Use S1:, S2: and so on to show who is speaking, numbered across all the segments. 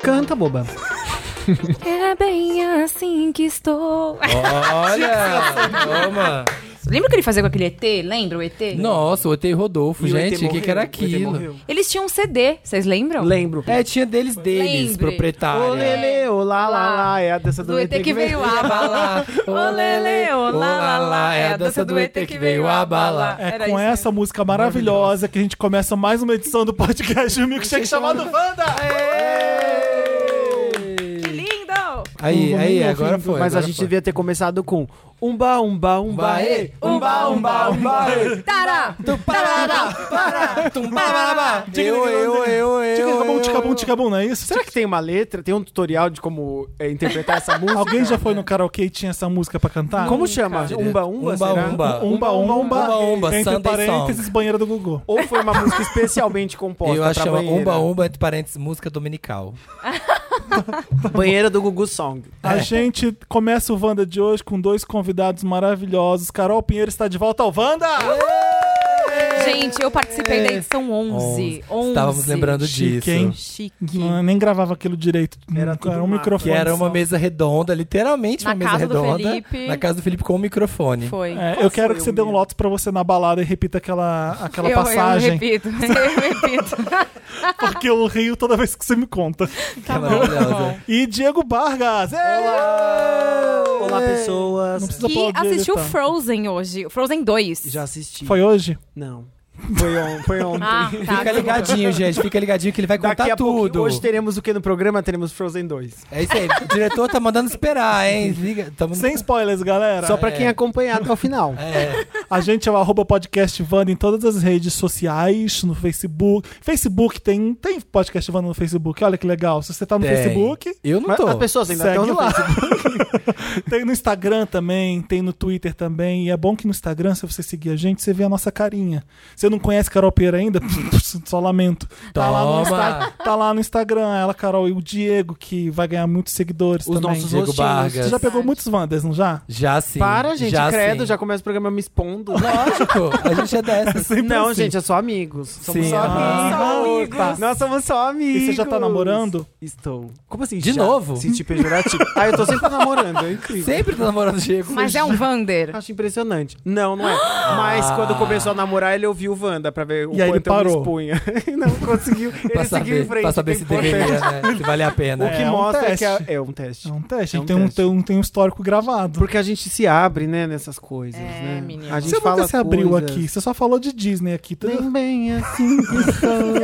S1: Canta, boba.
S2: É bem assim que estou.
S3: Olha! Toma!
S2: Lembra o que ele fazia com aquele ET? Lembra o ET?
S3: Nossa, o ET Rodolfo,
S1: E o ET
S3: gente, o que, que era
S1: morreu, o ET
S3: aquilo?
S1: morreu.
S2: Eles tinham um CD, vocês lembram?
S1: Lembro.
S3: É, tinha deles deles,
S2: Lembre.
S3: Ah,
S1: Ô,
S3: proprietária.
S1: Lele, ô, lá, lá,
S2: Lá.
S1: lá, é a dança do,
S2: do ET que veio abalar. Ô lele, ô lá, lá, lá. É a dança do ET que veio abalar.
S4: É
S2: Era
S4: com
S2: isso, né?
S4: essa música maravilhosa que a gente começa mais uma edição do podcast do Milkshake chamado Wanda!
S2: Que lindo!
S3: Aí, aí, agora foi.
S1: Mas a
S3: agora
S1: gente
S3: foi. é.
S1: devia ter começado com umba, umba,
S3: um
S1: umba, ê, umba, umba, umba, ê.
S2: Tará! Tarará!
S3: Eu, eu, eu, eu.
S4: Ticabum, ticabum, ticabum, não é isso?
S1: Será que tem uma letra? Tem um tutorial de como é, interpretar essa música?
S4: Alguém já foi no karaokê e tinha essa música pra cantar? Um,
S1: Como chama? Umba, umba, será?
S3: Umba,
S4: Umba, umba, umba,
S3: Umba, umba,
S4: entre
S3: Sunday
S4: parênteses,
S3: song.
S4: banheira do Gugu.
S1: Ou foi uma música especialmente composta
S3: Eu acho que
S1: pra
S3: chama
S1: banheira?
S3: Umba Umba, entre parênteses, música dominical.
S1: Banheira do Gugu Song.
S4: A gente começa o Wanda de hoje com dois convidados maravilhosos. Carol Pinheiro está de volta ao Wanda!
S2: Gente, eu participei da edição 11. 11.
S3: Estávamos lembrando
S4: Chique,
S3: disso.
S4: hein?
S2: Chique.
S4: Não, nem gravava aquilo direito.
S1: Era
S4: Era,
S1: tudo
S4: um
S1: mato.
S4: microfone.
S3: Que era
S4: só.
S3: uma mesa redonda, literalmente
S2: Na
S3: uma mesa
S2: casa do
S3: redonda.
S2: Felipe.
S3: Na casa do Felipe com o microfone.
S2: Foi.
S4: É, eu quero
S1: foi
S4: que
S1: o
S4: você dê um
S1: meu?
S4: lotus pra você na balada e repita aquela, aquela
S2: eu, Eu
S4: passagem.
S2: repito, eu repito.
S4: porque eu rio toda vez que você me conta.
S2: Tá
S3: Que é maravilhosa.
S4: E Diego Vargas! Olá!
S1: Olá,
S4: Não
S1: pessoas.
S4: precisa
S2: Que
S4: aplaudir,
S2: assistiu
S4: ele tá.
S2: Frozen hoje. Frozen 2.
S1: Já assisti.
S4: Foi hoje?
S1: Não. Foi, on- foi ontem.
S2: Ah, tá.
S3: Fica ligadinho, gente. Fica ligadinho que ele vai contar
S1: Daqui a pouquinho-
S3: tudo.
S1: Hoje teremos o que no programa? Teremos Frozen 2.
S3: É isso aí. O diretor tá mandando esperar, hein? Liga, tamo...
S4: Sem spoilers, galera.
S1: Só pra
S3: É.
S1: quem acompanhar até o final.
S3: É,
S4: A gente é o arroba podcast Vanda em todas as redes sociais, no Facebook. Facebook tem, tem podcast Vanda no Facebook, olha que legal. Se você tá no
S3: tem.
S4: Facebook,
S3: Eu não
S1: Mas
S3: tô.
S1: as pessoas ainda
S4: Segue
S1: estão no
S4: lá.
S1: Facebook.
S4: tem no Instagram também, tem no Twitter também. E é bom que no Instagram, se você seguir a gente, você vê a nossa carinha. Você não conhece Carol Pieira ainda? Só lamento. Tá lá, no
S3: Toma.
S4: Insta- tá lá no Instagram, ela, Carol e o Diego, que vai ganhar muitos seguidores
S1: Os
S4: também.
S1: nossos
S3: Diego
S1: rostinhos.
S3: Vargas.
S4: Você já pegou muitos Wanders, não já?
S3: Já sim.
S1: Para, gente,
S3: já
S1: credo,
S3: sim.
S1: já começa o programa me expondo.
S3: Lógico, a gente é dessas.
S1: Não,
S4: assim.
S1: gente, é Ah, só amigos. Somos
S3: Sim,
S1: só amigos.
S3: aham.
S1: Tá. Nós somos só amigos.
S4: E você já tá namorando?
S1: Estou. Como assim?
S3: De
S1: já?
S3: novo?
S1: Senti pejorativo. ah, eu tô sempre namorando, é incrível.
S3: Sempre tá namorando o Diego.
S2: Mas é um Vander.
S1: Acho impressionante. Não, não é. Mas quando
S3: Ah.
S1: começou a namorar, ele ouviu o Wanda pra ver o
S4: E aí ele
S1: quanto eu me
S4: parou.
S1: expunha. E não conseguiu. Ele
S3: pra
S1: seguiu em
S3: saber,
S1: frente.
S3: pra saber
S1: que é
S3: se
S1: importante.
S3: deveria, né? Se vale a pena.
S1: O que
S4: É um
S1: mostra
S4: teste.
S1: é que é, é um teste.
S4: É um teste,
S1: É
S4: a
S1: um
S4: gente tem, um,
S1: teste.
S4: tem, um, tem um histórico gravado.
S1: Porque a gente se abre, né, nessas coisas,
S2: É,
S1: né?
S2: menino.
S1: A gente
S4: Você nunca
S1: fala
S4: se abriu
S1: coisas.
S4: aqui, você só falou de Disney aqui. Tá?
S1: Nem bem assim que estou.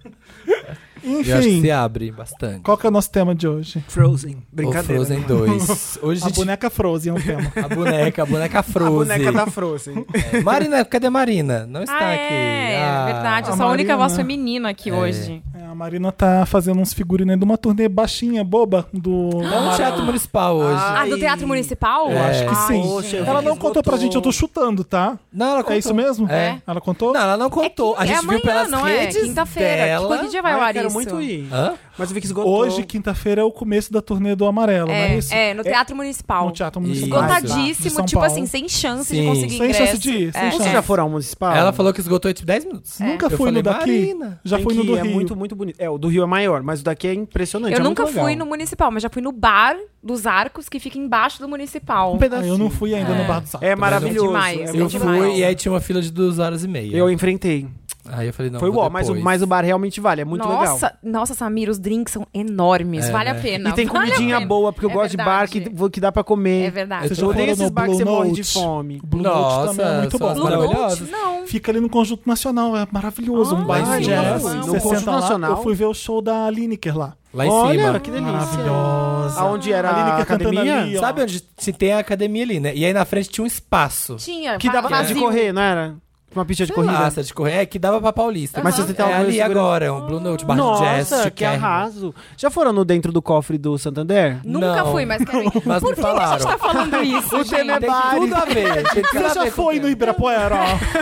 S3: Eu acho que
S4: Enfim,
S3: se abre bastante.
S4: qual que é o nosso tema de hoje?
S1: Frozen.
S3: O
S1: Brincadeira.
S3: Frozen
S1: né?
S3: 2. Hoje a
S4: A
S3: gente...
S4: boneca Frozen é um tema.
S3: A boneca, a boneca
S1: A
S3: Frozen.
S1: boneca tá-
S4: tá
S1: da Frozen.
S3: É. Marina, cadê Marina? Não está
S2: Ah,
S3: aqui.
S2: é,
S3: Ah.
S2: é verdade. Eu
S4: a
S2: sou a única
S4: Marina.
S2: voz feminina aqui
S3: É.
S2: hoje.
S4: É, a Marina tá fazendo uns figurinos aí de uma turnê baixinha, boba, do...
S3: É um teatro municipal hoje.
S1: Ah.
S2: Ah, do Teatro Municipal?
S3: Eu acho que
S2: Ai,
S4: sim.
S2: gente.
S1: eu
S4: Ela
S1: vi que
S4: não contou pra
S1: esgotou.
S4: gente, eu tô chutando, tá?
S3: Não, ela contou.
S4: É isso mesmo?
S3: É.
S4: Ela contou?
S3: Não, ela não contou.
S2: É
S3: a gente
S2: amanhã,
S3: viu pelas
S2: não é?
S3: redes
S2: Quinta-feira.
S3: dela.
S2: Tipo, que dia vai ao
S1: Ai,
S2: ar
S1: eu quero
S2: isso?
S1: muito ir.
S3: Hã?
S1: Mas eu vi que esgotou.
S4: Hoje, quinta-feira, é o começo da turnê do Amarelo, não é isso?
S2: É, é, no Teatro Municipal.
S4: No Teatro
S3: Isso.
S4: Municipal. De
S2: Esgotadíssimo,
S4: São
S2: tipo
S4: Paulo.
S2: assim, sem chance
S3: Sim.
S2: de conseguir
S4: Sem
S2: ingresso.
S4: chance de ir, sem
S2: É.
S4: chance.
S1: Vocês já foram ao municipal?
S3: Ela falou que esgotou tipo 10 minutos.
S4: Nunca
S3: Eu
S4: fui
S3: falei,
S4: no daqui,
S3: Marina.
S4: já
S1: Tem
S4: fui no
S1: que
S4: do
S1: ir, É
S4: Rio.
S1: muito, muito bonito. É, o do Rio é maior, mas o daqui é impressionante.
S2: Eu
S1: é muito
S2: nunca
S1: legal.
S2: fui no Municipal, mas já fui no Bar dos Arcos, que fica embaixo do Municipal.
S1: Um
S4: Ah,
S1: pedacinho.
S4: Tá, eu não fui ainda no Bar do Saco.
S1: É maravilhoso.
S2: demais,
S1: é
S2: eu
S3: Eu
S1: muito
S2: demais.
S3: fui
S1: legal.
S3: e aí tinha uma fila de duas horas e meia.
S1: Eu enfrentei.
S3: Aí eu falei, não,
S1: Foi
S3: vou
S1: o um- mas, o-
S3: depois.
S1: mas o bar realmente vale, é muito legal.
S2: nossa, nossa, Samir, os drinks são enormes.
S3: É.
S2: Vale a pena.
S1: E tem
S2: vale a
S1: comidinha
S2: pena.
S1: boa, porque eu
S2: É
S1: gosto de
S2: verdade.
S1: bar que, que dá pra comer.
S2: É verdade.
S4: Vocês
S1: Eu
S4: já
S1: odeio
S4: foram
S1: esses
S4: no
S1: bar que
S4: Blue
S1: você morre de
S4: Note?
S1: fome.
S4: O Blue Note
S3: Nossa,
S4: também é muito
S3: são
S4: bom.
S3: as
S2: Blue
S4: Cara,
S3: maravilhosas.
S2: Note? Não.
S4: Fica ali no Conjunto Nacional, é maravilhoso. um
S2: Ah,
S4: bar
S3: lá
S4: de
S3: em
S4: jazz.
S3: cima. No
S4: Você
S1: Conjunto
S4: senta lá,
S1: Nacional?
S4: eu fui ver o show da Lineker lá.
S3: Lá em
S1: Olha,
S3: cima.
S1: que delícia.
S4: Maravilhosa.
S1: Aonde era
S4: A
S1: a,
S4: Lineker cantando
S1: academia?
S4: ali, ó.
S3: Sabe onde se tem a academia ali, né? E aí na frente tinha um espaço.
S2: Tinha.
S1: Que dava pra
S2: vazio.
S1: de correr, não era? Uma pista de
S3: Sei
S1: corrida.
S3: lá, essa de correr. É que dava pra Paulista.
S1: Mas se você tem
S3: é
S1: alguma
S3: ali
S1: segurança-
S3: agora, um Blue Note, bar de jazz.
S1: Nossa, que
S3: chiquérrimo.
S1: arraso. Já foram no dentro do cofre do Santander?
S2: Nunca
S3: Não.
S2: fui, mas quero ir.
S3: Mas
S2: Por
S3: me
S2: que, que a gente
S3: falaram.
S2: tá falando isso,
S1: O tema é
S2: gente?
S1: bar.
S3: Tudo a ver. tem tudo a
S4: Você
S3: ver é?
S4: já
S3: com
S4: foi no
S3: o tema.
S4: Ibirapuera?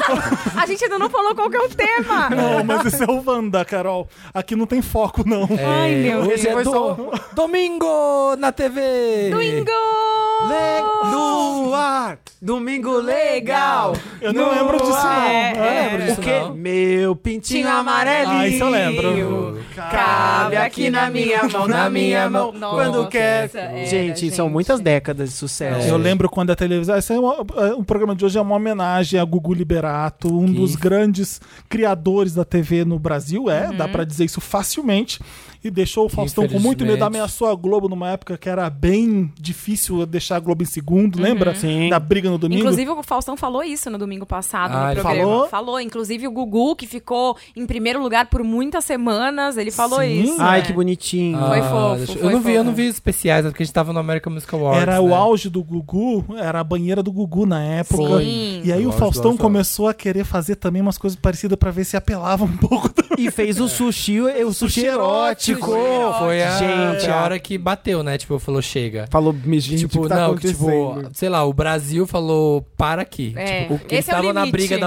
S2: A gente ainda não falou qual que é o tema.
S4: não, mas esse é o Wanda, Carol. Aqui não tem foco, não.
S3: É,
S2: Ai, meu
S3: hoje
S1: Deus.
S3: é
S1: Foi
S3: do...
S1: só-
S3: Domingo na TV.
S2: Domingo!
S1: Le- No ar! Domingo legal!
S4: Eu não
S1: No
S4: lembro disso, não.
S1: ar.
S2: É,
S4: eu não
S2: é.
S4: lembro
S1: O
S4: disso,
S1: quê?
S3: não.
S1: Meu pintinho
S2: Tinha
S1: amarelinho.
S2: amarelinho.
S4: Ah, isso eu lembro.
S1: Cabe aqui na minha mão, na minha mão,
S2: Nossa,
S1: quando quer. É.
S2: essa era,
S1: gente, são
S2: gente.
S1: muitas décadas de sucesso.
S4: Eu lembro quando a televisão. Esse é uma- é, o programa de hoje é uma homenagem a Gugu Liberato, um dos grandes criadores da TV no Brasil. É, dá pra dizer isso facilmente. E deixou o Faustão com muito medo,
S3: Infelizmente.
S4: ameaçou a Globo numa época que era bem difícil deixar a Globo em segundo, lembra?
S1: Sim.
S4: Da briga no domingo.
S2: Inclusive, o Faustão falou isso no domingo passado
S3: Ah,
S2: no
S3: ele
S2: programa.
S4: falou?
S2: Inclusive, o Gugu, que ficou em primeiro lugar por muitas semanas, ele falou
S4: Sim.
S2: isso.
S1: Ai,
S2: né?
S1: que bonitinho.
S2: Foi fofo,
S3: Ah, deixa-
S2: foi
S3: eu não vi, eu
S2: fofo.
S3: não vi especiais, né, porque a gente tava no American Music Awards.
S4: Era
S3: né?
S4: o auge do Gugu, era a banheira do Gugu na época.
S2: Sim.
S4: E aí o
S3: Gosto,
S4: Faustão
S3: gosto. é.
S4: começou a querer fazer também umas coisas parecidas pra ver se apelava um pouco. também.
S1: E fez o sushi, o sushi erótico.
S3: Foi a,
S1: Gente,
S3: foi a
S1: a-
S3: hora que bateu, né? Tipo, falou chega.
S1: Falou, me gente,
S3: tipo,
S1: o que tá
S3: não,
S1: acontecendo?
S3: tipo, sei lá, o Brasil falou para aqui.
S2: É,
S3: Tipo, o que
S2: esse
S3: eles
S2: é o
S3: estavam na
S2: limite.
S3: briga da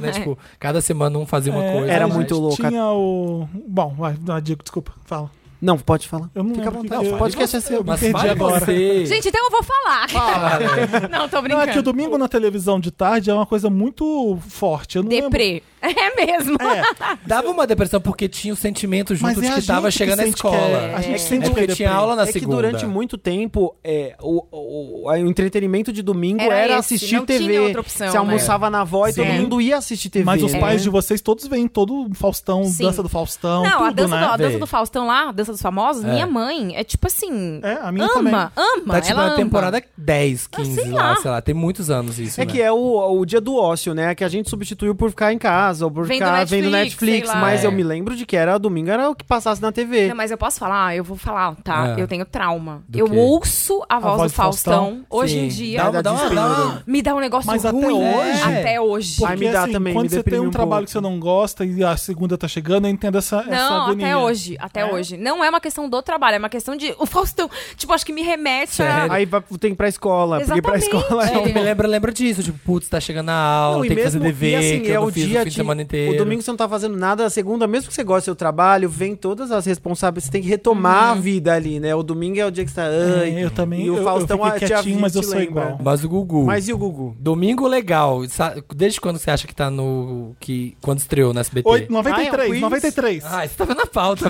S3: né?
S2: É.
S3: Tipo, cada semana um fazia uma
S4: É,
S3: coisa.
S1: Era
S4: mas
S3: né?
S1: muito louca.
S4: Tinha o. Bom, vai, dá, Diego, desculpa, fala.
S1: Não, pode falar.
S4: Eu não
S1: Fica à
S4: lembro o que
S1: vontade.
S4: que
S1: O
S4: eu-
S1: podcast é
S4: eu
S1: seu.
S4: me
S3: Mas
S4: perdi
S3: vai
S4: agora.
S3: você.
S2: Gente, então eu vou falar.
S3: Fala, né?
S2: não, tô
S4: Não,
S2: brincando.
S4: é que o domingo na televisão de tarde é uma coisa muito forte. Eu não lembro.
S2: Deprê. É mesmo.
S3: Ah, Dava uma depressão porque tinha o sentimento junto
S4: Mas
S3: de
S4: é a
S3: que tava
S4: gente
S3: chegando
S4: que
S3: à
S4: sente que é-
S3: escola.
S4: a gente
S3: é
S4: sente que
S3: porque
S4: é
S3: tinha
S4: deprê.
S3: aula na
S1: é que
S3: segunda.
S1: durante muito tempo é, o, o, o- o entretenimento de domingo
S2: Era
S1: era,
S2: esse,
S1: assistir
S2: não
S1: TV.
S2: tinha outra opção, né?
S1: Você almoçava na avó e todo
S2: Sim.
S1: mundo ia assistir TV.
S4: Mas os
S1: né?
S4: pais de vocês todos veem todo o Faustão,
S2: Sim.
S4: dança do Faustão,
S2: Não,
S4: tudo,
S2: a, dança
S4: né?
S2: do, a dança
S3: Vê.
S2: do Faustão lá, a dança dos famosos,
S3: É.
S2: minha mãe é tipo assim.
S4: É, a minha
S2: ama,
S4: também.
S2: ama.
S3: Tá tipo
S2: ela
S3: na
S2: ama.
S3: temporada 10,
S2: Ah, sei
S3: 15
S2: lá.
S3: lá, sei lá. Tem muitos anos isso,
S1: É
S3: né?
S1: que é o, o dia do ócio, né? Que a gente substituiu por ficar em casa ou por
S2: Vendo
S1: ficar vendo
S2: Netflix,
S1: Netflix.
S2: sei lá.
S1: Mas
S3: É.
S1: eu me lembro de que era domingo, era o que passasse na TV.
S2: Não, mas eu posso falar, eu vou falar, tá?
S3: Ah.
S2: Eu tenho trauma.
S3: Do
S2: eu
S3: quê?
S2: ouço a voz,
S4: voz
S2: do
S4: do
S2: Faustão,
S4: Faustão?
S2: hoje em
S3: Sim.
S2: dia. é
S3: Dá uma,
S1: Dá
S3: dá uma, dá uma-
S1: desespero.
S2: Me dá um negócio
S4: Mas até
S2: ruim
S4: hoje?
S2: Até hoje.
S1: Ai, me dá
S4: assim,
S1: também,
S4: quando
S1: me
S4: você tem
S1: deprime
S4: um,
S1: um
S4: trabalho
S1: pouco.
S4: que você não gosta e a segunda tá chegando, eu entendo essa, essa
S2: Não,
S4: agonia.
S2: até hoje, até
S4: É?
S2: hoje. Não é uma questão do trabalho, é uma questão de. O Faustão, tipo, acho que me remete a.
S3: Sério?
S1: Aí vai- tem que ir pra escola. Porque pra
S2: Exatamente.
S1: escola é
S3: Não,
S1: um
S3: me lembra, lembra disso, tipo, putz, tá chegando a aula,
S1: Não, e
S3: tem que fazer
S1: mesmo-
S3: dever,
S1: e assim,
S3: que eu
S1: é
S3: não
S1: o
S3: fiz
S1: dia
S3: o fim de,
S1: de-
S3: semana inteiro.
S1: O domingo você não tá fazendo nada, a segunda, mesmo que você goste do seu trabalho, vem todas as responsabilidades, você tem que retomar a vida ali, né? O domingo é o dia que você tá. Ai,
S4: É, eu também.
S1: E o
S4: eu,
S1: Faustão,
S4: eu
S1: ah,
S4: fiquei
S1: te
S4: quietinho,
S1: avi-
S4: mas eu
S1: te
S4: sou
S1: lembra.
S4: igual.
S3: Mas o Gugu.
S1: Mas e o Gugu?
S3: Domingo legal. sa- Desde quando você acha que tá no. Que... Quando estreou no SBT?
S1: Ah,
S4: Oito-
S1: é o
S4: 93,
S1: Queens?
S4: 93.
S3: Ah, você tá vendo a pauta.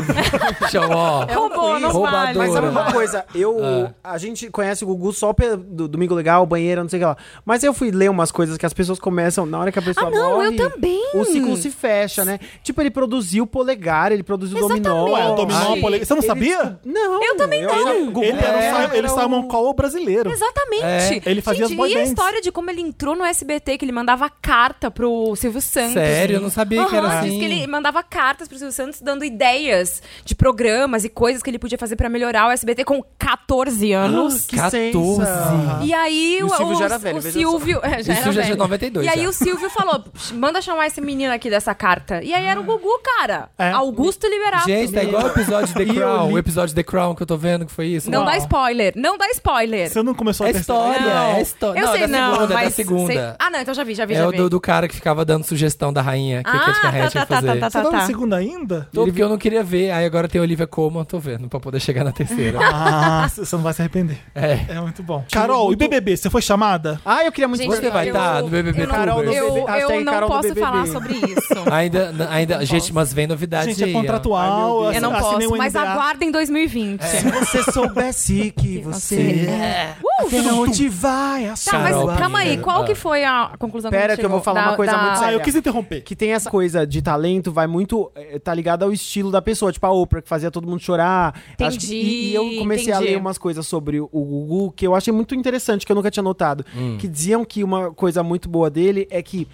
S3: Bichão, ó.
S2: Roubou, não vale. é
S3: Roubadora.
S1: Mas sabe
S3: Ouro.
S1: uma coisa? Eu. A gente conhece o Gugu só pelo do Domingo Legal, banheira, não sei o que lá. Mas eu fui ler umas coisas que as pessoas começam, na hora que a pessoa
S2: Ah, não, eu
S1: morre,
S2: também.
S1: O ciclo se fecha, né? Tipo, ele produziu o polegar, ele produziu o dominó.
S2: Exatamente.
S4: Ué, é, o dominó,
S2: Ai.
S4: o polega- Você não
S1: Ele
S4: sabia?
S1: descob- Não.
S2: Eu também não.
S1: achava que o Gugu
S4: Ele era,
S1: era-
S4: o, Simon- ele
S1: era
S4: é Simon
S1: o-
S4: Cowell brasileiro.
S2: Exatamente.
S4: É, ele fazia
S2: Gente,
S4: as boy
S2: e a
S4: bands.
S2: história de como ele entrou no SBT, que ele mandava carta pro Silvio Santos.
S3: Sério, eu não sabia que era
S2: Aham,
S3: assim.
S2: Diz que ele mandava cartas pro Silvio Santos dando ideias de programas e coisas que ele podia fazer pra melhorar o SBT com 14 anos.
S1: Que
S3: 14.
S1: sensa.
S2: E aí
S1: E o Silvio já era velho,
S2: o
S1: veja
S2: Silvio- é, já
S3: Isso
S2: era
S3: já
S2: velho.
S3: tinha 92
S2: E aí
S3: já.
S2: o Silvio falou, "Psh, manda chamar esse menino aqui dessa carta. E aí era o Gugu, cara.
S4: É.
S2: Augusto Liberato.
S3: Ah. Gente, tá igual o episódio The
S4: E eu
S3: Crown.
S4: li-
S3: O episódio The Crown que eu tô vendo que foi isso.
S2: Não
S3: Ó.
S2: dá spoiler, não dá spoiler.
S4: Você não começou a
S3: É
S4: perceber?
S3: história,
S2: Não.
S3: é história.
S2: Eu
S3: não,
S2: sei,
S3: é da
S2: não,
S3: segunda, é da
S2: mas sei-
S3: segunda.
S2: Ah, não, então já vi, já vi, já
S3: É o
S2: vi.
S3: do, do cara que ficava dando sugestão da rainha que
S2: Ah,
S3: a Kate Carrete
S2: tá, tá,
S3: ia
S2: tá,
S3: fazer.
S2: tá, tá.
S4: Você tá na segunda ainda?
S3: Tô porque eu não queria ver, aí agora tem Olivia Colman, tô vendo, pra poder chegar na terceira.
S4: Ah, c- você não vai se arrepender.
S3: é.
S4: É muito bom. Carol, e BBB, você foi chamada?
S1: Ah, eu queria muito
S2: Gente,
S3: Você vai
S2: eu-
S3: tá no BBB
S2: eu não-
S3: Carol do
S2: eu-
S1: BBB.
S2: Eu,
S1: Hashtag
S2: não
S1: Carol do
S2: posso
S1: BBB.
S2: falar sobre isso.
S3: Ainda, n- ainda, gente, mas vem novidade
S4: Gente, é
S3: aí, ó.
S4: contratual.
S1: Ai, meu Deus.
S2: Eu não
S4: assi- assinei
S2: posso,
S4: um
S2: mas
S4: NDA.
S2: aguardem 2020.
S1: Se você soubesse que você é,
S2: Uh,
S1: até onde vai a
S2: Tá, mas
S3: Carol,
S2: calma aí,
S3: amiga.
S2: qual
S3: Ah.
S2: que foi a conclusão que a
S1: É. Pera
S2: gente
S1: que eu vou
S2: chegou?
S1: falar
S2: Da-
S1: uma coisa
S2: da-
S1: muito
S4: Ah,
S1: séria.
S4: eu quis interromper.
S1: Que tem essa coisa de talento, vai muito. eh, Tá ligado ao estilo da pessoa. Tipo a Oprah, que fazia todo mundo chorar. Acho que- e, e eu comecei a
S2: entendi.
S1: ler umas coisas sobre o Gugu que eu achei muito interessante, que eu nunca tinha notado. Que diziam que uma coisa muito boa dele é que.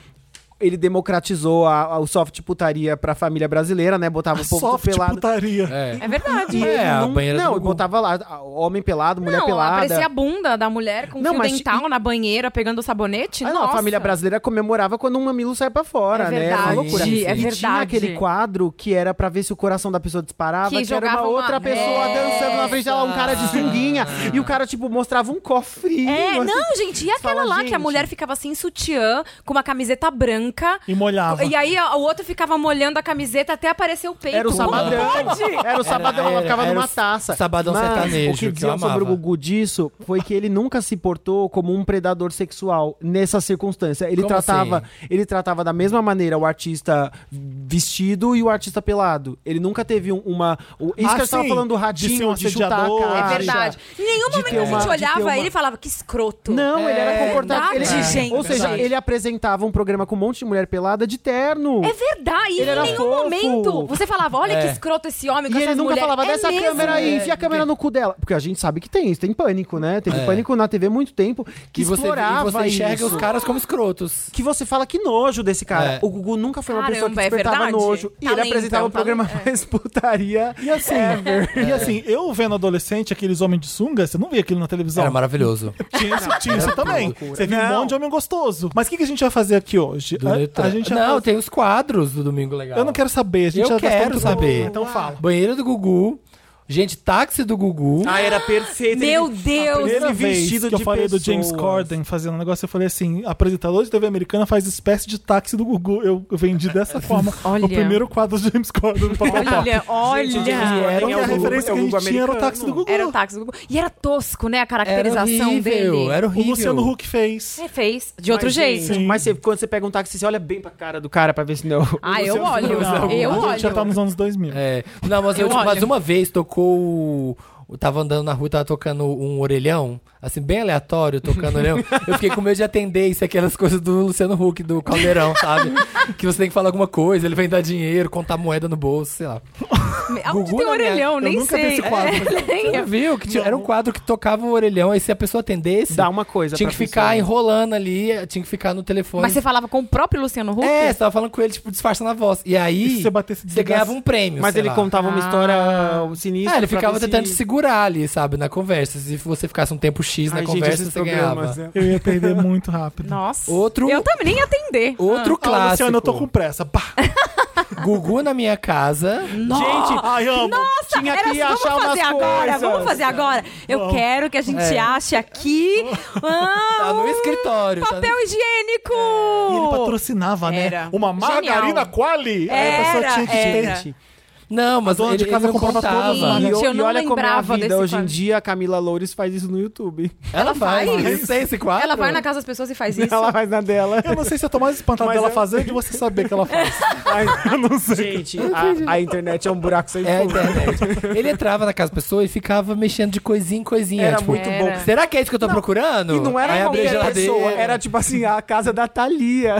S1: Ele democratizou a- a- o soft putaria pra família brasileira, né? Botava o povo
S4: Soft
S1: pelado.
S4: putaria.
S3: É.
S2: É verdade.
S1: E
S3: É,
S1: ele
S3: a
S1: não,
S3: banheira do
S1: não,
S3: Gugu.
S1: botava lá ah, homem pelado, mulher
S2: não,
S1: pelada.
S2: aparecia a bunda da mulher com
S1: Não,
S2: fio
S1: mas-
S2: dental na banheira pegando o sabonete.
S1: Ah, não, a
S2: Nossa.
S1: família brasileira comemorava quando um mamilo sai pra fora,
S2: É
S1: né? Era
S2: verdade,
S1: uma loucura.
S3: é
S1: E tinha
S2: verdade.
S1: aquele quadro que era pra ver se o coração da pessoa disparava,
S2: Que
S1: que, era
S2: jogava
S1: uma
S2: uma-
S1: outra pessoa
S2: Nossa.
S1: dançando na frente dela, um cara de sunguinha. E o cara, tipo, mostrava um cofrinho.
S2: É,
S1: assim.
S2: não, gente, e aquela
S1: Fala,
S2: lá que a
S1: gente.
S2: mulher ficava assim, sutiã, com uma camiseta branca, branca.
S4: E molhava.
S2: E aí ó, o outro ficava molhando a camiseta até aparecer o peito.
S1: Era o
S2: Como
S1: sabadão.
S2: pode?
S1: Era o sabadão, ela
S3: era-
S1: ficava
S3: era
S1: numa
S3: o
S1: taça.
S3: sabadão
S1: Mas
S3: sertanejo,
S1: O
S3: que
S1: que
S3: eu
S1: diziam sobre o
S3: amava.
S1: Gugu disso foi que ele nunca se portou como um predador sexual nessa circunstância. Ele
S3: Como
S1: tratava,
S3: assim?
S1: ele tratava da mesma maneira o artista vestido e o artista pelado. Ele nunca teve um- uma o, isso
S4: Ah,
S1: que eu estava
S4: sim,
S1: falando do
S4: de ser um
S1: ratinho, assim, de, chutar a
S4: assediador.
S2: É
S1: caixa.
S2: verdade. Em nenhum momento
S1: ter
S2: a gente
S1: uma- Ah, de ter
S2: olhava
S1: uma-
S2: ele e falava que escroto.
S1: Não, ele era comportado.
S2: É, verdade,
S1: Ele,
S2: gente.
S1: Ou seja,
S2: Verdade.
S1: ele apresentava um programa com um monte de mulher pelada de terno.
S2: É verdade. E em
S1: Ele era
S2: nenhum
S1: fofo.
S2: momento você falava, olha
S3: É.
S2: que escroto esse homem com
S1: E ele
S2: essas
S1: nunca
S2: mulheres.
S1: falava
S2: É
S1: dessa
S2: mesmo.
S1: câmera aí, enfia a câmera no cu dela. Porque a gente sabe que tem isso, tem pânico, né? Teve
S3: É.
S1: pânico na TV há muito tempo que
S3: E você, e
S1: explorava
S3: você enxerga
S1: isso.
S3: os caras como escrotos.
S1: Que você fala que nojo desse cara.
S3: É.
S1: O Gugu nunca foi uma
S2: Caramba,
S1: pessoa que
S2: é
S1: despertava
S2: verdade.
S1: nojo. E ele
S2: Talento,
S1: apresentava
S2: é
S1: o
S2: um
S1: programa
S2: talento,
S1: mais putaria. E assim, ever.
S4: E assim, eu vendo adolescente, aqueles homens de sunga, você não via aquilo na televisão.
S3: Era maravilhoso.
S4: Tinha isso, tinha isso também.
S1: loucura.
S4: Você viu um
S1: Não.
S4: monte de homem gostoso. Mas o que, que a gente vai fazer aqui hoje?
S3: Do
S4: A,
S3: Detran.
S4: a gente vai
S3: não,
S4: fazer-
S3: tem os quadros do Domingo Legal.
S4: Eu não quero saber. A gente
S3: Eu
S4: já gastou
S3: quero
S4: muito
S3: saber.
S4: tempo. Então fala.
S3: Banheiro do Gugu. Gente, táxi do Gugu.
S1: Ah, era perfeito.
S2: Meu
S1: Ele- "Tá
S2: Deus.
S1: primeira
S4: Primeira
S1: vez
S4: vez
S1: vestido
S4: que eu
S1: de
S4: falei do
S1: pessoas.
S4: James Corden fazendo um negócio, eu falei assim, apresentador de TV americana faz espécie de táxi do Gugu. Eu vendi dessa forma
S2: Olha.
S4: o primeiro quadro do James Corden no Papapá.
S2: Olha, olha. um
S1: Gente, ele
S4: Era
S1: É o
S4: a
S1: Gugu- é
S4: referência
S1: o
S4: que a gente
S1: Gugu
S4: tinha era o
S1: americano.
S4: táxi do Gugu.
S2: Era o táxi do Gugu. E era tosco, né? A
S3: Era
S2: caracterização
S3: horrível,
S2: dele.
S3: era
S4: o
S3: horrível.
S4: Luciano Huck fez.
S2: Você fez. De outro
S1: Mas,
S2: jeito.
S1: gente, Mas você- quando você pega um táxi, você olha bem pra cara do cara pra ver se não.
S2: Ah, eu
S4: Luciano
S2: olho.
S4: Huck. Não,
S2: Eu
S4: A gente já tá
S2: olho.
S4: nos anos 2000.
S3: É. Não, mas,
S2: Eu
S3: eu, tipo, mas
S2: olho.
S3: uma vez tocou. o- Eu tava andando na rua, tava tocando um orelhão, assim, bem aleatório, tocando orelhão. Eu fiquei com medo de atender isso, aquelas coisas do Luciano Huck, do Caldeirão, sabe? Que você tem que falar alguma coisa, ele vem dar dinheiro, contar moeda no bolso, sei lá.
S2: Aonde
S3: Gugu
S2: tem
S3: na minha-
S2: orelhão?
S3: eu
S2: Nem
S3: nunca vi
S2: sei.
S3: esse quadro,
S2: É, nem
S3: Você
S2: eu.
S3: viu? Que tinha- era um quadro que tocava o orelhão, aí se a pessoa atendesse,
S1: Dá uma coisa
S3: tinha
S1: pra
S3: que ficar
S1: pessoa.
S3: enrolando ali, tinha que ficar no telefone.
S2: Mas você falava com o próprio Luciano Huck?
S3: É, você tava falando com ele, tipo, disfarçando a voz. E
S4: E
S3: aí,
S4: se você batesse de
S3: você ganhava
S4: graça?
S3: um prêmio,
S1: Mas
S3: sei
S1: ele
S3: lá.
S1: contava uma história sinistra.
S3: Ah, ele
S1: pra
S3: ficava
S1: ver se-
S3: tentando te segurar ali, sabe, na conversa. Se você ficasse um tempo X na
S1: Ai, gente,
S3: conversa,
S1: esses
S3: você ganhava.
S1: programas, né?
S4: Eu ia perder muito rápido.
S2: Nossa.
S3: Outro-
S2: Eu também ia atender.
S3: Outro
S4: Ah,
S3: clássico.
S4: Luciano, eu tô com pressa. Pá.
S3: Gugu na minha casa.
S1: Gente,
S4: Ai, amo.
S2: Nossa,
S1: Tinha
S2: era
S1: que
S2: assim, vamos
S1: achar umas
S2: fazer agora,
S1: coisas.
S2: vamos fazer agora. Eu quero que a gente
S3: É.
S2: ache aqui ah,
S3: Tá no
S2: um
S3: escritório, tá no-
S2: papel higiênico.
S1: É.
S4: E ele patrocinava,
S2: Era.
S4: né? Uma margarina
S2: Genial.
S4: Quali? Aí a
S2: Era,
S4: pessoa tinha que
S2: era.
S4: ter.
S3: Não, mas
S4: A dona
S3: ele,
S4: de casa
S3: ele não
S4: comprava
S3: contava.
S4: todos os
S1: E,
S2: Gente,
S1: eu-
S2: eu
S1: e
S2: não
S1: olha como é a
S2: lembrava
S1: vida
S2: desse
S1: hoje em
S2: quadro.
S1: dia, a Camila Loures faz isso no YouTube.
S3: Ela vai.
S2: faz?
S3: Eu sei esse quadro.
S2: Ela vai na casa das pessoas e faz isso.
S1: Ela faz na dela.
S4: Eu não sei se eu tô mais espantado
S1: Mas é-
S4: dela
S1: eu-
S4: fazer é de você saber que ela faz.
S1: Ai, eu não sei. Gente, a, a internet é um buraco sem
S3: É a
S1: fundo.
S3: internet. ele entrava na casa da pessoa e ficava mexendo de coisinha em coisinha.
S1: Era
S3: tipo,
S1: muito
S2: É.
S1: bom.
S2: Era.
S3: Será que é isso que eu tô procurando?
S1: E não era
S3: Aí abria a
S1: qualquer
S3: geladeira.
S1: pessoa, era tipo assim, a casa da Thalia.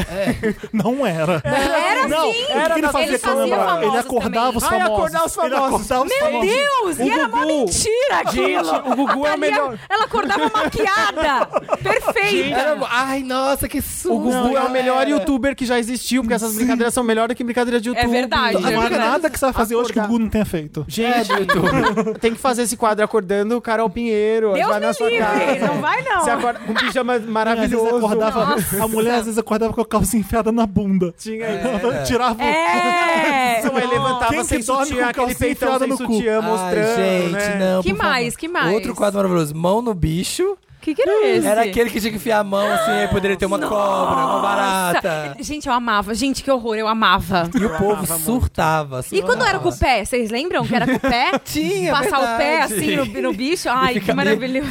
S4: Não era.
S2: Era assim?
S4: Não,
S2: sim.
S4: era
S2: ele
S4: da
S2: fazia
S4: Fazenda Lembra?
S2: famosos
S4: Ele acordava os
S1: também. Ah,
S4: famosos.
S1: acordava os
S4: Ele
S1: famosos.
S4: acordava os
S2: Meu
S4: famosos.
S2: Deus! e era uma
S1: assim. Gugu-
S2: mentira aquilo.
S1: Gente, o Gugu é o
S2: Thalia,
S1: melhor.
S2: Ela acordava maquiada. Perfeita.
S3: Era- Ai, nossa, que susto.
S1: O Gugu é
S3: galera.
S1: o melhor youtuber que já existiu, porque essas brincadeiras são melhores que brincadeiras de YouTube.
S2: É
S1: Então,
S2: verdade.
S4: Não há
S2: Verdade.
S4: nada que você vai fazer hoje que o
S1: Acordar.
S4: Gugu não tenha feito.
S3: É,
S1: tá
S3: do YouTube.
S1: Tem que fazer esse quadro acordando o Carol Pinheiro.
S2: Deus
S1: vai na
S2: me
S1: sua
S2: livre.
S1: casa.
S2: Não vai, não.
S1: Você acorda com um pijama
S4: Às vezes
S1: maravilhoso.
S4: acordava, a mulher às vezes acordava com a calça enfiada na bunda.
S1: Tinha
S4: Ela tirava o-
S2: É.
S1: Não, ele levantava
S4: Quem que
S1: sem
S4: dorme com
S1: sutiã, aquele
S4: calcinha
S1: peitão
S4: enfiada
S1: sem
S4: no cu?
S1: sutiã mostrando,
S3: Ai, gente,
S1: né?
S3: não.
S2: Que
S3: por favor.
S2: mais? Que mais?
S3: Outro quadro maravilhoso. Mão no bicho.
S2: Que que era esse?
S3: Era aquele que tinha que enfiar a mão assim, aí poderia ter uma cobra, uma barata.
S2: Nossa. Gente, eu amava. Gente, que horror, eu amava.
S3: E o povo surtava.
S2: E quando era com o pé? Vocês lembram que era com o pé?
S3: Tinha,
S2: Passar o pé
S3: É verdade.
S2: assim no, no bicho? Ai, que
S3: fica meio-
S2: maravilhoso.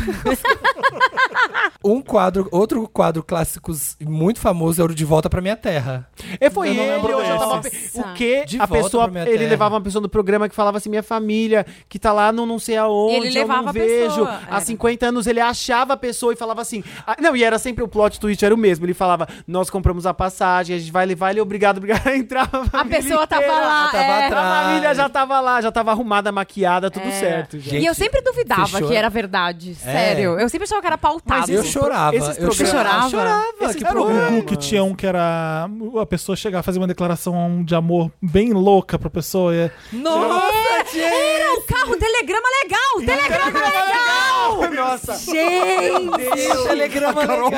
S3: Um quadro, outro quadro clássico muito famoso era o De Volta Pra Minha Terra.
S1: E foi
S4: Eu não
S1: ele,
S4: lembro
S1: eu já
S4: desse.
S1: tava...
S2: Nossa.
S1: O que
S3: De
S1: a
S3: volta
S1: pessoa...
S3: pra minha
S1: Ele
S3: terra.
S1: levava uma pessoa do programa que falava assim, minha família, que tá lá no não sei aonde,
S2: Ele
S1: eu
S2: levava
S1: não
S2: a pessoa,
S1: vejo. Há
S2: era.
S1: 50 anos ele achava a pessoa e falava assim... "Ah", não, e era sempre o plot twist, era o mesmo. Ele falava, nós compramos a passagem, a gente vai levar ele, obrigado, obrigado. Aí Entrava
S2: A pessoa tava
S1: inteira.
S2: lá.
S3: tava
S2: é.
S3: atrás.
S1: A família já tava lá, já tava arrumada, maquiada, tudo
S2: É.
S1: certo. já.
S3: Gente,
S2: e eu sempre duvidava
S3: você chora?
S2: que era verdade. Sério. Eu sempre achava que era pautado.
S3: eu chorava.
S1: esses
S3: Eu
S1: programas-
S3: chorava.
S2: Chorava?
S3: chorava.
S1: Esses
S3: Que
S1: programas-
S3: problema.
S4: Gugu Ah, que tinha um que era. A pessoa chegar a fazer uma declaração de amor bem louca pra pessoa. e- é-
S2: É.
S3: Nossa, gente!
S2: Era o carro, um telegrama legal! um Telegrama legal!
S1: Nossa.
S2: Gente,
S3: Esse telegrama legal.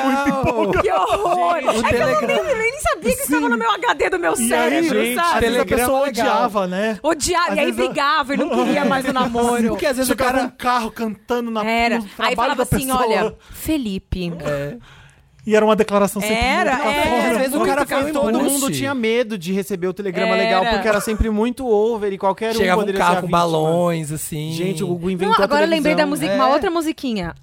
S2: que horror!
S3: O
S2: é que eu não
S3: telegrama-
S2: nem, eu nem sabia que estava no meu HD do meu
S4: E aí,
S2: cérebro,
S1: gente,
S4: às
S2: sabe?
S4: vezes a
S3: Telegrama
S4: pessoa
S3: legal.
S4: odiava, né?
S2: Odiava, e aí brigava e não queria mais o namoro.
S3: Porque às vezes o
S4: Chegava um
S3: cara.
S4: carro cantando na
S2: Era.
S4: no trabalho
S2: Aí falava
S4: da
S2: assim:
S4: pessoa.
S3: é,
S2: olha, Felipe,
S4: E era uma declaração sempre
S2: Era, é.
S4: muito pra
S1: É,
S2: era.
S4: fora.
S3: Às vezes
S1: O
S3: muito
S1: cara
S3: cara
S1: foi, todo
S3: embuste.
S1: mundo tinha medo de receber o telegrama
S2: Era.
S1: legal, porque era sempre muito over e qualquer um
S3: Chegava um
S1: poderia ser a
S3: carro com
S1: vítima.
S3: balões, assim.
S1: Gente, o Gugu
S2: Não,
S1: inventou a
S2: agora eu lembrei da
S1: televisão. né?
S2: música, uma
S3: É.
S2: outra musiquinha.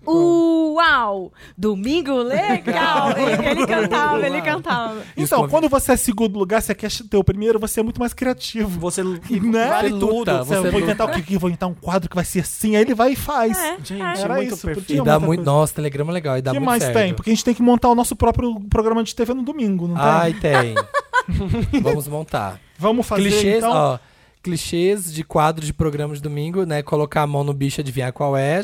S2: Uau! Domingo legal! ele, ele cantava, ele cantava.
S3: E os
S4: Então,
S3: convidados.
S4: quando você é segundo lugar, você quer ter o primeiro, você é muito mais criativo.
S1: Você
S4: E, né?
S3: Vale
S4: Você
S3: tudo,
S4: luta,
S3: você
S4: eu vou
S3: luta.
S4: inventar o quê? que? eu Vou inventar um quadro que vai ser assim, aí ele vai e faz.
S2: É,
S1: Gente,
S2: é.
S1: é
S4: Era
S1: muito
S4: isso,
S1: perfeito.
S4: tinha
S3: E dá
S4: muita
S3: muito.
S4: coisa.
S3: Nossa, telegrama é legal. E dá
S4: O que
S3: muito
S4: mais
S3: certo.
S4: tem? Porque a gente tem que montar o nosso próprio programa de TV no domingo, não tem?
S3: Ai, tem. Vamos montar.
S4: Vamos fazer
S3: clichês,
S4: então.
S3: ó. Clichês de quadro de programa de domingo, né? Colocar a mão no bicho, adivinhar qual é.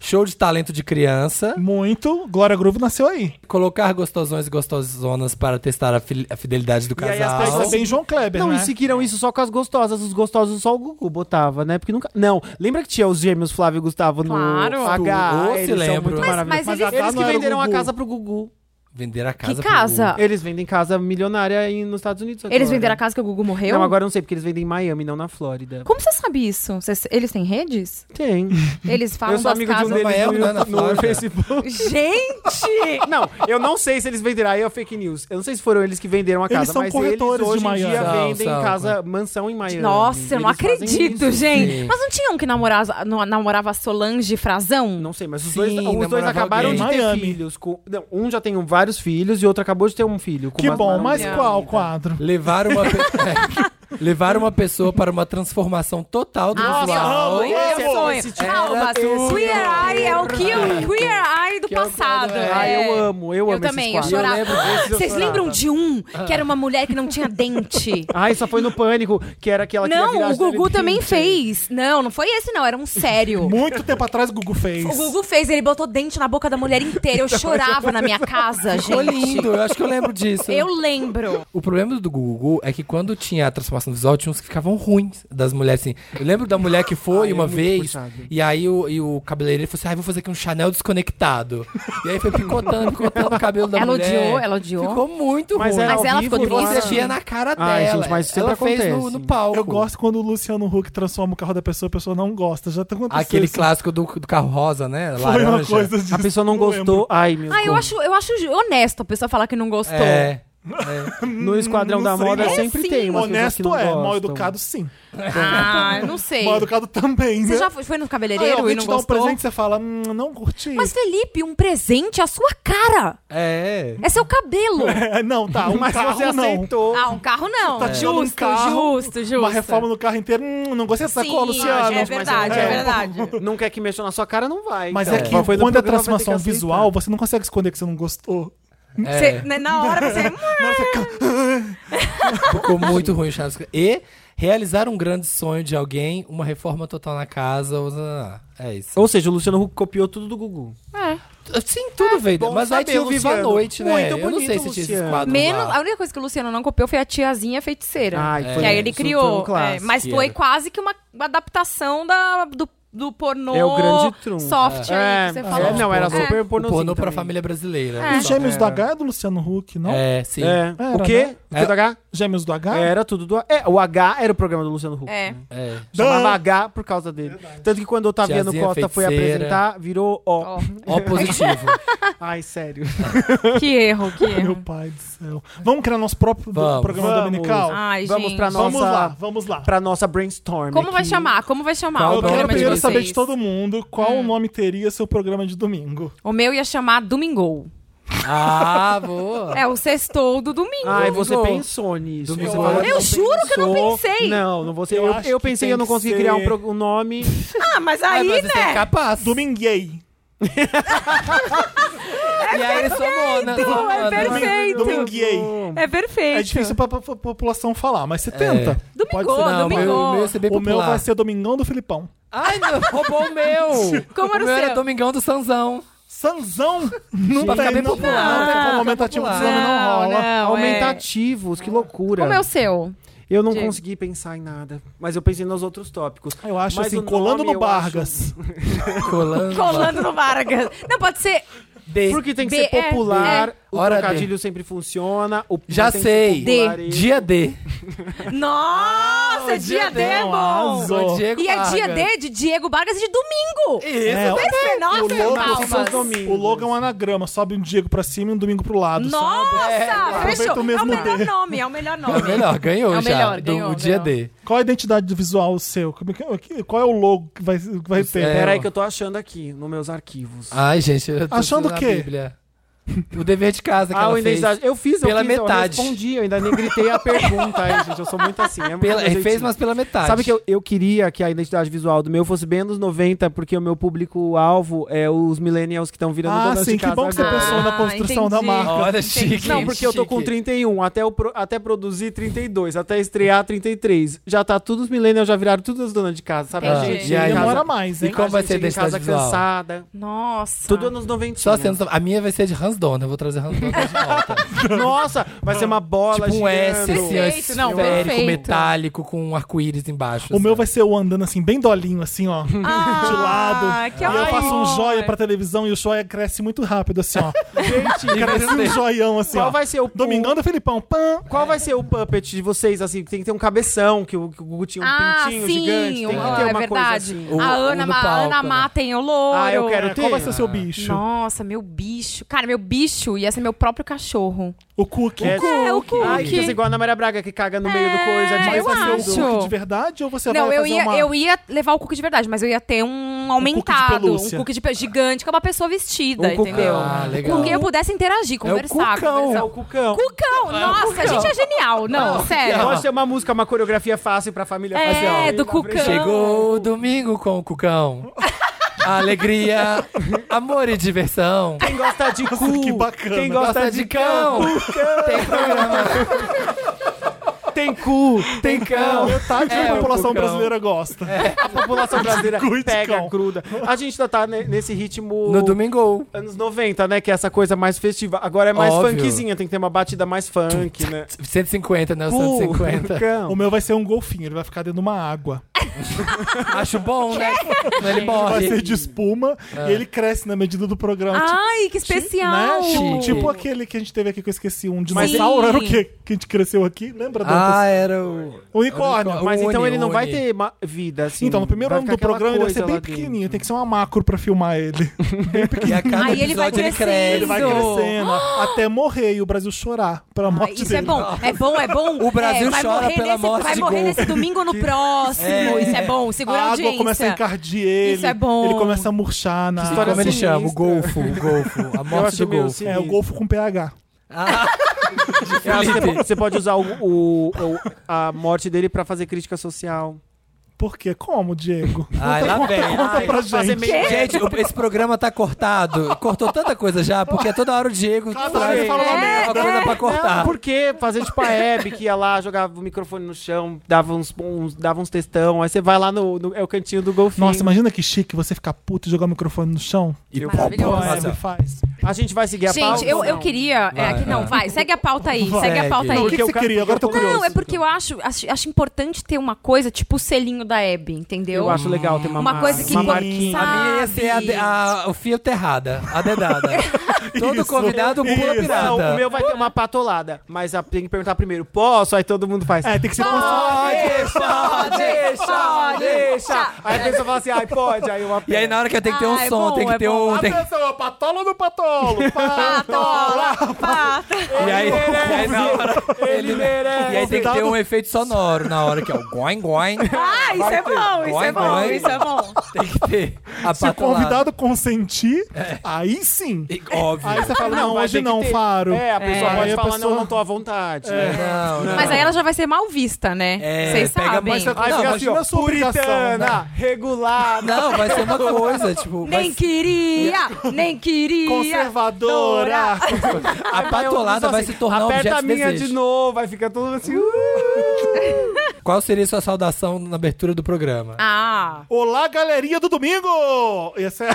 S3: Show de talento de criança.
S4: Muito. Glória Groove nasceu aí.
S3: Colocar gostosões e gostosonas para testar a, fi- a fidelidade do
S1: E aí as
S3: casal.
S1: Ah,
S4: Pensa
S1: sim.
S4: bem João Kleber,
S1: Não,
S4: né?
S1: e seguiram isso só com as gostosas. Os gostosos só o Gugu botava, né? Porque nunca. Não, lembra que tinha os gêmeos Flávio e Gustavo no
S2: Claro.
S1: H?
S3: Oh, se
S1: eles são
S3: lembro.
S1: muito
S3: Mas-
S1: maravilhosos.
S2: mas eles-
S4: a H
S1: Eles
S4: não
S1: que
S4: era o
S1: venderam a
S4: Gugu.
S1: casa pro Gugu.
S4: assim,
S3: Vender a casa.
S2: Que
S3: pro
S2: casa?
S3: Gugu.
S1: Eles vendem casa milionária aí nos Estados Unidos.
S2: Eles
S1: agora.
S2: venderam a casa que o Gugu morreu?
S1: Não, agora eu não sei, porque eles vendem em Miami, não na Flórida.
S2: Como você sabe isso? Vocês- eles têm redes?
S1: Tem.
S2: Eles falam
S1: eu sou
S2: das
S1: amigo de um
S2: casas...
S1: deles
S3: Miami, né, na
S1: no- no,
S3: Flórida.
S1: Facebook.
S2: Gente!
S1: Não, eu não sei se eles venderam. Aí é fake news. Eu não sei se foram eles que venderam a
S4: Eles
S1: casa,
S4: são
S1: mas
S4: corretores
S1: eles
S4: de
S1: hoje em
S4: Miami.
S1: dia
S3: São,
S1: vendem
S3: são,
S1: casa, mansão em Miami.
S2: Nossa, eu não
S1: Eles fazem
S2: acredito,
S1: isso.
S2: gente.
S3: Sim.
S2: Mas não tinha um que namorava, no- namorava a Solange Frazão?
S1: Não sei, mas os
S3: Sim,
S1: dois, os dois
S3: namorava
S1: acabaram
S3: alguém.
S1: de ter
S4: Miami.
S1: filhos. com- não, um já tem vários filhos e outro acabou de ter um filho. com né?
S4: Que
S1: umas
S4: bom, mas
S1: maravilhas.
S4: qual quadro?
S3: Levar uma, pe- levar uma pessoa para uma transformação total do
S2: Ah, meu
S3: visual.
S1: Esse
S2: sonho,
S1: é-
S2: meu sonho.
S1: esse tipo-
S2: Calma,
S3: Era tudo.
S2: Queer Eye é o que o Queer Eye do
S3: Que é o
S2: passado.
S3: quadro, é.
S1: Ah, eu amo, eu amo
S2: Eu também, eu
S1: esses quadros.
S3: choro-
S2: chorava.
S3: lembro desses, eu
S2: Vocês
S3: chorava.
S2: lembram de um que era uma mulher que não tinha dente?
S1: Ah, isso foi no Pânico, que era aquela que
S2: não, o Gugu também fez. Não, não foi esse não, era um sério.
S4: Muito tempo atrás o Gugu fez.
S2: O Gugu fez, ele botou dente na boca da mulher inteira. Eu chorava na minha casa,
S3: Ficou
S2: gente.
S3: lindo, eu acho que eu lembro disso.
S2: Eu lembro.
S3: O problema do Gugu é que quando tinha a transformação visual, tinha uns que ficavam ruins das mulheres, assim. Eu lembro da mulher que foi
S1: Ai, é
S3: uma
S1: muito
S3: vez,
S1: puxado.
S3: e aí o, e o cabeleireiro falou assim, ai, vou fazer aqui um Chanel desconectado. e aí foi picotando, picotando o cabelo da
S2: Ela
S3: mulher.
S2: odiou, ela odiou.
S3: Ficou muito
S1: Mas
S3: ruim.
S1: era
S2: Mas
S1: ao
S2: ela
S1: vivo, né?
S2: ficou
S3: E
S1: não
S3: você
S1: era?
S2: triste.
S3: via na cara
S1: Ai,
S3: dela.
S1: gente, mas isso
S3: ela
S1: sempre
S3: fez no,
S1: acontece.
S3: no palco.
S4: Eu gosto quando o Luciano Huck transforma o carro da pessoa, a pessoa não gosta. Já tá acontecendo.
S3: Aquele
S4: isso.
S3: clássico do, do carro rosa, né?
S4: Foi uma
S3: Laranja.
S4: coisa disso.
S1: A pessoa não gostou.
S4: lembro.
S1: Ai, meu
S2: Ah, eu
S1: Deus.
S2: acho, eu acho honesto a pessoa falar que não gostou.
S3: É.
S1: No Esquadão
S4: Hum, Não
S1: da
S4: sei.
S1: Moda
S4: É,
S1: sempre
S2: sim.
S1: tem umas pessoas que
S4: Honesto
S1: não
S4: é,
S1: gostam.
S4: mal educado sim.
S2: Ah, eu não sei.
S4: Mal educado também,
S2: Você
S4: né?
S2: já foi foi no
S4: Aí
S2: cabeleireiro
S4: alguém
S2: e não
S4: te dá um
S2: gostou?
S4: presente e você fala, hum, não curti.
S2: Mas, Felipe, um presente é a sua cara.
S3: É.
S2: É seu cabelo.
S4: É, não, tá, um
S1: Mas
S4: carro
S1: você
S4: não.
S1: aceitou.
S2: Ah, um carro não.
S4: Tá tirando um
S2: justo,
S4: carro,
S2: justo, justo.
S4: Uma reforma no carro inteiro, hum, não gostei dessa
S2: Sim,
S4: cor, Luciano.
S2: É verdade, é,
S4: É.
S2: verdade.
S1: Não quer que mexa na sua cara, não vai.
S4: Mas
S1: então.
S4: é que
S1: Mas foi no
S4: quando é
S1: programa, vai ter que
S4: transformação
S1: aceitar.
S4: visual, você não consegue esconder que você não gostou.
S3: é.
S2: Você- né, na hora você.
S4: Na hora você fica,
S3: Ficou muito ruim o Charles. E realizar um grande sonho de alguém, uma reforma total na casa. ou- É isso.
S1: Ou seja, o Luciano Huck copiou tudo do Gugu.
S3: Sim, tudo veio.
S1: É, bom
S3: Mas aí
S1: saber,
S3: tinha o Viva a
S1: Luciano.
S3: Noite, né?
S1: Muito
S3: eu não
S1: bonito,
S3: sei se tinha esses
S1: Luciano.
S3: quadros
S2: Menos,
S3: lá.
S2: a única coisa que o Luciano não copiou foi a tiazinha feiticeira.
S1: Ai,
S3: É.
S1: foi
S2: que aí ele
S1: isso foi
S2: criou.
S1: um clássico.
S2: é, mas foi
S3: Era.
S2: quase que uma adaptação da, do, do pornô
S1: É o grande trunfo.
S2: soft aí um que
S1: É,
S2: você
S1: é,
S2: falou.
S1: não, era
S3: O
S1: super
S3: O
S1: pornozinho
S3: pornô pra
S1: também.
S3: família brasileira.
S2: É.
S4: Os Gêmeos do H é do Luciano Huck, não?
S3: É, sim.
S1: É.
S4: Era,
S1: o quê?
S4: né?
S1: O quê do H?
S4: Gêmeos do H?
S1: Era tudo do H. É, o H era o programa do Luciano Huck.
S2: É.
S1: né?
S3: É.
S1: Chamava H por causa dele. Tanto que quando o Otaviano
S3: Tiazinha
S1: Costa foi
S3: feiticeira.
S1: apresentar, virou O.
S2: Ó,
S3: Ó positivo.
S1: Ai, sério.
S2: que erro, que
S4: Meu
S2: erro.
S4: pai do céu. Vamos criar nosso próprio do-
S3: Vamos.
S4: programa
S1: Vamos.
S4: dominical?
S2: Ai,
S1: Vamos
S2: gente.
S1: pra nossa,
S4: Vamos lá, vamos lá.
S1: pra nossa brainstorm.
S2: Como vai
S1: aqui.
S2: chamar? Como vai chamar?
S3: Qual
S2: o
S4: Eu
S3: programa
S4: quero
S2: de
S4: primeiro
S2: vocês?
S4: saber de todo mundo qual o nome teria seu programa de domingo.
S2: O meu ia chamar Domingou.
S3: ah, boa.
S2: É, o sextou do domingo.
S1: Ai, você
S3: Domingo.
S1: pensou nisso.
S3: Domingo.
S1: Você falou
S3: Eu
S2: juro que eu não
S1: pensou.
S2: pensei.
S1: Não, não você.
S4: Eu
S1: Eu, eu,
S4: acho que
S1: pensei
S4: tem
S1: eu não
S4: que
S1: consegui
S4: ser-
S1: criar um, pro- um nome.
S2: Ah, mas
S3: Ai,
S2: aí,
S3: mas você é
S2: né?
S3: capaz.
S4: Dominguei.
S3: E aí ele somou, né? Somou,
S2: é
S3: né?
S2: perfeito.
S4: Dominguei.
S2: É perfeito.
S4: É difícil pra, pra, pra população falar, mas você tenta. Pode
S2: É. Domingou, né?
S4: ser.
S3: Não, mas
S2: Domingou.
S3: o meu ia ser bem
S4: O meu
S3: popular.
S4: vai ser Domingão do Filipão.
S3: Ai, não, roubou o meu.
S2: Como era o
S3: meu
S2: seu?
S3: era Domingão do Sanzão.
S4: Sanzão! Não
S3: Pra ficar
S4: tem,
S3: bem
S4: não,
S3: popular,
S4: não tem
S3: pra
S4: como
S3: ficar
S4: aumentativo
S3: popular.
S4: desse ano, não né? rola.
S2: não, é.
S1: Aumentativos, que loucura.
S2: Como é o seu?
S1: Eu não
S2: Diego?
S1: consegui pensar em nada. Mas eu pensei nos outros tópicos.
S4: Eu acho
S1: Mas o
S4: assim,
S1: nome
S4: colando
S1: eu
S4: no Bargas.
S3: Colando.
S2: Colando no Vargas. Não, pode ser.
S3: D.
S1: Porque tem que
S2: D,
S1: ser
S2: é,
S1: popular,
S3: D.
S1: o
S3: Hora D.
S1: trocadilho sempre funciona. O
S3: Já
S1: tem que ser
S3: sei.
S1: popular e-
S3: Dia D.
S2: Nossa!
S4: Ah,
S2: Nossa, é dia D, é bom!
S4: arrasou.
S3: O Diego
S2: E é dia
S3: Vargas.
S2: D de Diego Vargas de domingo!
S3: Isso,
S4: É,
S3: tá
S2: Perfeito! Nossa,
S4: o logo
S2: palmas.
S1: são os domingos.
S4: O logo é um anagrama, sobe um Diego pra cima e um domingo pro lado. sabe?
S2: Nossa!
S4: Aproveita
S2: fechou!
S4: É, o mesmo
S2: é o melhor
S4: D.
S2: nome, é o melhor
S3: É o
S2: nome.
S3: melhor, ganhou
S2: É o
S3: já.
S2: melhor,
S3: do-
S2: ganhou,
S3: o dia
S2: ganhou.
S3: D.
S4: Qual a identidade visual seu? Como é que- Qual é o logo que vai, que vai ter?
S3: É,
S1: Peraí
S3: ó.
S1: que eu tô achando aqui, nos meus arquivos.
S3: Ai, gente, eu tô
S4: Achando
S3: na
S4: o quê?
S3: Bíblia. O dever de casa que
S1: Ah,
S3: ela
S1: o
S3: fez.
S1: identidade. Eu fiz, eu
S3: Pela
S1: fiz,
S3: metade.
S1: eu respondi, eu ainda nem gritei a pergunta, aí, gente. Eu sou muito assim. É muito
S3: Pela,
S1: jeitinho.
S3: fez, mas pela metade.
S1: Sabe que eu, eu queria que a identidade visual do meu fosse bem anos 90, porque o meu público-alvo é os millennials que estão virando
S4: Ah,
S1: donas
S4: sim,
S1: de
S4: que
S1: casa
S4: bom que você
S1: agora.
S4: pensou na
S2: Ah,
S4: construção da
S2: entendi.
S4: marca.
S3: Olha, chique.
S1: Não, porque eu tô com
S3: chique.
S1: 31, até, eu pro- até produzir 32, até estrear 33. Já tá todos os millennials, já viraram todas as donas de casa, sabe?
S2: Entendi.
S1: A gente
S3: É, E
S1: em
S3: aí,
S1: casa-
S4: Demora mais,
S3: E
S4: hein?
S3: como vai
S1: gente
S3: ser a
S1: em
S3: identidade
S1: casa
S3: visual?
S1: cansada.
S2: Nossa!
S1: Tudo anos 90.
S3: Só sendo, a minha vai ser de Hans Donner, eu vou trazer Hans Donner de volta.
S1: né? Nossa, vai ser uma bola
S3: tipo um S,
S1: girando.
S3: assim, ó,
S2: Perfeito, não,
S3: esférico,
S2: perfeito.
S3: metálico, com um arco-íris embaixo.
S4: O meu
S3: assim,
S4: vai ser o andando assim, bem dolinho, assim, ó.
S2: ah,
S4: de lado.
S2: Que
S4: e eu
S2: amor.
S4: faço um joia pra televisão e o joia cresce muito rápido, assim, ó.
S1: Gente,
S4: cresce um joião, assim,
S1: qual
S4: ó.
S1: vai ser o
S4: Domingão do Felipão. Pam!
S1: Qual vai ser o puppet de vocês, assim? que Tem que ter um cabeção, que o, que o Gugu tinha um
S2: ah,
S1: pintinho
S2: sim,
S1: gigante. Tem que ter
S2: ah,
S1: uma
S2: é verdade.
S1: coisa assim.
S3: O-
S2: A
S3: o
S2: Ana,
S3: no
S2: Ma- a
S3: palco,
S2: Ana
S3: né?
S2: Má tem o louro.
S1: Ah, eu quero
S4: Qual
S1: ter.
S4: vai ser o seu bicho?
S2: Nossa, meu bicho. Cara, meu bicho ia ser meu próprio cachorro.
S4: O Cookie.
S1: É,
S2: É, o
S1: Ai,
S2: Cookie.
S1: que igual a Ana Maria Braga, que caga no meio do coisa.
S2: É,
S1: de vez
S2: eu
S1: em
S2: acho.
S1: quando.
S4: Cookie de verdade ou você
S2: não,
S4: vai
S2: eu
S4: fazer
S2: ia,
S4: uma...
S2: eu ia levar o cookie de verdade, mas eu ia ter um aumentado, um
S4: pelúcia.
S2: cookie de pe- gigante, que é uma pessoa vestida,
S1: Um cucão.
S2: entendeu?
S3: Ah, legal.
S2: Com quem eu pudesse interagir, conversar.
S3: cucão.
S1: É
S2: conversar.
S1: o cucão.
S2: Cucão, nossa, a gente é genial. Não, sério.
S1: Pode ser uma música, uma coreografia fácil pra família
S2: É,
S1: fazer. ó. Aí
S2: do
S1: na frente.
S2: cucão.
S3: Chegou o domingo com o Cucão. Alegria, amor e diversão.
S1: Quem gosta de cu.
S4: que bacana.
S1: Quem gosta,
S3: Gosta
S1: de
S3: de cão. Tem programa.
S1: Tem cu. Tem cão.
S4: Metade
S3: É,
S4: da
S3: o
S4: população
S3: cucão.
S4: brasileira gosta.
S1: A população brasileira
S4: Cu e de
S1: pega,
S4: cão.
S1: cruda. A gente ainda tá ne- nesse ritmo...
S3: No domingo. um.
S1: Anos 90, né? Que é essa coisa mais festiva. Agora é mais
S3: Óbvio.
S1: funkzinha, tem que ter uma batida mais funk, né? Então,
S3: 150, né? O
S1: Cu,
S3: 150.
S4: Então, O
S1: cão.
S4: meu vai ser um golfinho, ele vai ficar dentro de uma água.
S3: Acho bom, né? Quando ele
S4: Vai
S3: morre.
S4: ser de espuma e ele cresce na medida do programa. tipo,
S2: Ai, que especial.
S4: né? Tipo,
S3: Chique.
S4: tipo aquele que a gente teve aqui que eu esqueci, um
S1: Mas-
S4: dinossauro era o quê? Que a gente cresceu aqui, lembra?
S3: Ah,
S4: Dantas?
S3: era o.
S4: Unicórnio.
S3: Unicórnio.
S1: Mas
S3: Une,
S1: então ele não vai
S3: une.
S1: ter ma- vida, assim.
S4: Então, no primeiro ano
S1: ficar
S4: do
S1: aquela
S4: programa ele vai ser
S1: coisa
S4: bem
S1: lá dentro.
S4: pequenininho, tem que ser uma macro pra filmar ele.
S3: E a cada
S2: Aí ele vai
S3: episódio ele
S2: crescendo.
S3: cresce.
S4: Ele vai
S2: É Isso.
S4: crescendo até morrer e o Brasil chorar pela
S2: Ai,
S4: morte
S2: Isso
S4: dele.
S2: é bom, é bom, é bom.
S3: Tipo, O Brasil
S2: É, vai
S3: chora
S2: morrer
S3: pela
S2: nesse,
S3: morte
S2: Vai
S3: de
S2: morrer
S3: gol.
S2: nesse domingo ou no próximo. Isso é bom, segura a
S4: a água
S2: audiência.
S4: começa a encardir ele.
S2: Isso é bom.
S4: Ele começa a murchar na
S1: Que
S3: Como
S1: história
S4: água.
S3: ele
S1: sinistra.
S3: chama? O golfo, o golfo. A morte
S1: acho
S3: do
S1: meio
S3: golfo.
S4: É o golfo com pH.
S1: Eu
S3: Ah,
S1: acho que
S3: Felipe.
S1: É, Você pode usar o, o- o- a morte dele pra fazer crítica social.
S4: Por quê? Como, Diego?
S1: Ah,
S3: Ai, Ah, lá vem. ai.
S4: pra
S1: Fazer
S4: gente.
S1: meio...
S3: Gente, o- esse programa tá cortado. Cortou tanta coisa já, porque é toda hora o Diego traz
S1: vez fala uma
S3: uma coisa
S2: É.
S3: pra cortar.
S1: Não, por quê? Fazer tipo a Hebe, que ia lá, jogava o microfone no chão, dava uns, uns, dava uns textão, aí você vai lá no, no- é o cantinho do golfinho.
S4: Nossa, imagina que chique você ficar puto e jogar o microfone no chão.
S3: E
S2: Maravilhoso.
S4: Nossa.
S3: Nossa.
S4: faz.
S1: A gente vai seguir a pauta
S2: Gente, eu,
S1: ou
S2: eu
S1: não?
S2: queria. é,
S3: Vai,
S2: aqui, não,
S3: vai.
S2: vai, segue a pauta aí.
S4: Vai.
S2: Segue a pauta
S3: Segue.
S4: O
S2: aí.
S4: que, que você queria? Agora eu tô curioso.
S2: Não, é porque eu acho, acho, acho importante ter uma coisa, tipo o selinho da Abby, entendeu?
S1: Eu acho legal ter uma,
S2: Uma
S1: mar-
S2: coisa que
S1: uma
S4: sim.
S1: marquinha.
S3: A minha ia ser a, de- a- o fio terrada, a dedada. Todo
S4: Isso.
S3: convidado pula
S4: Isso.
S1: Não,
S3: pirata.
S1: o meu vai ter uma patolada, mas a- tem que perguntar primeiro, posso? Aí todo mundo faz.
S4: É, tem que ser construído.
S3: Pode,
S2: pode, deixa.
S1: Aí a pessoa fala assim, ai, pode, aí uma
S3: E aí na hora que tem que ter um
S2: Ah, é
S3: som,
S2: bom,
S3: tem que
S2: é
S3: ter
S2: bom.
S3: um... tem-
S4: Atenção, patolo do patolo.
S2: Patola, pata.
S3: E aí, e aí na hora...
S1: Ele merece.
S3: E aí tem que ter um efeito sonoro na hora, que é o goin goin.
S2: Ah, isso é bom, isso é
S3: Vai,
S2: bom,
S3: vai.
S2: isso é bom.
S3: Tem que ter a
S4: Se o
S3: patolada.
S4: convidado consentir,
S1: É.
S4: aí sim.
S3: E- Óbvio.
S4: Aí você fala, não,
S1: vai
S4: hoje
S1: ter que
S4: não,
S1: ter.
S4: Faro.
S1: É, a pessoa
S4: É.
S1: pode
S4: Aí a
S1: falar,
S4: pessoa- É.
S1: não, não tô à vontade. né?
S3: Não, não.
S2: Mas aí ela já vai ser mal vista, né?
S3: É,
S2: Vocês
S3: pega
S2: sabem.
S3: mais-
S1: Aí
S3: Não,
S1: fica
S3: mas
S1: assim,
S4: não
S1: ó,
S4: é sua obrigação,
S1: puritana,
S4: né?
S1: regulada.
S3: Não, vai ser uma coisa, tipo... vai
S2: Nem queria, nem queria.
S4: Conservadora.
S3: A patolada vai se tornar
S1: assim,
S3: um
S1: Aperta
S3: objeto
S1: a
S3: de
S1: minha
S3: desejo.
S1: de novo, vai ficar todo mundo assim. uh.
S3: Qual seria sua saudação na abertura do programa?
S2: Ah,
S4: Olá, galerinha do domingo! Essa é...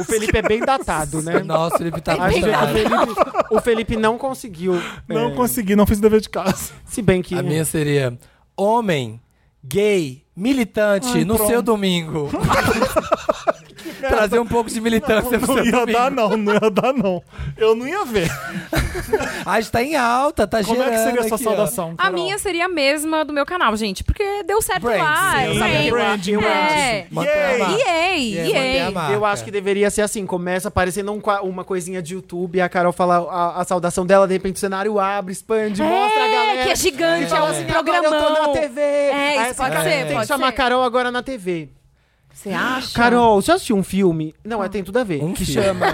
S1: O Felipe é bem datado, né?
S3: Nossa, Felipe tá
S1: A gente- o,
S3: apaixonado.
S1: Felipe, o Felipe não conseguiu.
S4: Não
S1: é,
S4: consegui, não fiz o dever de casa.
S1: Se bem que.
S3: A minha seria homem, gay, militante, no
S4: pronto.
S3: seu domingo. trazer um pouco de militância pro
S4: Não
S3: seu
S4: ia
S3: domingo.
S4: dar, não, não ia dar, não. Eu não ia ver.
S3: A gente tá em alta, tá
S4: Como é que
S3: gerando
S4: seria a sua
S3: aqui, ó.
S4: saudação?
S2: A
S4: Carol?
S2: minha seria a mesma do meu canal, gente. Porque deu certo
S3: Brand,
S2: lá.
S3: sim.
S2: eu
S3: Sim,
S2: sabia que-
S4: branding,
S2: É.
S4: branding. Yay!
S3: Manter a marca.
S2: Yay,
S3: É, manter a
S2: yay.
S3: marca.
S1: Eu acho que deveria ser assim, começa aparecendo um qua- uma coisinha de YouTube, a Carol fala a, a saudação dela, de repente o cenário abre, expande, mostra a galera.
S2: que é gigante, é,
S1: Fala
S2: um
S1: assim, "Agora
S2: programão.
S1: Eu tô na TV.
S2: É,
S1: Aí fala,
S2: isso pode
S1: "Cara,
S2: ser,
S1: Tem que
S2: pode
S1: chamar
S2: ser."
S1: Carol agora na TV.
S2: Você acha?
S1: Carol, você assistiu um filme? Não, é tem tudo a ver.
S3: Um
S1: que
S3: filme.
S1: chama.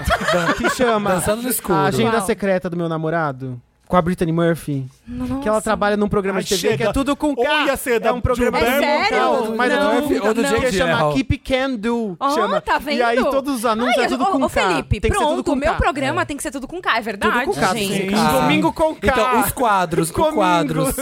S1: que chama.
S3: Dançando no escuro.
S1: A
S4: Ah,
S1: agenda
S2: Qual?
S1: secreta do meu namorado. Com a Brittany Murphy.
S2: Nossa.
S1: Que ela trabalha num programa
S4: Ai,
S1: de TV que
S4: chega.
S1: é tudo com
S4: Ou
S1: K.
S4: ia ser da
S1: é um programa
S2: Gilberto
S1: com
S2: É sério?
S1: K, Mas
S2: Não.
S1: é tudo com
S3: Ou do
S1: K,
S3: Jake
S1: que chama
S3: Gyllenhaal.
S1: Keep Can Do.
S2: Ó,
S1: chama.
S2: tá vendo?
S1: E aí todos os anúncios
S2: Ai,
S1: é tudo
S2: ô,
S1: com
S2: ô,
S1: K.
S2: Felipe,
S1: Tem que ser tudo
S2: pronto,
S1: com
S2: o meu
S1: K.
S2: programa tem que ser tudo com K, é verdade,
S1: Tudo com K.
S2: gente.
S1: sim.
S3: K.
S1: Domingo com K.
S3: Então, os quadros, os
S1: Comigo.
S3: quadros.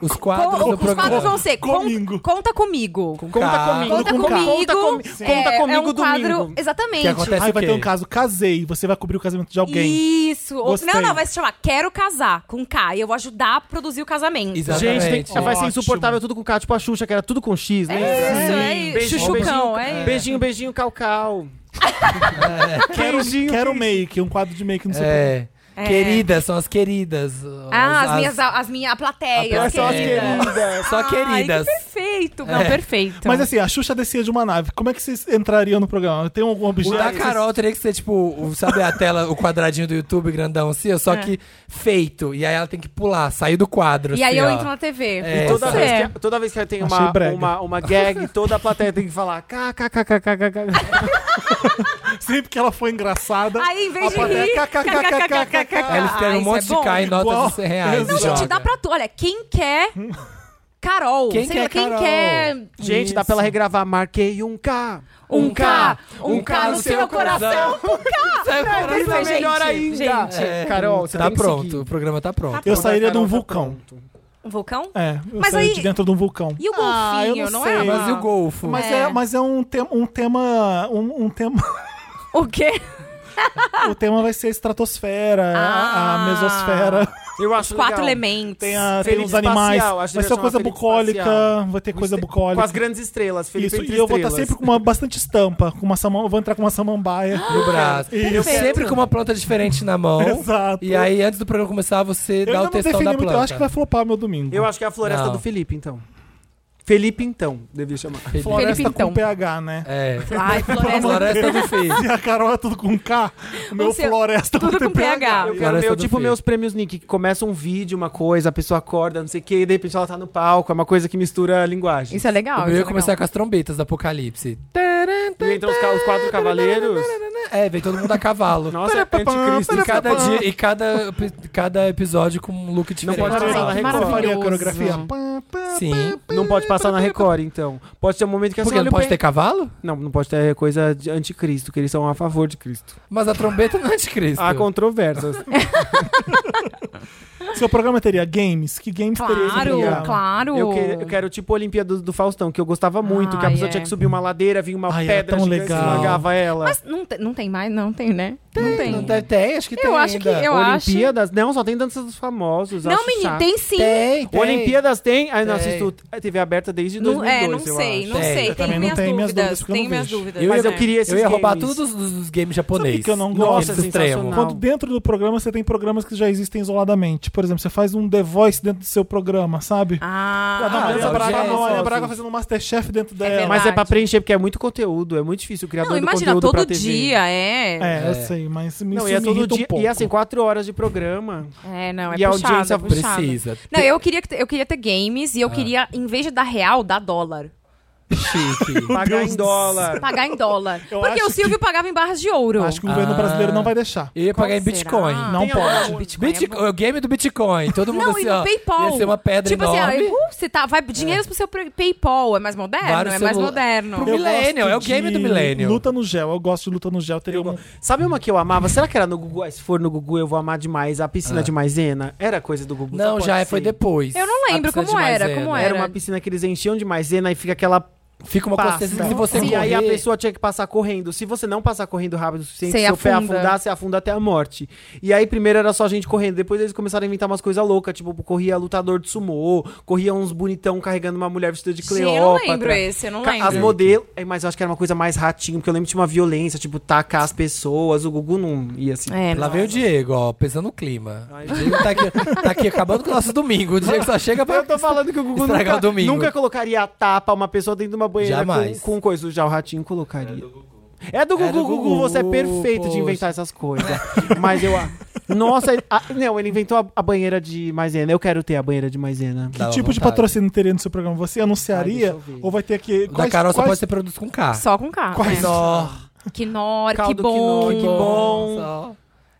S3: Os quadros
S2: Com-
S3: do
S2: os
S3: programa.
S2: quadros vão ser
S4: Comigo.
S2: con, Conta Comigo.
S1: Conta
S3: K.
S1: comigo.
S2: Conta
S1: com K.
S2: comigo.
S1: Conta, comi-
S2: é-
S1: conta
S2: é
S1: comigo
S2: um quadro,
S1: domingo. é
S2: Exatamente.
S3: Que acontece
S4: Aí vai
S3: o quê?
S4: ter um caso, casei, você vai cobrir o casamento de alguém.
S2: Isso. Ou-
S4: Gostei.
S2: Não, não, vai se chamar Quero Casar com K. E eu vou ajudar a produzir o casamento.
S3: Exatamente.
S1: Gente, tem- vai ser
S4: Ótimo.
S1: insuportável tudo com K. Tipo a Xuxa, que era tudo com X, né?
S2: É isso, é isso.
S1: Beijinho,
S2: Chuchucão,
S1: beijinho,
S2: é isso.
S1: Beijinho, beijinho, calcal.
S4: Quero,
S1: Beijinho, beijinho.
S4: quero make, um quadro de make, não sei o
S3: É.
S2: É.
S3: Queridas, são as queridas.
S2: Ah, as, minhas, as minha, a plateia,
S3: A
S2: as
S3: plateia.
S2: queridas.
S3: Só
S2: Ai,
S3: queridas.
S2: que perfeito. Não, perfeito.
S4: Mas assim, a Xuxa descia de uma nave. Como é que vocês entrariam no programa? Tem algum
S3: O
S4: objeto?
S3: da Carol teria que ser tipo, o- sabe a tela, o quadradinho do YouTube grandão assim, ó,
S2: É.
S3: só que feito. E aí ela tem que pular, sair do quadro.
S2: e aí
S3: assim,
S2: eu
S3: ó.
S2: entro na TV.
S3: É,
S1: E toda,
S2: Pode
S1: vez
S2: ser.
S1: que, toda vez que tem
S4: Achei
S1: uma,
S4: brega.
S1: uma, uma gag, toda a plateia tem que falar kkkkkkk.
S4: Sempre que ela for engraçada.
S2: Aí, em vez
S4: a
S2: de
S4: plateia,
S2: rir,
S4: kkkkkk.
S3: Aí eles
S2: Ah,
S3: pegam um
S2: isso
S3: monte
S2: é
S3: de
S2: bom.
S3: K em
S4: Igual.
S3: notas de 100 reais.
S4: Não,
S3: e
S2: Gente,
S3: joga.
S2: dá pra tu. Olha, quem quer Carol?
S3: Quem
S2: Sei lá,
S3: quer Carol?
S2: quer
S1: Gente, dá pra ela regravar. Marquei um K.
S2: um K, um K no seu coração.
S3: Um K!
S2: Perfeito,
S1: Isso é
S2: gente,
S1: melhor ainda.
S2: gente.
S1: É, Carol, você
S3: tá
S1: tem que
S3: pronto,
S1: seguir.
S3: o programa tá pronto.
S4: Eu sairia de
S1: Carol
S4: um
S1: tá
S4: vulcão.
S1: pronto.
S2: Um vulcão?
S4: É, eu
S2: Mas
S4: sairia
S2: aí-
S4: de dentro de um vulcão.
S2: E o golfinho,
S4: Ah, eu
S2: não,
S4: sei.
S2: é? uma-
S3: Mas e o Golfo?
S4: Mas é,
S2: É.
S4: mas é um, tema, um tema. Um, um tema.
S2: O quê?
S4: o tema vai ser a estratosfera, a- a
S2: Ah.
S4: mesosfera.
S1: Eu acho
S2: Quatro
S1: legal.
S2: elementos.
S4: Tem, a, tem
S1: Felipe
S4: os animais.
S1: espacial, acho que
S4: Vai ser
S1: devia
S4: uma coisa
S1: chamar Felipe
S4: bucólica.
S1: espacial. Um
S4: Vai ter coisa
S1: Este-
S4: bucólica.
S1: Com as grandes estrelas, Felipe
S4: Isso,
S1: entre
S4: e eu vou estar
S1: estrelas.
S4: sempre com uma bastante estampa, com uma samam, eu vou entrar com uma samambaia.
S3: No braço.
S2: Perfeito.
S3: Eu sempre com uma planta diferente na mão.
S4: Exato.
S3: E aí, antes do programa começar, você
S4: eu
S3: dá
S4: ainda
S3: o
S4: não
S3: textão
S4: defini
S3: da
S4: muito,
S3: planta.
S4: eu acho que vai flopar meu domingo.
S1: Eu acho que é a floresta
S3: Não.
S1: do Felipe, então. Felipe, então, devia chamar.
S4: Floresta
S2: Felipe, então.
S4: com PH, né?
S3: É.
S2: Ai, floresta.
S3: Floresta do Fih.
S4: E a Carol é tudo com K, o meu
S2: O seu-
S4: floresta
S2: tudo
S4: tem
S2: com PH.
S1: Eu quero
S3: Floresta
S1: meu,
S3: do
S1: tipo
S3: Fê.
S1: meus prêmios Nick, que começa um vídeo, uma coisa, a pessoa acorda, não sei o que, e de repente ela tá no palco, é uma coisa que mistura a linguagem.
S2: Isso é legal.
S3: Eu
S2: isso
S3: ia
S2: é
S3: começar
S2: legal.
S3: com as trombetas do Apocalipse.
S2: é
S1: E entram os, ca- os quatro cavaleiros.
S3: É, vem todo mundo a cavalo.
S1: Nossa, é anticristo.
S3: E cada, dia, e cada, cada episódio com um look
S1: Não
S3: diferente.
S1: pode
S4: Você
S1: passar na
S2: maravilhoso.
S1: Record.
S4: faria a coreografia. Pá, pá,
S3: Sim.
S1: Não pode passar na Record, então. Pode ter um momento que a
S3: Porque não pode ter cavalo?
S1: Não, não pode ter coisa de anticristo, que eles são a favor de Cristo.
S3: Mas a trombeta não é anticristo.
S1: Há controvérsias.
S4: Seu programa teria games? Que games teria esse programa?
S2: Claro, claro.
S1: Eu, que- eu quero tipo a Olimpíada do, do Faustão, que eu gostava muito, que a
S2: Ai,
S1: pessoa
S2: é.
S1: tinha que subir uma ladeira, vinha uma
S4: Ai, era
S1: pedra
S4: tão
S1: gigante que
S4: legal.
S1: esmagava ela.
S2: Mas não, te- não tem mais? Não tem, né? não tem.
S3: Não deve ter, acho que tem
S2: Eu acho que.
S3: ainda.
S2: Eu acho.
S1: Olimpíadas? Não, só tem danças dos famosos.
S2: Não,
S1: acho
S2: menino,
S1: chato.
S2: tem sim.
S3: Tem, tem.
S1: Olimpíadas tem? Aí não
S3: Tem.
S1: assisto a TV aberta desde
S2: Não,
S1: 2002,
S2: é, não
S1: eu
S2: sei,
S1: acho.
S2: não
S3: Tem.
S2: sei. Tem
S3: Eu
S4: também não
S2: minhas
S4: tenho minhas
S2: dúvidas.
S4: dúvidas, porque eu
S2: Tem
S4: não
S2: minhas
S4: vejo.
S2: dúvidas.
S1: Mas eu
S2: né?
S1: queria esses
S3: Eu ia roubar
S1: games.
S3: todos os, os games japoneses.
S4: Sabe que eu não
S1: Nossa,
S4: gosto?
S3: Games extremo.
S1: sensacional.
S4: Quando dentro do programa você tem programas que já existem isoladamente. Por exemplo, você faz um The Voice dentro do seu programa, sabe?
S2: Ah,
S4: não,
S3: é
S4: Mariana
S3: o
S4: Braga,
S3: Jess,
S4: não, a Ana
S3: ó,
S4: Braga
S3: os-
S4: fazendo um Masterchef dentro
S2: É
S4: dela.
S1: Mas é pra
S2: Verdade.
S1: preencher, porque é muito conteúdo, é muito difícil. O criador
S2: não,
S1: do
S2: imagina,
S1: conteúdo pra
S2: todo
S1: TV.
S2: dia, é.
S4: É, eu
S3: É.
S4: sei, mas me,
S1: Não,
S4: isso
S1: e é
S4: me
S1: todo
S4: irrita um
S1: dia.
S4: pouco.
S1: E assim, quatro horas de programa.
S2: É, não, é
S1: E a
S2: puxado,
S1: audiência
S2: é puxado.
S3: precisa.
S2: Não, eu queria, que- eu queria ter games e eu queria, em vez de dar real, dar dólar.
S3: Chique.
S1: pagar
S4: Deus
S1: em
S4: do
S1: dólar.
S2: Pagar em dólar.
S4: Eu
S2: Porque o
S4: acho
S2: Silvio pagava em barras de ouro.
S4: Acho que o governo
S3: Ah.
S4: brasileiro não vai deixar.
S3: Eu ia
S2: Qual
S3: pagar em
S2: será?
S3: Bitcoin.
S4: Não
S1: Tem
S4: pode.
S1: algum-
S2: Bitcoin é
S3: Bitcoin, o game do Bitcoin. Todo mundo
S2: Não,
S3: assim,
S2: e no
S3: ó,
S2: PayPal.
S3: Ia ser uma pedra
S2: tipo
S3: enorme.
S2: assim, ó, uh, você tá, vai dinheiros pro seu pre- PayPal, é mais moderno,
S3: Vários
S2: é mais
S3: celula-
S2: moderno.
S3: Pro- Millennial, é o game do Millennial.
S4: Luta no gel, eu gosto de luta no gel. Teria um...
S1: Sabe uma que eu amava? Será que era no Gugu? Ah, se for no Gugu, eu vou amar demais. A piscina de maisena? Era coisa do Gugu? só
S3: Ah. Não,
S1: pode
S3: já é,
S1: ser.
S3: foi depois.
S2: Eu não lembro
S3: A piscina
S2: como
S3: de
S2: era,
S3: maisena.
S2: como
S1: Era uma
S2: Era.
S1: piscina que eles enchiam de maisena e fica aquela
S3: Fica uma
S1: Passa.
S3: consciência que se você
S1: e aí
S3: correr-
S1: a pessoa tinha que passar correndo. Se você não passar correndo rápido o suficiente,
S2: Você
S1: seu pé
S2: afunda.
S1: afundar, você afunda até a morte. E aí primeiro era só gente correndo, depois eles começaram a inventar umas coisas loucas, tipo, corria lutador de sumô, corria uns bonitão carregando uma mulher vestida de
S2: Sim, eu
S1: Cleópatra.
S2: não lembro esse, eu não
S1: Ca-
S2: lembro.
S1: As modelos, é, mas eu acho que era uma coisa mais ratinho, porque eu lembro que tinha uma violência, tipo, tacar as pessoas, o Gugu não ia assim.
S2: É,
S3: Lá
S2: não.
S3: vem o Diego, ó, pensando no clima. o Diego tá aqui, tá aqui acabando com o nosso domingo. O Diego só chega pra.
S1: Eu tô falando que o Gugu
S3: Estragar
S1: nunca,
S3: o domingo.
S1: nunca colocaria a tapa uma pessoa dentro de uma banheira com,
S3: Jamais.
S1: com coisa. Já o ratinho colocaria. É do Gugu,
S3: É do
S1: Gugu,
S3: Gugu,
S1: você é perfeito de
S3: poxa.
S1: inventar essas coisas. Mas eu. a- Nossa, ele- a- não, ele inventou a, a banheira de maisena. Eu quero ter a banheira de maisena.
S3: Dá
S4: Que tipo de
S3: vontade.
S4: patrocínio teria no seu programa? Você anunciaria?
S1: Ai, deixa eu ver.
S4: ou vai ter que.
S3: O Da Carol só pode ser produto com K.
S2: Só com carro.
S3: Quais?
S2: né?
S3: Nó.
S2: Que nor, que
S1: Caldo
S2: bom.
S1: quinoa, que bom.
S3: Só.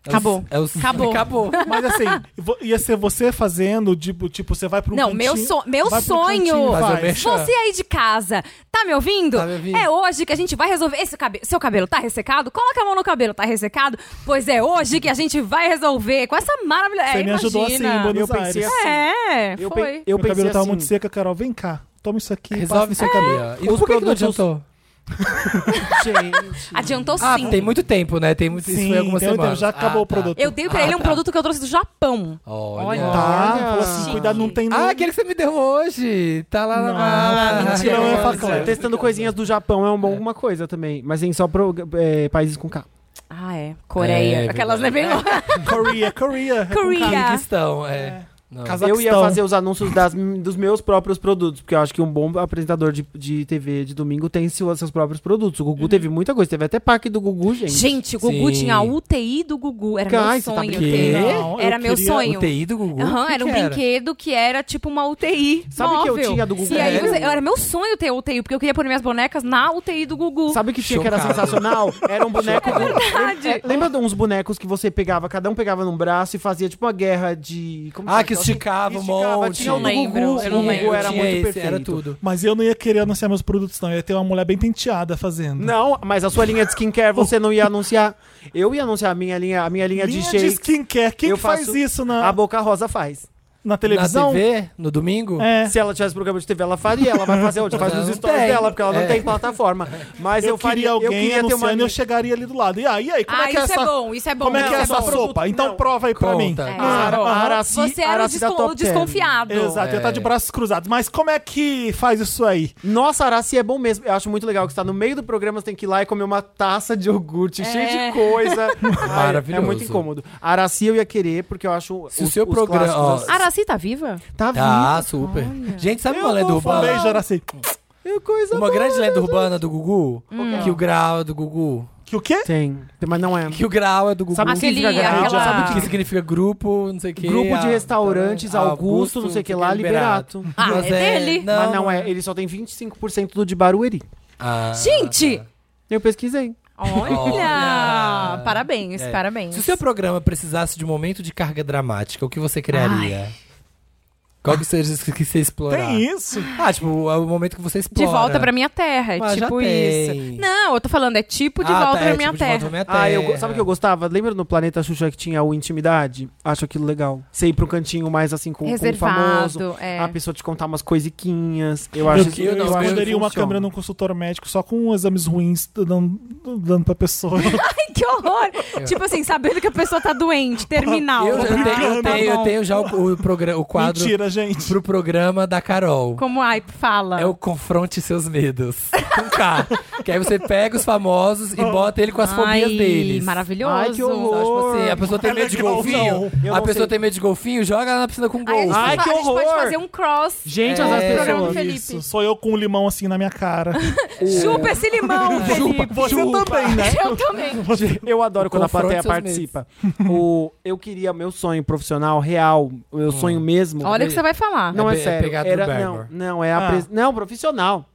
S3: É os-
S2: Acabou.
S3: é os-
S2: Acabou.
S3: Acabou.
S4: Mas assim, vo- ia ser você fazendo, tipo, tipo você vai pro.
S2: Não, meu, so- meu sonho.
S3: Fazer o
S4: Vai.
S3: merchan.
S2: Você aí de casa, tá me ouvindo?
S3: Tá me ouvindo.
S2: É hoje que a gente vai resolver. Esse cabe... Seu cabelo tá ressecado? Coloca a mão no cabelo, tá ressecado? Pois é hoje que a gente vai resolver com essa maravilha.
S4: Você
S2: é,
S4: me ajudou assim
S2: imagina.
S4: em Buenos
S1: Eu pensei
S4: Aires.
S1: assim.
S2: É,
S1: Eu,
S2: foi.
S1: pe- eu
S4: Meu
S1: pensei
S4: cabelo
S1: assim,
S4: tava muito seca, Carol. Vem cá, toma isso aqui.
S3: Resolve isso
S4: passa-
S3: aqui. ó. E
S1: Os
S3: por que, que não
S1: produtos-
S3: adiantou?
S1: gente.
S2: Adiantou
S3: Ah,
S2: sim.
S3: tem muito tempo, né? Tem muito, isso
S4: Sim,
S3: foi algumas
S4: tem um tempo,
S3: semanas.
S4: já acabou
S3: Ah,
S4: o produto.
S2: Eu dei pra
S3: Ah,
S2: ele um
S3: tá.
S2: produto que eu trouxe do Japão.
S3: Tá. Olha.
S4: Tá,
S1: Olha.
S4: falou assim, cuidado, não tem
S3: Ah,
S4: nem-
S3: aquele que você me deu hoje. Tá lá
S4: Não,
S3: na.
S4: mentira, não é
S3: Ah,
S4: facão.
S3: é.
S1: Testando coisinhas do Japão é uma alguma coisa também. Mas em só pro, é, países com K.
S2: Ah, é. Coreia.
S3: É,
S2: Aquelas né, bem longe.
S4: Korea, Korea. é
S2: Korea.
S3: Paquistão, é. Não.
S1: Eu ia
S4: Cazaquistão.
S1: fazer os anúncios das- dos meus próprios produtos, porque eu acho que um bom apresentador de, de TV de domingo tem seu- seus próprios produtos. O Gugu
S3: Uhum.
S1: teve muita coisa, teve até pack do Gugu, gente.
S2: Gente, o Gugu
S3: Sim.
S2: tinha a UTI do Gugu. Era
S1: Ai,
S2: meu
S1: você tá
S2: sonho.
S1: brincando.
S2: ter.
S4: Não, eu
S2: era meu
S4: queria
S2: sonho.
S3: UTI do Gugu.
S2: Aham,
S3: O que
S2: era um
S3: que
S2: brinquedo que era tipo uma UTI.
S1: Sabe que eu
S2: móvel.
S1: tinha do Gugu?
S2: E aí eu,
S1: Sério?
S2: eu- era meu sonho ter UTI, porque eu queria pôr minhas bonecas na UTI do Gugu.
S1: Sabe o que tinha que era
S3: Chocado.
S1: sensacional? Era um boneco.
S2: É verdade.
S1: É, lembra de uns bonecos que você pegava, cada um pegava num braço e fazia tipo uma guerra de. Como
S3: Ah,
S1: chama?
S3: que esticava um monte.
S1: Tinha o do
S2: Não
S1: Gugu,
S2: lembro, eu
S1: o
S2: não
S1: Gugu
S2: lembro.
S1: era
S3: Tinha
S1: muito
S3: esse,
S1: perfeito.
S3: Era tudo.
S4: Mas eu não ia querer anunciar meus produtos, não. Ia ter uma mulher bem penteada fazendo.
S1: Não, mas a sua linha de skincare você não ia anunciar. Eu ia anunciar a minha linha, a minha linha,
S4: Linha
S1: de
S4: de
S1: shakes.
S4: skincare. Quem
S1: Eu
S4: que faz
S1: faço
S4: isso
S1: A
S4: na,
S1: Boca Rosa faz.
S4: na
S3: Na
S4: televisão?
S3: TV, no domingo?
S4: É.
S1: Se ela tivesse programa de TV, ela faria. Ela vai fazer onde? Faz
S3: Não
S1: nos stories
S3: tem.
S1: dela, porque ela não
S3: É.
S1: tem plataforma. Mas
S4: Eu,
S1: eu, faria.
S4: queria alguém
S1: eu queria ter
S4: anunciando
S1: uma.
S4: e eu chegaria ali do lado. E aí, aí como
S2: ah,
S4: é que é
S2: isso
S4: essa,
S2: é bom, isso é bom.
S4: como é
S2: isso
S4: que é essa
S2: bom.
S1: produto?
S4: sopa? Então
S1: Não.
S4: prova aí pra mim.
S3: Conta.
S2: É.
S1: Ah,
S4: Aham.
S1: Araci,
S2: Você era o
S1: Araci da
S2: desco-
S1: Top Ten.
S2: desconfiado.
S4: Exato, eu ia
S3: É.
S4: estar de braços cruzados. Mas como é que faz isso aí?
S1: Nossa, Araci é bom mesmo. Eu acho muito legal que você tá no meio do programa, você tem que ir lá e comer uma taça de iogurte
S2: É.
S1: cheia de coisa. Ai,
S3: Maravilhoso.
S1: É muito incômodo. Araci eu ia querer, porque eu acho.
S3: Se o seu programa-
S1: clássicos- assim,
S2: Araci
S3: ó,
S2: tá viva?
S1: Tá
S3: Ah,
S1: vivo.
S3: super. Gente, sabe
S1: Eu
S3: uma lenda
S1: vou
S4: Um
S1: falar.
S3: urbana?
S4: beijo, Araci.
S1: É coisa
S3: Uma
S1: boa.
S3: grande lenda urbana do Gugu?
S2: Hum.
S3: Que o grau é do Gugu.
S4: Que o quê?
S1: Tem, mas não é.
S3: Que o grau é do Gugu.
S1: Sabe o que
S2: Aquele,
S1: significa grau?
S2: aquela-
S1: Sabe o
S3: que significa grupo, não sei o que.
S1: Grupo de restaurantes,
S3: ah,
S1: Augusto, não sei o que lá, Liberato.
S2: Ah, é dele?
S1: Mas não é, ele só tem 25% do de Barueri.
S3: Ah,
S2: Gente!
S1: Eu pesquisei.
S2: Olha!
S3: Olha.
S2: Parabéns,
S3: é.
S2: parabéns.
S3: Se o seu programa precisasse de um momento de carga dramática, o que você criaria? Qual que seja que você explorar?
S4: Tem isso?
S3: Ah, tipo, é o momento que você
S2: De
S3: explora.
S2: volta pra minha terra, é
S3: Mas já
S2: tipo
S3: tem.
S2: isso. Não, eu tô falando, é tipo de
S3: Ah,
S2: volta
S3: tá,
S2: pra
S3: é,
S2: minha
S3: tipo, de volta
S2: terra.
S3: pra minha
S1: Ah, eu, go-
S3: terra.
S1: sabe o que eu gostava? Lembra no Planeta Xuxa que tinha o Intimidade? Acho aquilo legal. Você ir pra um cantinho mais assim com, com o famoso.
S2: Reservado, é.
S1: A pessoa te contar umas coisiquinhas. Eu acho
S3: que eu não,
S1: acho que
S4: esconderia uma
S1: funciona.
S4: câmera num consultório médico só com exames ruins dando, dando pra pessoa.
S2: Que horror! tipo assim, sabendo que a pessoa tá doente, terminal.
S3: Eu, eu
S2: Ah,
S3: tenho, eu
S2: tá
S3: tenho- eu
S2: bom.
S3: tenho já o, o, progra- o quadro
S4: Mentira, gente.
S3: pro programa da Carol.
S2: Como ai, fala.
S3: É o Confronte Seus Medos. Com K. que aí você pega os famosos e bota ele com as fobias
S2: Oh. Ai,
S3: deles.
S2: Maravilhoso.
S1: Ai, que horror.
S3: Então, tipo assim, a pessoa tem
S4: É
S3: medo de
S4: legal,
S3: golfinho.
S1: não. Eu
S3: A
S1: não
S3: pessoa
S1: sei.
S3: tem medo de golfinho, joga ela na piscina com
S2: Aí a gente,
S3: golfinho.
S1: Ai,
S2: fa-
S1: que
S2: a gente pode
S1: horror.
S2: fazer um cross.
S1: Gente,
S3: É.
S1: as
S2: Programa do
S1: pessoas.
S2: Felipe.
S4: Isso, sou eu com um limão assim na minha cara.
S2: Chupa esse limão, Felipe.
S4: Você também, né?
S2: Eu também.
S1: Eu adoro quando a plateia
S3: Confronte seus
S1: participa. O, eu queria meu sonho profissional, real, meu sonho mesmo.
S2: Olha o que você vai falar.
S1: Não
S3: Hum. É
S1: é,
S3: pe- é
S1: sério.
S3: pegar
S1: era,
S3: Drew
S1: não,
S3: Barrymore.
S1: não, é a
S4: Ah.
S1: pres- não, profissional.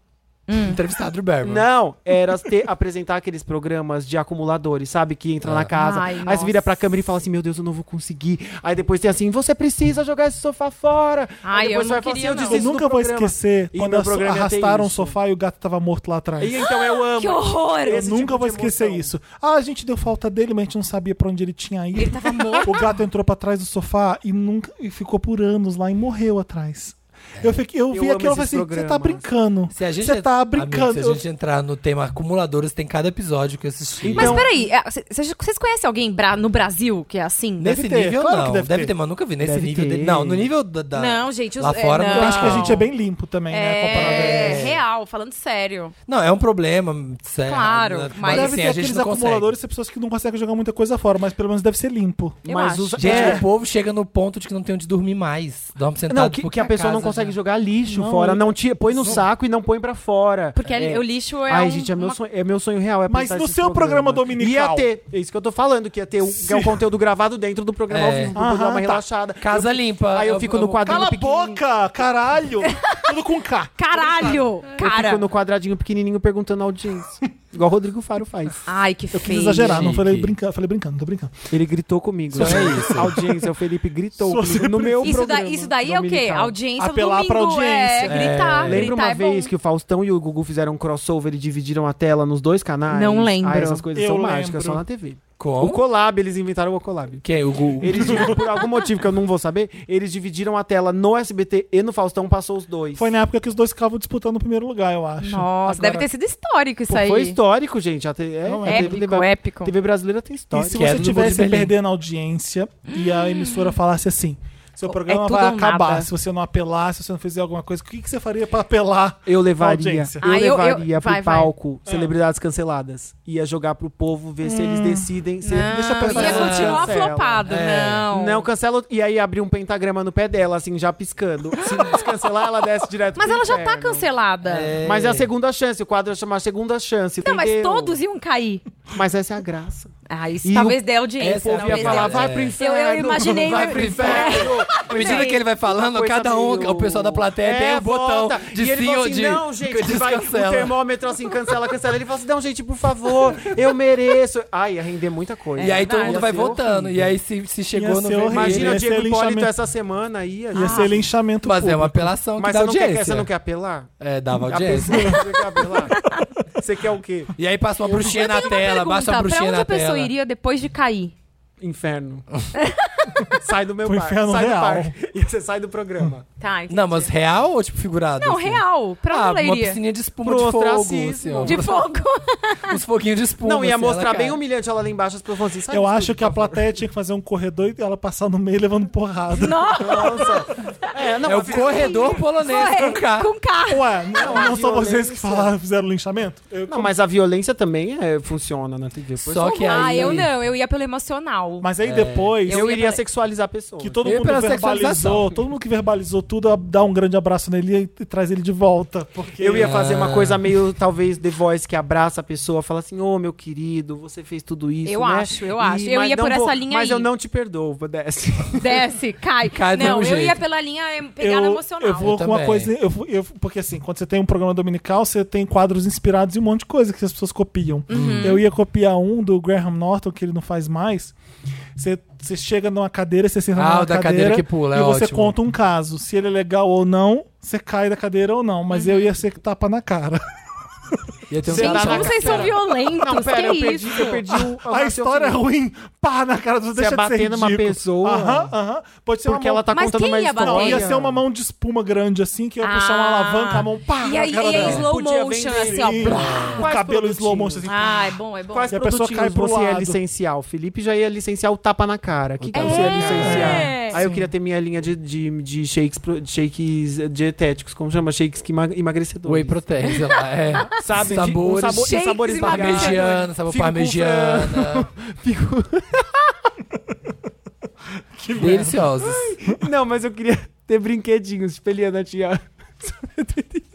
S3: Entrevistar Drew Barrymore.
S1: Não, era ter- apresentar aqueles programas de acumuladores, sabe? Que entra
S4: Ah.
S1: na casa.
S2: Ai,
S1: aí
S2: nossa.
S1: você vira pra câmera e fala assim: Meu Deus, eu não vou conseguir. Aí depois tem assim: Você precisa jogar esse sofá fora.
S2: Ai,
S1: aí depois
S2: eu não
S1: você vai falar assim:
S2: queria,
S1: Eu
S2: não.
S1: desisto
S4: Eu
S1: do
S4: nunca vou
S1: programa."
S4: esquecer
S1: E
S4: quando
S1: meu
S4: asso-
S1: programa ia ter
S4: arrastaram o
S1: isso.
S4: sofá e o gato tava morto lá atrás.
S1: E então eu amo.
S2: Que horror.
S1: Esse
S4: Eu
S1: tipo
S4: nunca vou
S1: de
S4: esquecer
S1: emoção.
S4: isso. Ah, a gente deu falta dele, mas a gente não sabia pra onde ele tinha ido.
S2: Ele tava morto.
S4: O gato entrou pra trás do sofá e nunca e ficou por anos lá e morreu atrás. Eu, fiquei, eu,
S1: Eu
S4: vi
S1: amo
S4: aquilo e falei
S1: esses
S4: assim: você tá
S1: programas.
S4: brincando.
S3: Se a gente é
S4: Você tá brincando.
S3: Amigo, se a gente entrar no tema acumuladores, tem cada episódio que eu assisti.
S2: Mas
S4: Então-
S2: peraí, é, c- c- vocês conhecem alguém bra- no Brasil que é assim?
S3: nesse
S4: deve ter,
S3: nível,
S4: claro
S3: não.
S4: que deve
S3: deve
S4: ter.
S3: ter, mas eu nunca vi nesse
S1: Deve
S3: nível.
S1: ter.
S3: dele. Não, no nível da. da-
S2: Não, gente, os-
S3: Lá
S2: é,
S3: fora não,
S4: Eu
S3: tem.
S4: acho que a gente é bem limpo também, né? Comparado
S3: assim,
S2: É,
S4: a-
S2: real, falando sério.
S3: Não, é um problema. Sério,
S2: Claro, mas-
S3: assim,
S4: Deve ter
S3: a gente
S4: aqueles
S3: não consegue.
S4: acumuladores e pessoas que não conseguem jogar muita coisa fora, mas pelo menos deve ser limpo.
S2: Eu
S1: mas
S2: acho.
S1: os-
S3: Gente,
S1: É.
S3: o povo chega no ponto de que não tem onde dormir mais. Dorme sentado
S1: Não, tá, que,
S3: porque
S4: é
S1: que a pessoa não
S3: casa
S1: consegue
S3: já-
S1: jogar lixo
S4: né? Não,
S1: fora,
S4: eu-
S1: não tira, põe no saco e não põe pra fora.
S2: Porque
S1: é,
S2: o lixo é.
S1: Ai,
S2: um-
S1: gente, é meu,
S2: uma-
S1: sonho, é meu sonho real. É
S4: Mas
S1: apresentar
S4: no
S1: esse
S4: seu programa dominical.
S1: Ia ter. É isso que eu tô falando, que ia ter um, que é um conteúdo gravado dentro do programa ao
S3: É.
S1: vivo, pra eu dar
S4: Aham, tá.
S1: uma relaxada.
S3: Casa limpa.
S1: Aí eu fico no quadrinho
S4: Cala a
S1: pequenininho.
S4: boca, caralho! Tudo com K.
S2: Caralho! Cara!
S1: Fico no quadradinho pequenininho perguntando a audiência. Igual o Rodrigo Faro faz.
S2: Ai, que
S4: Eu quis
S2: feio.
S4: exagerar, não
S3: Chique.
S4: falei brincando, falei brincando, tô brincando.
S1: Ele gritou comigo. Só é isso. A audiência, o Felipe gritou
S4: Só
S1: comigo no
S4: sempre-
S1: meu
S2: Isso,
S1: programa.
S2: daí- isso daí é o quê?
S1: dominical.
S2: Audiência
S4: Apelar
S2: do
S4: pra
S2: domingo. É,
S4: audiência.
S2: gritar, gritar
S1: Lembra uma
S2: é
S1: vez
S2: bom.
S1: que o Faustão e o Gugu fizeram um crossover e dividiram a tela nos dois canais?
S2: Não lembro.
S1: Ah, essas coisas
S4: Eu
S1: são mágicas,
S4: lembro.
S1: só na TV. O
S3: Como?
S1: collab, eles inventaram o collab.
S3: Quem? é, O Gu.
S1: Eles, divi- por algum motivo que eu não vou saber, eles dividiram a tela no SBT e no Faustão, passou os dois.
S4: Foi na época que os dois ficavam disputando o primeiro lugar, eu acho.
S2: Nossa, deve ter sido histórico isso
S1: Pô,
S2: aí.
S1: foi histórico, gente. A te- é,
S4: Não,
S1: a
S2: Épico,
S1: TV, brasileira-
S2: épico.
S1: TV brasileira tem
S4: E
S1: história.
S4: Então, se
S3: Que é
S4: você
S3: do Novo de
S4: tivesse
S3: Berlim.
S4: perdendo a audiência e a emissora falasse assim: seu
S2: É
S4: programa
S2: tudo
S4: vai
S2: ou nada.
S4: acabar se você não apelar, se você não fizer alguma coisa, o que, que você faria pra apelar?
S1: Eu
S4: A
S1: levaria,
S4: audiência.
S1: eu
S2: Ah, eu- eu-
S1: levaria pro
S2: vai, vai.
S1: palco celebridades canceladas. Ia jogar pro povo ver se eles decidem. Se
S2: Hum. Não,
S1: deixa eu pensar
S2: Ah, ia
S1: se eles
S2: continuar
S1: cancelam.
S2: flopado, então. não.
S1: Não, cancela. E aí abriu um pentagrama no pé dela, assim, já piscando. Se descancelar, ela desce direto
S2: Mas
S1: pro
S2: ela já tá
S1: inferno.
S2: cancelada.
S1: Mas é a segunda chance, o quadro ia chamar Segunda Chance.
S2: Não, mas
S1: entendeu?
S2: todos iam cair.
S1: Mas essa é a graça.
S2: Ah, isso
S1: E
S2: talvez
S1: o-
S2: dê
S1: O
S2: audiência.
S3: Essa é a
S1: povo ia
S2: talvez
S3: verdade.
S1: falar,
S2: dê-
S1: vai pro
S3: Eu- eu
S1: inferno.
S2: imaginei-
S1: Vai pro inferno.
S3: À medida que ele vai falando,
S1: Uma coisa
S3: cada um,
S1: meio-
S3: o pessoal da plateia tem
S1: É,
S3: um botão
S1: volta.
S3: de
S1: e ele
S3: sim
S1: falou
S3: ou
S1: assim,
S3: de.
S1: Não, gente,
S3: de
S1: vai, o
S3: cancela.
S1: termômetro assim, cancela, cancela. Ele falou assim, não, gente, por favor, eu mereço. Ai, ia render muita coisa.
S3: E aí todo
S1: Ia
S3: mundo vai
S1: ser
S3: votando.
S1: horrível.
S3: E aí se, se
S4: Ia
S3: chegou no
S4: ser horrível.
S1: Imagina
S3: vermelho.
S1: o
S4: ia ser
S1: Diego Hipólito
S4: linchamento.
S1: essa semana aí.
S3: Ah,
S1: assim.
S4: Ia ser linchamento
S3: Mas é uma
S4: público.
S3: apelação que
S1: Mas
S3: dá
S1: você não, quer,
S3: audiência.
S1: você não quer apelar?
S3: É, dava
S1: A
S3: audiência.
S1: pessoa- Você quer apelar? Você quer o quê?
S3: E aí passa uma bruxinha
S2: Eu
S3: na
S2: tenho uma
S3: tela,
S2: pergunta,
S3: baixa uma
S2: pra
S3: bruxinha
S2: onde
S3: na
S2: a pessoa
S3: tela.
S2: iria depois de cair?
S1: Inferno. sai do meu
S4: Pro
S1: bar.
S4: inferno
S1: Sai
S4: real.
S1: do parque. E você sai do programa.
S2: Tá, entendi.
S3: Não, mas real ou tipo figurado?
S2: Não,
S3: assim?
S2: real. Pra onde
S3: Ah,
S2: ela
S3: uma
S2: iria?
S3: piscininha de espuma
S1: Pro
S3: de fogo.
S1: ostracismo.
S3: Assim, ó.
S2: De fogo.
S3: Uns foguinhos de espuma.
S1: não, ia
S3: assim,
S1: mostrar
S3: ela
S1: bem
S3: cai.
S1: humilhante ela lá embaixo. As pessoas falam assim, sai
S4: Eu
S1: disso
S4: acho
S1: tudo,
S4: que a
S1: por favor.
S4: plateia tinha que fazer um corredor e ela passar no meio levando porrada.
S1: Nossa. É, não,
S3: É o
S1: mas-
S3: corredor polonês com K.
S2: Com carro.
S4: Ué, não, não são
S1: violência.
S4: vocês que falaram, fizeram linchamento? Eu-
S1: Não, mas a violência também é, funciona na TV. Por
S3: Só
S1: isso-
S3: que aí.
S2: Ah, eu não. Eu ia pelo emocional.
S4: Mas aí depois.
S1: É, eu,
S2: ia
S1: iria
S2: pra-
S1: sexualizar a pessoa.
S4: Que todo
S3: Eu ia
S4: mundo
S3: pela
S4: verbalizou,
S3: sexualização.
S4: todo mundo que verbalizou tudo, dá um grande abraço nele e, e traz ele de volta. Porque
S1: Eu ia fazer
S2: Ah.
S1: uma coisa meio, talvez, The Voice, que abraça a pessoa, fala assim, ô meu querido, você fez tudo isso,
S2: Eu
S1: né?
S2: acho, eu acho. Eu
S1: mas
S2: ia
S1: não
S2: por essa linha
S1: Mas
S2: aí.
S1: eu não te perdoo, desce.
S2: Desce, cai.
S3: Cai do
S2: não, eu
S3: mesmo
S2: ia
S3: jeito.
S2: pela linha em- pegar no é um emocional.
S4: Eu vou
S3: Eu
S4: com uma
S3: também.
S4: coisa. Eu, vou- eu- porque assim, quando você tem um programa dominical, você tem quadros inspirados e um monte de coisa que as pessoas copiam. Eu ia copiar um do Graham Norton, que ele não faz mais. Você, você chega numa cadeira, você senta
S3: Ah,
S4: numa
S3: o da cadeira que pula, é
S4: e você
S3: ótimo.
S4: conta um caso. Se ele é legal ou não, você cai da cadeira ou não. Mas eu ia ser que tapa na cara.
S3: Ia ter um
S1: Sei
S2: Gente,
S1: lá,
S3: cara-
S1: na
S2: como vocês são
S1: cara.
S2: violentos.
S1: Não, pera,
S2: que
S1: eu perdi,
S2: isso?
S1: eu perdi o, o
S4: A história é
S1: raciocínio.
S4: ruim, pá na cara do deixa de
S1: bater
S4: ser
S1: numa
S4: ridículo.
S1: pessoa.
S4: Aham, aham. Pode ser uma
S1: Porque ela tá
S2: é Mas
S1: contando
S2: quem
S1: uma
S2: ia bater?
S1: história.
S4: Não, ia ser uma mão de espuma grande assim, que ia puxar uma
S2: Ah.
S4: alavanca, a mão pá
S2: E
S4: na
S2: aí, e
S4: cara
S2: aí
S4: dela.
S2: slow
S1: Podia
S2: motion,
S1: vender.
S2: assim, ó.
S4: Sim.
S2: blá.
S4: O
S1: Quais
S4: cabelo slow
S1: produtinhos?
S4: motion assim.
S2: Ah, é bom, é bom.
S1: Quais
S4: E a pessoa
S1: produtinhos
S4: cai pro
S1: você ia
S4: um lado.
S1: licenciar? O Felipe já ia licenciar o tapa na cara. O que, que
S2: É.
S3: tapa
S1: você ia
S3: na
S1: licenciar?
S2: cara.
S1: Aí eu queria ter minha linha de, de, de shakes, pro- de shakes dietéticos, como chama? Shakes que ema- emagrecedores.
S3: Whey protein, sei lá. É.
S1: Sabe? de-
S3: Sabores.
S1: um sabor,
S2: Shakes
S1: sabores variados.
S3: Parmegiana, sabor
S1: Fico com
S3: parmegiana. Deliciosos.
S1: Não, mas eu queria ter brinquedinhos, tipo Eliana tinha.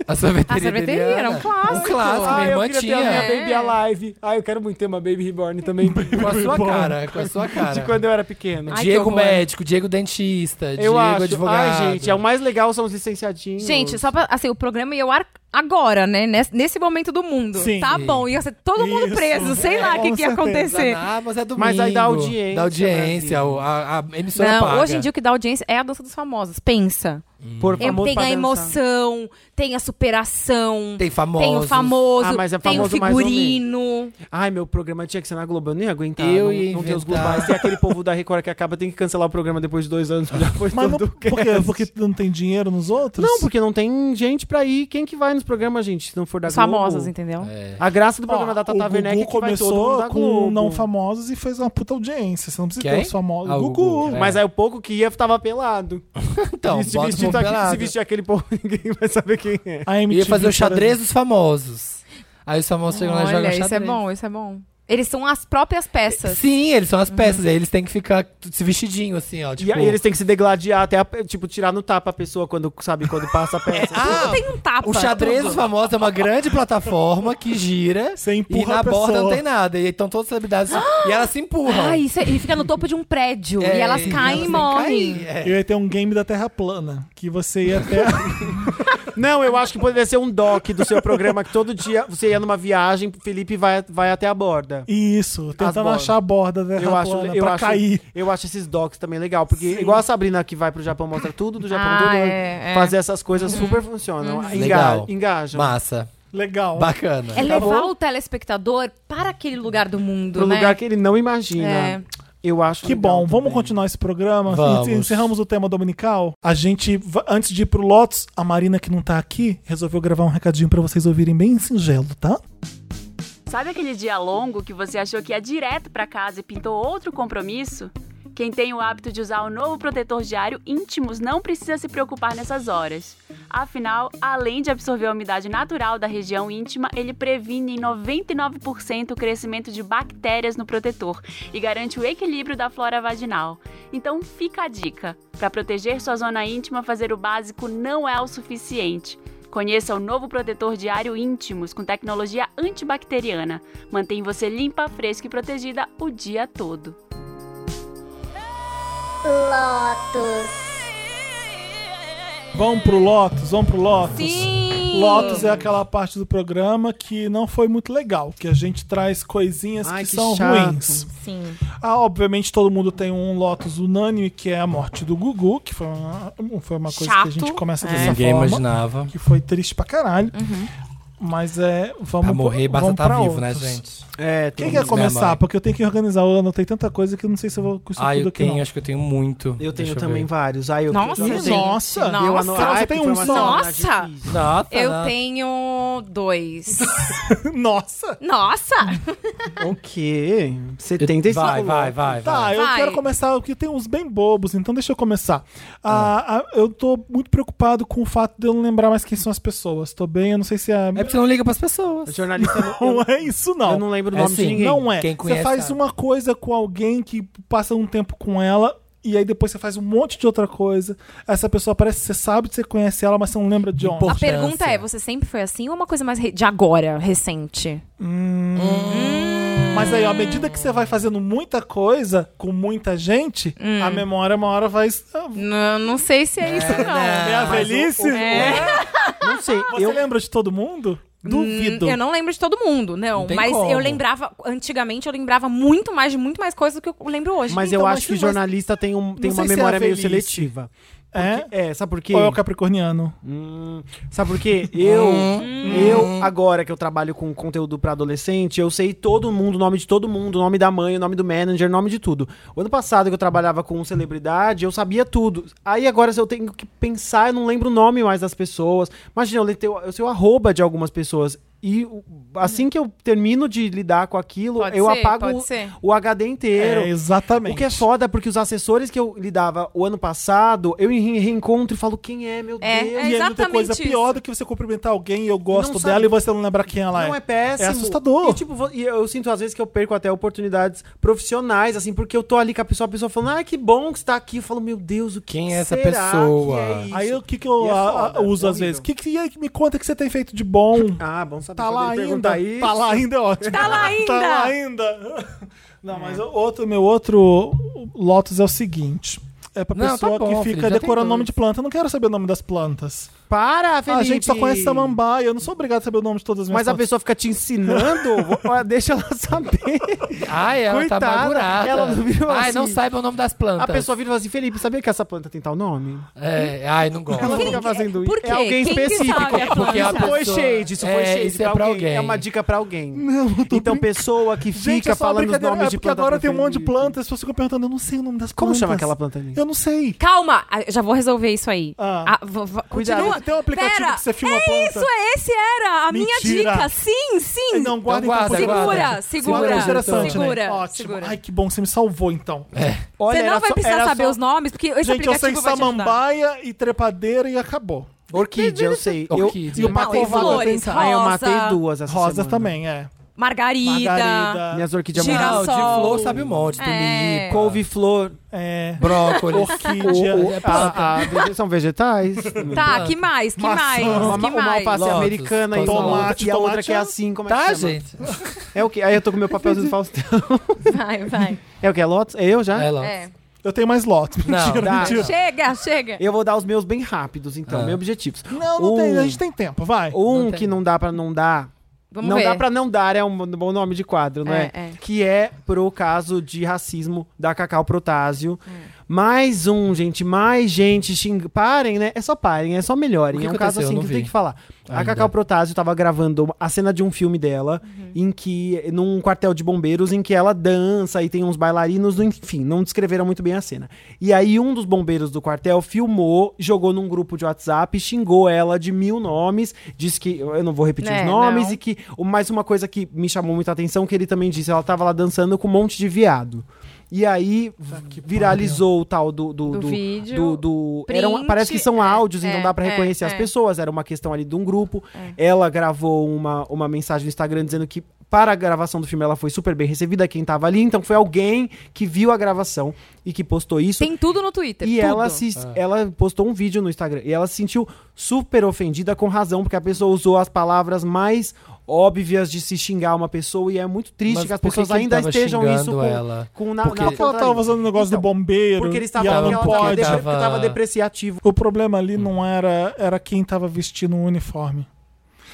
S3: A sorveteria.
S2: A sorveteria era um
S3: italiana.
S2: clássico.
S3: Um clássico,
S1: Ah,
S3: minha
S1: eu
S3: irmã
S1: queria ter a minha
S3: tinha.
S2: É.
S1: Baby Alive. Ah, eu quero muito ter uma Baby Reborn também.
S3: Com a sua
S4: Reborn.
S3: cara, com a sua cara.
S1: de quando eu era pequeno.
S2: Ai, que
S3: Diego
S2: horror.
S3: médico, Diego dentista,
S1: eu
S3: Diego
S1: acho. é
S3: advogado.
S1: um Ai, gente, é o mais legal são os licenciadinhos.
S2: Gente, só pra. Assim, o programa ia ao ar agora, né? Nes- Nesse momento do mundo.
S4: Sim.
S2: Tá bom, ia ser todo mundo
S4: Isso.
S2: preso, sei lá
S4: É,
S2: o que,
S4: com
S2: que ia
S4: certeza.
S2: acontecer.
S3: Ah, mas é domingo.
S1: Mas aí dá audiência,
S3: Dá audiência,
S1: né?
S3: o- a, a emissora
S2: Não,
S3: paga.
S2: hoje em dia o que dá audiência é a dança dos famosos. Pensa.
S3: Hum.
S1: Por
S2: É,
S1: famoso
S2: tem
S1: pra
S2: a
S1: dançar.
S2: emoção, tem a superação, tem,
S3: Tem famosos.
S2: o famoso,
S1: Ah, mas é
S2: tem o
S1: famoso mais ou menos.
S2: figurino.
S1: Ai, meu programa tinha que ser na Globo. Eu não ia aguentar.
S3: Eu
S1: não,
S3: ia
S1: não tem os
S3: inventar.
S1: globais. Tem aquele povo da Record que acaba, tem que cancelar o programa depois de dois anos. Já foi
S4: Mas não,
S1: todo
S4: por quê?
S1: cast.
S4: Porque não tem dinheiro nos outros?
S1: Não, porque não tem gente pra ir. Quem que vai nos programas, gente? Se não for da
S2: Os
S1: Globo.
S2: famosos, entendeu?
S3: É.
S1: A graça do
S4: Ó,
S1: programa da Tata
S4: o
S1: Werneck é
S4: Gugu
S1: que vai todo mundo
S4: começou
S1: da
S4: com
S1: Globo. É.
S4: não famosos e fez uma puta audiência. Você não precisa
S3: Quem?
S4: ter os famosos.
S3: Ah, o
S4: Gugu.
S3: Gugu, é.
S1: Mas aí o pouco que ia tava pelado.
S3: Então,
S1: e se
S3: bota o
S1: vestir,
S3: povo
S1: tá aqui-
S3: pelado.
S1: se vestir aquele povo, ninguém vai saber quem é.
S4: A
S3: Eu
S4: MTV
S3: Ia fazer o xadrez
S4: parece-
S3: dos famosos. Aí os famosos chegam lá e jogam
S2: Olha,
S3: xadrez.
S2: isso é bom, isso é bom. Eles são as próprias peças. Uhum.
S3: Sim, eles são as peças. Aí eles têm que ficar t- se vestidinho, assim, ó. Tipo,
S1: E aí eles têm que se degladiar até, a- tipo, tirar no tapa a pessoa quando, sabe, quando passa a
S4: É.
S1: peça.
S4: Ah!
S2: Tudo tem um tapa.
S3: O xadrez dos famosos é uma grande plataforma que gira.
S4: Você
S3: E
S4: empurra
S3: na
S4: a pessoa.
S3: borda não tem nada. E então todas as celebridades. e elas se empurram.
S2: Ah, isso é- e fica no topo de um prédio.
S3: É,
S2: Ah! e elas caem
S3: têm
S2: e
S3: que
S2: morrem.
S3: cair, é.
S4: Eu ia ter um game da Terra plana, que você ia até...
S1: Não, eu acho que poderia ser um doc do seu programa que todo dia você ia numa viagem, Felipe vai, vai até a borda.
S4: Isso, tentando
S1: bordas.
S4: achar a borda da Terra
S1: Eu acho,
S4: plana
S1: eu,
S4: pra
S1: acho,
S4: cair.
S1: eu acho esses docs também legal, porque igual a Sabrina que vai pro Japão, mostra tudo do Japão,
S2: Ah,
S1: tudo, né?
S2: é, Uhum. é.
S1: fazer essas coisas super funcionam. Enga
S3: Legal.
S1: engajam.
S3: Massa.
S4: Legal.
S3: Bacana.
S2: É levar
S1: Acabou.
S2: o telespectador para aquele lugar do mundo,
S1: pro
S2: né?
S1: lugar que ele não imagina.
S2: É.
S1: Eu acho
S4: Que
S1: legal
S4: bom, vamos
S1: também.
S4: continuar esse programa?
S3: Vamos.
S4: Encerramos o tema dominical. A gente, va- antes de ir pro Lotus, a Marina que não tá aqui, resolveu gravar um recadinho pra vocês ouvirem bem singelo, tá?
S5: Sabe aquele dia longo que você achou que ia direto pra casa e pintou outro compromisso? Quem tem o hábito de usar o novo protetor diário íntimos não precisa se preocupar nessas horas. Afinal, além de absorver a umidade natural da região íntima, ele previne em 99% o crescimento de bactérias no protetor e garante o equilíbrio da flora vaginal. Então fica a dica: para proteger sua zona íntima, fazer o básico não é o suficiente. Conheça o novo protetor diário Íntimos com tecnologia antibacteriana. Mantém você limpa, fresca e protegida o dia todo.
S4: Vamos pro Lotus, vamos pro Lotus.
S2: Sim!
S4: Lotus é aquela parte do programa que não foi muito legal, que a gente traz coisinhas
S1: Ai,
S4: que,
S1: que
S4: são
S1: chato.
S4: ruins.
S2: Sim.
S4: Ah, obviamente todo mundo tem um Lotus unânime, que é a morte do Gugu, que foi uma, foi uma coisa que
S2: Chato.
S4: a gente começa
S2: É.
S4: dessa
S3: Ninguém
S4: forma.
S3: imaginava.
S4: Que foi triste pra caralho. Mas é. Vamos
S3: Pra morrer, basta
S4: vamos
S3: estar
S4: pra
S3: vivo, né,
S4: outros.
S3: gente?
S1: É, tem
S4: Quem quer
S3: Minha
S4: começar?
S3: mãe.
S4: Porque eu tenho que organizar. Eu anotei tanta coisa que eu não sei se eu vou conseguir
S3: Ah,
S4: tudo
S3: eu
S4: aqui. não.
S3: tenho, acho que eu tenho muito.
S1: Eu tenho
S3: Deixa
S1: também
S3: ver.
S1: vários. Ai, eu
S2: Nossa,
S1: eu
S2: gente.
S4: Nossa!
S1: Eu
S2: Nossa.
S1: ano-
S4: Você
S1: Ai,
S4: tem
S1: que foi
S4: um
S1: uma
S4: só?
S1: saudade
S2: Nossa!
S1: difícil.
S3: Nossa,
S2: Eu
S3: nossa.
S2: tenho dois.
S4: Nossa!
S2: Nossa!
S1: O quê? 75
S3: Vai, vai, vai.
S4: Tá,
S3: vai.
S4: eu
S2: Vai.
S4: quero começar, porque tem uns bem bobos, então deixa eu começar. Ah, ah, eu tô muito preocupado com o fato de eu não lembrar mais quem são as pessoas. Tô bem, eu não sei se é.
S3: É porque você não liga pras pessoas.
S1: Jornalista não.
S4: Não
S1: eu-
S4: é isso, não.
S1: Eu não lembro o
S3: É
S1: nome de
S3: assim,
S1: ninguém.
S4: Não é.
S3: Quem
S4: você
S3: conhece,
S4: faz
S3: sabe.
S4: uma coisa com alguém que passa um tempo com ela. E aí depois você faz um monte de outra coisa. Essa pessoa parece que você sabe que você conhece ela, mas você não lembra de onde.
S2: A
S3: Importância.
S2: pergunta é: você sempre foi assim ou é uma coisa mais re- de agora, recente?
S4: Mas aí, ó, à medida que você vai fazendo muita coisa com muita gente, a memória uma hora vai. Ah,
S2: Hum. Não, não sei se é isso, não.
S4: É a
S1: mas
S4: velhice?
S2: É.
S1: Não sei.
S4: Você
S1: Eu,
S4: lembra de todo mundo? Duvido.
S2: Hum, Eu não lembro de todo mundo, não.
S3: Não tem
S2: mas
S3: como.
S2: eu lembrava, antigamente eu lembrava muito mais de muito mais coisas do que eu lembro hoje.
S1: mas eu
S4: Então,
S1: acho
S4: mas-
S1: que jornalista tem, um, tem
S4: não
S1: uma
S4: sei se é a
S1: memória meio
S4: velhice.
S1: seletiva.
S4: É?
S1: Porque- é, sabe por quê?
S4: Ou é o capricorniano?
S1: Hum, sabe por quê? Eu,
S2: Hum.
S1: eu, agora que eu trabalho com conteúdo pra adolescente, eu sei todo mundo, o nome de todo mundo, o nome da mãe, o nome do manager, o nome de tudo. O ano passado que eu trabalhava com celebridade, eu sabia tudo. Aí agora se eu tenho que pensar, eu não lembro o nome mais das pessoas. Imagina, eu, le- teu- eu sei o arroba de algumas pessoas. E o- assim que eu termino de lidar com aquilo,
S2: Pode
S1: eu
S2: ser,
S1: apago
S2: pode
S1: o-
S2: ser.
S1: o HD inteiro.
S4: É, exatamente.
S1: O que é foda, porque os assessores que eu lidava o ano passado, eu re- reencontro e falo, quem é, meu
S2: É,
S1: Deus?
S2: é
S4: E é muita
S2: exatamente
S4: coisa
S2: isso.
S4: pior do que você cumprimentar alguém e eu gosto
S1: Não sabe-
S4: dela e você não lembrar quem ela é.
S1: Não é péssimo.
S4: É assustador.
S1: E, tipo, vo- e eu sinto às vezes que eu perco até oportunidades profissionais, assim, porque eu tô ali com a pessoa, a pessoa falando, ah, que bom que você tá aqui. Eu falo, meu Deus, o que
S3: Quem é essa
S1: será
S3: pessoa?
S1: que é isso?
S4: Aí o que, que eu
S1: E é
S4: a-
S1: foda,
S4: a- uso
S1: é
S4: às
S1: horrível.
S4: vezes? O que, que- e aí, me conta que você tem feito de bom?
S1: Ah, bom saber.
S4: Tá lá
S1: quando ele
S4: ainda.
S1: pergunta isso.
S4: Tá lá ainda é ótimo.
S2: Tá lá
S4: Tá
S2: ainda.
S4: lá ainda. Não, mas
S1: É.
S4: o outro, meu outro Lotus é o seguinte. É pra
S3: Não, tá
S4: pessoa
S3: bom,
S4: que
S3: Felipe,
S1: tá
S4: fica
S3: já tem
S4: decorando nome
S3: dois.
S4: de planta. Eu não quero saber o nome das plantas. Ah,
S1: Para, Felipe!
S4: A gente só conhece Samambaia. Eu não sou obrigado a saber o nome de todas as minhas
S1: Mas a
S4: fotos.
S1: pessoa fica te ensinando, ó, deixa ela saber.
S3: Ai, ela
S1: Coitada,
S3: tá amargurada.
S1: ela não viu
S3: Ai,
S1: assim.
S3: não saiba o nome das plantas.
S1: A pessoa vira e fala assim, Felipe, sabia que essa planta tem tal nome?
S3: É, ai, não gosto.
S1: Ela
S2: Quem-
S1: fica fazendo isso.
S2: por quê?
S1: É alguém
S2: Quem que
S1: específico.
S2: sabe a
S3: Porque a
S2: planta?
S1: Isso foi
S3: pessoa-
S1: shade, isso foi
S3: É,
S1: shade
S3: isso
S1: pra
S3: é pra
S1: alguém.
S3: alguém.
S1: É uma dica pra alguém. então, pessoa que fica
S4: Gente, é só uma
S1: falando os
S4: brincadeira.
S1: nomes
S4: é
S1: de
S4: porque
S1: planta
S4: agora
S1: pro
S4: tem um monte de
S1: Felipe.
S4: plantas. As pessoas ficam perguntando, eu não sei o nome das
S1: Como
S4: plantas.
S1: chama aquela planta ali?
S4: Eu não sei.
S2: Calma, ah, já vou resolver isso aí.
S4: Ah.
S2: Ah, v- v-
S4: Cuidado,
S2: continua.
S4: tem um aplicativo
S2: Pera,
S4: que você filma
S2: é
S4: a planta.
S2: isso, é esse era a minha
S4: Mentira.
S2: dica. Sim, sim.
S4: Não, guarda,
S3: Então guarda,
S4: então, por favor.
S2: segura,
S3: guarda.
S2: segura,
S4: Guarda,
S2: segura,
S4: interessante,
S2: segura.
S4: né? Ótimo. Ai, que bom, você me salvou, então.
S1: Olha,
S2: Você não
S1: era
S2: vai
S1: só-
S2: precisar
S1: era
S2: saber
S1: só-
S2: os nomes, porque esse
S4: Gente, eu sei
S2: aplicativo vai te ajudar.
S4: samambaia e trepadeira e acabou.
S1: Orquídea, eu sei. Eu,
S3: Orquídea.
S1: eu
S3: Não,
S1: matei
S2: e
S1: duas.
S2: flores,
S1: Ah, eu
S2: rosa.
S1: matei duas essa
S4: Rosas
S1: semana.
S4: também, é.
S2: Margarida.
S4: Margarida.
S1: Minhas orquídeas
S2: Gira-
S1: amarelas.
S3: Não, de
S2: Girassol.
S3: flor sabe um monte.
S2: É.
S3: Tulipa,
S1: Couve-flor.
S4: É.
S3: brócolis.
S4: Orquídea.
S3: o- planta.
S1: Ah, ah, vege- são vegetais.
S2: Tá, que mais? Que mais?
S1: Uma,
S2: Que
S1: uma
S2: mais?
S1: alface
S3: Lotus,
S1: americana e uma
S4: tomate,
S1: outra, e a outra
S4: tomate
S1: que é
S4: é-
S1: assim, como é que
S3: Tá,
S1: chama?
S3: gente?
S1: É o que? Aí eu tô com meu papelzinho do Faustão.
S2: Vai, vai.
S1: É o que? É Lotus? É eu já?
S3: É, Lotus.
S2: É.
S4: Eu tenho mais lotes.
S3: Não,
S4: Mentira,
S1: dá.
S4: mentira.
S2: Chega, chega.
S1: Eu vou dar os meus bem rápidos, então,
S3: Ah.
S1: meus objetivos.
S4: Não, não
S1: um,
S4: tem. A gente tem tempo, vai.
S1: Um
S3: Não tem.
S1: que não dá pra não dar.
S2: Vamos
S1: não
S2: ver.
S1: dá pra não dar, é um bom nome de quadro, não é?
S2: É, é.
S1: Que é pro caso de racismo da Cacau Protásio.
S2: É.
S1: Mais um, gente, mais gente xing... Parem, né? É só parem, é só melhorem.
S3: O que
S1: é um
S3: aconteceu?
S1: caso assim
S3: Eu não
S1: que
S3: vi.
S1: tem que falar. A
S3: Ainda.
S1: Cacau Protásio tava gravando a cena de um filme dela,
S2: Uhum.
S1: em que. num quartel de bombeiros, em que ela dança e tem uns bailarinos, enfim, não descreveram muito bem a cena. E aí um dos bombeiros do quartel filmou, jogou num grupo de WhatsApp, xingou ela de mil nomes, disse que. Eu não vou repetir
S2: É,
S1: os nomes,
S2: não.
S1: e que. Mais uma coisa que me chamou muita atenção, que ele também disse, ela tava lá dançando com um monte de viado. E aí viralizou o tal do, do,
S2: Do
S1: do-
S2: vídeo,
S1: do- do-
S2: print,
S1: eram- parece que são
S2: é,
S1: áudios,
S2: é,
S1: então dá pra
S2: é,
S1: reconhecer as
S2: é.
S1: pessoas. Era uma questão ali de um grupo. Ela gravou uma, uma mensagem no Instagram dizendo que para a gravação do filme ela foi super bem recebida, quem tava ali. Então foi alguém que viu a gravação e que postou isso.
S2: Tem tudo no Twitter.
S1: E
S2: tudo.
S1: ela, se,
S4: Ah.
S1: ela postou um vídeo no Instagram e ela se sentiu super ofendida com razão, porque a pessoa usou as palavras mais óbvias de se xingar uma pessoa e é muito triste
S3: Mas
S1: que as
S3: por que
S1: pessoas
S3: que ele
S1: ainda
S3: tava
S1: estejam
S3: xingando
S1: isso com,
S3: ela?
S1: com na,
S3: Porque-
S1: na
S4: Porque ela tava usando o negócio
S1: Então,
S4: do bombeiro.
S1: Porque eles estavam
S4: e ela
S1: falando que
S4: não
S1: ela tava,
S4: pode.
S1: depre-
S3: tava-
S1: tava depreciativo.
S4: O problema ali não era, era quem tava vestindo o uniforme.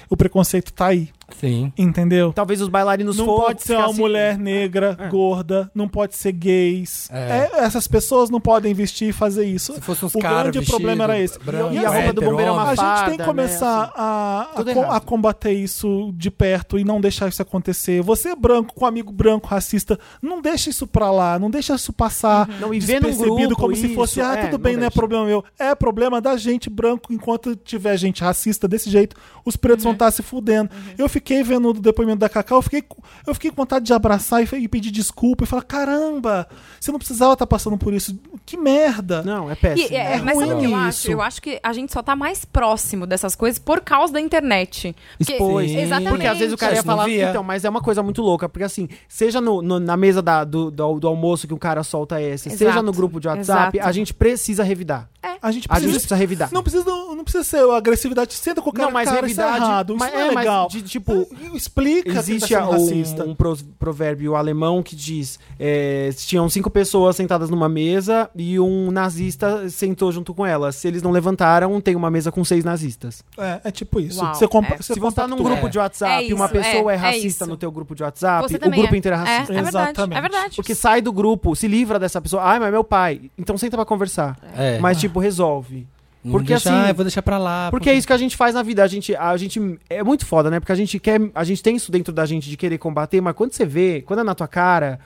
S4: O preconceito tá aí,
S3: Sim.
S4: entendeu?
S1: Talvez os bailarinos
S4: não
S1: foram assim,
S4: pode ser uma
S1: ficassem-
S4: mulher negra, gorda, não pode ser gays.
S3: É.
S4: É, essas pessoas não podem vestir e fazer isso.
S3: Se fosse uns
S4: o
S3: caras
S4: grande
S3: vestido,
S4: problema era esse.
S3: branco,
S4: E
S1: E a roupa do
S3: hétero,
S1: bombeiro é uma
S3: homem.
S4: a gente tem
S1: fada,
S4: que
S1: né,
S4: começar
S1: assim.
S4: a, a,
S1: Tudo
S4: com-
S1: errado.
S4: a combater isso de perto e não deixar isso acontecer. Você é branco, com amigo branco, racista, não deixa isso pra lá, não deixa isso passar
S1: Uhum. Não, e vê num
S4: despercebido
S1: grupo,
S4: como se
S1: isso,
S4: fosse, ah,
S1: é,
S4: tudo
S1: não
S4: bem, não é
S1: deixa.
S4: problema meu. É problema da gente branco, enquanto tiver gente racista desse jeito, os pretos
S1: Uhum.
S4: vão estar se fudendo. Eu fiquei vendo o depoimento da Cacau, eu fiquei, com- eu fiquei com vontade de abraçar e, fe- e pedir desculpa e falar, caramba, você não precisava estar passando por isso. Que merda.
S1: Não, é
S2: E-
S1: péssimo.
S3: né?
S2: é,
S4: É
S2: mas sabe o que eu
S4: ruim
S2: acho?
S4: isso.
S2: Eu acho que a gente só tá mais próximo dessas coisas por causa da internet. Porque-
S1: Expôs.
S2: Exatamente.
S1: Porque às vezes o cara ia
S3: Isso, não
S1: falar,
S3: via.
S1: então, mas é uma coisa muito louca, porque assim, seja no, no- na mesa da- do, do, do almoço que o cara solta esse,
S2: Exato.
S1: seja no grupo de WhatsApp,
S2: Exato.
S1: a gente precisa revidar.
S4: A gente
S1: A
S4: precisa,
S1: gente precisa revidar.
S4: Não precisa, não, não precisa ser agressividade. Senta com o cara,
S1: Não, mas
S4: cara, isso
S1: revidade-
S4: é errado, isso
S1: mas-
S4: não é,
S1: é, mas
S4: legal.
S1: de- tipo,
S4: explica que
S1: Existe
S4: tá sendo racista.
S1: um, um pro- provérbio alemão que diz: é, tinham cinco pessoas sentadas numa mesa e um nazista sentou junto com elas. Se eles não levantaram, tem uma mesa com seis nazistas.
S4: É, é tipo isso.
S2: Uau,
S4: você compa-
S2: é.
S4: você
S1: Se você tá num
S4: compactua.
S1: grupo de WhatsApp
S2: É
S1: e uma
S2: isso,
S1: pessoa
S2: é,
S1: é,
S2: é
S1: racista
S2: isso.
S1: no teu grupo de
S3: Ah,
S1: WhatsApp,
S2: Você
S1: o
S2: também
S1: grupo
S2: é.
S1: inteiro é racista.
S2: É, é verdade.
S4: Exatamente.
S2: É verdade.
S1: Porque sai do grupo, se livra dessa pessoa. Ai, mas é meu pai. Então senta pra conversar.
S3: É.
S1: Mas, tipo, resolve.
S3: Não
S1: porque
S3: deixa,
S1: assim-
S3: ah, eu vou deixar pra lá.
S1: Porque é isso que a gente faz na vida. A gente, a gente é muito foda, né? Porque a gente quer, a gente tem isso dentro da gente de querer combater, mas quando você vê, quando é na tua cara,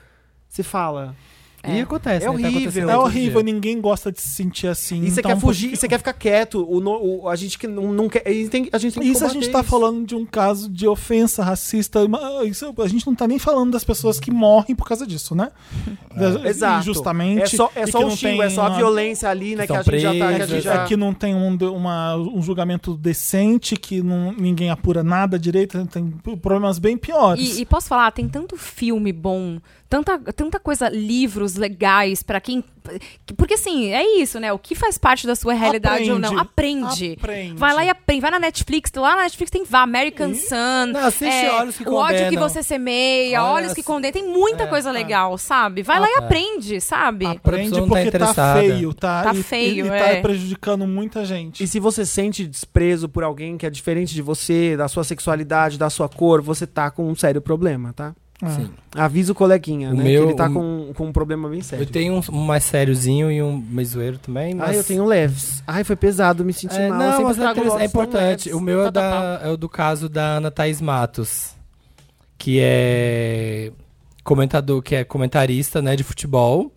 S1: você fala.
S3: E acontece,
S1: É
S3: né? Tá
S1: horrível.
S3: acontecendo
S4: É
S3: todo
S4: horrível,
S3: dia.
S4: ninguém gosta de se sentir assim.
S1: E você
S4: então,
S1: quer fugir, e você quer ficar quieto. O, no- o- a gente que não, não quer. e tem- a gente tem que
S4: Isso a gente tá
S1: combater
S4: falando de um caso de ofensa racista. ma- Isso, a gente não tá nem falando das pessoas que morrem por causa disso, né? Da-
S1: Exato.
S4: Injustamente.
S1: É só, é
S4: e
S1: só
S4: que
S1: o
S4: não
S1: xingo,
S4: tem
S1: é só a
S4: uma-
S1: violência ali, né?
S3: Que
S1: Que, a
S3: são
S1: gente já tá. Que a
S3: presas,
S1: gente
S4: Aqui
S1: já...
S4: é que não tem um, uma- um julgamento decente, que não- ninguém apura nada direito, né? tem problemas bem piores.
S2: E, e posso falar, tem tanto filme bom, tanta, tanta coisa, livros conteúdos legais pra quem. Porque assim, é isso, né? O que faz parte da sua realidade ou não? Aprende.
S4: Aprende.
S2: Vai lá e aprende. Vai na Netflix. Lá na Netflix tem vá, American Sun.
S3: Não, assiste Olhos que
S2: É, o ódio que
S3: Condenam.
S2: você semeia,
S3: Olha
S2: olhos que
S3: essa.
S2: condenam. Tem muita
S3: É,
S2: coisa
S3: é.
S2: legal, sabe? Vai lá e
S3: É.
S2: aprende, sabe?
S4: Aprende
S3: produção tá
S4: porque tá,
S3: interessada.
S4: feio, tá?
S2: Tá
S4: E- e-
S2: feio,
S4: e,
S2: é.
S4: tá prejudicando muita gente.
S1: E se você sente desprezo por alguém que é diferente de você, da sua sexualidade, da sua cor, você tá com um sério problema, tá?
S4: Ah.
S3: Sim.
S1: Avisa o coleguinha,
S3: O
S1: né?
S3: meu-
S1: que ele tá
S3: o-
S1: com, com um problema bem sério.
S3: Eu tenho um, um mais sériozinho e um mais zoeiro também. Mas...
S1: Ai, Ah, eu tenho leves. Ai, foi pesado, me senti
S3: É,
S1: mal. eu
S3: não,
S1: sempre
S3: mas é,
S1: trago logo
S3: interessante, é
S1: que são
S3: importante.
S1: leves.
S3: O meu é,
S1: Tá, tá, tá.
S3: da- é o do caso da Ana Thaís Matos, que é comentador, que é comentarista, né, de futebol.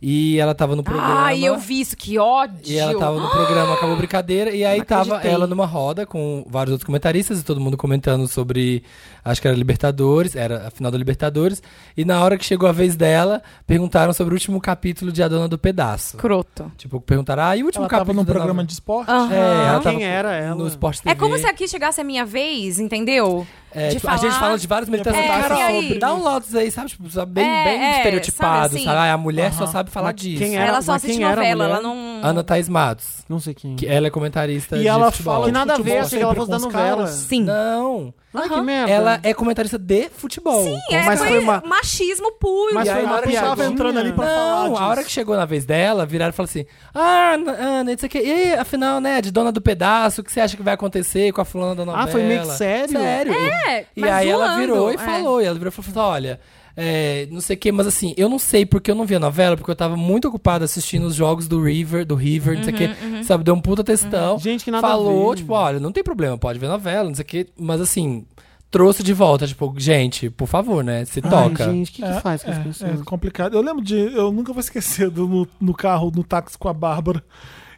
S3: E ela tava no programa.
S2: Ai, eu vi isso, que ódio.
S3: E ela tava no programa Acabou Brincadeira, e aí
S1: Não
S3: tava
S1: acreditei.
S3: ela numa roda com vários outros comentaristas e todo mundo comentando sobre, acho que era Libertadores, era a final da Libertadores, e na hora que chegou a vez dela, perguntaram sobre o último capítulo de A Dona do Pedaço.
S2: Croto.
S3: Tipo, perguntaram, ah, e o último
S4: Ela tava
S3: capítulo
S4: num
S3: da
S4: programa
S3: novela?
S4: de esporte.
S2: Aham.
S3: É, ela
S1: Quem
S3: tava
S1: era ela?
S3: No Sport TV.
S2: É como se aqui chegasse a minha vez, entendeu?
S3: É,
S2: de
S3: tipo, A
S2: falar.
S3: gente fala de vários meditações.
S2: É,
S3: Cara,
S2: e aí?
S3: sobre- dá um lotus aí, sabe? Tipo, sabe, bem,
S2: É,
S3: bem
S2: é,
S3: estereotipado,
S2: sabe assim?
S3: sabe? Ah, a mulher só
S4: Aham.
S3: sabe falar disso.
S1: quem
S2: Ela
S1: Ela-
S2: só
S1: mas
S2: assiste
S1: quem era a
S2: novela,
S1: mulher?
S2: ela não.
S3: Ana Thaís Matos.
S1: Não sei quem.
S3: Que ela é comentarista
S4: E
S3: de
S4: ela
S3: futebol.
S4: fala
S1: Que nada a
S4: futebol
S1: ver, achei que ela
S4: sempre
S1: fosse da
S4: com os
S1: novela.
S4: caras.
S2: Sim.
S3: Não.
S1: Ai, que merda.
S3: Ela é comentarista de futebol.
S2: Sim, é,
S1: Mas
S2: foi
S1: foi uma-
S2: machismo puro.
S1: Mas
S3: E
S1: foi
S3: aí, na
S1: uma
S3: hora que ela
S1: piadinha.
S3: tava
S4: entrando ali pra- falar
S3: Não,
S4: disso.
S3: a hora que chegou na vez dela, viraram e falaram assim: Ah, Ana, Ana, isso aqui. E aí, afinal, né, de dona do pedaço, o que você acha que vai acontecer com a fulana da novela?
S1: Ah, foi meio que sério?
S3: Sério.
S2: É,
S3: E
S2: mas
S3: aí ela
S2: zoando,
S3: virou e
S2: é.
S3: falou, e ela virou e falou assim, olha, é, não sei o que, mas assim, eu não sei porque eu não vi a novela, porque eu tava muito ocupado assistindo os jogos do River, do River, não sei o que, sabe, deu um puta textão.
S1: Uhum. Gente, que nada a
S3: Falou,
S1: ver.
S3: tipo, olha, não tem problema, pode ver novela, não sei o que, mas assim, trouxe de volta, tipo, gente, por favor, né, se toca.
S1: Ai, gente, o que, que
S4: É,
S1: faz com as
S4: é,
S1: pessoas?
S4: é complicado. Eu lembro de. Eu nunca vou esquecer do, no, no carro, no táxi com a Bárbara.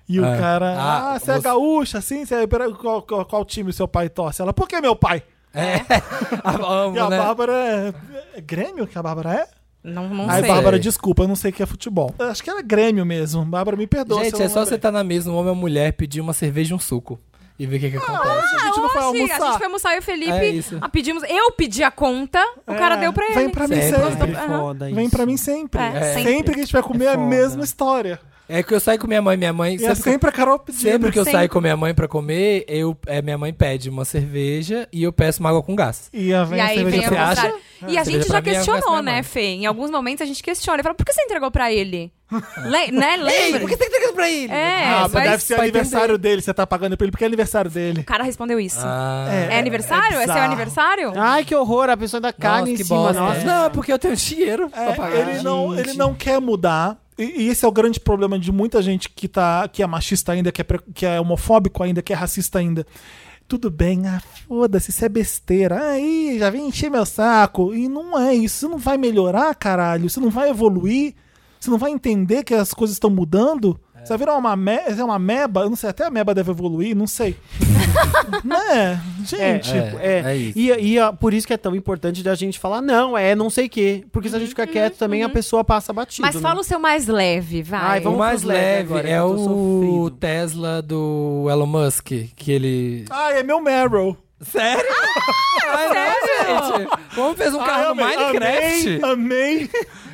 S4: E o
S3: É.
S4: cara.
S3: Ah,
S4: Ah, você é
S3: você-
S4: gaúcha, assim? Você é, pera- qual, qual, qual time seu pai torce? Ela, por que meu pai?
S3: É, amo,
S4: E a
S3: né?
S4: Bárbara é. é Grêmio que a Bárbara é?
S2: Não, não
S4: Ai,
S2: sei.
S4: Bárbara, desculpa, eu não sei o que é futebol. Eu Acho que era Grêmio mesmo. Bárbara, me perdoa. se
S3: Gente,
S4: eu
S3: é
S4: não
S3: só
S4: lembrei.
S3: você estar na mesa, um homem ou uma mulher, pedir uma cerveja e um suco, e ver o que que acontece.
S4: A gente não foi
S2: Hoje,
S4: almoçar.
S2: a gente foi almoçar Ah, eu e o Felipe.
S3: É isso.
S2: a pedimos, eu pedi a conta, o cara
S4: É,
S2: deu pra ele.
S4: Vem pra mim
S3: Sempre.
S4: sempre.
S1: É foda isso.
S4: Vem pra mim sempre.
S2: É, É. sempre.
S4: sempre. que a gente vai comer
S1: É
S4: a
S1: foda.
S4: mesma história.
S3: É que eu saí com minha mãe, minha mãe...
S4: E
S3: sempre
S4: é
S3: que eu-
S4: sempre a Carol pedindo.
S3: Sempre que eu
S2: Sempre.
S3: saio com minha mãe pra comer, eu, é, minha mãe pede uma cerveja e eu peço uma água com gás.
S4: E a
S2: E
S4: vem a
S2: aí vem
S4: cerveja
S2: ao
S3: Você
S4: pra-
S3: acha?
S2: contrário. E a
S3: Cerveja
S2: gente
S3: pra
S2: já
S3: mim é a festa
S2: questionou,
S3: da minha
S2: né,
S3: mãe.
S2: Fê? Em alguns momentos a gente questiona. Ele fala, por que você entregou pra ele? Le né, lembra?
S3: tem que ter pra ele?
S2: É,
S4: Ah,
S2: mas-
S4: deve ser
S3: vai
S4: aniversário dele, você tá pagando pra ele, porque é aniversário dele.
S2: O cara respondeu isso.
S3: Ah,
S2: é aniversário? É, seu
S4: bizarro. Ah,
S2: aniversário?
S1: Ai, que horror, a pessoa ainda caga
S3: nossa,
S1: em
S3: que
S1: cima,
S3: bosta.
S1: nossa.
S3: Não, é porque eu tenho dinheiro pra pagar.
S4: É, ele, não, ele não quer mudar. E, e esse é o grande problema de muita gente que, tá, que é machista ainda, que é, pre- que é homofóbico ainda, que é racista ainda. Tudo bem, ah, foda-se, isso é besteira. Aí, já vem encher meu saco. E não é isso. Você não vai melhorar, caralho. Você não vai evoluir. Você não vai entender que as coisas estão mudando. Você vai virar uma, me é uma meba. Eu não sei, até a meba deve evoluir, não sei. né?
S1: É,
S4: Gente.
S1: tipo,
S3: É,
S1: é.
S3: é isso.
S1: E, e, ah, por isso que é tão importante da gente falar, não, é não sei o quê. Porque se a gente ficar quieto também, a pessoa passa batido.
S2: Uhum, Mas
S1: né?
S2: fala o seu mais leve, vai.
S1: Ai,
S3: O
S1: vamos-
S3: mais
S1: pros leve
S3: leve
S1: agora,
S3: é
S1: que eu
S3: o
S1: tô sofrido.
S3: Tesla do Elon Musk, que ele...
S4: Ah, é meu Meryl.
S3: Sério? sério? Gente, como fez um
S4: Ah,
S3: carro no
S4: amei,
S3: Minecraft?
S4: Amei, amei.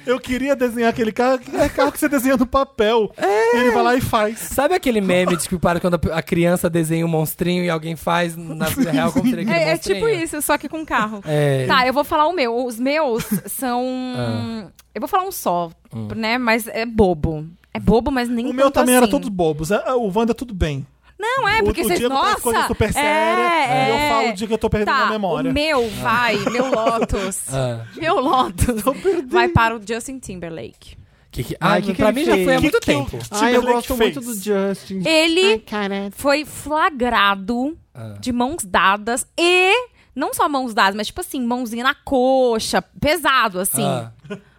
S4: Eu queria desenhar aquele carro, que é carro que você desenha no papel.
S3: É.
S4: Ele vai lá e faz.
S3: Sabe aquele meme de que para quando a a criança desenha um monstrinho e alguém faz na vida real como seria aquele
S2: É, é
S3: monstrinho?
S2: tipo isso, só que com carro.
S3: É,
S2: Tá, eu vou falar o meu. Os meus são.
S4: Ah.
S2: Eu vou falar um só, né? Mas é bobo. É bobo, mas nem
S4: Hum. o meu
S2: tanto
S4: também
S2: assim.
S4: era todos bobos. Ah, ah, O Wanda, tudo bem.
S2: Não, é,
S4: o,
S2: porque
S4: o
S2: vocês.
S4: dia não
S2: Nossa!
S4: tem coisa super
S2: é,
S4: séria.
S2: é,
S4: E eu falo o dia que eu tô perdendo
S2: tá,
S4: a memória. Ah.
S2: O meu vai, meu Lotus.
S3: Ah.
S2: Meu Lotus vai para o Justin Timberlake.
S3: Que que-
S1: Ai,
S3: Ah,
S1: que que
S3: pra
S1: ele
S3: mim já
S1: fez?
S3: foi há
S1: Que
S3: muito
S4: que
S3: tempo.
S4: eu-
S2: tipo
S1: Ai, eu
S4: Timberlake
S1: gosto
S4: fez.
S1: muito do Justin. Ai,
S4: Ah.
S2: Ele
S1: cara.
S2: foi flagrado
S3: Ah.
S2: de mãos dadas e. Não só mãos dadas, mas tipo assim, mãozinha na coxa, pesado, assim.
S3: Ah.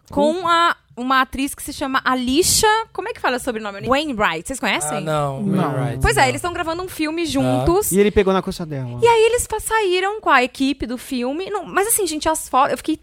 S2: com a, uma atriz que se chama Alicia. Como é que fala sobre o sobrenome? Wainwright. Vocês conhecem?
S3: Ah, não,
S1: Não.
S3: Wainwright,
S2: é Pois é,
S3: não. Ah.
S2: eles estão gravando um filme juntos.
S1: E ele pegou na coxa dela.
S2: E aí eles fa- saíram com a equipe do filme. Não, mas assim, gente, as fotos. Eu fiquei.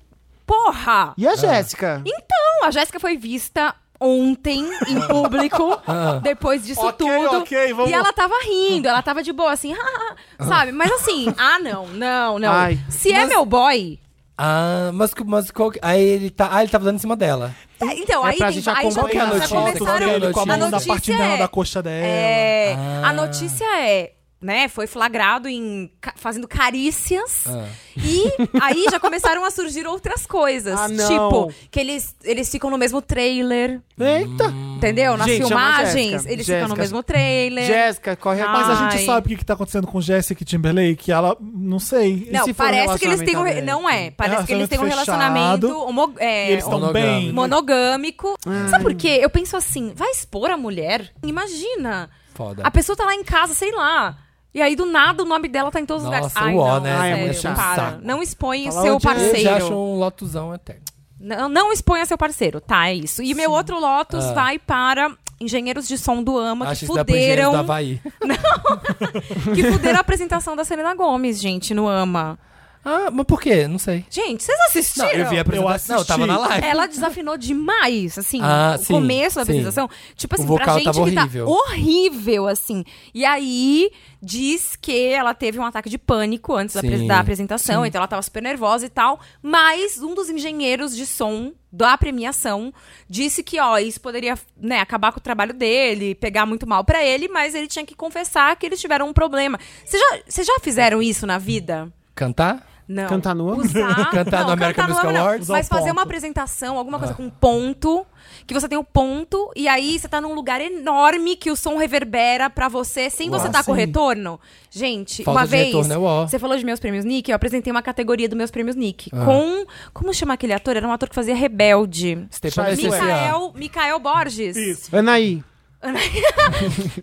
S2: Porra!
S3: Ah.
S1: E a Jéssica?
S2: Então, a Jéssica foi vista ontem em público,
S3: Ah.
S2: depois disso
S4: Ok,
S2: tudo.
S4: ok, vamos-
S2: E ela tava rindo, ela tava de boa, assim, "Ah, ah", sabe? Mas assim, ah, não, não, não.
S1: Ai.
S2: Se é meu boy,
S3: Ah, mas, que- mas qual que- aí ele tá, ah, ele tava dando em cima dela.
S2: Tá, Então,
S1: É
S2: aí
S1: pra
S2: tem
S1: gente
S2: aí já
S1: acompanhar
S2: já
S3: a notícia,
S2: começaram-
S3: qual que é a
S4: com a
S3: notícia?
S4: mão da parte dela,
S2: é-
S4: da coxa dela.
S2: É,
S3: Ah.
S2: A notícia é, né, foi flagrado em ca- fazendo carícias.
S3: Ah.
S2: E aí já começaram a surgir outras coisas.
S1: Ah, não.
S2: Tipo, que eles, eles ficam no mesmo trailer,
S1: Eita!
S2: entendeu? Nas
S1: Gente, chama a
S2: filmagens,
S1: Jéssica.
S2: eles
S1: Jéssica.
S2: ficam no mesmo trailer.
S1: Jéssica, corre aqui.
S4: Mas a
S2: Ai.
S4: gente sabe o que, que tá acontecendo com Jessica Timberlake, ela, não sei.
S1: E
S2: Não,
S1: se for um
S2: parece que eles têm um. re-
S1: relacionamento
S2: Não é. Parece que eles têm um
S4: Relacionamento
S2: relacionamento
S4: fechado.
S2: homo- é,
S4: e eles um estão
S3: monogâmico.
S4: bem.
S2: monogâmico. Sabe por quê? Eu penso assim, vai expor a mulher? Imagina.
S3: Foda.
S2: A pessoa tá lá em casa, sei lá. E aí, do nada, o nome dela tá em todos os
S3: Nossa,
S2: lugares.
S3: o ó,
S2: não,
S3: né?
S1: Ai, é
S2: sério,
S1: muito chato.
S2: para.
S3: Saco.
S2: Não expõe o
S1: Fala
S2: seu
S1: onde é.
S3: Eu já acho
S2: parceiro.
S3: um lotuzão eterno.
S2: Não, não exponha seu parceiro, tá? É isso. E meu outro Lotus
S3: Ah.
S2: vai para engenheiros de som do AMA
S3: Acho
S2: que
S3: isso dá pro engenheiro da
S2: fuderam,
S3: Havaí.
S2: que fuderam a apresentação da Selena Gomes, gente, no AMA.
S3: Ah, mas por quê? Não sei.
S2: Gente, vocês assistiram?
S3: Não, eu vi a apresentação. Não, eu tava na
S4: assisti.
S3: live.
S2: Ela desafinou demais, assim,
S3: Ah,
S2: o
S3: sim,
S2: começo da
S3: sim.
S2: apresentação. Tipo assim,
S3: O vocal
S2: pra gente
S3: tava
S2: que
S3: horrível.
S2: tá horrível, assim. E aí, diz que ela teve um ataque de pânico antes da
S3: Sim,
S2: apres- da apresentação, então ela tava super nervosa e tal. Mas um dos engenheiros de som da premiação disse que, ó, isso poderia, né, acabar com o trabalho dele, pegar muito mal pra ele, mas ele tinha que confessar que eles tiveram um problema. Vocês já, vocês já fizeram isso na vida?
S3: Cantar?
S2: Não.
S1: Cantar nua?
S2: Usar,
S3: Cantar
S2: não,
S3: no American
S2: cantar
S3: Music
S2: não, não.
S3: Awards?
S2: Mas
S4: Usar Ah. o
S2: fazer uma
S4: ponto.
S2: apresentação, alguma coisa com ponto, que você tem o ponto, e aí você tá num lugar enorme que o som reverbera pra você, sem você
S4: Uau,
S2: tá com
S4: sim.
S2: retorno. Gente,
S3: Ah, Falta
S2: uma
S3: de
S2: vez,
S3: retorno é uó.
S2: você falou de Meus Prêmios Nick, eu apresentei uma categoria do Meus Prêmios Nick,
S3: Ah.
S2: com, como chama aquele ator? Era um ator que fazia Rebelde.
S3: Stepan
S1: Charlie
S3: SSA.
S2: Micael, Micael Borges.
S4: Isso.
S1: Anaí.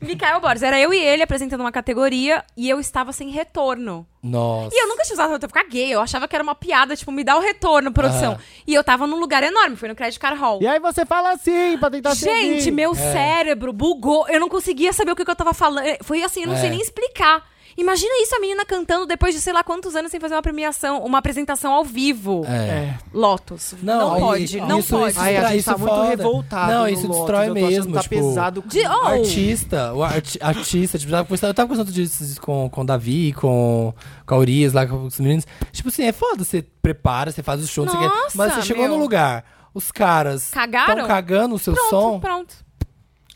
S2: Micael Borges. Era eu e ele apresentando uma categoria e eu estava sem retorno.
S3: Nossa.
S2: E eu nunca tinha usado retorno, eu caguei. Eu achava que era uma piada, tipo, me dá o retorno, produção.
S3: Ah.
S2: E eu tava num lugar enorme, foi no Credit Card Hall.
S1: E aí você fala assim pra tentar
S2: Gente,
S1: seguir.
S3: É.
S2: meu cérebro bugou. Eu não conseguia saber o que, que eu tava falando. Foi assim, eu não
S3: É.
S2: sei nem explicar. Imagina isso, a menina cantando depois de sei lá quantos anos sem fazer uma premiação, uma apresentação ao vivo.
S3: É.
S4: É.
S2: Lotus. Não,
S3: aí-
S2: pode, não
S3: isso-
S2: pode.
S3: isso
S1: Ai, a
S3: destrói,
S1: gente tá
S3: isso
S1: muito
S3: foda.
S1: revoltado.
S3: Não,
S1: no
S3: isso
S1: Lotus,
S3: destrói
S1: eu tô achando
S3: mesmo,
S1: Tá
S3: tipo,
S1: pesado.
S2: De- oh,
S3: Artista, o arti- artista, tipo, eu tava conversando, eu tava conversando outro dia esses- com, com o Davi, com, com a Urias, lá com os meninos. Tipo assim, é foda, você prepara, você faz o show, não sei o quê,
S2: Nossa,
S3: mas você chegou
S2: meu.
S3: num lugar, os caras
S2: Cagaram?
S3: tão cagando o seu
S2: Pronto,
S3: som.
S2: pronto.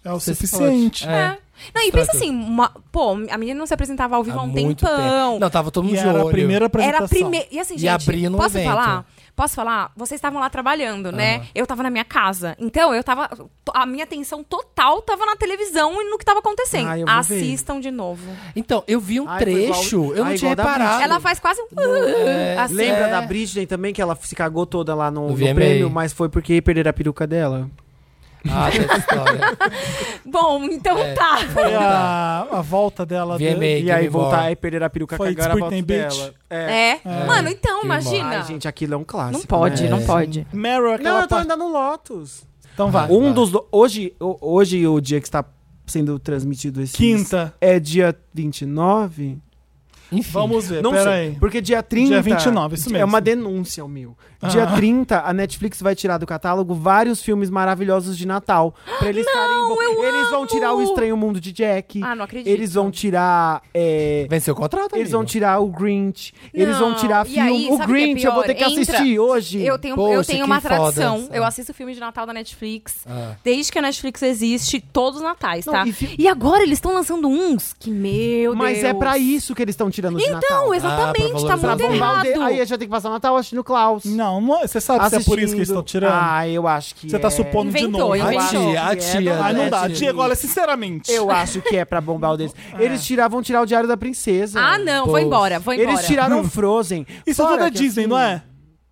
S4: É o
S3: Você se
S4: suficiente.
S3: fode.
S2: É.
S3: É.
S2: Não, e
S3: Destrói
S2: pensa
S3: tudo.
S2: assim, uma- pô, a menina não se apresentava ao vivo há, um
S3: muito
S2: tempão.
S3: tempo. Não, tava todo mundo
S4: E
S3: um de
S4: era
S3: olho.
S4: a primeira
S2: Era
S4: apresentação.
S2: a primeira. E assim,
S3: E
S2: gente,
S3: abrir num
S2: posso
S3: evento.
S2: falar? Posso falar? Vocês estavam lá trabalhando, né? Eu tava na minha casa. Então, eu tava. A minha atenção total tava na televisão e no que tava acontecendo.
S1: Ah, eu vou ver.
S2: Assistam de novo.
S3: Então, eu vi um
S1: Ai, foi igual-
S3: trecho, Ah, eu não
S1: ai,
S3: tinha
S1: igual da
S3: reparado.
S1: Britney.
S2: Ela faz quase um. assim.
S1: Lembra
S3: É.
S1: da Britney também, que ela se cagou toda lá no,
S3: No
S1: no
S3: VMA.
S1: prêmio, mas foi porque perderam a peruca dela?
S3: Ah, tem essa história.
S2: Bom, então
S3: É.
S2: tá.
S4: Foi a, a volta dela.
S3: VMA.
S4: do-
S3: Hey,
S1: e aí
S3: Gimme More.
S1: voltar e perder a peruca
S4: Foi
S1: cagaram a volta
S4: Britney Beach.
S1: dela. É.
S2: É. Mano, então,
S3: Que
S2: imagina.
S1: Ai, gente, aquilo é um clássico.
S2: não pode,
S1: né?
S2: não pode.
S4: Meryl,
S1: Não,
S4: aquela
S1: eu tô
S4: parte.
S1: ainda no Lotus.
S4: Então vai.
S1: Um dos. do- Hoje, o- hoje o dia que está sendo transmitido esse.
S4: Quinta.
S1: É dia 29?
S3: Enfim.
S4: Vamos ver,
S1: Não sei.
S4: peraí.
S1: Porque dia 30.
S4: Dia 29, isso
S1: É
S4: mesmo. Ah.
S1: uma denúncia, o meu. Dia 30, a Netflix vai tirar do catálogo vários filmes maravilhosos de Natal. Pra eles estarem. bo-
S2: eu
S1: Eles vão
S2: amo!
S1: tirar o Estranho Mundo de Jack.
S2: Ah, não acredito.
S1: Eles vão tirar. é,
S3: Venceu o contrato,
S1: Eles vão
S3: amigo.
S1: tirar o Grinch. Eles vão
S2: Não,
S1: tirar
S2: e
S1: filme.
S2: aí,
S1: o
S2: sabe o que é
S1: Grinch eu vou ter que
S2: pior? Entra-
S1: assistir hoje.
S2: Eu tenho, eu
S3: Poxa,
S2: tenho
S3: que
S2: uma
S3: é foda
S2: tradição.
S3: essa.
S2: Eu assisto filme de Natal da Netflix.
S3: Ah.
S2: Desde que a Netflix existe, todos os natais,
S1: Não,
S2: tá?
S1: e
S2: e,
S1: fi-
S2: agora eles estão lançando uns que, meu
S1: Mas
S2: Deus.
S1: é pra isso que eles estão tirando de Natal.
S2: Então,
S3: Ah,
S2: exatamente,
S3: pra
S1: Pra
S2: tá muito
S3: valorizar.
S1: bombar o
S2: errado.
S1: de... Aí a gente vai ter que passar o Natal assistindo Klaus.
S4: Não, não- você sabe se é por isso que eles estão tirando?
S1: Ah, eu acho que
S4: Você tá
S1: é.
S4: supondo de
S2: Inventou,
S4: novo.
S2: hein?
S3: A
S2: Eu acho
S3: tia, a
S1: que é,
S3: tia.
S1: não-
S4: Ah, não dá.
S1: É,
S4: Diego, olha, sinceramente.
S1: Eu acho que é pra bombar o deles. Eles tirar, vão tirar o Diário da Princesa.
S2: Ah, não,
S3: Pô.
S2: vou embora, vou embora.
S1: Eles tiraram Frozen.
S4: Hum. Isso
S1: Fora
S4: tudo é
S1: que,
S4: Disney,
S1: assim,
S4: não é?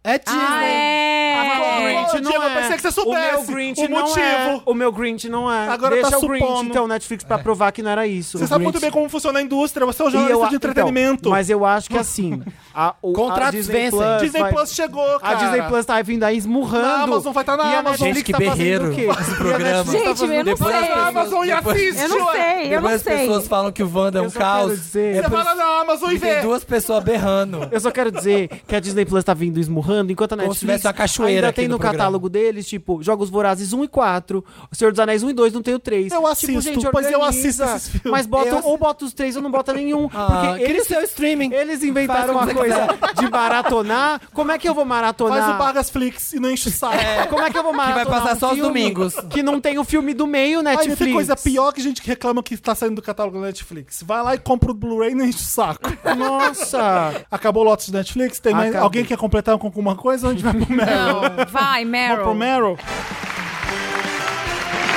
S3: É Disney.
S1: né?
S2: Ah,
S1: O
S2: é.
S1: Grinch não
S4: Diego, eu
S1: é.
S4: pensei que você soubesse
S1: O meu Grinch
S4: o
S1: não é.
S4: motivo.
S1: O meu Grinch não é.
S4: Agora
S1: Deixa
S4: tá
S1: o Grinch,
S4: supondo.
S1: então, Netflix,
S3: É.
S1: pra provar que não era isso.
S4: Você sabe muito
S3: Grinch.
S4: bem como funciona a indústria. Você é um
S1: E
S4: jornalista
S1: eu-
S4: de
S1: então,
S4: entretenimento. Hum.
S1: mas eu acho que assim. A, o,
S3: Contratos
S1: a Disney
S3: vencem.
S1: Plus
S4: Disney
S1: vai-
S4: Plus chegou,
S1: A
S4: cara.
S1: Disney Plus tá vindo aí esmurrando.
S4: Na Amazon, vai tá na
S1: e a
S4: Amazon.
S1: Netflix
S3: Gente, que
S1: tá fazendo
S3: berreiro
S1: o quê?
S3: esse
S1: E a
S3: programa.
S1: Netflix tá
S2: Gente,
S1: fazendo
S2: eu não
S1: o quê?
S4: Vai
S2: sei.
S4: na Amazon e
S3: Depois-
S4: assiste.
S2: Eu não
S4: ué.
S2: sei, eu
S3: Depois
S2: não
S3: as
S2: sei.
S3: pessoas falam que o Wanda é um
S1: Eu só
S3: caos.
S1: quero dizer-
S4: Você
S3: Depois
S4: vai lá na Amazon e
S3: tem
S4: vê.
S3: duas pessoas berrando.
S1: Eu só quero dizer que a Disney Plus tá vindo esmurrando, enquanto a
S3: Como se
S1: Netflix
S3: tivesse uma cachoeira zoeira
S1: ainda
S3: aqui
S1: tem
S3: do
S1: no
S3: programa.
S1: catálogo deles, tipo, Jogos Vorazes 1 e 4, Senhor dos Anéis 1 e 2, não tem o 3.
S4: Eu assisto,
S1: tipo, gente,
S4: pois eu
S1: organiza,
S4: assisto esses filmes.
S1: Mas bota, um,
S3: Eu assisto.
S1: ou bota os três ou não bota nenhum.
S3: Ah,
S1: porque eles,
S3: seu streaming.
S1: eles inventaram
S3: Faz
S1: uma
S3: como você
S1: coisa de maratonar. Como é que eu vou maratonar?
S4: Faz o Bargas Flix e não enche o saco.
S1: Como é que eu vou maratonar
S3: passar
S1: um
S3: só aos
S1: filme
S3: domingos.
S1: Que não tem o filme do meio,
S4: Ai,
S1: Netflix.
S4: não tem coisa pior que gente que reclama que tá saindo do catálogo da Netflix. Vai lá e compra o Blu-ray e não enche o saco.
S1: Nossa!
S4: Acabou o lote de Netflix? Tem mais...
S1: Acabou.
S4: alguém quer completar com alguma coisa? A gente vai pro Meryl.
S2: Não, vai,
S4: Vamos
S2: Meryl.
S4: pro Meryl?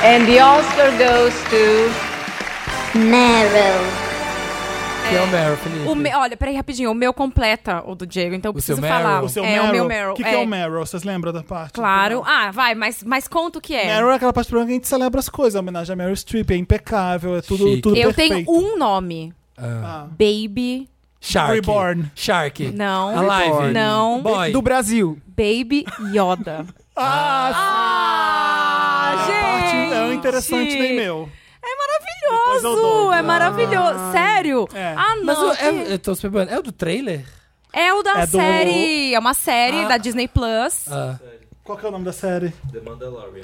S5: And the Oscar goes to...
S6: Meryl.
S3: Que é o Meryl, Felipe.
S2: O me- olha, peraí, rapidinho. O meu completa o do Diego, então eu
S3: O seu
S2: preciso
S3: Meryl?
S2: falar.
S4: O seu
S2: é,
S4: Meryl.
S2: o meu Meryl.
S4: O que, que
S2: é,
S4: é. o Meryl? Vocês lembram da parte?
S2: Claro. Ah, vai, mas, mas conta o que é.
S4: Meryl é aquela parte do programa que a gente celebra as coisas. A homenagem a Meryl Streep é impecável, é tudo,
S3: Chique.
S4: tudo
S2: eu
S4: perfeito.
S2: tenho um nome. Baby.
S3: Shark.
S4: Reborn.
S3: Shark.
S2: Não.
S3: Alive.
S2: Não.
S3: Boy.
S1: Do Brasil.
S2: Baby Yoda. ah,
S4: A parte
S2: gente!
S4: não é interessante nem meu.
S2: É
S4: Depois eu dou. tá?
S2: maravilhoso! É maravilhoso. Sério?
S4: É.
S2: Ah,
S3: Mas
S2: não.
S3: o,
S2: que-
S3: é, eu tô se perguntando, é o do trailer?
S2: é, o da
S4: é do-
S2: série. É uma série
S3: Ah.
S2: da Disney Plus.
S3: Ah,
S4: Qual que é o nome da série?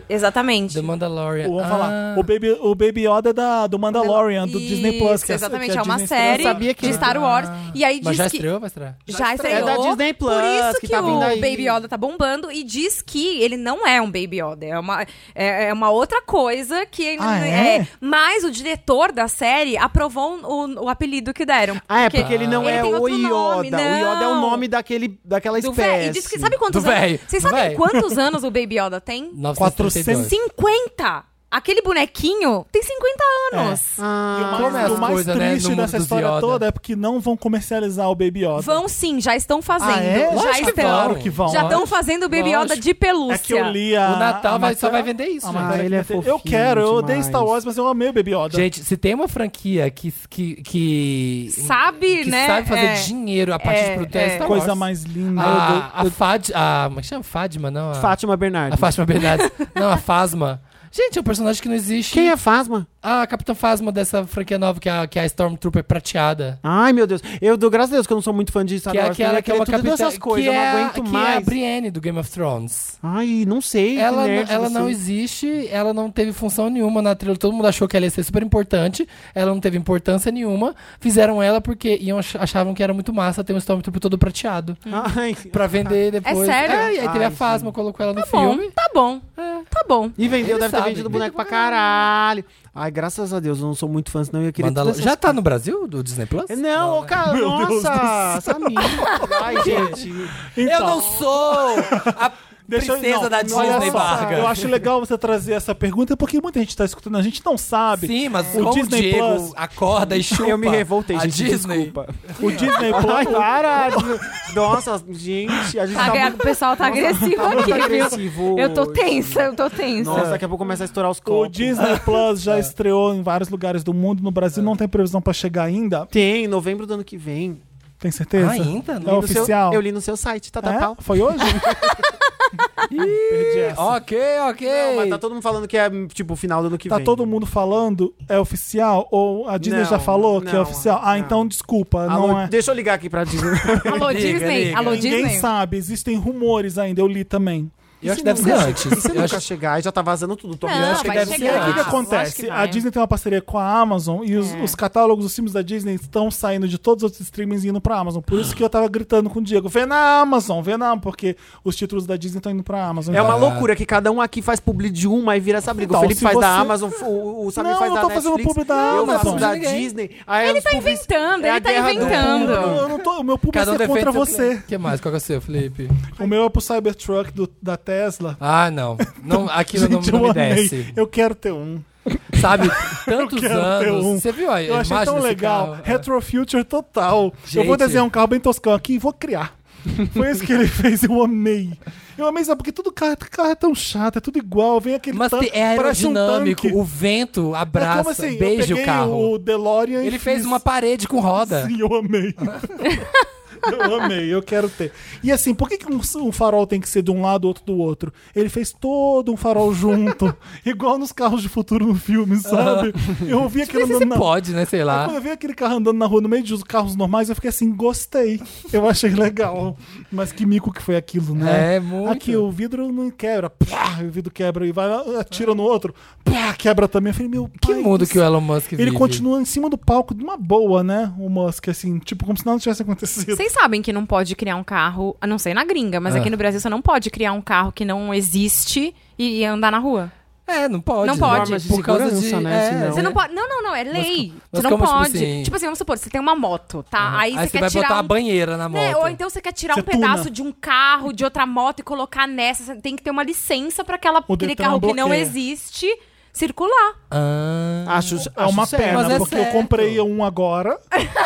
S2: Exatamente.
S3: The Mandalorian.
S4: Vamos
S3: ah,
S4: falar. O Baby, o Baby Yoda é da, do Mandalorian, do Disney Plus.
S2: Isso,
S4: que a-
S2: exatamente,
S4: que a
S2: é uma
S4: Disney
S2: série
S4: estreou.
S1: Sabia que-
S2: de Star Wars. E aí
S3: Mas
S2: diz
S3: já
S2: que.
S3: estreou, vai estrear?
S2: Já
S1: estreou.
S2: estreou.
S1: É da Disney Plus,
S2: Por isso
S1: que
S2: que,
S1: tá
S2: o
S1: vindo aí.
S2: Baby Yoda tá bombando e diz que ele não é um Baby Yoda. É uma, é, é uma outra coisa que.
S4: Ah, é?
S2: Mas o diretor da série aprovou um, o, o apelido que deram.
S1: Ah, é porque ele não
S2: Ele
S1: é
S2: tem
S1: o
S2: outro
S1: Yoda.
S2: nome,
S1: O Yoda é o
S2: não.
S1: nome daquele, daquela
S2: Do
S1: espécie.
S2: véi. E diz que. Sabe quantos
S3: Do véi,
S2: anos? Vocês
S3: do
S2: sabem
S3: véi.
S2: quantos anos o Baby Yoda tem?
S3: 932.
S2: 50! Aquele bonequinho tem 50 anos.
S1: Ah,
S4: E o mais,
S3: Como é as
S4: o mais
S3: coisas, né,
S4: triste
S3: no mundo
S4: dessa
S3: dos
S4: história
S3: Yoda.
S4: toda é porque não vão comercializar o Baby Yoda.
S2: Vão sim, já estão fazendo.
S4: Ah, é?
S2: Já
S4: Lógico que
S2: estão.
S4: Claro que vão. é.
S2: Já
S4: Lógico.
S2: estão fazendo o Baby Yoda
S3: Lógico.
S2: de pelúcia.
S4: É que eu li a.
S3: O Natal
S4: a
S3: vai- só
S4: matéria-
S3: vai vender isso, né? gente.
S4: a matéria
S1: Ah, ele é
S4: que vai ter- Eu
S1: fofinho
S4: quero, eu odeio
S1: demais.
S4: Star Wars, mas eu amei o Baby Yoda.
S3: Gente, se tem uma franquia que. que, que
S2: Sabe,
S3: que
S2: né?
S3: sabe fazer
S2: É.
S3: dinheiro a partir
S2: É,
S3: de produto
S2: é.
S3: é Star Wars.
S4: coisa mais linda.
S3: Ah, a Fad, a, como é que chama? Fadma, não? A,
S1: Fátima
S3: a
S1: Bernardes.
S3: Fátima Bernardes. não, a Fasma. Gente, é um personagem que não existe. Ah,
S1: Quem é Fasma?
S3: A Capitã Fasma dessa franquia nova, que é a, que é a Stormtrooper prateada.
S1: Ai, meu Deus. Eu dou graças a Deus que eu Tá, não sou muito fã de Star
S3: Que é
S1: Wars.
S3: aquela que é uma
S1: queria tudo
S3: capitã.
S1: dessas coisas,
S3: que
S1: eu
S3: é,
S1: não aguento
S3: que é a
S1: mais.
S3: Brienne do Game of Thrones.
S1: Ai, não sei. que
S3: Ela,
S1: nerd
S3: ela
S1: você. é um
S3: não existe, ela não teve função nenhuma na trilha. Todo mundo achou que ela ia ser super importante, ela não teve importância nenhuma. Fizeram ela porque iam, ach- achavam que era muito massa ter um Stormtrooper todo prateado.
S1: Ai.
S3: Pra vender depois.
S2: sério?
S3: É, e aí teve
S1: Ah. Ai,
S3: a Fasma, colocou ela no
S2: Tá bom,
S3: filme.
S2: tá bom. Tá bom.
S1: E vendeu,
S3: Ele
S1: deve ter
S3: sabe.
S1: vendido boneco pra caralho. Ai, graças a Deus, eu não sou muito fã, senão eu ia querer
S3: Mandalo-
S1: tudo
S3: Já né? tá no Brasil, do Disney Plus?
S1: Não, ô, cara,
S4: Meu Deus
S1: nossa, Samir. Ai, gente.
S4: Então,
S3: sou Ah, a
S4: deixa eu- não, olha só, Eu acho legal você trazer essa pergunta, porque muita gente tá escutando, a gente não sabe.
S3: Sim, mas
S4: O
S3: como
S4: Disney
S3: o Diego
S4: Plus-
S3: acorda e chupa
S1: Eu me revoltei,
S3: a
S1: gente,
S3: Disney.
S1: desculpa.
S4: O Disney
S1: Ai,
S4: Plus.
S1: para. Nossa, gente, a gente
S2: Tá
S1: tá,
S2: agre-
S1: muito,
S2: O pessoal tá agressivo
S1: tá muito
S2: aqui, viu?
S1: agressivo.
S2: Eu tô
S1: hoje.
S2: tensa, eu tô tensa.
S1: Nossa, daqui a pouco começa a estourar os
S4: O
S1: copos.
S4: Disney Plus
S3: É.
S4: já estreou em vários lugares do mundo. No Brasil não tem previsão pra chegar ainda.
S1: Tem, novembro do ano que vem.
S4: Tem certeza?
S3: Ainda?
S4: É
S1: Li
S3: Não.
S1: no seu-
S4: oficial?
S1: eu li no seu site, tá, tá, pau.
S4: É? Foi hoje? Ih, Perdi essa.
S3: Ok, ok.
S1: Não, mas tá todo mundo falando que é, tipo, final do ano que
S4: Tá
S1: vem.
S4: todo mundo falando, é oficial? Ou a Disney
S1: Não,
S4: já falou que é
S1: não,
S4: oficial? Ah,
S1: não.
S4: então desculpa,
S1: Alô,
S4: não é.
S1: Deixa eu ligar aqui pra Disney.
S2: Alô,
S3: Liga,
S2: Disney.
S3: liga.
S2: Alô,
S4: Ninguém
S2: Disney.
S4: sabe, existem rumores ainda, eu li também.
S3: Eu acho que deve ser
S4: é
S1: E
S3: antes.
S1: se
S3: Eu
S1: nunca
S3: acho-
S1: chegar, e já tá vazando tudo. Tô
S2: Não,
S1: ligando.
S2: vai
S3: deve ser
S2: chegar.
S3: antes.
S4: O que, que
S2: Lógico
S4: acontece?
S2: vai.
S4: a Disney tem uma parceria com a Amazon e os,
S1: É.
S4: os catálogos dos filmes da Disney estão saindo de todos os outros streamings e indo pra Amazon. Por isso que eu tava gritando com o Diego: vê na Amazon, vê na porque os títulos da Disney estão indo pra Amazon.
S1: É uma loucura que cada um aqui faz publi de uma e vira essa briga.
S4: Então,
S1: o Felipe
S4: se
S1: faz da
S4: você-
S1: Amazon, o, o Samir
S4: Não,
S1: faz
S4: eu
S1: da
S4: tô
S1: Netflix.
S4: fazendo publi da
S1: eu faço
S4: Amazon.
S1: da
S3: Ninguém.
S1: Disney. Aí
S2: Ele
S1: os
S2: tá
S1: publis-
S2: inventando,
S1: é a
S2: ele tá
S1: guerra do
S4: Eu,
S2: inventando.
S4: eu não tô, o meu público é
S3: um defende
S4: contra
S3: seu
S4: você.
S3: cliente. O que mais? Qual que é o seu, Felipe?
S4: O meu é pro Cybertruck do- da Tesla.
S3: Ah, não. não aquilo
S4: Gente,
S3: não, não
S4: eu
S3: me
S4: amei.
S3: desce.
S4: Eu quero ter um.
S3: Sabe? Tantos
S4: quero ter
S3: anos.
S4: um.
S3: Você viu aí?
S4: Eu
S3: a
S4: achei
S3: imagem
S4: tão
S3: desse
S4: legal.
S3: carro? é.
S4: Retrofuture total. Eu vou
S3: Gente.
S4: desenhar um carro bem toscão aqui e vou criar. Foi isso que ele fez, eu amei. Eu amei, sabe? Porque todo carro, carro é tão chato, é tudo igual. Vem aquele
S3: Mas
S4: tanque,
S3: é
S4: parece um
S3: aerodinâmico,
S4: tanque.
S3: o vento abraça,
S4: é como assim, eu
S3: beija
S4: peguei
S3: o carro.
S4: o DeLorean e
S3: Ele fez
S4: fiz-
S3: uma parede com roda.
S4: Sim, eu amei. Eu amei, eu quero ter. E assim, por que, que um, um farol tem que ser de um lado, outro do outro? Ele fez todo um farol junto, igual nos carros de futuro no filme, sabe? Eu ouvi aquele
S3: Não sei
S4: andando
S3: se
S4: na...
S3: pode, né? Sei
S4: Quando
S3: lá.
S4: eu vi aquele carro andando na rua no meio dos carros normais, eu fiquei assim, gostei. Eu achei legal. Mas que mico que foi aquilo, né?
S3: É, muito.
S4: Aqui o vidro não quebra. Plá, o vidro quebra e vai lá, atira no outro. Plá, quebra também. Eu falei, meu
S3: Que
S4: pai
S3: mundo
S4: do
S3: que o Elon Musk vive.
S4: ele continua em cima do palco de uma boa, né? O Musk, assim, tipo, como se nada tivesse acontecido.
S2: Vocês sabem que não pode criar um carro, a não sei na gringa, mas
S3: Ah.
S2: aqui no Brasil você não pode criar um carro que não existe e e andar na rua.
S3: É, não pode.
S2: Não pode.
S3: Normas de
S1: Por causa
S3: segurança,
S1: de-
S3: né?
S1: é,
S3: senão-
S2: Você não pode. Não, não, não, é lei.
S3: mas
S2: você não
S3: como, tipo
S2: pode. Tipo
S3: assim-
S2: assim... vamos supor, você tem uma moto, tá? Aí, você
S3: Aí Ah, você
S2: quer
S3: vai
S2: tirar
S3: botar uma
S2: um-
S3: banheira na
S2: Né,
S3: moto.
S2: Ou então você quer tirar
S4: Você
S2: um pedaço
S4: tuna.
S2: de um carro, de outra moto e colocar nessa. Você tem que ter uma licença pra aquela,
S4: O
S2: aquele
S4: Detran
S2: carro que não
S4: bloqueia.
S2: existe circular.
S3: Ah.
S1: Acho,
S4: É uma
S1: acho certo.
S4: pena,
S3: mas é
S4: porque
S3: certo.
S4: eu comprei um agora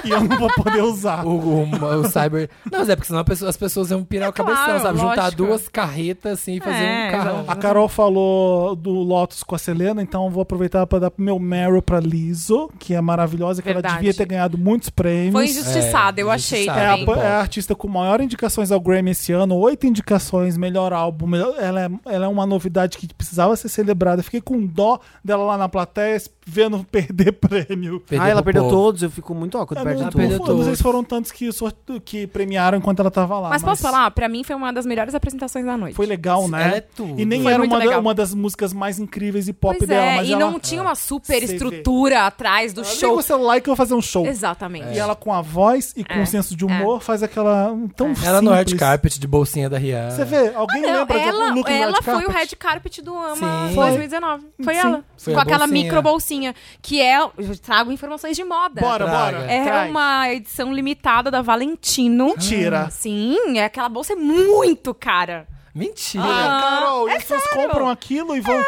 S4: e eu não vou poder usar.
S3: O, o- o cyber. Não, mas é porque senão a pessoa- as pessoas iam pirar o
S2: claro,
S3: cabeção, sabe? Juntar
S2: lógico.
S3: duas carretas assim e fazer
S2: É,
S3: um carro.
S4: A Carol falou do Lotus com a Selena, então eu vou aproveitar pra dar meu Meryl pra Lizzo, que é maravilhosa, que
S2: Verdade.
S4: ela devia ter ganhado muitos prêmios.
S2: Foi injustiçada,
S3: É,
S2: eu achei
S3: injustiçada.
S4: É a,
S2: também.
S3: Pop.
S4: é a artista com maior indicações ao Grammy esse ano, oito indicações, melhor álbum. melhor- ela, é, ela é uma novidade que precisava ser celebrada. Eu Fiquei com dó dela lá na plateia, vendo perder prêmio.
S1: Ah, ela
S3: pro
S1: perdeu
S3: povo.
S1: todos, eu fico muito ó, quando
S4: Eu
S1: perde
S4: não,
S1: tudo.
S3: perdeu
S4: eu não
S3: todos.
S4: sei se foram tantos que, sorte- que premiaram enquanto ela tava lá.
S2: mas, posso falar? Pra mim foi uma das melhores apresentações da noite.
S4: Ah, Foi legal,
S3: Ela
S4: né?
S3: é tudo.
S4: E nem
S2: Foi
S4: era
S2: muito
S4: uma, da-
S2: legal.
S4: uma das músicas mais incríveis e pop
S2: Pois
S4: dela,
S2: é,
S4: mas
S2: e
S4: ela...
S2: não tinha uma super
S4: Você vê.
S2: estrutura atrás do
S4: ela liga
S2: show.
S4: o celular que eu vou fazer um show.
S2: Exatamente.
S4: E ela com a voz e com
S2: É.
S4: o senso de humor faz aquela... um Tão
S3: Ela no red
S4: simples.
S3: carpet de bolsinha da Rihanna.
S4: Você vê, alguém
S2: Ah, Não,
S4: lembra de algum
S2: ela,
S4: look no
S2: ela
S4: red
S2: foi o
S4: carpet?
S2: red carpet do AMA
S3: Sim.
S2: 2019. Foi
S4: Sim.
S2: ela.
S3: Foi
S2: com
S3: a
S2: aquela
S3: bolsinha.
S2: micro bolsinha. Que é. Eu trago informações de moda.
S4: Bora,
S3: Traga.
S4: bora.
S2: É
S4: Traz.
S2: uma edição limitada da Valentino.
S4: Mentira.
S2: Sim, é aquela bolsa é muito cara.
S3: Mentira.
S4: Ah, Carol, e
S2: é
S4: as pessoas
S2: sério.
S4: compram aquilo e vão.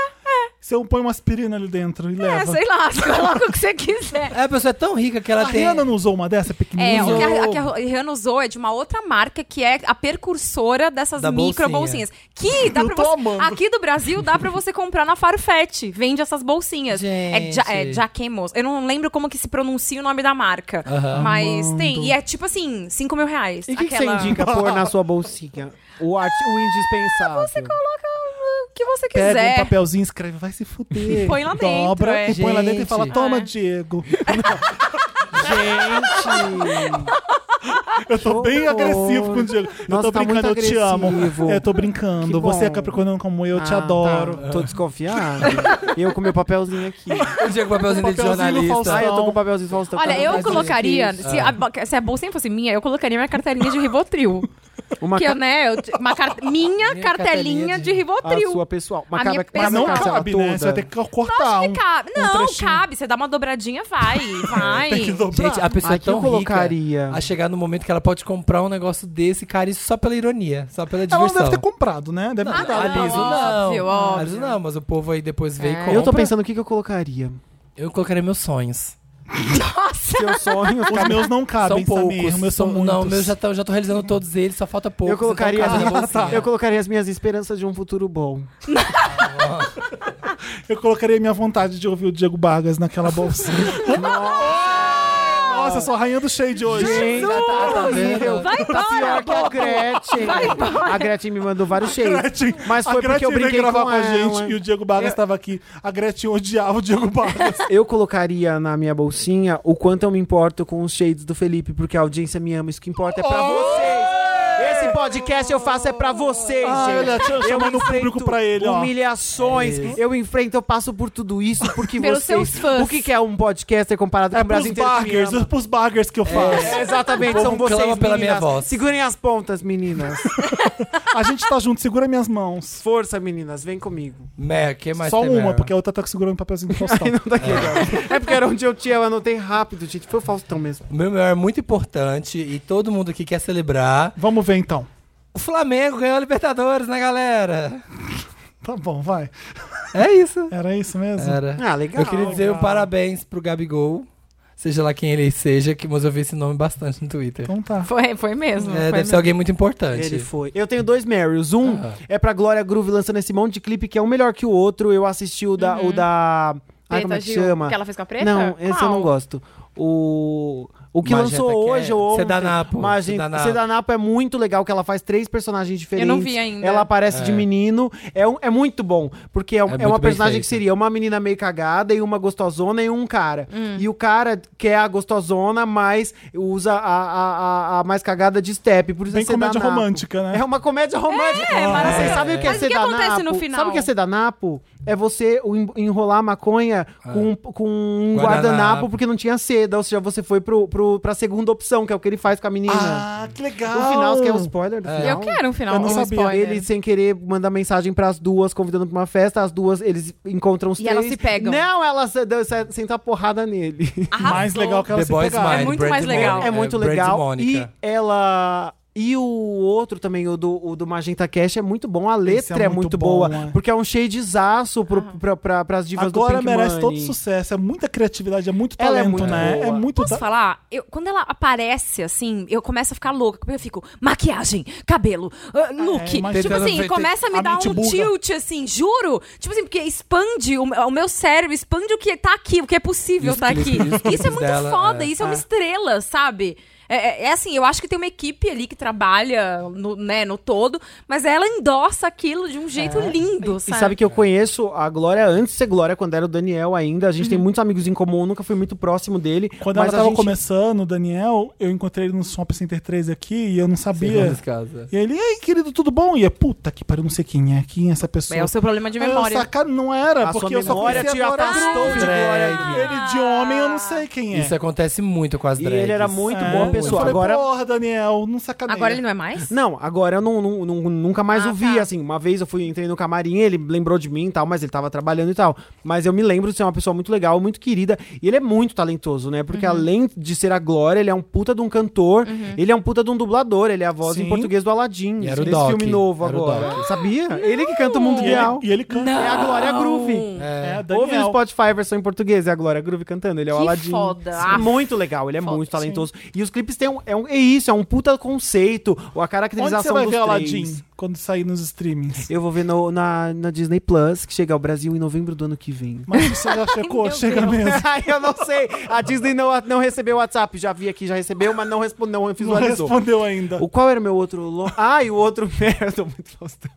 S4: Você põe uma aspirina ali dentro e
S2: É,
S4: leva.
S2: sei lá, você coloca o que você quiser.
S3: É, a pessoa é tão rica que ela
S4: a
S3: tem.
S4: Rihanna não usou uma dessa
S2: É,
S4: pequenininha?
S2: o que a, a que a Rihanna usou é de uma outra marca que é a precursora dessas
S3: Da
S2: micro
S3: bolsinha.
S2: bolsinhas. Que dá
S4: Eu
S2: pra
S4: tô
S2: você.
S4: amando.
S2: Aqui do Brasil dá pra você comprar na Farfetch. Vende essas bolsinhas. É,
S3: Gente.
S2: ja, é Jaquemos. Eu não lembro como que se pronuncia o nome da marca.
S3: Aham.
S2: Mas tem. E é tipo assim, 5 mil reais.
S1: E o que, que
S2: Aquela-
S1: você indica pôr na sua bolsinha? O, art... o indispensável.
S2: Você coloca o que você
S4: Pega um
S2: quiser.
S4: papelzinho, escreve, vai se fuder.
S2: E põe lá dentro,
S4: Dobra
S2: é.
S4: e põe lá dentro e
S3: Gente.
S4: fala: toma,
S2: É.
S4: Diego.
S1: Gente!
S4: Eu tô bem
S1: horror.
S4: agressivo com o Diego. eu
S1: Nossa,
S4: tô
S1: tá
S4: brincando, eu
S1: muito
S4: te amo. É,
S1: agressivo.
S4: Eu tô
S1: Que
S4: brincando.
S1: bom.
S4: Você é capricorniano como eu, eu te
S1: Ah,
S4: adoro.
S1: tá. Tô desconfiado. eu com meu papelzinho aqui.
S3: Eu tinha com o papelzinho dele de
S4: Papelzinho no
S3: jornalista.
S1: Ah, eu tô É.
S4: Então-
S1: com o papelzinho falso.
S2: Olha, eu
S3: Mas
S2: colocaria.
S3: isso.
S2: Se a, bo- se a bolsinha fosse minha, eu colocaria minha cartelinha de Rivotril.
S1: Ah. Uma
S2: que
S1: ca-
S2: eu, né? eu t- uma car- minha,
S3: Minha
S2: cartelinha
S3: cartelinha
S2: de,
S3: de-
S2: Rivotril.
S1: A sua pessoal.
S2: A
S1: Mas
S2: minha
S1: cabe
S4: Mas não
S1: cabe
S2: pessoal.
S1: ela
S4: cabe, né?
S1: toda?
S4: Você vai ter que cortar
S2: Lógico
S4: um.
S2: que cabe. Não,
S4: trechinho.
S2: cabe. Você dá uma dobradinha, vai. Vai.
S4: Tem que dobrar.
S3: Gente, a pessoa é
S1: Aqui eu
S3: tão
S1: Ah, colocaria.
S3: rica a chegar no momento que ela pode comprar um negócio desse, cara, isso só pela ironia, só pela
S4: Ela não
S3: diversão.
S4: deve ter comprado, né? Deve ter
S3: a
S1: Tá
S4: dado.
S2: não,
S3: Liso não.
S2: óbvio,
S3: A Liso
S2: óbvio.
S3: não, mas o povo aí depois vê e
S2: É.
S3: compra.
S1: Eu tô pensando o que, que eu colocaria.
S3: Eu colocaria meus sonhos.
S1: Seus sonhos.
S4: Os meus não
S3: são
S4: cabem,
S3: poucos.
S4: Samir. Os Ah, meus são muitos.
S3: Não, meus já tô, já tô realizando todos eles, só falta poucos.
S1: Eu colocaria,
S3: então,
S1: as
S3: cabe na
S1: minhas,
S3: bolsinha.
S1: eu colocaria as minhas esperanças de um futuro bom.
S4: Eu colocaria minha vontade de ouvir o Diego Vargas naquela bolsa. Nossa, eu sou a rainha do shade hoje.
S1: Gente, tá, tá vendo?
S2: Vai
S1: Pior
S2: embora.
S1: que a Gretchen. A Gretchen me mandou vários shades.
S4: Gretchen,
S1: Mas
S4: a
S1: foi porque
S4: Gretchen
S1: eu brinquei
S4: veio gravar
S1: com,
S4: com, a gente
S1: ela. É.
S4: e o Diego Vargas estava aqui. A Gretchen odiava o Diego Vargas.
S1: Eu colocaria na minha bolsinha o quanto eu me importo com os shades do Felipe, porque a audiência me ama. Isso que importa é pra vocês. Esse podcast eu faço é pra vocês,
S4: Ah,
S1: gente.
S4: olha, tinha- chamando o
S1: enfrento
S4: público pra ele, ó. É
S1: humilhações, eu enfrento, eu passo por tudo isso porque
S2: Pelos
S1: vocês...
S2: seus fãs.
S1: O que que é um podcaster comparado
S4: É
S1: com o
S4: pros
S1: Brasil inteiro que me
S4: Bargers,
S1: ama?
S4: é pros Bargers que eu faço.
S1: É, exatamente,
S3: O
S1: são
S3: povo
S1: vocês,
S3: clama
S1: meninas.
S3: pela minha voz.
S1: Segurem as pontas, meninas.
S4: A gente tá junto, segura minhas mãos.
S1: Força, meninas, vem comigo.
S3: Mer, que mais
S4: Só
S3: tem,
S4: uma,
S3: Mer?
S4: porque a outra tá segurando o papelzinho do Faustão.
S1: Não tá aqui, agora. É porque era onde eu tinha, eu anotei rápido, gente. Foi o Faustão mesmo.
S3: O meu melhor é muito importante e todo mundo aqui quer celebrar.
S4: Vamos ver então.
S3: O Flamengo ganhou a Libertadores, né, galera?
S4: Tá bom, vai.
S3: É isso.
S4: Era isso mesmo?
S3: Era.
S1: Ah, legal.
S3: Eu queria dizer um
S1: cara.
S3: parabéns pro Gabigol, seja lá quem ele seja, que mas eu vi esse nome bastante no Twitter.
S4: Então tá.
S2: Foi, foi mesmo.
S3: É,
S2: foi
S3: deve
S2: mesmo.
S3: ser alguém muito importante.
S1: Ele foi. Eu tenho dois Marys. Um
S3: Ah.
S1: é pra Glória Groove lançando esse monte de clipe que é um melhor que o outro. Eu assisti o da. O da... Ai,
S2: Preta
S1: como é Uhum. que
S2: Gil,
S1: chama?
S2: Que ela fez com a preta?
S1: Não, esse eu não
S2: Qual?
S1: gosto. O. O que
S3: Magenta
S1: lançou
S3: que é
S1: hoje ou ontem.
S3: Sedanapo,
S1: Magen-
S3: Sedanapo.
S1: Sedanapo é muito legal, que ela faz três personagens diferentes.
S2: não vi ainda.
S1: Ela aparece de menino. É, um- é muito bom, porque é, um-
S3: É
S1: é
S3: muito
S1: uma
S3: bem
S1: personagem
S3: feito.
S1: que seria uma menina meio cagada e uma gostosona e um cara.
S2: Hum.
S1: E o cara quer a gostosona, mas usa a, a, a- a mais cagada de step. Por isso
S4: Bem
S1: é
S4: comédia
S1: Sedanapo.
S4: romântica, né?
S1: É uma comédia romântica.
S2: É, maravilhoso.
S1: Vocês sabem o que é
S2: Mas o que
S1: sedanapo?
S2: acontece no final?
S1: Sabe o que é sedanapo? É você o en- enrolar maconha
S4: É.
S1: com, com um
S3: Guardanapo.
S1: guardanapo. porque não tinha seda. Ou seja, você foi pro, pro, pra segunda opção, que é o que ele faz com a menina.
S4: Ah, que legal! É.
S1: no final, você quer o spoiler do final?
S2: Eu quero um final.
S4: Eu não
S2: um
S4: sabia.
S2: spoiler.
S1: Ele, sem querer, manda mensagem pras duas, convidando pra uma festa. As duas, eles encontram os
S2: E
S1: três.
S2: elas se pegam.
S1: Não, elas se- deu- se- sentam a porrada nele.
S4: Mais legal que ela
S3: The
S4: se
S3: Boys
S4: pegar.
S3: Mind.
S2: muito
S3: Brand
S2: mais legal.
S3: Mon-
S1: É, muito
S3: Brand
S1: legal. E
S3: Mônica.
S1: ela. E o outro também, o do, o do Magenta Cash, é muito bom. A
S4: Esse
S1: letra
S4: é
S1: é
S4: muito
S1: muito,
S4: bom,
S1: boa.
S4: é.
S1: Porque é um shadezaço pro, pra, pra, pras divas do
S4: Agora
S1: Pink
S4: merece
S1: Money.
S4: todo sucesso. É muita criatividade, é muito
S1: Ela é
S4: talento,
S1: muito
S4: né?
S1: boa.
S4: É muito
S2: Posso
S4: ta-
S2: falar? Eu- quando ela aparece, assim, eu começo a ficar louca. Porque eu fico, maquiagem, cabelo, ah, look.
S4: mas
S2: tipo
S3: tentando
S2: assim,
S3: ver-
S2: começa a me
S4: a
S2: dar
S4: mente
S2: um
S4: buga.
S2: tilt, assim, juro. Tipo assim, porque expande o, o meu cérebro, expande o que tá aqui, o que é
S3: E
S2: possível
S3: os
S2: tá aqui.
S3: clipes, e os clipes
S2: Isso é muito
S3: dela,
S2: foda,
S3: é.
S2: isso é uma
S3: É.
S2: estrela, sabe? É, é- é assim, eu acho que tem uma equipe ali que trabalha no, né, no todo, mas ela endossa aquilo de um jeito lindo,
S1: E
S2: sabe?
S1: sabe que eu conheço a Glória antes de ser Glória, quando era o Daniel ainda. A gente tem muitos amigos em comum, eu nunca fui muito próximo dele.
S4: Uhum. Quando
S1: mas a
S4: ela tava
S1: gente-
S4: começando, o Daniel, eu encontrei ele no Swamp Center 3 aqui e eu não sabia.
S3: Segundas casas.
S4: E ele, ei, querido, tudo bom? E é puta que pariu, não sei quem é, quem é essa pessoa.
S2: É o seu problema de
S4: Aí eu
S2: memória.
S4: saca- não era,
S1: A
S4: é porque
S1: sua
S4: eu só
S1: memória
S4: conhecia
S1: te
S4: agora
S1: afastou
S4: ele.
S1: de Glória
S4: Ele de homem, eu não sei quem é.
S3: Isso acontece muito com as
S1: E
S3: drags.
S1: ele era muito bom,
S4: Eu
S1: pessoal.
S4: falei,
S1: Agora.
S4: porra, Daniel, não sacaneia.
S2: Agora ele não é mais?
S1: Não, agora eu não, não- não- nunca mais
S2: Ah,
S1: o vi,
S2: tá.
S1: assim. Uma vez eu fui, entrei no camarim, ele lembrou de mim e tal, mas ele tava trabalhando e tal. Mas eu me lembro de ser uma pessoa muito legal, muito querida. E ele é muito talentoso, né?
S2: Uhum.
S1: Porque além de ser a Glória, ele é um puta de um cantor, ele é um puta de um dublador, ele é a voz
S4: Sim.
S1: em português do Aladdin.
S3: E era o
S1: desse
S3: Doc,
S1: filme novo
S3: era o
S1: agora.
S3: Doc.
S1: Sabia? Ele que canta o mundo
S4: E ele,
S1: real.
S4: e ele canta.
S1: É a Glória Groove.
S2: Não.
S4: É, Daniel.
S1: Houve no Spotify a versão em português, é a Glória Groove cantando, ele é o
S2: Que
S1: Aladdin.
S2: foda.
S1: Sim.
S2: Ah,
S1: muito legal, ele é
S2: foda,
S1: muito talentoso. E os clipes têm um, é, um- é isso, é um puta conceito, a
S4: Onde você
S1: caracterização
S4: vai
S1: dos
S4: ver
S1: três.
S4: Aladdin quando sair nos streamings?
S1: Eu vou ver no- na, na Disney Plus, que chega ao Brasil em novembro do ano que vem.
S4: Mas você já checou,
S2: Meu
S4: chega
S2: Deus.
S4: mesmo.
S1: Ai, eu não sei. A Disney não, não recebeu o WhatsApp. Já vi aqui, já recebeu, mas não respondeu, não
S4: Não
S1: visualizou.
S4: respondeu ainda.
S1: o qual era o meu outro. Lo... Ah, e o outro. eu tô muito faustão.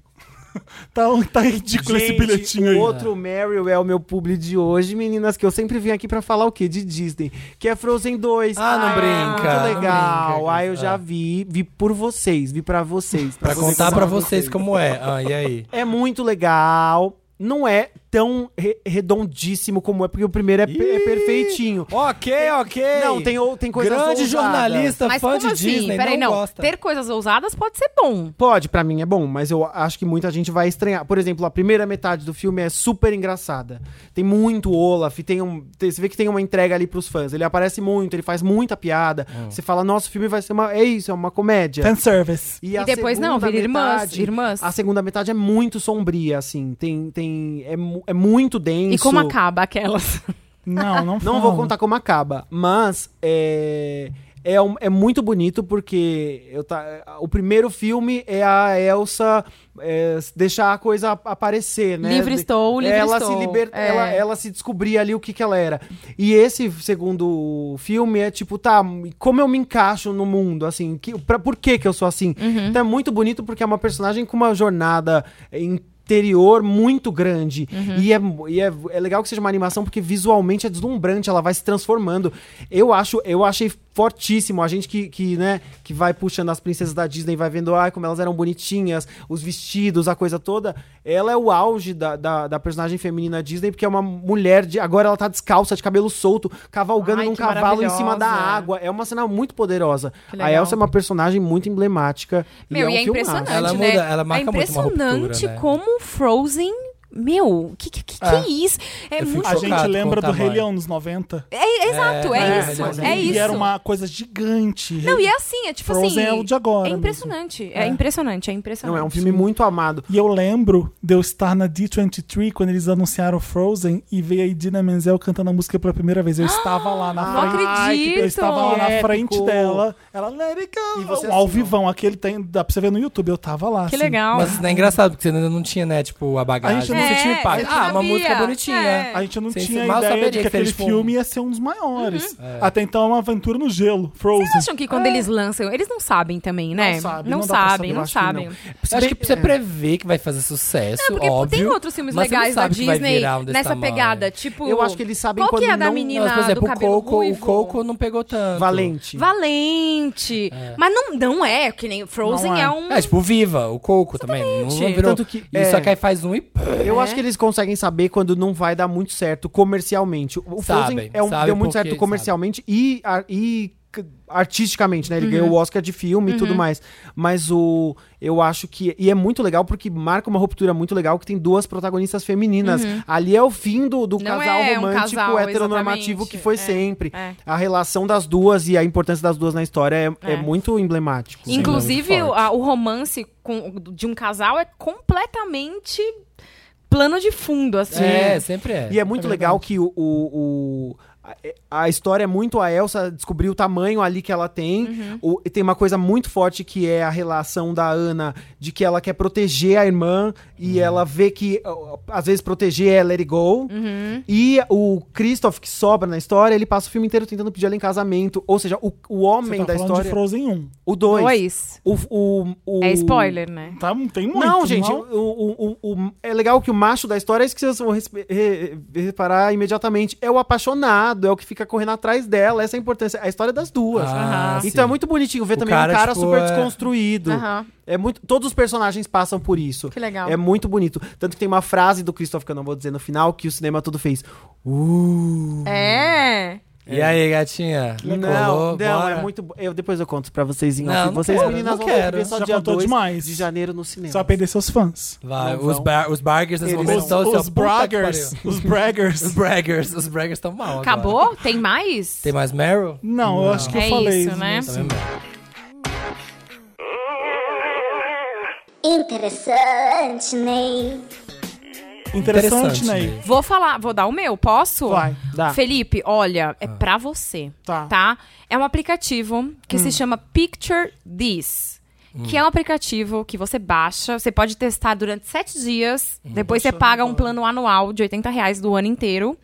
S4: Tá, tá ridículo esse
S1: Gente,
S4: bilhetinho aí.
S1: O outro Meryl é o meu publi de hoje, meninas, que eu sempre vim aqui pra falar o quê? De Disney. Que é Frozen 2.
S3: Ah, não brinca, não
S1: Muito legal.
S3: brinca.
S1: ah, eu já vi. Vi por vocês, vi pra vocês.
S3: Pra contar pra vocês como é. Ah, e aí?
S1: É muito legal. Não é tão re- redondíssimo como é, porque o primeiro é, pe- é perfeitinho.
S3: Ok, ok.
S1: Não, tem, ou- tem coisas
S3: Grande
S1: ousadas.
S3: jornalista,
S2: Mas
S3: fã
S2: como
S3: de
S2: assim?
S3: Disney,
S2: Peraí,
S3: não, gosta.
S2: Ter coisas ousadas pode ser bom.
S1: Pode, pra mim é bom, mas eu acho que muita gente vai estranhar. Por exemplo, a primeira metade do filme é super engraçada. Tem muito Olaf, tem um, tem- você vê que tem uma entrega ali pros fãs. Ele aparece muito, ele faz muita piada. Você fala, nossa, o filme vai ser uma. É isso, é uma comédia.
S4: Fan service.
S1: E, a
S2: depois não,
S1: segunda
S2: vira irmãs, irmãs.
S1: A segunda metade é muito sombria, assim. Tem, tem, é, mu- é muito denso.
S2: E como acaba aquelas?
S4: Não, não
S1: Não
S4: fala.
S1: vou contar como acaba, mas é, é, um- é muito bonito porque eu tá, o primeiro filme é a Elsa é, deixar a coisa ap- aparecer, né?
S2: Livre estou, livre
S1: ela
S2: estou.
S1: Se liber,
S2: É.
S1: ela, ela se descobrir ali o que, que ela era. E esse segundo filme é tipo, tá, como eu me encaixo no mundo, assim, que, pra, por que que eu sou assim?
S2: Uhum.
S1: Então é muito bonito porque é uma personagem com uma jornada interior muito grande.
S2: Uhum.
S1: E, é, e é, é legal que seja uma animação porque visualmente é deslumbrante, ela vai se transformando. Eu acho, eu achei fortíssimo. A gente que, que, né, que vai puxando as princesas da Disney, vai vendo ai, como elas eram bonitinhas, os vestidos, a coisa toda. Ela é o auge da, da, da personagem feminina Disney, porque é uma mulher de. Agora ela tá descalça, de cabelo solto, cavalgando
S2: Ai,
S1: num
S2: que
S1: cavalo em cima da
S2: maravilhosa.
S1: água. É uma cena muito poderosa.
S2: Que
S1: A
S2: legal.
S1: Elsa é uma personagem muito emblemática.
S2: Meu,
S1: e é, um filmaço.
S2: impressionante,
S3: Ela
S2: né?
S3: muda- ela marca
S2: é
S3: muito uma
S2: impressionante
S3: ruptura, né?
S2: como Frozen. Meu, que que, que, que é isso? É
S3: Eu fico
S2: muito.
S4: A gente
S3: Chocado
S4: lembra
S3: com
S4: do
S3: o
S4: Rei
S3: tamanho.
S4: Leão nos 90.
S2: É, exato, é,
S3: é,
S2: isso.
S3: mas
S2: É,
S3: aí
S2: isso.
S4: E era uma coisa gigante.
S2: Não, e é assim, é tipo
S4: Frozen é
S2: assim.
S4: o de agora
S2: é impressionante, é, impressionante, é impressionante.
S1: Não, é um filme muito amado.
S4: E eu lembro de eu estar na D23 quando eles anunciaram Frozen e veio a Idina Menzel cantando a música pela primeira vez. Eu estava lá na
S2: Não
S4: frente.
S2: acredito.
S4: Eu estava lá na
S1: Épico.
S4: frente dela. Ela, let it go.
S1: E você
S4: Um ao
S1: assim, ó.
S4: vivão, aquele tem, dá pra você ver no YouTube. Eu tava lá.
S2: Que
S4: assim.
S2: legal.
S3: Mas é engraçado, porque você ainda não tinha, né, tipo, a
S4: A
S3: bagagem.
S4: gente não
S3: incentivo e paga.
S2: eu
S3: Ah, uma
S2: sabia.
S3: música bonitinha.
S2: É.
S4: A gente não
S3: Sim, sim.
S4: tinha
S3: Mal
S4: ideia de
S3: saberia
S4: que
S3: que
S4: aquele
S3: eles, tipo,
S4: filme ia ser um dos maiores.
S2: Uhum.
S4: Até então, uma aventura no gelo, Frozen.
S2: Vocês acham que quando eles lançam, eles não sabem também, né?
S1: Não sabe,
S2: não,
S1: não dá pra saber,
S2: sabem,
S1: eu
S2: não
S1: acho que
S2: sabem.
S1: não.
S3: Eu acho que pra você
S1: É.
S3: prever que vai fazer sucesso,
S2: É, Porque
S3: óbvio.
S2: tem outros filmes
S3: mas você não
S2: legais da
S3: sabe que vai
S2: Disney
S3: virar um desse
S2: nessa
S3: tamanho.
S2: pegada, tipo
S1: Eu acho que eles sabem
S2: Qual que
S1: quando
S2: é a da
S1: não-
S2: menina
S3: Não, mas, por
S2: do
S3: exemplo, o
S2: cabelo
S3: Coco, o
S2: ruivo?
S1: é
S3: Coco não pegou tanto.
S1: Valente.
S2: Valente. Mas não, não é, que nem Frozen
S4: Não é.
S2: é. um...
S3: É, tipo, Viva, o Coco também. Não
S1: Exatamente.
S3: virou.
S1: Tanto que-
S3: Isso
S1: é.
S3: só que aí faz um e.
S1: Eu acho que eles conseguem saber quando não vai dar muito certo comercialmente. O
S3: Sabem,
S1: Frozen é um,
S3: sabem
S1: deu muito
S3: porque
S1: certo comercialmente e, ar- e c- artisticamente, né? Ele
S2: Uhum.
S1: ganhou o Oscar de filme e tudo mais. Mas o eu acho que e é muito legal porque marca uma ruptura muito legal que tem duas protagonistas femininas. Ali é o fim do, do
S2: Uhum. Não
S1: casal
S2: é um
S1: romântico
S2: casal,
S1: heteronormativo que
S2: exatamente.
S1: foi
S2: É,
S1: sempre.
S2: é.
S1: A relação das duas e a importância das duas na história é, é
S2: É.
S1: muito emblemático.
S3: Sim,
S2: Inclusive,
S3: muito forte.
S2: a- o romance com- de um casal é completamente plano de fundo, assim.
S3: É, sempre é.
S1: E é muito
S3: verdade.
S1: legal que o, o- o- a, a história é muito a Elsa descobrir o tamanho ali que ela tem.
S2: Uhum.
S1: O- e tem uma coisa muito forte que é a relação da Ana de que ela quer proteger a irmã e
S4: Uhum.
S1: ela vê que ó, às vezes proteger é let it go.
S2: Uhum.
S1: E o Christoph que sobra na história, ele passa o filme inteiro tentando pedir ela em casamento. Ou seja, o, o
S4: Você
S1: homem
S4: tá
S1: da
S4: falando de
S1: história,
S4: Frozen 1.
S1: o dois
S2: Dois.
S1: O, o- o-
S2: É spoiler, né?
S4: Tá, não tem muito.
S1: não, gente, o- o- o- o- é legal que o macho da história é isso que vocês vão respe- re- reparar imediatamente. É o apaixonado, é o que fica correndo atrás dela. Essa é a importância. É a história das duas.
S3: Ah,
S1: então
S3: sim.
S1: é muito bonitinho ver
S3: O
S1: também
S3: cara,
S1: um cara
S3: tipo,
S1: super
S3: é-
S1: desconstruído.
S2: Aham.
S1: É muito, todos os personagens passam por isso.
S2: Que legal.
S1: É muito bonito. Tanto que tem uma frase do Christoph, que eu não vou dizer no final, que o cinema tudo fez. Uh,
S2: É.
S3: E aí, gatinha?
S1: não,
S3: Colou?
S1: não,
S3: é Bora?
S1: é muito bo- eu Depois eu conto pra vocês em
S3: Não,
S1: off.
S3: não
S1: Vocês,
S3: quero,
S1: meninas,
S3: não
S1: vão
S3: quero.
S1: ver só
S4: Já
S1: dia
S4: contou
S1: 2
S4: demais.
S1: de janeiro no cinema.
S4: Só vai perder seus fãs.
S3: Vai,
S1: Não
S3: os,
S1: vão.
S3: bar, os bargers nesse
S1: Eles-
S3: momento
S1: Os-
S3: estão assim, ó,
S4: os
S3: puta que
S4: braggers.
S3: pariu.
S4: Os
S3: Os
S4: braggers.
S3: braggers. Os braggers estão mal. agora.
S2: Acabou? Tem mais?
S3: Tem mais Meryl?
S4: Não, eu acho que eu
S2: É
S4: falei.
S2: isso, né?
S4: mesmo.
S3: Também Meryl.
S6: Interessante, Ney.
S4: Interessante, né? Ney.
S2: Vou falar, vou dar o meu, posso?
S4: Vai,
S1: dá.
S2: Felipe, olha,
S3: Ah.
S2: é pra você,
S4: Tá. Hum.
S2: tá? É um aplicativo que se chama Picture This.
S3: Hum.
S2: Que é um aplicativo que você baixa, você pode testar durante sete dias,
S3: Hum.
S2: depois você paga um plano anual de 80 reais do ano inteiro.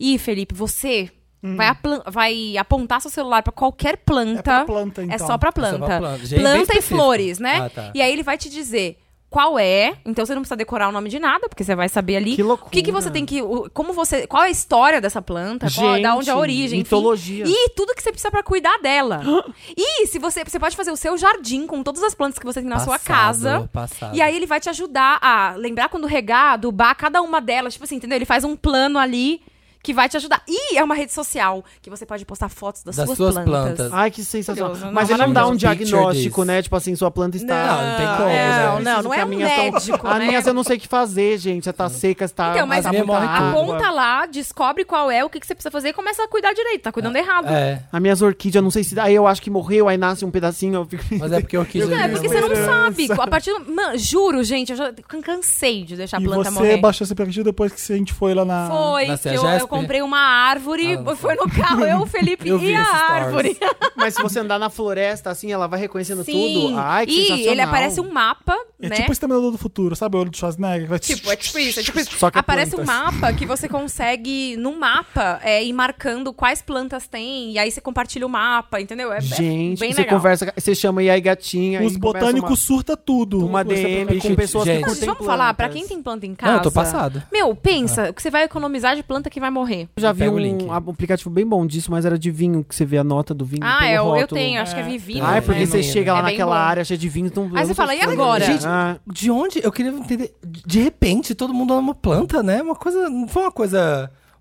S2: E, Felipe, você vai, aplan- vai apontar seu celular pra qualquer planta.
S4: Hum. É pra planta, então.
S2: É só pra planta.
S3: pra planta. Já é bem
S2: Planta e
S3: específico.
S2: flores, né?
S3: Ah, tá.
S2: E aí ele vai te dizer qual é. Então você não precisa decorar o nome de nada, porque você vai saber ali.
S1: Que
S2: O que, que
S1: loucura.
S2: você tem que. o- Como você. Qual é a história dessa planta? qual, da onde é a
S1: Gente,
S2: origem? enfim.
S1: mitologia.
S2: E tudo que você precisa pra cuidar dela. e se você. Você pode fazer o seu jardim com todas as plantas que você tem na sua casa.
S3: Passado.
S2: E aí ele vai te ajudar a lembrar quando regar, adubar cada uma delas. Tipo assim, entendeu? Ele faz um plano ali. Que vai te ajudar. E é uma rede social que você pode postar fotos das,
S3: Das
S2: suas,
S3: suas plantas.
S1: Ai, que sensacional.
S2: Maravilhoso,
S1: Mas
S2: não,
S1: ele não dá um
S3: maravilhoso. Picture
S1: diagnóstico,
S3: this.
S1: né? Tipo assim, sua planta está.
S3: Não, não tem como, né?
S2: Não, não, não é um
S1: Caminhas tão-
S2: médico,
S1: As
S2: né?
S1: minhas eu não sei o que fazer, gente. Já tá seca, está.
S2: Então, mas
S1: tá
S3: a-
S1: muita
S3: a
S1: água.
S2: Aponta lá, descobre qual é, o que, que você precisa fazer e começa a cuidar direito. Tá cuidando errado.
S3: É,
S1: As minhas orquídeas, não sei se. Aí eu acho que morreu, aí nasce um pedacinho. Eu fico...
S3: mas é porque eu quis...
S2: Não, é porque você não
S4: Esperança.
S2: sabe. A partir do... Mano, juro, gente, eu já can- cansei de deixar a
S4: E
S2: Tá planta
S4: você
S2: morrer.
S4: baixou esse aplicativo depois que a gente foi lá na.
S2: Foi,
S3: Nasceu
S2: que
S3: a
S2: eu, eu
S3: Jesper?
S2: comprei uma árvore,
S3: Ah, não.
S2: foi no carro, eu, o Felipe
S3: Eu vi
S2: e a
S3: esses stories.
S2: árvore.
S1: mas se você andar na floresta, assim, ela vai reconhecendo
S2: Sim.
S1: tudo. Ai, que
S2: e
S1: sensacional.
S2: ele aparece um mapa,
S4: É
S2: né?
S4: tipo o Exterminador do Futuro, sabe? O olho de Schwarzenegger. que Vai...
S2: Tipo, é tipo isso, é tipo isso.
S1: Só que é
S2: Aparece um
S1: plantas.
S2: mapa que você consegue, no mapa, é, ir marcando quais plantas tem, e aí você compartilha o mapa, entendeu? É, é
S1: Gente,
S2: bem
S1: você
S2: legal.
S1: conversa, você chama e aí gatinha. aí
S4: Os
S1: começa
S4: botânicos surta tudo.
S1: Uma, uma
S4: Você
S1: DM com
S3: Gente,
S1: pessoas que
S3: gente,
S2: Não,
S1: curtem
S2: gente, vamos falar, pra
S1: plantas.
S2: quem tem planta em casa.
S3: Não, eu tô passado.
S2: Meu, pensa, que você vai economizar de planta que vai morrer.
S1: Eu já vi
S3: Pega o
S1: um,
S3: link.
S1: um aplicativo bem bom disso, mas era de vinho, que você vê a nota do vinho.
S2: Ah,
S1: pelo
S2: eu, eu
S1: rótulo.
S2: tenho, acho que é vivino.
S1: Ah, é
S3: Ai,
S1: porque
S2: né?
S1: você
S3: não-
S1: chega lá
S2: é bem
S1: naquela
S2: bom.
S1: área cheia de vinhos. Então,
S2: Aí você fala, e agora?
S1: Gente,
S3: De onde? Eu queria entender. De repente, todo mundo ama planta, né? Uma coisa. Não foi uma coisa.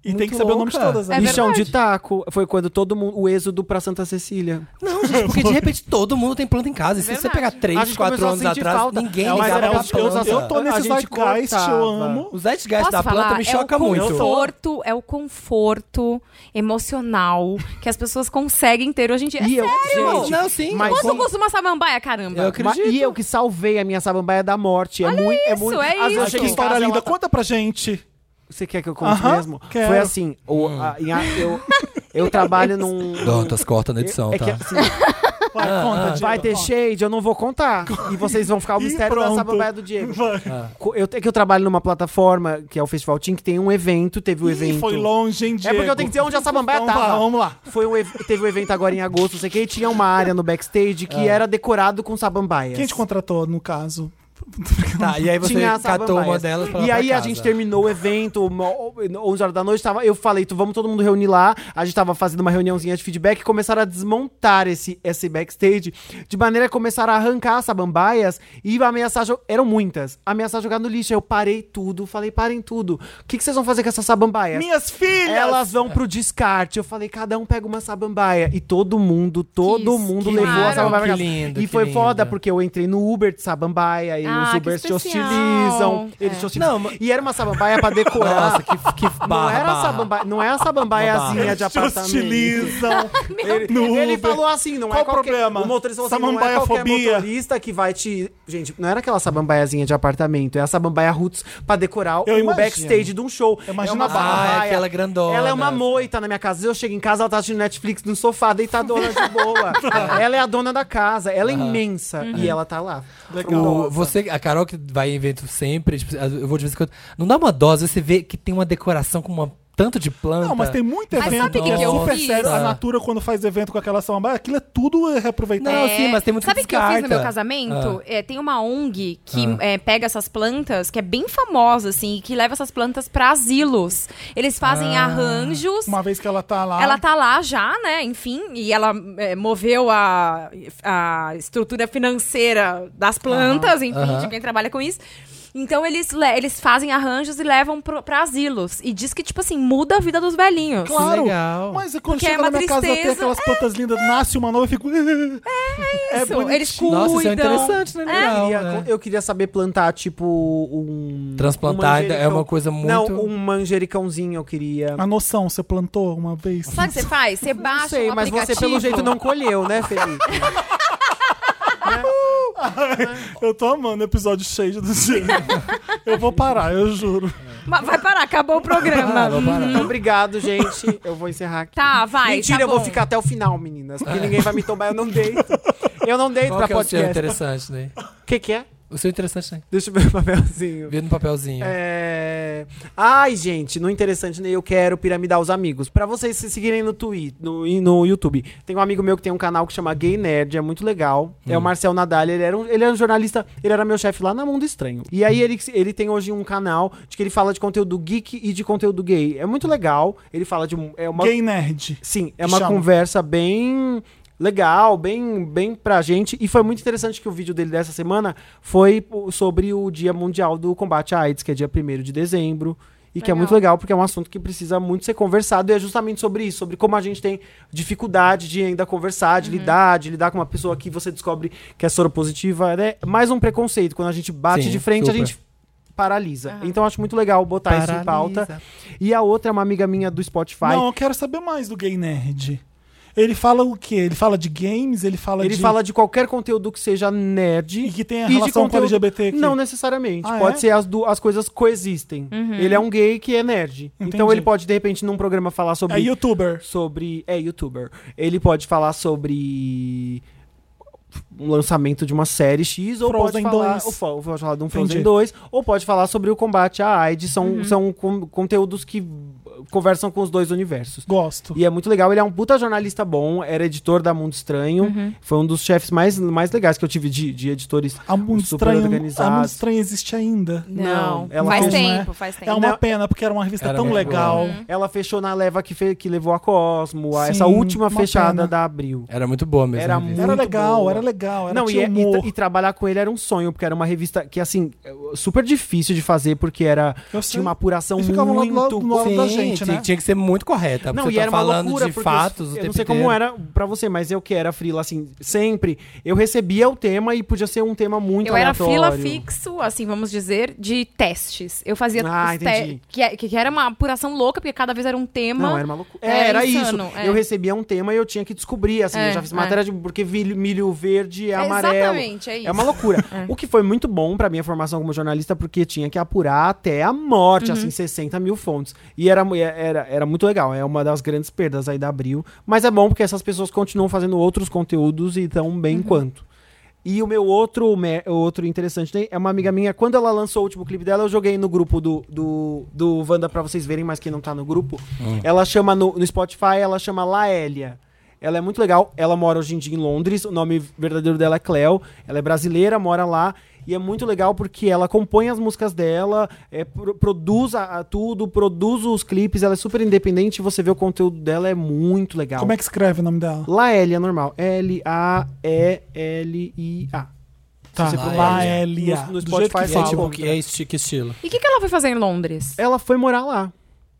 S4: E tem
S3: muito
S4: que saber o nome de
S3: louca.
S4: todas, né?
S2: É
S1: e chão
S2: verdade.
S1: de taco. Foi quando todo mundo. O êxodo pra Santa Cecília.
S3: Não, gente, porque de repente todo mundo tem planta em casa. E se você
S2: Verdade.
S3: pegar
S1: A gente
S3: 3, 4
S1: começou a
S3: anos
S1: sentir
S3: atrás,
S1: falta.
S3: ninguém
S1: É,
S4: Mas
S1: Mas
S3: ligava
S4: era
S1: era
S3: pra
S1: os que
S4: eu,
S3: planta.
S4: eu tô
S1: A
S4: nesse
S1: gente
S4: zeitgeist, eu
S1: cortava.
S4: amo.
S3: O zeitgeist
S2: Posso
S3: da
S2: falar?
S3: planta me choca
S2: é o
S3: muito.
S2: Conforto, é o conforto emocional que as pessoas conseguem ter hoje em dia.
S1: E
S2: É
S1: eu,
S2: sério?
S1: gente,
S3: Não, sim.
S1: mas-
S2: Quanto
S1: como-
S2: custa uma samambaia, caramba?
S3: Eu acredito.
S1: ma- e eu que salvei a minha sabambaia da morte. É muito. É muito. Às vezes
S2: é
S1: eu
S2: isso.
S4: Ai,
S1: chego
S4: que
S1: em
S4: história
S1: casa,
S4: linda.
S1: ela tá-
S4: Conta pra gente.
S1: Você quer que eu conte
S4: Aham,
S1: mesmo?
S4: quero. Hum.
S1: Foi assim. o- a- em a- eu, eu trabalho num.
S3: Dantas, corta na edição,
S1: é
S3: tá?
S1: que, assim,
S4: Vai, conta, Diego,
S1: Vai ter
S4: conta.
S1: shade, eu não vou contar. E vocês vão ficar o
S4: E
S1: mistério da
S4: pronto.
S1: sababaia do Diego.
S4: Vai.
S1: Co- Eu, é que eu trabalho numa plataforma, que é o Festival Team, que tem um evento, teve o
S4: Ih,
S1: evento.
S4: foi longe, hein,
S1: É
S4: Diego?
S1: porque eu tenho que dizer onde tá. a Samambaia
S4: Então,
S1: tava.
S4: vá, vamos lá.
S1: Foi um, ev- teve um evento agora em agosto, não sei o que, e tinha uma área no backstage que era decorado com sabambaias.
S4: Quem te contratou, no caso?
S3: Tá, e aí você
S1: Tinha as
S3: catou uma
S1: samambaias.
S3: delas pra
S1: E
S3: lá pra
S1: aí a
S3: casa.
S1: gente terminou o evento, uma- 11 horas da noite, tava, eu falei, tu, vamos todo mundo reunir lá. A gente tava fazendo uma reuniãozinha de feedback e começaram a desmontar esse, esse backstage, de maneira que começaram a arrancar as sabambaias e ameaçar, jo- eram muitas, ameaçar jogar no lixo. Aí Eu parei tudo, falei, parem tudo. O que, que vocês vão fazer com essas sabambaias?
S4: Minhas filhas!
S1: Elas vão pro descarte. Eu falei, cada um pega uma sabambaia. E todo mundo, todo
S2: Que
S1: mundo
S2: que
S1: levou a
S2: mara.
S1: sabambaia. pra
S3: Que
S1: casa.
S3: lindo,
S1: e
S3: que
S1: foi
S3: lindo.
S1: foda, porque eu entrei no Uber de sabambaia e
S2: Ah,
S1: os
S2: que
S1: Ubers te
S2: especial. É.
S1: hostilizam. Eles te hostilizam. E era uma sabambaia pra decorar.
S3: Nossa, que, que barra,
S1: não, era a
S3: barra.
S1: sabambaia, não é a sabambaiazinha de
S4: te
S1: apartamento.
S4: hostilizam.
S1: Ele,
S4: No
S1: ele
S4: Uber.
S1: falou assim, não
S4: Qual
S1: é
S4: o
S1: qualquer...
S4: problema?
S1: O motorista falou assim, não é qualquer
S4: Samambaiafobia.
S1: motorista que vai te... Gente, não era aquela sabambaiazinha de apartamento, é a sabambaia roots pra decorar o
S4: Eu imagino.
S1: backstage de um show.
S4: Eu imagino
S1: é uma
S4: a barra.
S1: samambaia.
S3: Ah, é aquela grandona.
S1: Ela é uma moita na minha casa. Eu chego em casa, ela tá assistindo Netflix no sofá, deitadona de boa. ela é a dona da casa, ela é imensa.
S4: Uhum.
S1: E ela tá lá.
S3: O, você, a Carol que vai em evento sempre, tipo, eu vou de vez em quando. Não dá uma dose, você vê que tem uma decoração com uma tanto de planta.
S4: Não, mas tem muito
S2: Mas
S4: evento
S2: sabe o que
S4: é
S2: que eu
S4: super
S2: fiz?
S4: sério. A
S3: Ah.
S4: Natura, quando faz evento com aquela samambaia, aquilo é tudo reaproveitado.
S3: Não, sim, mas tem Ah. muito
S2: É. Sabe o que eu fiz no
S3: descarta.
S2: meu casamento? É, tem uma ONG que
S3: Ah.
S2: é, pega essas plantas, que é bem famosa, assim, e que leva essas plantas pra asilos. Eles fazem
S3: Ah.
S2: arranjos.
S4: Uma vez que ela tá lá...
S2: Ela tá lá já, né? Enfim, e ela é, moveu a, a estrutura financeira das plantas, enfim,
S3: aham.
S2: de quem trabalha com isso. Então eles, le- eles fazem arranjos e levam pro, pra asilos. E diz que, tipo assim, muda a vida dos velhinhos.
S4: Claro,
S3: Legal.
S4: mas quando
S2: Porque
S4: chega
S2: é
S4: na
S2: uma
S4: minha casa, tem
S2: tristeza.
S4: aquelas plantas lindas, nasce uma nova, eu fico... É,
S2: Isso,
S4: bonitinho.
S2: eles cuidam.
S3: Nossa, isso é
S4: então,
S3: interessante, né?
S1: Eu
S3: Legal,
S1: queria,
S3: né?
S1: eu queria saber plantar, tipo, um.
S3: Transplantar
S1: um
S3: é uma
S1: manjericão.
S3: coisa muito.
S1: Não, um manjericãozinho eu queria.
S4: A noção, você plantou uma vez?
S2: Sabe o que você faz? Você baixa
S1: Não sei,
S2: um
S1: mas você
S2: aplicativo.
S1: pelo jeito não colheu, né, Felipe?
S4: Eu tô amando o episódio cheio do Diego. eu vou parar, eu juro.
S2: Mas vai parar, acabou o programa.
S4: Hum,
S1: Então, obrigado, gente. Eu vou encerrar aqui.
S2: Tá, vai,
S1: Mentira,
S2: tá
S1: eu vou
S2: bom.
S1: ficar até o final, meninas. Porque ninguém vai me tombar, eu não deito. Eu não deito pra
S3: Qual
S4: tá
S3: que é o seu
S1: podcast.
S3: interessante, né?
S1: O que, que é?
S3: O seu interessante, né?
S1: Deixa eu ver o papelzinho.
S3: Vê no papelzinho.
S1: É... Ai, gente, no interessante, né? Eu quero piramidar os amigos. Pra vocês se seguirem no Twitter, no, e no YouTube. Tem um amigo meu que tem um canal que chama Gay Nerd, é muito legal. É o Marcel Nadalha, ele era um, ele era um jornalista, ele era meu chefe lá na Mundo Estranho. E aí ele, ele tem hoje um canal de que ele fala de conteúdo geek e de conteúdo gay. É muito legal. Ele fala de um- é uma
S4: Gay nerd.
S1: Sim, é
S4: Que
S1: uma
S4: chama.
S1: conversa bem legal, bem, bem pra gente. E foi muito interessante que o vídeo dele dessa semana foi po- sobre o Dia Mundial do Combate à AIDS, que é dia 1 de dezembro. E que é
S2: Legal.
S1: muito legal, porque é um assunto que precisa muito ser conversado. E é justamente sobre isso, sobre como a gente tem dificuldade de ainda conversar, de lidar, de lidar com uma pessoa que você descobre que é soropositiva. né? Mais um preconceito. Quando a gente bate
S3: Sim,
S1: de frente, a
S3: super.
S1: gente paralisa. Então acho muito legal botar isso em pauta. E a outra é uma amiga minha do Spotify.
S4: Não, eu quero saber mais do gay nerd. Ele fala o quê? Ele fala de games, ele fala
S1: Ele
S4: de...
S1: fala de qualquer conteúdo que seja nerd.
S4: E que tenha
S1: de
S4: relação com LGBT aqui.
S1: Não necessariamente.
S4: Ah,
S1: pode
S4: é?
S1: ser as, du- as coisas coexistem. Ele é um gay que é nerd. Então
S4: Entendi.
S1: ele pode, de repente, num programa falar sobre.
S4: É youtuber.
S1: sobre. É youtuber. Ele pode falar sobre. Um lançamento de uma série X, ou
S4: Frozen
S1: pode falar.
S4: 2.
S1: Ou, fa- ou pode falar de um Frozen
S4: Entendi.
S1: 2, ou pode falar sobre o combate à AIDS. São, são con- conteúdos que uh, conversam com os dois universos.
S4: Gosto.
S1: E é muito legal, ele é um puta jornalista bom, era editor da Mundo Estranho,
S3: Uhum.
S1: foi um dos chefes mais, mais legais que eu tive de, de editores
S4: A Mundo
S1: super
S4: Estranho, a Mundo
S1: organizados.
S4: Estranho existe ainda.
S1: Não,
S2: Não,
S1: ela
S2: faz
S1: fez,
S2: tempo,
S4: né?
S2: faz tempo.
S4: É uma
S1: Não.
S4: pena, porque era uma revista
S3: Era
S4: tão
S3: muito
S4: legal.
S3: Uhum.
S1: Ela fechou na leva que, fe- que levou a Cosmo, a essa
S4: Sim,
S1: última
S4: uma
S1: fechada
S4: pena.
S1: da Abril.
S3: Era muito boa mesmo.
S1: Era
S3: a revista.
S4: Era
S1: Muito
S4: legal,
S1: boa.
S4: era legal, era
S1: Não, e, é-
S4: tinha
S1: e-
S4: humor.
S1: e trabalhar com ele era um sonho, porque era uma revista que, assim, super difícil de fazer, porque era
S4: Eu sei.
S1: tinha uma apuração
S4: Eles
S1: muito...
S4: ficavam lá do lado- do lado da
S3: Sim,
S4: gente,
S3: tinha,
S4: né?
S3: tinha que ser muito correta.
S1: Não,
S3: porque
S1: e
S3: você tá
S1: era uma
S3: falando
S1: loucura,
S3: de
S1: porque
S3: fatos
S1: eu,
S3: o
S1: eu
S3: tempo
S1: não sei como
S3: inteiro.
S1: era pra você, mas eu que era frila, assim, sempre, eu recebia o tema e podia ser um tema muito
S2: Eu era
S1: aleatório.
S2: fila fixo, assim, vamos dizer, de testes. Eu fazia
S1: Ah,
S2: os
S1: entendi.
S2: te que, que era uma apuração louca, porque cada vez era um tema.
S1: Não, era uma loucura.
S2: Era
S1: Era, isso.
S2: insano, é.
S1: Eu recebia um tema e eu tinha que descobrir, assim.
S2: É,
S1: eu já fiz
S2: é.
S1: matéria de porque milho, milho verde é
S2: É
S1: amarelo.
S2: Exatamente, é isso.
S1: É uma loucura. O que foi muito bom
S2: Uhum.
S1: pra minha formação como jornalista, porque tinha que apurar até a morte, assim, 60 mil fontes. E era, mulher era, era muito legal. É uma das grandes perdas aí da Abril. Mas é bom porque essas pessoas continuam fazendo outros conteúdos e tão bem
S2: Uhum.
S1: quanto. E o meu outro, me- outro interessante né, é uma amiga minha. Quando ela lançou o último clipe dela, eu joguei no grupo do, do, do Wanda pra vocês verem, mas quem não tá no grupo.
S4: Hum.
S1: Ela chama no, no Spotify, ela chama Laélia. Ela é muito legal. Ela mora hoje em dia em Londres. O nome verdadeiro dela é Cleo. Ela é brasileira, mora lá. E é muito legal porque ela compõe as músicas dela, é, pro- produz a, a tudo, produz os clipes. Ela é super independente. Você vê o conteúdo dela, é muito legal.
S4: Como é que escreve o nome dela?
S1: Laélia, é normal. L-A-E-L-I-A.
S4: Tá,
S1: você
S3: procurar
S4: Laelia.
S1: no- no
S4: Do
S1: Spotify
S4: jeito que
S1: você
S3: É
S4: fala.
S3: tipo, que, é esti- que estilo?
S2: E o que, que ela foi fazer em Londres?
S1: Ela foi morar lá.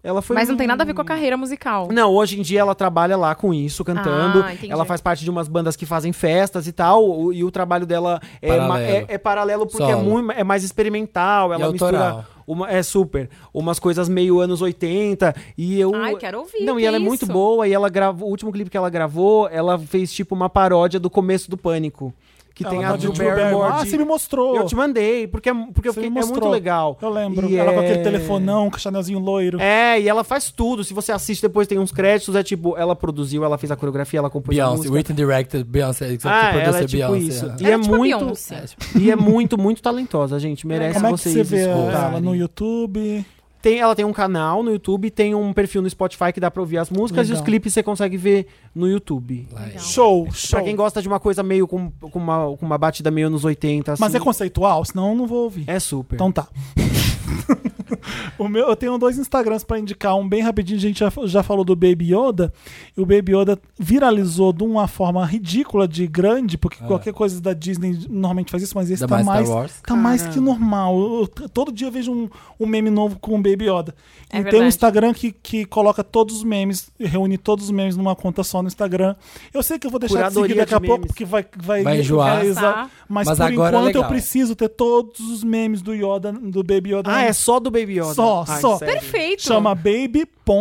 S1: Ela É, foi um
S2: Mas não tem nada a ver com a carreira musical.
S1: Não, hoje em dia ela trabalha lá com isso, cantando.
S2: Ah, entendi.
S1: ela faz parte de umas bandas que fazem festas e tal. o- E o trabalho dela é
S3: Paralelo.
S1: ma- é, é paralelo porque é,
S3: Solo.
S1: muito, é mais experimental. Ela
S3: autoral.
S1: mistura. uma- é super. Umas coisas meio anos 80. E eu.
S2: Ai, quero ouvir,
S1: Não, e
S2: que
S1: ela é
S2: isso?
S1: muito boa. E ela gravou. O último clipe que ela gravou, ela fez tipo uma paródia do começo do Pânico. Que tem
S4: Ela
S1: a
S4: tá de
S1: Drew
S4: Drew Barrymore.
S1: Barrymore.
S4: Ah,
S1: de-
S4: você me mostrou.
S1: Eu te mandei, porque, é- porque eu
S4: Você
S1: fiquei, é
S4: me mostrou.
S1: muito legal.
S4: Eu lembro.
S1: E
S4: ela com
S1: é-
S4: aquele telefonão, com chanelzinho loiro.
S1: é, e ela faz tudo. Se você assiste, depois tem uns créditos. É tipo, ela produziu, ela fez a coreografia, ela compôs a
S3: Beyoncé,
S1: música.
S3: written directed, Beyoncé, executive
S1: ah, ela é
S3: producer,
S1: tipo
S3: Beyoncé.
S1: isso.
S3: é.
S1: E
S2: Ela
S1: é,
S2: é tipo a
S1: muito,
S2: Beyoncé.
S3: É, tipo,
S1: e é muito, muito talentosa, gente. Merece
S4: Como é que
S1: vocês
S4: você vê ela
S1: escutarem.
S4: no YouTube?
S1: Tem, ela tem um canal no YouTube, tem um perfil no Spotify que dá pra ouvir as músicas
S4: Legal.
S1: e os clipes você consegue ver no YouTube.
S3: like-
S4: Show, show.
S1: Pra quem gosta de uma coisa meio com, com, uma, com uma batida meio nos 80, assim.
S4: Mas é conceitual, senão eu não vou ouvir.
S1: É super.
S4: Então tá. o meu, eu tenho dois Instagrams pra indicar. Um bem rapidinho, a gente já, já falou do Baby Yoda. E o Baby Yoda viralizou de uma forma ridícula de grande, porque qualquer coisa da Disney normalmente faz isso, mas esse
S3: Ainda
S4: tá
S3: mais
S4: mais,
S3: Star Wars.
S4: tá
S2: Ah.
S4: mais que normal. Eu- eu t- todo dia eu vejo um, um meme novo com o Baby Yoda.
S2: É
S4: e tem um
S2: verdade.
S4: Instagram que, que coloca todos os memes, reúne todos os memes numa conta só no Instagram. Eu sei que eu vou deixar de seguir
S1: Curadoria
S4: daqui a
S1: de
S4: pouco,
S1: memes.
S4: porque vai, vai,
S3: Vai enjoar.
S4: é, exa-
S2: Tá.
S4: Mas,
S3: Mas
S4: por
S3: agora é
S4: enquanto eu
S3: legal.
S4: preciso ter todos os memes do Yoda, do Baby Yoda.
S1: Ah,
S4: na-
S1: é só do Baby Yoda.
S4: Só,
S1: Ai,
S4: só.
S1: sério.
S2: Perfeito.
S4: Chama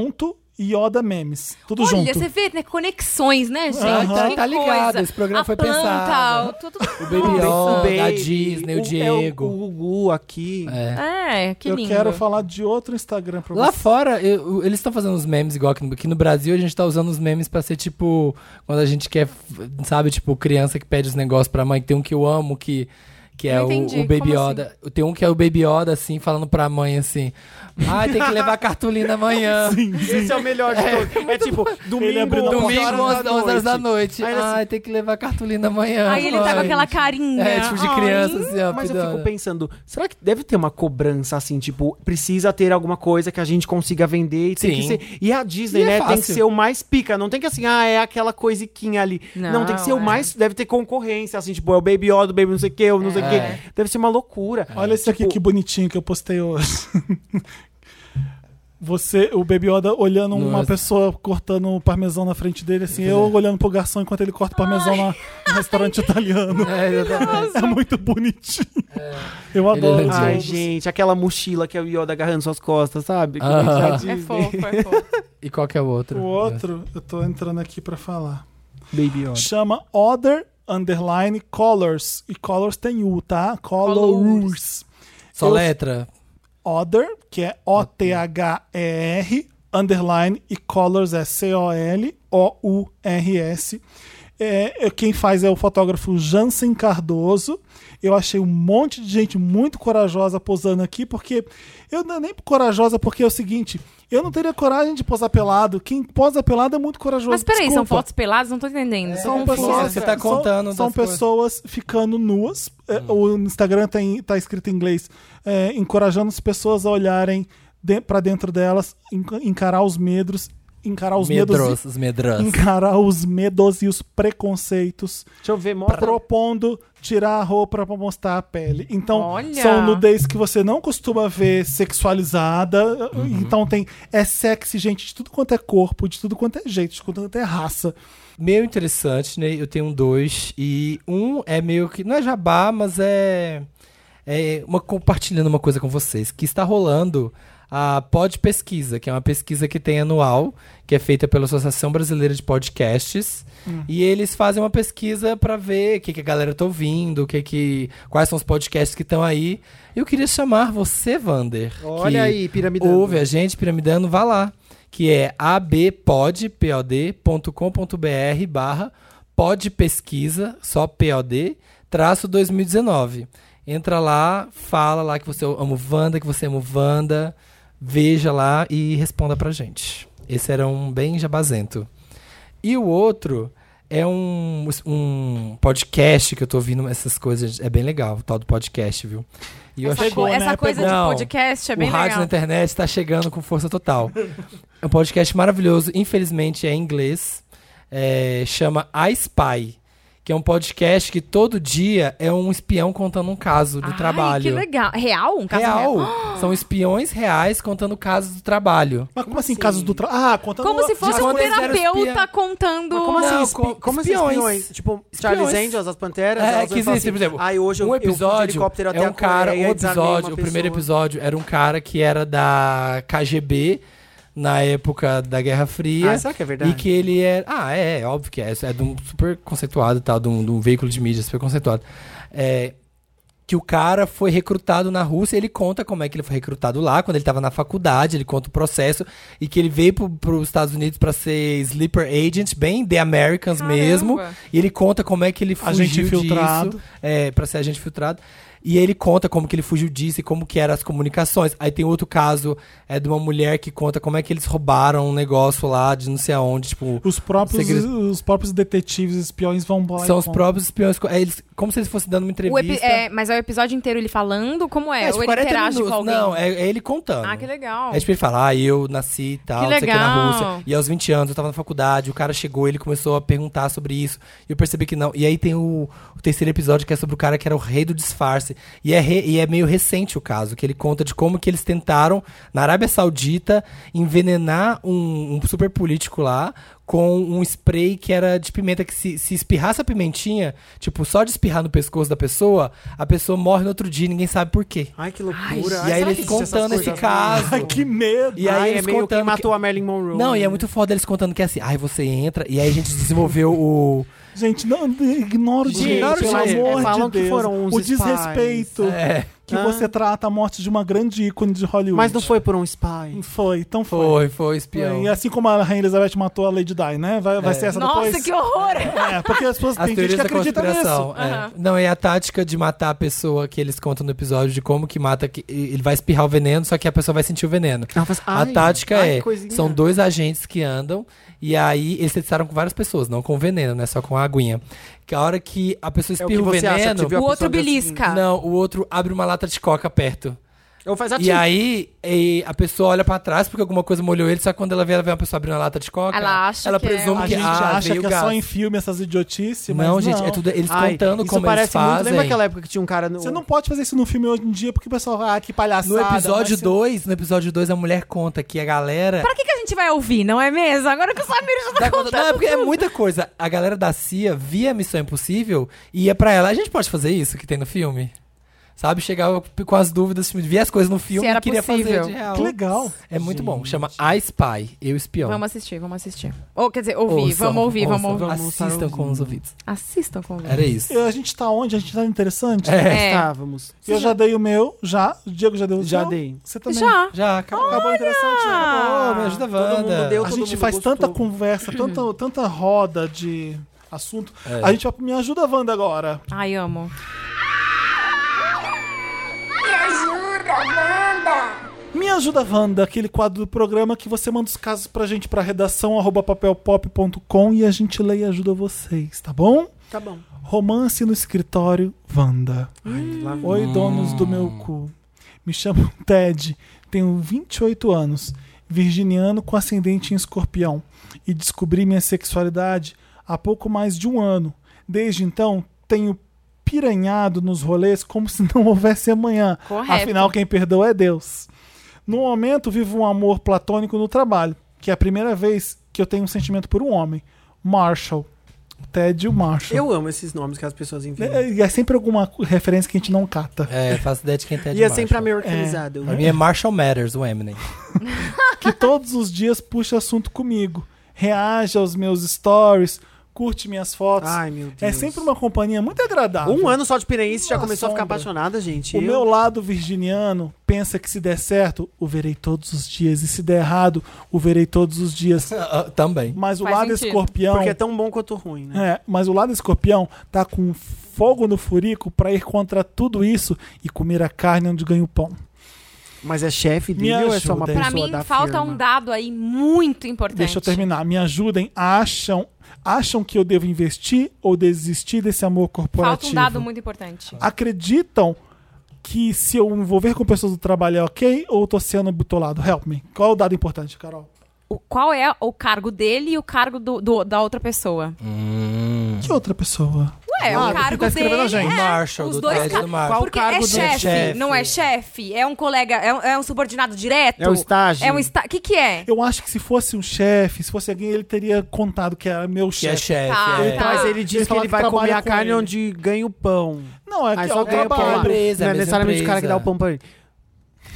S4: baby.yoda memes. Tudo
S2: Olha,
S4: junto.
S2: você vê né, conexões, né, gente?
S4: Aham.
S2: Que
S3: Tá ligado,
S2: coisa.
S3: esse programa
S2: a
S3: foi
S2: planta,
S3: pensado.
S2: o- Tudo... O
S3: Baby Yoda.
S1: Baby,
S3: da Disney, o
S1: é
S3: Diego.
S1: O, Gugu aqui.
S3: É.
S2: É, que
S4: eu
S2: lindo.
S4: quero falar de outro Instagram pra
S3: Lá
S4: você.
S3: fora, eu- eu- eles estão fazendo uns memes igual aqui no, aqui no Brasil, a gente tá usando os memes pra ser tipo. Quando a gente quer, f- sabe, tipo, criança que pede os negócios pra mãe. Tem um que eu amo que. Que é
S2: Não
S3: o,
S2: entendi,
S3: o Baby
S2: como
S3: Yoda. Tem um que é o Baby Yoda, assim, falando pra mãe assim. Ai, tem que levar cartolina amanhã.
S1: Esse é o melhor de todos. É, tipo,
S4: Ele abriu
S1: domingo,
S4: na
S3: Domingo,
S1: 11 horas
S3: 11
S1: da noite.
S3: horas da noite.
S1: Aí ele assim-
S3: Ai, tem que levar cartolina amanhã.
S2: Aí ele tá com
S3: mãe.
S2: aquela carinha.
S3: É, tipo de
S2: Ai,
S3: criança, assim, ó.
S1: Mas eu
S3: pidona.
S1: fico pensando, será que deve ter uma cobrança assim, tipo, precisa ter alguma coisa que a gente consiga vender e tem que
S3: Sim.
S1: ser. E a Disney,
S3: E é
S1: né, tem que
S3: fácil.
S1: ser o mais pica, não tem que assim, ah, é aquela coisiquinha ali. Não, tem que ser
S2: Não,
S1: o
S2: é.
S1: mais, deve ter concorrência, assim, tipo, é o Baby Yoda, o Baby não sei o que, o não sei o
S3: É.
S1: que. Deve ser uma loucura.
S4: Olha esse aqui
S1: Tipo,
S4: que bonitinho que eu postei hoje. Você, o Baby Yoda olhando uma
S3: Nossa. é.
S4: pessoa cortando o parmesão na frente dele, assim, eu olhando pro garçom enquanto ele corta o parmesão na, no restaurante italiano.
S3: É, exatamente.
S4: É muito bonitinho. Eu
S3: Ele
S4: adoro.
S3: é
S4: todos.
S1: Ai, gente, aquela mochila que é o Yoda agarrando suas costas, sabe? Que
S3: Ah.
S1: nem da
S3: É
S2: É
S1: Disney.
S2: fofo, é fofo.
S3: E qual que é o outro?
S4: O outro, eu tô entrando aqui pra falar.
S1: Baby Yoda.
S4: Chama Other Underline Colors. E Colors tem U, tá? Colors.
S3: Só letra?
S4: Other, que é O-T-H-E-R, underline, e Colors é C-O-L-O-U-R-S. É, é, quem faz é o fotógrafo Jansen Cardoso. Eu achei um monte de gente muito corajosa posando aqui, porque eu não nem corajosa, porque é o seguinte: eu não teria coragem de posar pelado. Quem posa pelado é muito corajoso.
S2: Mas peraí, são
S4: Desculpa. É,
S2: fotos peladas? Não tô entendendo. Tô
S4: São
S2: confusa.
S4: pessoas,
S3: Você tá
S4: são-
S3: contando
S4: São,
S3: das Hum.
S4: pessoas ficando nuas. É, O Instagram tem, tá escrito em inglês, é, encorajando as pessoas a olharem de, para dentro delas, en- encarar os medos, encarar os medos,
S3: Medros, os
S4: e-
S3: medros.
S4: encarar os medos e os preconceitos,
S1: Deixa eu ver, mostra.
S4: propondo tirar a roupa para mostrar a pele. Então,
S2: Olha!
S4: são nudez que você não costuma ver sexualizada.
S3: Uhum.
S4: Então tem é sexy, gente, de tudo quanto é corpo, de tudo quanto é jeito, de tudo quanto é raça.
S3: Meio interessante, né? Eu tenho dois. E um é meio que. Não é jabá, mas é. É uma compartilhando uma coisa com vocês. Que está rolando a Pod Pesquisa, que é uma pesquisa que tem anual, que é feita pela Associação Brasileira de Podcasts. E eles fazem uma pesquisa para ver o que, que a galera tá ouvindo, o que que, quais são os podcasts que estão aí. Eu queria chamar você, Vander. que
S1: Olha aí, piramidando.
S3: Ouve a gente, Piramidando, vá lá. Que é abpod.com.br barra podpesquisa, só POD, traço 2019. Entra lá, fala lá que você ama o Wanda, que você ama o Wanda, veja lá e responda pra gente. Esse era um bem jabazento. E o outro é um, um podcast que eu tô ouvindo essas coisas, é bem legal, o tal do podcast, viu? E eu
S2: Essa,
S3: achei-
S2: co- essa
S4: né?
S2: coisa
S3: Não.
S2: de podcast é bem
S3: o rádio
S2: legal.
S3: na internet está chegando com força total. é um podcast maravilhoso, infelizmente é em inglês. É, chama I Spy, que é um podcast que todo dia é um espião contando um caso do
S2: Ai,
S3: trabalho.
S2: que legal. Real? Um caso
S3: real.
S2: real?
S3: São espiões reais contando casos do trabalho.
S4: Mas como assim, casos do trabalho? Ah, contando...
S2: Como se fosse
S3: Diz
S2: um
S3: quando eles eram
S2: terapeuta
S3: espiã-
S2: contando...
S1: Mas como assim,
S3: Não,
S1: espi-
S3: co-
S1: como assim
S3: espiões.
S1: espiões? Tipo, Charles
S3: Espiões.
S1: Angels, as Panteras?
S3: É,
S1: elas
S3: que
S1: vão falar
S3: existe, por exemplo.
S1: Ai, hoje eu-
S3: um
S1: eu fui de
S3: episódio
S1: helicóptero até
S3: é um
S1: a
S3: cara,
S1: Coreia
S3: um
S1: e desarmei
S3: episódio,
S1: uma
S3: o primeiro
S1: pessoa."
S3: episódio era um cara que era da KGB na época da Guerra Fria.
S1: Ah, será que é verdade?
S3: E que ele é. Ah, é, é óbvio que é. É de um super conceituado e tal, de um, de um veículo de mídia super conceituado. É, que o cara foi recrutado na Rússia, ele conta como é que ele foi recrutado lá, quando ele tava na faculdade, ele conta o processo, e que ele veio para os Estados Unidos pra ser sleeper agent, bem The Americans
S2: Caramba.
S3: mesmo, e ele conta como é que ele fugiu
S4: Agente filtrado.
S3: disso, é, para ser agente filtrado. E ele conta como que ele fugiu disso e como que eram as comunicações. Aí tem outro caso é de uma mulher que conta como é que eles roubaram um negócio lá de não sei aonde, tipo,
S4: Os próprios,
S3: Segredo.
S4: os próprios detetives, espiões vão lá e
S3: são os
S4: contam.
S3: próprios espiões, é, eles, como se eles fossem dando uma
S2: O
S3: entrevista.
S2: epi- é, mas é o episódio inteiro ele falando? Como é?
S3: É, tipo,
S2: Ou ele
S3: 40
S2: interage
S3: minutos.
S2: com alguém?
S3: Não, é, é ele contando.
S2: Ah, que legal.
S3: É tipo ele fala, ah, eu nasci e tal,
S2: Que
S3: não sei o que na
S2: legal.
S3: Rússia. E aos 20 anos eu tava na faculdade, o cara chegou, ele começou a perguntar sobre isso. E eu percebi que não. E aí tem o, o terceiro episódio que é sobre o cara que era o rei do disfarce. E é, re- e é meio recente o caso, que ele conta de como que eles tentaram, na Arábia Saudita, envenenar um, um super político lá com um spray que era de pimenta, que se, se espirrasse a pimentinha, tipo, só de espirrar no pescoço da pessoa, a pessoa morre no outro dia e ninguém sabe por quê.
S1: Ai, que loucura.
S3: e
S1: Ai,
S3: aí
S1: será
S3: eles
S1: que existe essas
S3: contando esse
S1: coisas?
S3: caso.
S4: Ai, que medo!
S3: E aí
S1: Ai, é
S3: eles
S1: meio que
S3: contando
S1: matou
S3: que-
S1: a Marilyn Monroe.
S3: Não, e é
S1: né?
S3: muito foda eles contando que é assim, ai, você entra, e aí a gente desenvolveu o.
S4: Gente, não, ignora o
S1: Gente,
S4: dinheiro,
S1: ignora o
S4: pelo
S1: dinheiro.
S4: amor
S1: É, falam
S4: de
S1: que
S4: Deus.
S1: foram uns
S4: o
S1: spies.
S4: desrespeito
S3: É.
S4: que
S1: Ah.
S4: você trata a morte de uma grande ícone de Hollywood.
S1: Mas não foi por um spy.
S4: Foi, então foi.
S3: Foi, foi, espião. É.
S4: E assim como a Rainha Elizabeth matou a Lady Di, né? Vai, vai ser essa
S2: Nossa,
S4: depois?
S2: que horror!
S4: É, porque as pessoas
S3: As
S4: têm gente
S3: teorias
S4: que
S3: da
S4: acredita nisso.
S3: conspiração. é.
S2: Aham.
S3: Não, é a tática de matar a pessoa que eles contam no episódio de como que mata. Que ele vai espirrar o veneno, só que a pessoa vai sentir o veneno.
S1: Ela faz-
S3: a
S1: ai,
S3: tática
S1: ai,
S3: é:
S1: coisinha.
S3: são dois agentes que andam, e aí eles testaram com várias pessoas, não com veneno, né? Só com a aguinha. Que a hora que a pessoa
S1: É o
S3: espirra
S1: que
S3: o,
S1: você acha que
S3: veneno.
S1: você viu a
S2: O outro
S1: pessoa dessa-
S2: belisca.
S3: não, o outro abre uma lata de coca perto.
S1: Ou
S2: Tá
S1: faz
S3: E
S1: ativo.
S3: aí, e a pessoa olha pra trás porque alguma coisa molhou ele, só que quando ela vê, ela vê uma pessoa abrindo a lata de coca.
S2: Ela acha
S3: ela
S2: que é
S3: presume
S4: A
S3: que
S4: gente
S3: ah,
S4: acha
S3: veio
S4: que é
S3: gás.
S4: só em filme essas idiotices, mas
S3: Não, gente, é tudo eles
S1: Ai,
S3: contando
S1: isso
S3: como eles
S1: parece muito.
S3: fazem.
S1: Lembra aquela época que tinha um cara no.
S4: Você não pode fazer isso num filme hoje em dia, porque o pessoal vai, ah, que
S3: No
S4: palhaçada.
S3: episódio
S4: mas se-
S3: 2, no episódio 2 a mulher conta que a galera
S2: Pra que, que a gente vai ouvir, não é mesmo? Agora que o Samir já tá
S3: Tá contando-
S2: contando.
S3: Não, é porque é muita coisa. A galera da CIA via Missão Impossível e ia pra ela. A gente pode fazer isso que tem no filme? Sabe? Chegava com as dúvidas, via as coisas no filme
S2: Se era
S3: e queria
S2: possível.
S3: fazer de real.
S4: Que legal.
S3: É muito bom. Chama I Spy, Eu Espião.
S2: Vamos assistir, vamos assistir. Ou, quer dizer, ouvir, vamos ouvir, vamos ouvir.
S3: Assistam com os ouvidos.
S2: Assistam com
S3: Era isso.
S4: Eu- A gente tá onde? A gente tá interessante?
S3: É.
S2: É.
S1: tá. Estávamos.
S4: Eu já dei o meu, já. O Diego já deu o
S1: Já
S4: seu?
S1: dei.
S4: Você também.
S2: Já.
S3: Já, acabou.
S4: Acabou interessante, né?
S3: Acabou, me ajuda, Wanda.
S1: mundo deu.
S4: A
S1: Todo
S4: gente
S1: mundo
S4: faz
S1: gostou.
S4: tanta conversa, tanta, tanta roda de assunto.
S3: É.
S4: A gente vai pro Me Ajuda, Wanda, agora.
S2: Ai, amo.
S6: Me ajuda, Wanda!
S4: Me Ajuda, Wanda, aquele quadro do programa que você manda os casos pra gente pra redação arroba papelpop.com e a gente lê e ajuda vocês, tá bom?
S1: Tá bom.
S4: Romance no escritório, Wanda.
S1: Lá-
S4: Oi, donos do meu cu. Me chamo Ted, tenho 28 anos, virginiano com ascendente em escorpião, e descobri minha sexualidade há pouco mais de um ano. Desde então, tenho piranhado nos rolês como se não houvesse amanhã.
S2: Correto.
S4: Afinal, quem perdoa é Deus. No momento, vivo um amor platônico no trabalho, que é a primeira vez que eu tenho um sentimento por um homem, Marshall. Ted e o Marshall.
S1: Eu amo esses nomes que as pessoas enviam.
S4: É, e é sempre alguma referência que a gente não cata.
S3: É, faço ideia de quem tá de
S1: e é
S3: Marshall.
S1: sempre americanizado.
S3: Pra mim é Marshall Matters, o Eminem.
S4: que todos os dias puxa assunto comigo. Reage aos meus stories, curte minhas fotos.
S1: Ai, meu Deus.
S4: é sempre uma companhia muito agradável.
S1: Um ano só de Pirense já
S4: Ah, Uma
S1: começou a ficar
S4: sombra.
S1: apaixonada, gente.
S4: O
S1: Eu-
S4: meu lado virginiano pensa que se der certo, o verei todos os dias. E se der errado, o verei todos os dias.
S3: Ah, ah, Também.
S4: Mas o
S2: Faz
S4: lado
S2: sentido.
S4: escorpião.
S1: Porque é tão bom quanto ruim, né?
S4: É, mas o lado escorpião tá com fogo no furico pra ir contra tudo isso e comer a carne onde ganha o pão.
S1: Mas é chefe
S4: Me
S1: dele ou é só uma
S4: ajuda.
S1: pessoa
S2: Pra mim,
S1: da
S2: falta
S1: firma?
S2: um dado aí muito importante.
S4: Deixa eu terminar. Me ajudem. Acham, acham que eu devo investir ou desistir desse amor
S2: Falta
S4: corporativo?
S2: um dado muito importante.
S4: Acreditam que se eu me envolver com pessoas do trabalho é ok ou eu tô sendo bitolado? Help me. Qual é o dado importante, Carol?
S2: O- qual é o cargo dele e o cargo do, do- da outra pessoa?
S4: Que outra pessoa?
S2: Ué,
S4: Ah,
S2: o
S4: que
S2: cargo
S4: tá escrevendo
S2: dele.
S4: a gente.
S2: é,
S3: Marshall,
S2: os
S3: do
S2: dois
S3: Ted e
S2: ca-
S3: do Marshall.
S2: Porque
S1: Qual o
S2: é
S1: cargo do
S2: chefe,
S3: chefe?
S2: não é chefe? É um colega, é um, é um subordinado direto?
S1: É um estágio.
S2: É um estágio. O que, que é?
S4: Eu acho que se fosse um chefe, se fosse alguém, ele teria contado que era meu
S3: Que é
S4: chefe.
S3: chefe.
S2: Tá,
S3: é.
S2: tá.
S1: Mas ele diz
S4: Ele
S1: que
S4: fala
S1: ele
S4: que
S1: vai
S4: trabalha
S1: comer a
S4: com
S1: carne
S4: ele.
S1: onde ganha o pão.
S4: Não, é
S1: Aí
S4: que
S1: só
S4: o
S1: ganha o pão.
S4: trabalho.
S1: lá. não
S3: Empresa,
S1: é
S3: mesma
S1: necessariamente o cara que
S3: empresa.
S1: dá o pão pra ele.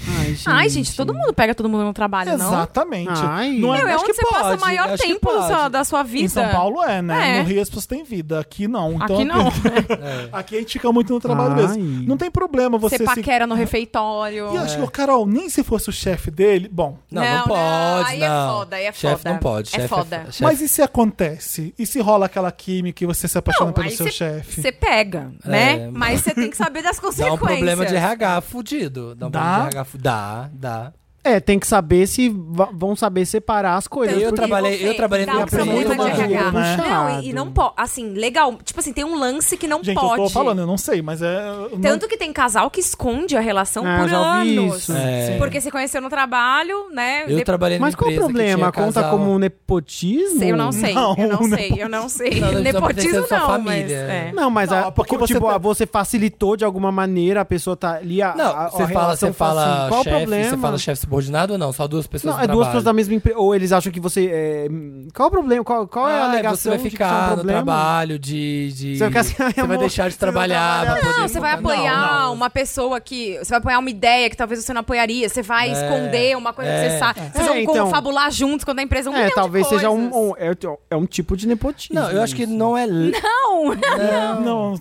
S1: Ai, gente.
S2: Ai, gente, todo mundo pega todo mundo no trabalho, não?
S4: Exatamente.
S1: Ai.
S4: Não é
S2: Meu, é
S3: Acho
S2: onde
S3: que
S2: você passa o
S3: pode,
S2: maior
S3: acho que
S2: tempo
S3: pode.
S2: só da sua vida.
S4: Em São Paulo é,
S2: É.
S4: né? No Rio as pessoas têm vida. Aqui não. Então,
S2: Aqui não.
S4: Aqui a gente fica muito no trabalho
S1: Ai.
S4: mesmo. Não tem problema você
S2: Você
S4: se...
S2: paquera no refeitório.
S4: E eu acho que, Carol, nem se fosse o chefe dele... Bom,
S3: Não,
S2: Não,
S3: não,
S2: não,
S3: pode,
S2: aí é
S3: não.
S2: foda, aí é
S3: Chefe
S2: foda.
S3: não pode.
S2: É
S3: chefe
S2: foda.
S3: chefe-
S4: mas e se acontece? E se rola aquela química e você se apaixona
S2: Não,
S4: pelo
S2: aí
S4: seu
S2: cê-
S4: chefe?
S2: Você pega, né?
S3: É,
S2: mas você tem que saber das
S3: Dá
S2: consequências.
S3: um problema de RH fudido. Dá um
S4: Dá?
S3: problema de RH fudido. Dá, dá.
S1: É, tem que saber se va- vão saber separar as coisas.
S3: Eu
S1: porque-
S3: trabalho- trabalhei- eu trabalhei
S2: Dá
S3: numa
S2: um problema
S4: empresa
S2: de
S4: muito
S2: RH.
S1: maluca, né?
S2: Não, e, e não pode. Assim, legal. Tipo assim, tem um lance que não
S4: Gente,
S2: pode.
S4: eu tô falando, eu não sei, mas é... não-
S2: Tanto que tem casal que esconde a relação
S1: Ah,
S2: por
S1: já ouvi
S2: anos.
S1: isso.
S3: É.
S2: Porque se conheceu no trabalho, né?
S3: Eu
S2: de-
S3: trabalhei numa
S1: Mas qual o
S3: empresa que
S1: problema?
S3: tinha
S1: Conta
S3: casal-
S1: como um nepotismo?
S2: Eu não sei, eu não
S4: Não,
S2: sei, eu não sei.
S3: Não, não,
S2: Nepotismo
S3: precisa ser sua
S2: não, mas.
S3: família.
S2: é.
S1: né? Não, mas
S4: Não,
S1: a,
S4: porque você
S1: tipo,
S4: tá-
S1: ah, você facilitou de alguma maneira, a pessoa tá ali. A,
S3: Não,
S1: a- a
S3: você fala,
S1: relação
S3: você fala
S1: assim, Qual o
S3: chefe,
S1: problema?
S3: você fala chefe subordinado ou não? Só duas pessoas
S1: não,
S3: no
S1: é duas
S3: trabalho.
S1: pessoas da mesma empresa. Ou eles acham que você. é, hum, Qual o problema? Qual, qual é a
S3: Ah,
S1: alegação
S3: Você vai
S1: de que isso é um
S3: ficar no
S1: problema?
S3: trabalho de... de-
S1: Você vai ficar assim, "Ai,
S3: você vai
S1: amor,
S3: deixar de
S1: você não
S3: trabalhar pra
S1: trabalha".
S3: poder
S2: Não, você vai um
S3: focar-
S2: apoiar
S3: não.
S2: uma pessoa que. Você vai apoiar uma ideia que talvez você não apoiaria. Você vai
S3: É,
S2: esconder uma coisa que
S3: é.
S2: você sabe. Vocês
S1: É,
S2: vão
S1: então.
S2: confabular juntos quando a empresa é um
S1: É,
S2: milhão de
S1: talvez seja um,
S2: coisas.
S1: um- é, é um tipo de nepotismo. né?
S3: Não, eu acho que não é...
S2: Não!
S4: é, Não,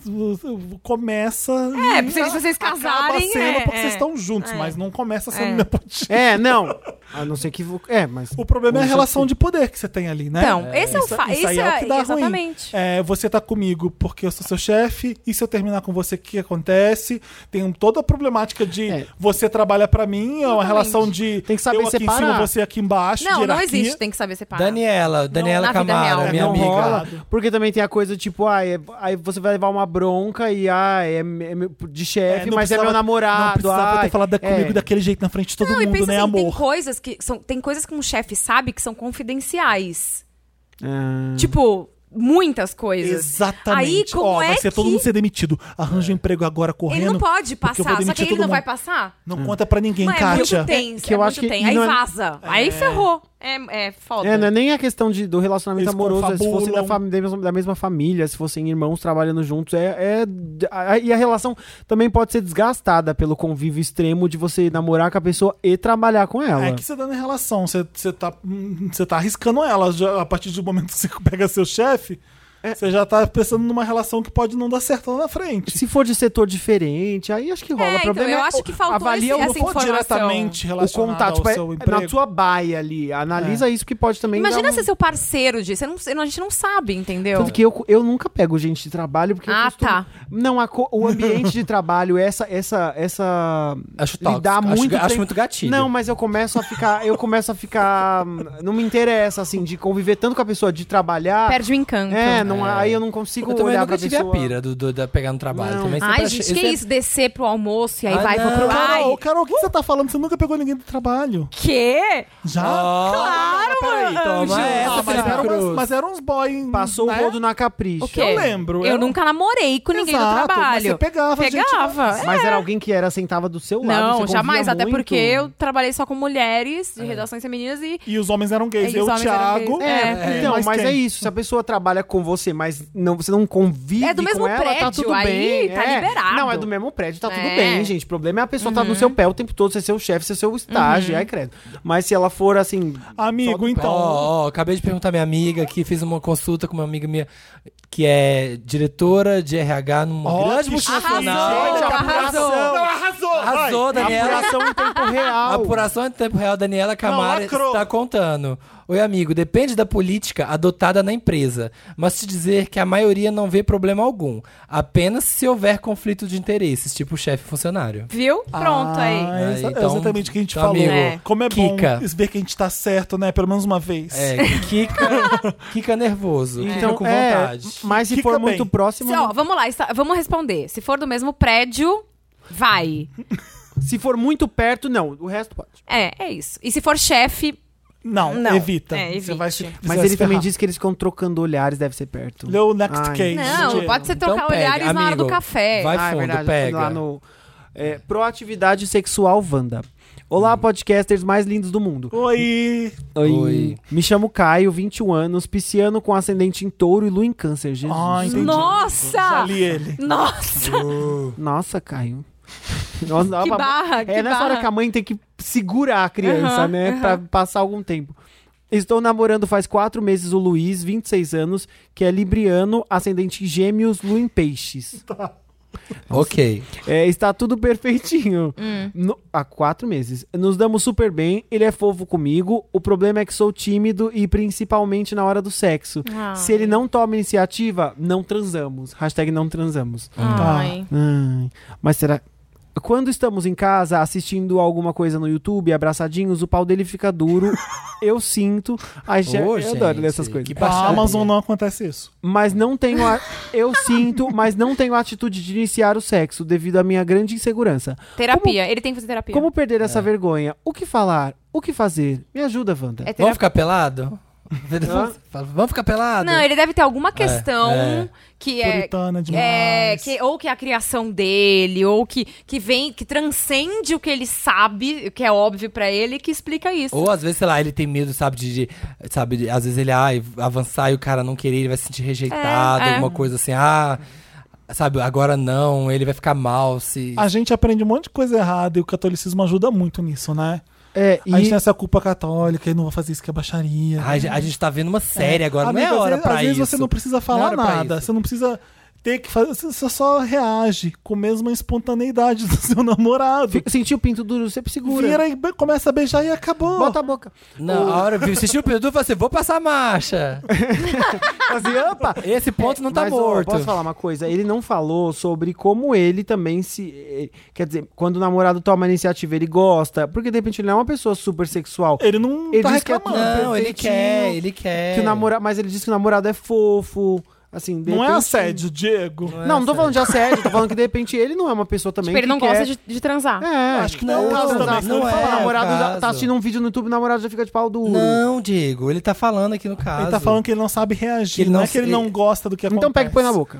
S4: começa...
S2: É,
S4: e
S2: porque se vocês
S4: Acaba
S2: casarem,
S4: sendo
S2: é,
S4: porque
S2: é.
S4: vocês estão juntos, mas não começa sendo
S2: É.
S4: nepotismo.
S1: É, não. A não ser que. vo- É, mas.
S4: O problema é a
S1: Ou
S4: relação
S1: se-
S4: de poder que você tem ali, né?
S2: Então, esse é o
S4: Isso-
S2: fa-
S4: isso aí
S2: esse
S4: é o
S2: é-
S4: que dá
S2: exatamente.
S4: ruim. É, você tá comigo porque eu sou seu chefe, e se eu terminar com você, o que acontece? Tem um- toda a problemática de
S1: É.
S4: você trabalha pra mim, é uma
S2: Exatamente.
S4: relação de
S1: Tem que saber
S4: eu aqui em
S1: separar.
S4: cima, você aqui embaixo, de
S2: Não, não
S4: hierarquia.
S2: existe, tem que saber separar.
S3: Daniela, Daniela
S2: na vida
S3: Camara,
S2: real.
S3: minha
S1: não
S3: amiga.
S1: rola, porque também tem a coisa tipo, ah, é- aí você vai levar uma bronca e ah, é, me- é meu- de chefe,
S4: não
S1: mas é
S4: precisava-
S1: meu namorado.
S4: Não precisava
S1: ai,
S4: ter falado da-
S1: é.
S4: comigo daquele jeito na frente de todo
S2: Não, e
S4: mundo,
S2: pensa
S4: né,
S2: assim, tem
S4: amor?
S2: coisas que são, tem coisas que um chefe sabe que são confidenciais.
S1: Ah.
S2: Tipo, muitas coisas.
S4: Exatamente.
S2: Aí, como
S4: Ó,
S2: é
S4: vai ser todo
S2: que-
S4: mundo ser demitido.
S1: É.
S4: Arranja um emprego agora correndo.
S2: Ele não pode
S4: porque eu
S2: passar,
S4: vou
S2: só que
S4: demitir
S2: ele
S4: todo
S2: não vai
S4: mundo.
S2: passar.
S4: Não conta pra ninguém,
S2: Mano, é
S4: Kátia.
S2: muito tenso,
S1: que eu
S2: é
S1: acho
S2: muito
S1: que-
S2: tenso.
S1: e
S2: Aí
S1: não é-
S2: vaza, aí ferrou. É, é foda.
S1: É, não é nem a questão de, do relacionamento
S4: Eles
S1: amoroso, é se fossem da,
S4: confabulam.
S1: fami- da mesma- da mesma família, se fossem irmãos trabalhando juntos, é, é- a- e a relação também pode ser desgastada pelo convívio extremo de você namorar com a pessoa e trabalhar com ela.
S4: É que você tá na relação, você, você, tá, hum, você tá arriscando ela. Já, a partir do momento que você pega seu chefe, você já tá pensando numa relação que pode não dar certo lá na frente.
S1: Se for de setor diferente, aí acho que rola.
S2: É,
S1: o
S2: então,
S1: problema
S2: eu
S1: é
S2: acho que faltou
S1: avalia
S2: esse-
S1: o-
S2: essa
S4: não for
S2: informação.
S4: diretamente
S1: o
S4: relacionado
S1: contato
S4: ao
S1: tipo, é-
S4: seu
S1: é
S4: emprego. É.
S1: na sua baia ali. Analisa isso que pode também.
S2: Imagina
S1: dar um...
S2: ser seu parceiro disso. eu não sei- a gente não sabe, entendeu?
S1: Tanto que eu, eu nunca pego gente de trabalho porque eu
S2: Ah,
S1: costumo-
S2: tá.
S1: Não, a co- o ambiente de trabalho, essa essa essa
S3: Acho tóxico.
S1: lidar
S3: Acho
S1: muito
S3: ga- acho
S1: tempo-
S3: muito gatilho.
S1: Não, mas eu começo a ficar, eu começo a ficar não me interessa assim de conviver tanto com a pessoa de trabalhar.
S2: Perde o encanto.
S1: é, não, aí eu não consigo
S3: Eu também
S1: olhar
S3: nunca
S1: pra
S3: tive
S1: pessoa.
S3: a pira do, do- da pegar no trabalho.
S1: Não.
S3: Também sempre
S2: Ai,
S3: achei-
S2: gente, que
S3: sempre-
S2: isso? Descer pro almoço e aí
S3: Ah,
S2: vai
S3: não.
S2: pro pro. Ai,
S4: Carol, Carol, o que você tá falando? Você nunca pegou ninguém do trabalho.
S2: quê?
S4: Já?
S3: Ah. Claro, Peraí, então, toma essa,
S4: Ah, mas,
S2: é
S3: Felipe
S4: eram
S3: Cruz.
S4: umas, mas eram uns boys.
S1: Passou um
S4: né?
S1: o rodo na capricho.
S2: O quê?
S4: Eu lembro,
S2: Eu
S4: eu-
S2: nunca namorei com É. ninguém
S4: Exato,
S2: no trabalho.
S4: mas você pegava, gente,
S2: Pegava.
S3: É.
S4: mas-
S1: Mas era alguém que era sentava do seu lado. você
S2: Não,
S1: convivia
S2: jamais. Até
S1: muito.
S2: porque eu trabalhei só com mulheres de redações femininas e.
S4: E os homens eram gays.
S2: E É, os
S4: eu,
S2: homens eram
S4: Thiago.
S2: gays.
S1: É,
S2: É,
S1: então,
S4: mas
S1: mas
S4: quem?
S1: é isso. Se a pessoa trabalha com você você, mas não, você não convive
S2: É do mesmo
S1: com ela, tá
S2: prédio,
S1: tudo
S2: aí
S1: bem.
S2: tá
S1: é.
S2: liberado.
S1: Não, é do mesmo prédio, tá tudo
S2: É. Uhum.
S1: bem, gente. O problema é a pessoa tá no seu pé o tempo todo, ser seu chefe, ser seu estágio, ai credo. Mas se ela for assim...
S4: Amigo,
S3: Ó,
S4: então.
S3: ó, acabei de perguntar à minha amiga que fiz uma consulta com uma amiga minha que é diretora de RH numa
S4: Ó,
S3: grande
S4: que
S3: multinacional.
S2: chique.
S1: Gente,
S2: tá
S1: apuração.
S2: arrasou.
S1: Não,
S4: arrasou!
S3: Arrasou, Daniela.
S1: Apuração em tempo real.
S3: A apuração em tempo real, Daniela Camara
S4: lacrou.
S3: está contando. Oi, amigo, depende da política adotada na empresa, mas te dizer que a maioria não vê problema algum, apenas se houver conflito de interesses, tipo chefe e funcionário.
S2: Viu? Pronto, aí.
S4: Ah, é exa-
S3: Aí,
S4: é
S3: então,
S4: exatamente o que a gente
S3: então,
S4: falou.
S3: amigo,
S2: É.
S4: Como é
S3: Kika.
S4: bom ver que a gente tá certo, né? Pelo menos uma vez.
S3: É, Kika, Kika nervoso, então,
S1: Então,
S3: com
S1: é,
S3: vontade.
S1: mas se
S4: Fica
S1: for
S4: bem.
S1: muito próximo,
S2: Se, ó, vamos lá, está- vamos responder. Se for do mesmo prédio, vai.
S1: se for muito perto, não. O resto pode.
S2: É, é isso. E se for chefe,
S4: Não,
S2: Não.
S4: evita.
S2: É,
S4: Você
S2: evite.
S4: vai se,
S1: Mas ele também disse que eles ficam trocando olhares, deve ser perto.
S4: Leu next
S1: Ai.
S4: case.
S2: não,
S4: Diego.
S2: pode ser
S3: Então
S2: trocar
S3: pega,
S2: olhares na hora do
S3: amigo,
S2: café.
S3: vai-
S1: Ah, é
S3: fundo,
S1: verdade,
S3: pega.
S1: Lá no, é, proatividade sexual, Wanda. Olá, podcasters mais lindos do mundo.
S4: Oi!
S1: Oi.
S3: Oi.
S1: Me chamo Caio, 21 anos, pisciano com ascendente em touro e lua em câncer. Jesus.
S4: Ah, entendi. Já
S2: Nossa!
S4: li tá ele.
S2: Nossa!
S1: Nossa, Caio. Nossa, dá
S2: Que
S1: pra-
S2: barra,
S1: É
S2: que
S1: nessa
S2: barra.
S1: hora que a mãe tem que segurar a criança,
S2: Aham,
S1: né? Pra passar algum tempo. Estou namorando faz quatro meses o Luiz, 26 anos, que é libriano, ascendente em gêmeos, lua em peixes.
S3: Ok.
S1: É, está tudo perfeitinho.
S2: Hum.
S1: No- há quatro meses. Nos damos super bem, ele é fofo comigo. O problema é que sou tímido e principalmente na hora do sexo.
S2: Ai.
S1: Se ele não toma iniciativa, não transamos. Hashtag não transamos.
S4: Tá.
S2: Ai.
S1: Ai, mas será. Quando estamos em casa assistindo alguma coisa no YouTube, abraçadinhos, o pau dele fica duro. eu sinto. Ai, gente,
S3: Ô,
S1: eu adoro
S3: gente,
S1: ler essas coisas.
S3: que
S4: Com a
S3: baixaria.
S4: Amazon não acontece isso.
S1: Mas não tenho a... Eu sinto, mas não tenho a atitude de iniciar o sexo devido à minha grande insegurança.
S2: Terapia. Ele tem que fazer terapia.
S1: Como perder essa vergonha? O que falar? O que fazer? Me ajuda, Wanda.
S2: É terapia.
S3: Vamos ficar pelado? Vamos ficar pelado?
S2: Não, ele deve ter alguma questão
S3: é.
S2: que é.
S4: Puritana demais.
S2: É, que, ou que é a criação dele, ou que, que vem, que transcende o que ele sabe, o que é óbvio pra ele, que explica isso.
S3: Ou às vezes, sei lá, ele tem medo, sabe, de. de- sabe, de- às vezes ele ai, avançar e o cara não querer, ele vai se sentir rejeitado,
S2: É, é.
S3: alguma coisa assim, ah, sabe, agora não, ele vai ficar mal se.
S4: A gente aprende um monte de coisa errada e o catolicismo ajuda muito nisso, né?
S1: É, e
S4: A gente tem essa culpa católica e não vou fazer isso que é baixaria.
S3: Ai, a gente tá vendo uma série agora,
S4: Amigo,
S3: não é
S4: às
S3: hora
S4: vezes,
S3: pra
S4: às vezes
S3: isso.
S4: você não precisa falar
S3: hora pra
S4: nada.
S3: isso.
S4: Você não precisa ter que fazer. Você você só reage com a mesma espontaneidade do seu namorado.
S1: fica- sentiu o pinto duro, sempre segura.
S4: Vira e be- começa a beijar e acabou.
S1: Bota a boca.
S3: Não, a hora você assistiu o Pedro e falou assim: vou passar a marcha.
S1: Assim, opa,
S3: Esse ponto não tá
S1: Mas, ó,
S3: morto.
S1: posso falar uma coisa? Ele não falou sobre como ele também se. eh, Quer dizer, quando o namorado toma a iniciativa, ele gosta. Porque de repente ele não é uma pessoa super sexual.
S4: Ele não
S1: Ele
S4: tá
S1: diz que é
S4: reclamando.
S1: tudo
S3: não, ele
S1: perfeitinho,
S3: quer, ele quer.
S2: É.
S1: Que o namora... Mas ele diz que o namorado é fofo. Assim, de
S4: Não é
S1: repente-
S4: assédio, né? Diego.
S1: Não, é não tô falando de assédio, tô falando que de repente ele não é uma pessoa também.
S2: tipo, ele
S1: que
S2: não
S1: quer-
S2: gosta de, de transar.
S1: É,
S4: Acho que não é o caso também. senão
S3: não
S4: ele
S3: é.
S4: fala,
S1: O namorado já-
S3: caso.
S1: tá assistindo um vídeo no YouTube, o namorado já fica de pau duro.
S3: Não, Diego, ele tá falando aqui no caso.
S4: Ele tá falando que ele não sabe reagir.
S3: Que ele
S4: não,
S3: não
S4: é que ele
S3: se-
S4: não gosta do que acontece.
S1: Então pega e põe na boca.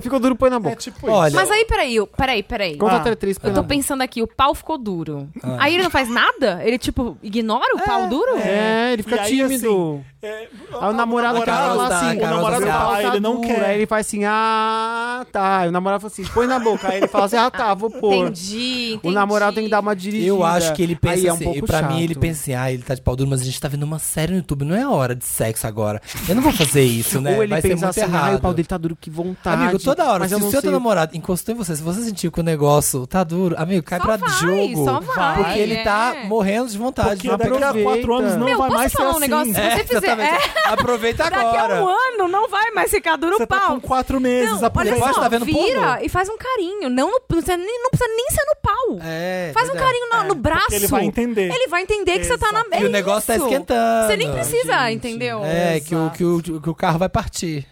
S1: Ficou duro, põe na
S4: É
S1: boca.
S4: tipo isso.
S3: Olha,
S2: Mas aí, peraí, o- peraí, peraí.
S1: Conta
S4: Ah,
S1: até três, põe
S2: Eu
S1: na
S2: tô
S1: boca.
S2: pensando aqui, o pau ficou duro. Aí ele não faz nada? Ele, tipo, ignora o pau duro?
S1: É, ele fica
S4: E aí,
S1: tímido.
S4: É,
S1: Aí o namorado
S3: namorado
S1: fala
S3: dá,
S1: assim,
S3: cara,
S1: o namorado
S3: dá,
S1: fala,
S4: ele
S1: tá
S4: não
S1: duro.
S4: quer.
S1: Aí ele faz assim, ah, tá. Aí o namorado fala assim, põe na boca. Aí ele fala assim, ah, tá, vou pôr.
S2: Entendi, entendi.
S1: O namorado tem que dar uma dirigida.
S3: Eu acho que ele pensa
S1: Aí é um
S3: assim,
S1: pouco
S3: pra
S1: chato.
S3: mim ele pensa assim, ah, ele tá de pau duro, mas a gente tá vendo uma série no YouTube, não é hora de sexo agora. Eu não vou fazer isso, né?
S1: Ou ele
S3: Vai ser
S1: pensa
S3: muito
S1: assim, ai,
S3: errado.
S1: o pau dele tá duro, que vontade.
S3: Amigo, toda hora,
S1: Mas
S3: se
S1: eu
S3: o
S1: não
S3: seu
S1: sei-
S3: namorado encostou em você, se você sentiu que o negócio tá duro, amigo, cai
S2: Só
S3: pra
S2: vai,
S3: jogo.
S2: só vai,
S3: porque ele
S2: é.
S3: tá morrendo de vontade.
S4: Porque
S3: Não
S4: daqui a
S3: aproveita.
S4: quatro anos não
S1: Meu,
S4: vai
S2: posso
S4: mais ser
S2: falar um
S4: assim.
S2: negócio? Se
S4: É.
S2: você
S3: É,
S2: fizer-
S3: exatamente. Aproveita
S2: Daqui a um
S3: agora.
S2: ano não vai mais ficar duro
S4: Você
S2: o pau.
S4: tá com quatro meses.
S2: Não,
S4: aproveita.
S3: Pode
S2: olha só,
S3: tá vendo
S2: vira
S3: porno?
S2: e faz um carinho. Não, no- não, precisa, nem, não precisa nem ser no pau.
S3: É,
S2: faz um
S3: verdade.
S2: carinho no, no braço.
S4: ele vai entender.
S2: Ele vai entender que você tá na
S3: E
S2: é
S3: o negócio tá
S2: isso.
S3: esquentando.
S2: Você nem precisa, entendeu?
S3: É, que o, que, o, que o carro vai partir.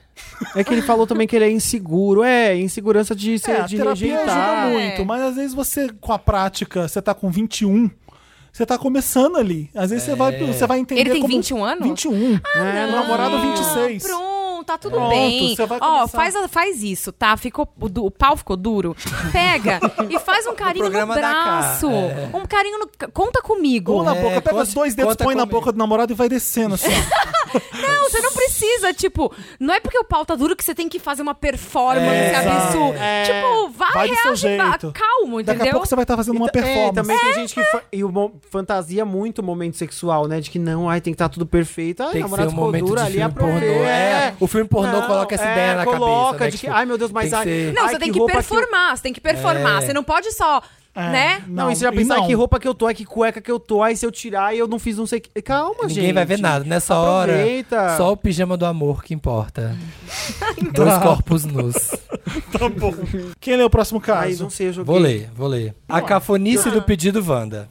S1: É que ele falou também que ele é inseguro. É, insegurança de
S4: É,
S1: ser
S4: a
S1: de
S4: terapia
S1: rejeitar.
S4: ajuda
S2: É.
S4: muito, mas às vezes você, com a prática, você tá com 21, você tá começando ali. Às vezes você, vai,
S3: É.
S4: você vai entender
S2: Ele tem
S4: como...
S2: 21 anos?
S4: 21.
S1: É,
S4: Meu namorado
S2: Ah,
S4: 26.
S2: Pronto, tá tudo
S4: Pronto,
S2: bem.
S4: você vai
S2: Ó,
S4: começar.
S2: faz, a- faz isso, tá? Ficou, o, du- o pau ficou duro. Pega e faz um carinho no,
S3: programa da K,
S2: braço.
S3: é.
S2: Um carinho no. Conta
S4: Ou
S2: comigo.
S4: na boca, pega
S3: conta-
S4: os dois dedos,
S3: conta
S4: põe na
S3: comigo.
S4: boca do namorado e vai descendo assim. ó.
S2: Não, você não precisa. precisa, tipo, não é porque o pau tá duro que você tem que fazer uma performance
S4: É,
S2: absurda.
S1: é.
S2: tipo, vai,
S4: Vai do seu
S2: reage, va- calmo,
S4: jeito. Daqui a
S2: entendeu? Então,
S4: pouco você vai estar fazendo uma
S1: E ta-
S4: performance.
S1: É, também tem gente que fa- e o mo- fantasia muito o momento sexual, né? De que não, ai, tem que estar tudo perfeito. Ai,
S3: Tem que ser
S1: namorado
S3: um momento de
S1: dura
S3: filme
S1: ali,
S3: pornô.
S1: aproveita.
S3: É, o filme pornô coloca essa ideia na cabeça,
S1: é, coloca
S3: né?
S1: de que,
S3: Tipo,
S1: ai, meu Deus, mas...
S3: tem que
S1: ai,
S3: ser-
S2: Não,
S1: ai,
S2: você tem
S1: que
S2: que
S1: roupa eu-
S2: performar, você tem que performar.
S3: É.
S2: Você não pode só,
S4: É,
S2: né?
S1: Não, e você já pensar,
S4: não.
S1: ai, que roupa que eu tô, ai, que cueca que eu tô, ai, se eu tirar, ai, eu não fiz não sei o que... Calma, gente.
S3: Ninguém vai ver nada. Nessa hora,
S1: Aproveita.
S3: só o pijama do amor que importa.
S2: Então.
S3: Dois corpos nus.
S4: Tá bom. Quem lê o próximo
S1: Ai,
S4: caso?
S1: não sei, eu joguei.
S3: Vou ler, vou ler. A cafonice
S2: Ah.
S3: do pedido Wanda.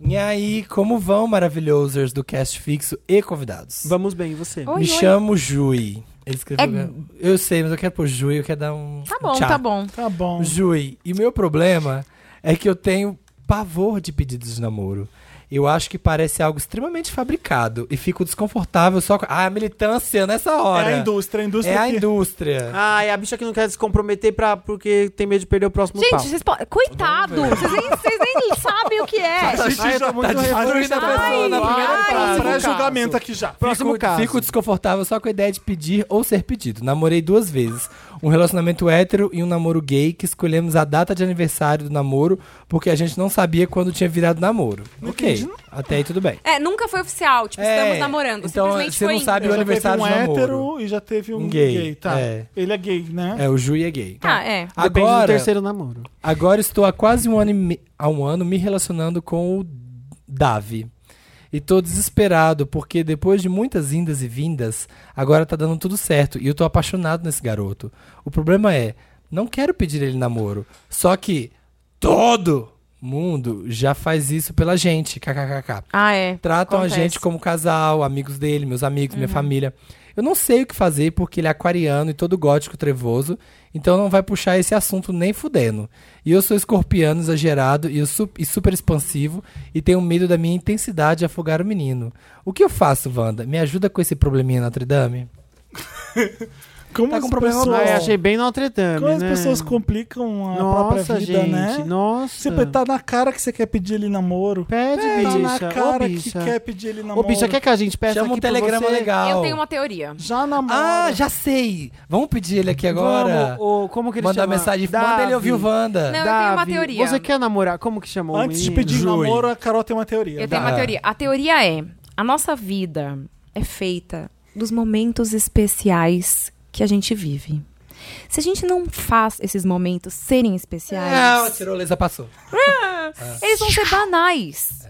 S3: E aí, como vão, maravilhosos do cast fixo e convidados?
S1: Vamos bem, e você?
S2: Oi,
S3: Me
S2: oi.
S3: chamo Jui. Ele escreveu.
S2: É-
S3: Eu sei, mas eu quero pôr Jui, eu quero dar um.
S2: Tá bom,
S3: tchau.
S2: tá bom.
S4: Tá bom.
S3: Jui, e meu problema é que eu tenho pavor de pedidos de namoro. Eu acho que parece algo extremamente fabricado e fico desconfortável só com. Ah, a militância nessa hora.
S4: É a indústria, a indústria.
S3: É a
S4: que-
S3: indústria.
S1: Ai, a bicha que não quer se comprometer pra, porque tem medo de perder o próximo
S2: Gente,
S1: pau.
S2: vocês po- coitado, vocês nem, vocês nem sabem o que é.
S1: Ai,
S3: tá
S1: eu tô muito
S3: destruindo a pessoa na primeira
S2: ai,
S3: frase.
S4: Pré-julgamento aqui já.
S1: Próximo
S3: fico,
S1: caso.
S3: fico desconfortável só com a ideia de pedir ou ser pedido. Namorei duas vezes. Um relacionamento hétero e um namoro gay que escolhemos a data de aniversário do namoro porque a gente não sabia quando tinha virado namoro. ok, até aí tudo bem.
S2: É, nunca foi oficial, tipo,
S3: É,
S2: estamos namorando.
S3: então,
S2: Simplesmente
S3: você
S2: foi
S3: não sabe
S4: Já
S3: o
S2: indo.
S4: teve
S3: aniversário
S4: um
S3: de namoro.
S4: hétero e já teve um
S3: Um
S4: gay.
S3: gay,
S4: tá.
S3: é.
S4: Ele é gay, né?
S3: É, o Ju e a gay.
S2: Ah, é.
S1: Depende do
S3: Agora,
S1: terceiro namoro.
S3: agora estou há quase um ano, e me- há um ano me relacionando com o Davi. E tô desesperado, porque depois de muitas indas e vindas, agora tá dando tudo certo. E eu tô apaixonado nesse garoto. O problema é, não quero pedir ele namoro. Só que todo mundo já faz isso pela gente. KKKK.
S2: Ah, é.
S3: Tratam
S2: Acontece. Uhum.
S3: a gente como casal, amigos dele, meus amigos, minha família. Eu não sei o que fazer porque ele é aquariano e todo gótico trevoso, então não vai puxar esse assunto nem fudendo. E eu sou escorpiano exagerado e, eu su- e super expansivo e tenho medo da minha intensidade afogar o menino. O que eu faço, Wanda? Me ajuda com esse probleminha Notre Dame?
S4: Como
S3: Tá
S4: as
S3: com problema
S4: pessoas-
S2: É,
S1: Ai, achei bem Notre Dame,
S4: Como as
S1: né?
S4: pessoas complicam a
S1: Nossa,
S4: própria vida,
S1: gente.
S4: né?
S1: Nossa.
S4: Sempre tá na cara que você quer pedir ele namoro.
S1: Pede,
S4: Tá na
S1: bicha.
S4: cara
S1: Ô,
S4: que
S1: bicha.
S4: quer pedir ele namoro.
S1: Ô, bicha, quer que a gente peça
S3: Chama
S1: aqui
S3: um
S1: por
S3: telegrama
S1: você?
S3: legal.
S2: Eu tenho uma teoria.
S4: Já namora.
S3: Ah, já sei! Vamos pedir ele aqui agora?
S1: Vamos, ô, como que ele
S3: Manda
S1: chama?
S3: mensagem, manda
S1: Davi.
S3: ele ouvir o Wanda.
S2: Não, eu
S1: Davi,
S2: tenho uma teoria.
S1: Você quer namorar? Como que chamou
S4: Antes de pedir
S3: Jui.
S4: namoro, a Carol tem uma teoria.
S2: Eu tenho
S3: Dá.
S2: uma teoria. A teoria é: a nossa vida é feita dos momentos especiais que a gente vive. Se a gente não faz esses momentos serem especiais,
S3: Ah, a tirolesa passou.
S2: eles vão ser banais.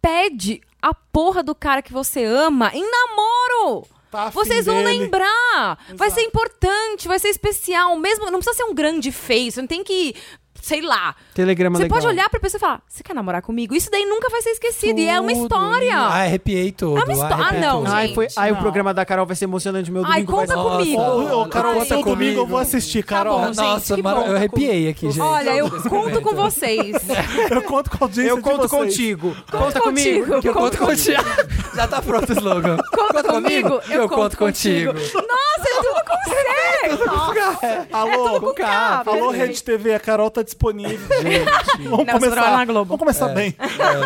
S2: Pede a porra do cara que você ama em namoro.
S4: Tá afim
S2: Vocês vão
S4: dele.
S2: lembrar. Vai ser importante, vai ser especial. Mesmo, não precisa ser um grande feio. Você não tem que, sei lá.
S1: Telegrama
S2: Você
S1: legal.
S2: pode olhar pra pessoa e falar: Você quer namorar comigo? Isso daí nunca vai ser esquecido. E é uma
S3: Tudo.
S2: história.
S3: Ah, arrepiei todo.
S2: É uma histó-
S3: arrepiei
S2: Ah, não,
S3: todo.
S1: Ai,
S2: gente,
S1: foi... Ai,
S4: não.
S1: o programa da Carol vai ser emocionante. Meu
S2: Ai,
S1: domingo vai
S2: conta
S1: ser...
S3: Nossa,
S2: comigo.
S4: Ô, ô, Carol,
S2: Ai,
S4: até domingo eu vou assistir, Carol.
S2: bom, gente,
S3: Nossa,
S2: que
S3: mara-
S2: bom.
S3: eu arrepiei aqui, gente.
S2: Olha, eu conto com vocês.
S4: Eu conto com a audiência
S1: Eu
S4: de
S1: conto
S4: vocês.
S1: contigo. Conta comigo.
S3: Que eu conto contigo. Já tá pronto o slogan.
S2: Conta comigo,
S3: que Eu, conto contigo.
S2: Nossa, é tudo com É, você.
S4: Alô,
S2: com K,
S4: alô,
S2: perfeito.
S4: Rede TV, a Carol tá disponível. Vamos
S2: Não,
S4: começar.
S2: Sorora na Globo.
S4: Vamos
S1: É.
S4: começar bem.
S1: Tá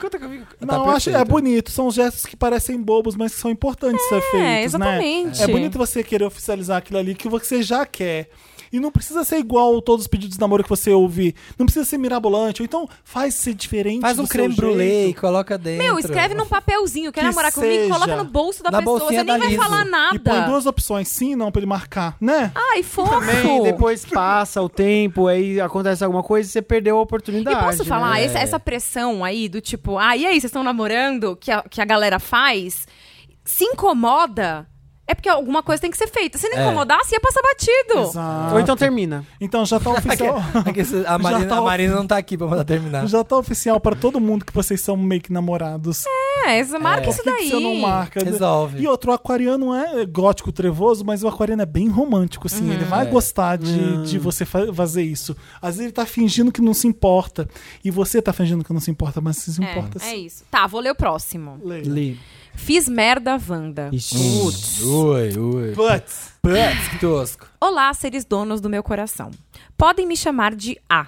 S3: Conta comigo.
S4: Não, acho é bonito. São gestos que parecem bobos, mas que são importantes ser feitos, né?
S2: É, exatamente.
S4: É bonito você querer oficializar aquilo ali que você já quer. E não precisa ser igual todos os pedidos de namoro que você ouve. Não precisa ser mirabolante. Ou então faz ser diferente.
S3: Faz
S4: do
S3: um
S4: seu
S3: creme
S4: jeito.
S3: brulee e coloca dentro.
S2: Meu, escreve num papelzinho. Quer
S4: Que
S2: namorar comigo? Coloca
S4: seja.
S2: no bolso da
S3: Na
S2: pessoa. Você
S3: bolsinha
S2: nem
S3: da
S2: vai
S3: Liso.
S2: falar
S4: E põe
S2: nada. Ah.
S4: duas opções, sim e não, pra ele marcar, né?
S2: Ai, fofo.
S1: Também, depois passa o tempo, aí acontece alguma coisa e você perdeu a
S2: E
S1: oportunidade.
S2: posso falar, é
S1: né?
S2: essa, essa pressão aí do tipo, ah, e aí, vocês estão namorando? Que a, que a galera faz, se incomoda, é porque alguma coisa tem que ser feita. Se não
S3: É.
S2: incomodasse, ia passar batido.
S4: Exato.
S1: Ou então termina.
S4: Então já tá oficial.
S3: Aqui, a, Marina,
S4: tá
S3: a Marina não tá aqui pra mandar terminar.
S4: já tá oficial pra todo mundo que vocês são meio que namorados.
S2: É, exa- marca isso
S4: Por que,
S2: daí.
S4: que você não marca?
S3: tá- Resolve.
S4: E outro, o aquariano é gótico trevoso, mas o aquariano é bem romântico, assim.
S2: Uhum.
S4: Ele vai
S3: É.
S4: gostar de, de você fa- fazer isso. Às vezes ele tá fingindo que não se importa. E você tá fingindo que não se importa, mas se
S2: É,
S4: importa
S2: é
S4: sim.
S2: isso. Tá, vou ler o próximo.
S4: Leia.
S1: Li.
S2: Fiz merda, Wanda.
S1: Putz.
S3: Ui, ui.
S4: Putz.
S3: Putz, que tosco.
S2: Olá, seres donos do meu coração. Podem me chamar de A.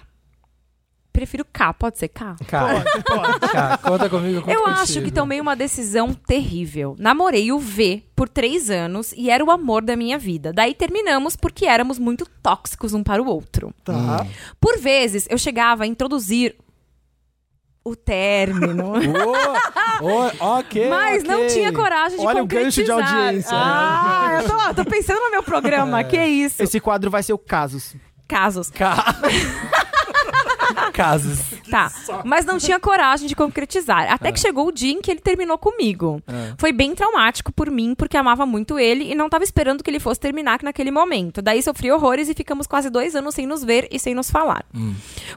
S2: prefiro K, pode ser K?
S3: Cara, cara, conta comigo. conta
S2: Eu
S3: contigo.
S2: acho que tomei uma decisão terrível. Namorei o V por três anos e era o amor da minha vida. Daí terminamos porque éramos muito tóxicos um para o outro.
S4: Tá.
S2: Por vezes, eu chegava a introduzir o término.
S3: Ô, ô, ok,
S2: Mas não
S3: ok.
S2: tinha coragem de
S1: Olha o gancho
S2: concretizar.
S1: de audiência. né? É.
S2: Ah, eu tô, tô pensando no meu programa, que isso.
S1: Esse quadro vai ser o Casos.
S2: Casos.
S3: Casos.
S2: Tá. Mas não tinha coragem de concretizar. Até que chegou o dia em que ele terminou comigo. Foi bem traumático por mim, porque amava muito ele e não tava esperando que ele fosse terminar naquele momento. Daí sofri horrores e ficamos quase dois anos sem nos ver e sem nos falar.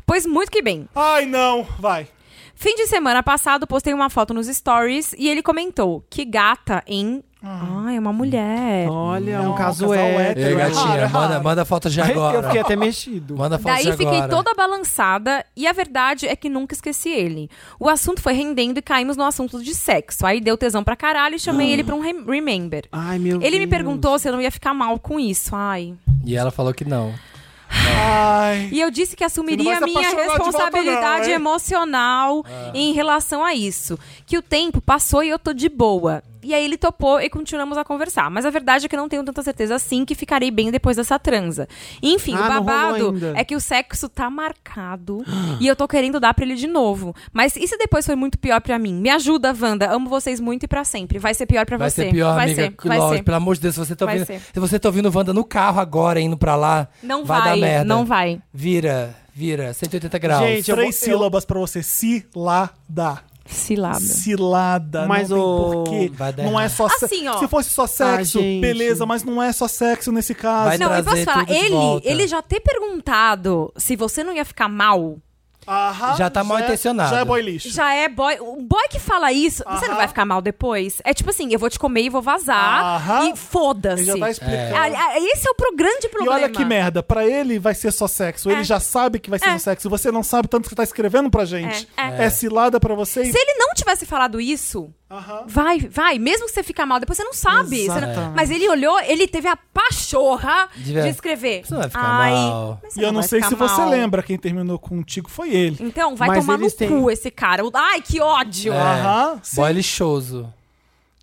S2: Pois muito que bem.
S4: Ai, não. Vai.
S2: Fim de semana passado, postei uma foto nos stories e ele comentou que gata em. Ah, é uma mulher.
S1: Olha,
S4: Não,
S1: um caso
S4: casal
S1: é.
S4: hétero,
S3: Ei,
S4: é raro, é
S3: gatinha,
S4: raro.
S3: manda, manda foto de
S1: Eu
S3: agora.
S1: fiquei até mexido.
S3: Manda foto
S2: Daí
S3: de agora.
S2: fiquei toda balançada e a verdade é que nunca esqueci ele. O assunto foi rendendo e caímos no assunto de sexo. Aí deu tesão pra caralho e chamei ele pra um rem- remember.
S1: Ai, meu
S2: Ele me
S1: Deus.
S2: perguntou se eu não ia ficar mal com isso. Ai.
S3: E ela falou que não.
S4: Ai.
S2: E eu disse que assumiria
S4: Você
S2: a
S4: não vai
S2: minha
S4: se apaixonar de volta
S2: responsabilidade
S4: não, hein?
S2: emocional em relação a isso. Que o tempo passou e eu tô de boa. E aí ele topou e continuamos a conversar. Mas a verdade é que eu não tenho tanta certeza assim que ficarei bem depois dessa transa. Enfim,
S1: Ah,
S2: o
S1: não rolou
S2: babado
S1: ainda.
S2: é que o sexo tá marcado e eu tô querendo dar pra ele de novo. Mas e se depois foi muito pior pra mim? Me ajuda, Wanda. Amo vocês muito e pra sempre. Vai ser pior pra
S3: Vai
S2: você.
S3: ser pior,
S2: vai
S3: amiga.
S2: ser,
S3: que
S2: vai
S3: lógico.
S2: ser.
S3: Pelo amor de Deus, se você tá
S2: Vai
S3: ouvindo.
S2: ser.
S3: Se você tá ouvindo Wanda no carro agora, indo pra lá,
S2: Não
S3: vai, dar
S2: vai,
S3: merda.
S2: não vai.
S3: Vira, vira. 180 graus.
S1: Gente, eu
S4: Três
S1: vou- eu-
S4: sílabas pra você. Cilada.
S2: Cilada.
S4: Cilada.
S1: Mas
S4: não tem
S1: o-
S4: porquê.
S3: Vai dar
S4: Não é
S3: errado.
S4: só se-
S2: Assim, ó.
S4: Se fosse só sexo,
S1: gente.
S4: beleza, mas não é só sexo nesse caso.
S3: Vai
S2: Não, eu posso
S3: trazer
S2: falar,
S3: tudo de
S2: ele,
S3: volta.
S2: ele já ter perguntado se você não ia ficar mal,
S4: Aham,
S3: Já tá mal
S4: é-
S3: intencionado.
S4: Já é boy lixo.
S2: já é boy. O boy que fala isso, você não
S4: Aham.
S2: vai ficar mal depois. É tipo assim, eu vou te comer e vou vazar.
S4: Aham.
S2: E foda-se.
S4: Ele já tá explicando.
S2: Ah, ah, Esse é o pro grande
S4: E
S2: problema.
S4: olha que merda, pra ele vai ser só sexo. Ele
S2: É.
S4: já sabe que vai ser
S2: É.
S4: só sexo. Você não sabe tanto que tá escrevendo pra gente.
S2: É.
S4: É, cilada pra você e.
S2: Se ele não tivesse falado isso,
S4: Aham.
S2: vai, vai. Mesmo que você fica mal, depois você não sabe. Você não-
S1: Exatamente.
S2: Mas ele olhou, ele teve a pachorra
S3: De
S2: de,
S3: ver-
S2: escrever.
S3: Você não vai ficar
S2: Ai,
S3: mal."
S2: mas você
S4: E eu não
S2: vai
S4: sei
S2: ficar
S4: se você
S2: mal."
S4: lembra, quem terminou contigo foi ele.
S2: Então, vai
S1: Mas
S2: tomar no
S1: eles têm-
S2: cu esse cara. Ai, que ódio.
S4: Aham.
S3: É,
S4: sim.
S3: boy lixoso.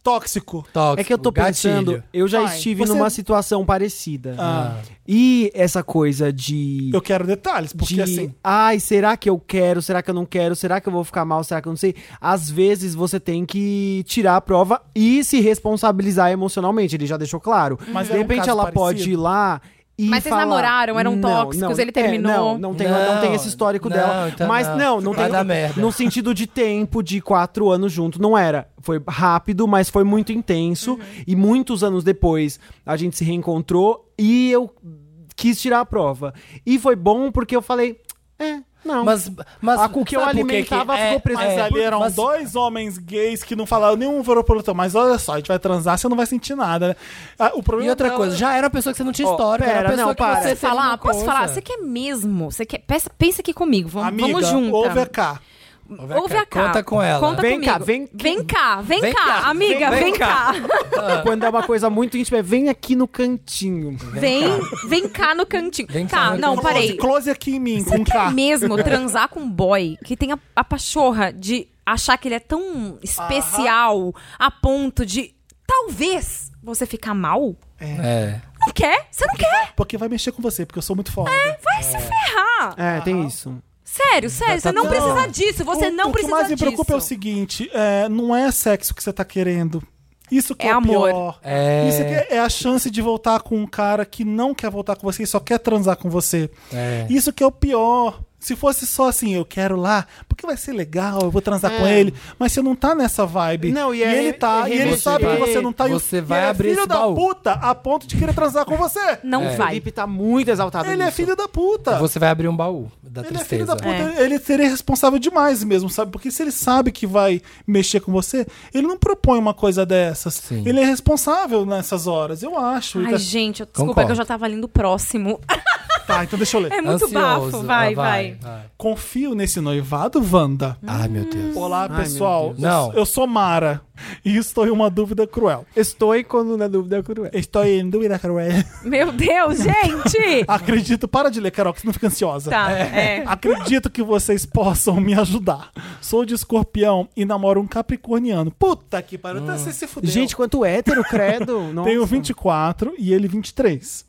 S4: Tóxico.
S3: Tóxico,
S1: É que eu tô pensando,
S3: gatilho.
S1: eu já
S4: Vai,
S1: estive
S4: você-
S1: numa situação parecida.
S4: Ah.
S1: E essa coisa de.
S4: Eu quero detalhes, porque
S1: de,
S4: assim.
S1: ai, será que eu quero? Será que eu não quero? Será que eu vou ficar mal? Será que eu não sei? Às vezes você tem que tirar a prova e se responsabilizar emocionalmente. Ele já deixou claro.
S3: Uhum.
S4: Mas
S1: de
S4: é um
S1: repente
S4: caso
S1: ela
S4: parecido.
S1: pode ir lá e
S2: Mas vocês
S1: falar,
S2: namoraram, eram
S1: "Não,
S2: tóxicos,
S1: não,
S2: ele terminou."
S1: É, não, não tem, não,
S3: Não,
S1: tem esse histórico
S3: não,
S1: dela.
S3: então
S1: mas
S3: não.
S1: não, não
S3: Vai
S1: tem.
S3: dar merda.
S1: No sentido de tempo, de quatro anos junto, não era. Foi rápido, mas foi muito intenso.
S2: Uhum.
S1: E muitos anos depois a gente se reencontrou e eu quis tirar a prova. E foi bom porque eu falei, é, não.
S3: Mas, mas
S1: Ah, com o que eu
S3: sabe por
S1: alimentava ficou preso
S4: Mas
S1: É,
S4: ali eram
S3: mas-
S4: dois homens gays que não falaram nenhum virou pro outro. Mas olha só, a gente vai transar, você não vai sentir nada, né? Ah, O problema
S3: E outra
S4: dela-
S3: coisa, já era uma pessoa que você não tinha
S1: Ó,
S3: história, era
S1: pera,
S3: uma pessoa
S1: não,
S3: que
S1: para.
S3: você
S1: Você
S2: Você
S3: fez
S2: falar,
S3: uma
S2: posso
S3: coisa.
S2: falar? Você quer mesmo? Você quer? Pensa, pensa aqui comigo, vamos,
S4: Amiga,
S2: vamos junto.
S4: ouve a cá.
S2: Ouve a cá.
S3: Conta com ela.
S2: Conta
S1: Vem
S2: comigo.
S1: cá, vem-
S2: vem cá, vem,
S3: Vem
S2: cá,
S3: cá,
S2: amiga,
S3: vem-
S2: vem,
S3: vem
S2: cá. ah.
S1: Quando é uma coisa muito íntima, é vem aqui no cantinho.
S2: Vem, vem cá no cantinho.
S3: Vem
S2: tá,
S3: cá no
S2: não,
S3: cantinho.
S2: parei.
S4: Close aqui em mim, com
S2: Quer
S4: K.
S2: mesmo transar com um boy que tem a, a pachorra de achar que ele é tão especial a ponto de talvez você ficar mal?
S3: É.
S2: Não quer? Você não quer?
S4: Porque vai mexer com você, porque eu sou muito foda.
S2: Vai se ferrar.
S1: É, tem isso.
S2: Sério, sério, você não
S3: tá-
S2: precisa disso. Você
S4: O-
S2: não
S4: Então, o que
S2: precisa
S4: mais me
S2: disso.
S4: preocupa é o seguinte: é, não é sexo que você tá querendo. Isso que
S2: É
S4: é,
S2: amor.
S4: o pior.
S3: É.
S4: Isso que é- é a chance de voltar com um cara que não quer voltar com você e só quer transar com você.
S3: É.
S4: Isso que é o pior. Se fosse só assim, eu quero lá, porque vai ser legal, eu vou transar
S1: É.
S4: com ele. Mas você não tá nessa vibe.
S1: Não, e é-
S4: ele tá,
S1: é
S4: e ele
S1: você
S4: sabe
S1: vai-
S4: que você não tá. e o-
S3: você
S4: e
S3: vai
S4: ele é
S3: abrir
S4: filho
S3: esse
S4: da
S3: baú.
S4: puta a ponto de querer transar com você.
S2: Não
S3: É.
S1: O
S2: vai.
S1: Felipe tá muito exaltado
S4: Ele é
S1: nisso.
S4: filho da
S1: Tá.
S4: puta.
S3: Você vai abrir um baú da
S4: Ele é
S3: tristeza.
S4: filho da puta, ele seria responsável demais mesmo, sabe? Porque se ele sabe que vai mexer com você, ele não propõe uma coisa dessas.
S3: Sim.
S4: Ele é responsável nessas horas, eu acho.
S2: Ai, gente, eu- desculpa é
S3: Concordo.
S2: que eu já tava lendo o próximo.
S4: Tá, então deixa eu ler.
S2: É muito
S3: Ansioso.
S2: bafo. Vai,
S3: Ah,
S2: vai.
S3: vai.
S4: Confio nesse noivado, Wanda.
S3: Ai, meu Deus.
S4: Olá,
S1: meu
S4: pessoal.
S1: Deus.
S4: Eu-
S3: Não.
S4: Eu sou Mara. E estou em uma dúvida cruel.
S1: Estou quando na
S4: é
S1: dúvida cruel.
S4: Estou em dúvida cruel.
S2: Meu Deus, gente!
S4: Acredito. Para de ler, Carol, que você não fica ansiosa.
S2: tá, é.
S4: Acredito que vocês possam me ajudar. Sou de escorpião e namoro um capricorniano. Puta que pariu,
S3: Ah.
S4: tá, você se fudeu.
S1: Gente, quanto hétero, credo. Nossa. Hum.
S4: tenho 24 e ele 23.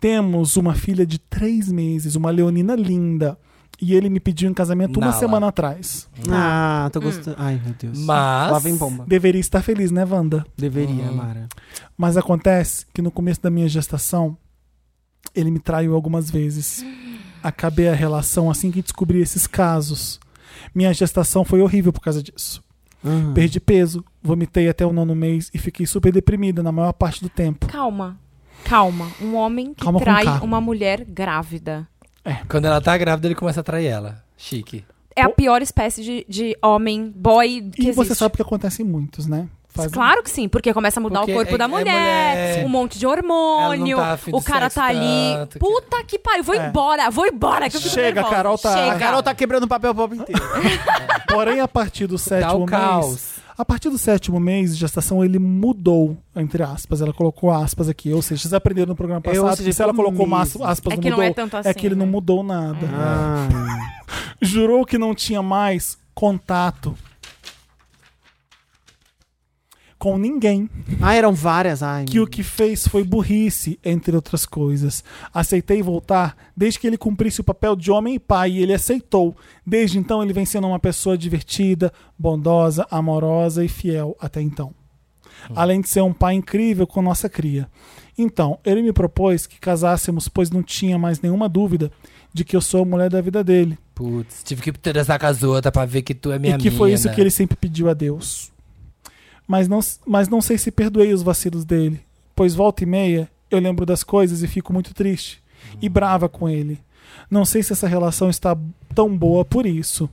S4: Temos uma filha de 3 meses, uma leonina linda. E ele me pediu em casamento uma
S3: Nala.
S4: semana atrás.
S1: Ah,
S2: Hum.
S1: tô gostando. Ai, meu Deus.
S3: Mas-
S1: Lá vem bomba.
S4: Deveria estar feliz, né, Wanda?
S1: Deveria, Mara.
S4: Mas acontece que no começo da minha gestação, ele me traiu algumas vezes. Acabei a relação assim que descobri esses casos. Minha gestação foi horrível por causa disso.
S1: Aham.
S4: Perdi peso, vomitei até o nono mês e fiquei super deprimida na maior parte do tempo.
S2: Calma. Calma. Um homem que
S4: Calma com
S2: trai
S4: K.
S2: uma mulher grávida.
S3: Quando ela tá grávida, ele começa a trair ela. Chique.
S2: É a pior espécie de, de homem, boy que
S4: E
S2: existe.
S4: você sabe que acontece em muitos, né? Faz-
S2: Claro que sim, porque começa a mudar
S3: Porque
S2: o corpo
S3: é- é
S2: da mulher,
S3: mulher.
S2: um monte de hormônio,
S3: Ela não tá afim do
S2: o cara
S3: sexo
S2: tá ali.
S3: tanto que-
S2: Puta que pariu, vou embora, vou embora. Que eu fico
S4: Chega,
S2: nervosa.
S4: Carol tá-
S2: Chega.
S1: A Carol tá quebrando o papel pop inteiro.
S4: Porém, a partir do sétimo mês.
S3: caos.
S4: A partir do sétimo mês de gestação, ele mudou, entre aspas. Ela colocou aspas aqui. Ou seja, vocês aprenderam no programa
S1: Eu,
S4: passado
S1: se
S4: que se ela colocou uma as-
S1: mesmo.
S4: aspas
S2: É
S4: não
S2: que
S4: mudou,
S2: não é tanto
S4: é
S2: assim,
S4: que ele não
S2: né?
S4: mudou nada.
S1: Ah.
S4: Jurou que não tinha mais contato com ninguém.
S1: Ah, eram várias. Ai,
S4: Que o que fez foi burrice, entre outras coisas. Aceitei voltar desde que ele cumprisse o papel de homem e pai, e ele aceitou. Desde então, ele vem sendo uma pessoa divertida, bondosa, amorosa e fiel até então. Além de ser um pai incrível com nossa cria. Então, ele me propôs que casássemos, pois não tinha mais nenhuma dúvida de que eu sou a mulher da vida dele.
S3: Putz, tive que interessar com as outras pra ver que tu é minha
S4: e que foi isso
S3: mina.
S4: que ele sempre pediu a Deus. Mas não, mas não sei se perdoei os vacilos dele, pois volta e meia eu lembro das coisas e fico muito triste
S3: Hum.
S4: e brava com ele. Não sei se essa relação está tão boa por isso.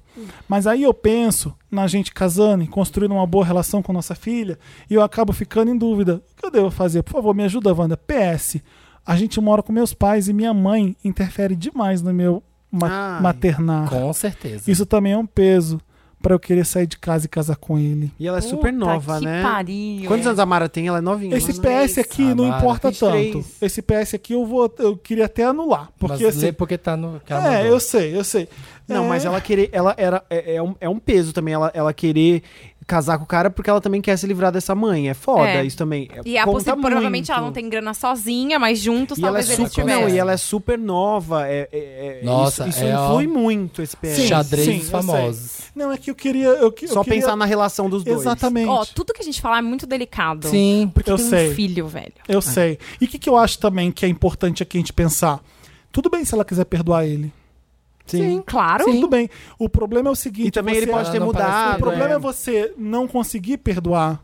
S4: Mas aí eu penso na gente casando e construindo uma boa relação com nossa filha e eu acabo ficando em dúvida. O que eu devo fazer? Por favor, me ajuda, Wanda. PS. A gente mora com meus pais e minha mãe interfere demais no meu ma
S3: Ah.
S1: Ai.
S4: maternar.
S3: Com certeza.
S4: Isso também é um peso pra eu querer sair de casa e casar com ele.
S1: E ela é
S2: Puta
S1: super nova,
S2: que
S1: né?
S2: Pariu.
S1: Quantos anos a Mara tem? Ela é novinha.
S4: Esse
S1: né?
S4: PS aqui não
S3: Amara.
S4: importa
S1: 23.
S4: tanto. Esse PS aqui eu vou, eu queria até anular, porque
S3: Mas
S4: assim,
S3: lê porque tá no... que ela
S4: é,
S3: mandou.
S4: eu sei, eu sei.
S1: Não,
S4: É,
S1: mas ela querer. Ela era. É, é um, é um peso também ela, ela querer casar com o cara porque ela também quer se livrar dessa mãe. É foda
S2: É.
S1: isso também. é-
S2: E a
S1: conta
S2: possi- provavelmente ela
S1: muito.
S2: não tem grana sozinha, mas juntos
S1: E ela, é
S2: talvez eles
S1: super,
S3: tivesse.
S1: não,
S2: tivessem.
S1: e ela é super nova. É, é- é-
S3: Nossa,
S1: isso, isso
S3: é, ó.
S1: influi muito esse PS.
S4: Sim,
S3: Xadrez
S4: sim, eu
S3: famosos.
S4: Não é que eu queria, eu, que- eu
S1: Só
S4: queria-
S1: pensar na relação dos dois.
S4: Exatamente.
S2: Ó, tudo que a gente falar é muito delicado.
S3: Sim.
S2: Porque
S4: Então, Eu
S2: tem
S4: sei.
S2: um filho, velho.
S4: Eu sei. E o que, que eu acho também que é importante aqui a gente pensar? Tudo bem se ela quiser perdoar ele.
S1: Sim.
S2: Claro.
S4: Tudo bem. O problema é o seguinte.
S1: E também ele
S4: você-
S1: pode
S3: ela
S1: ter
S3: não parece-
S1: mudado.
S4: O problema
S1: é.
S4: é você não conseguir perdoar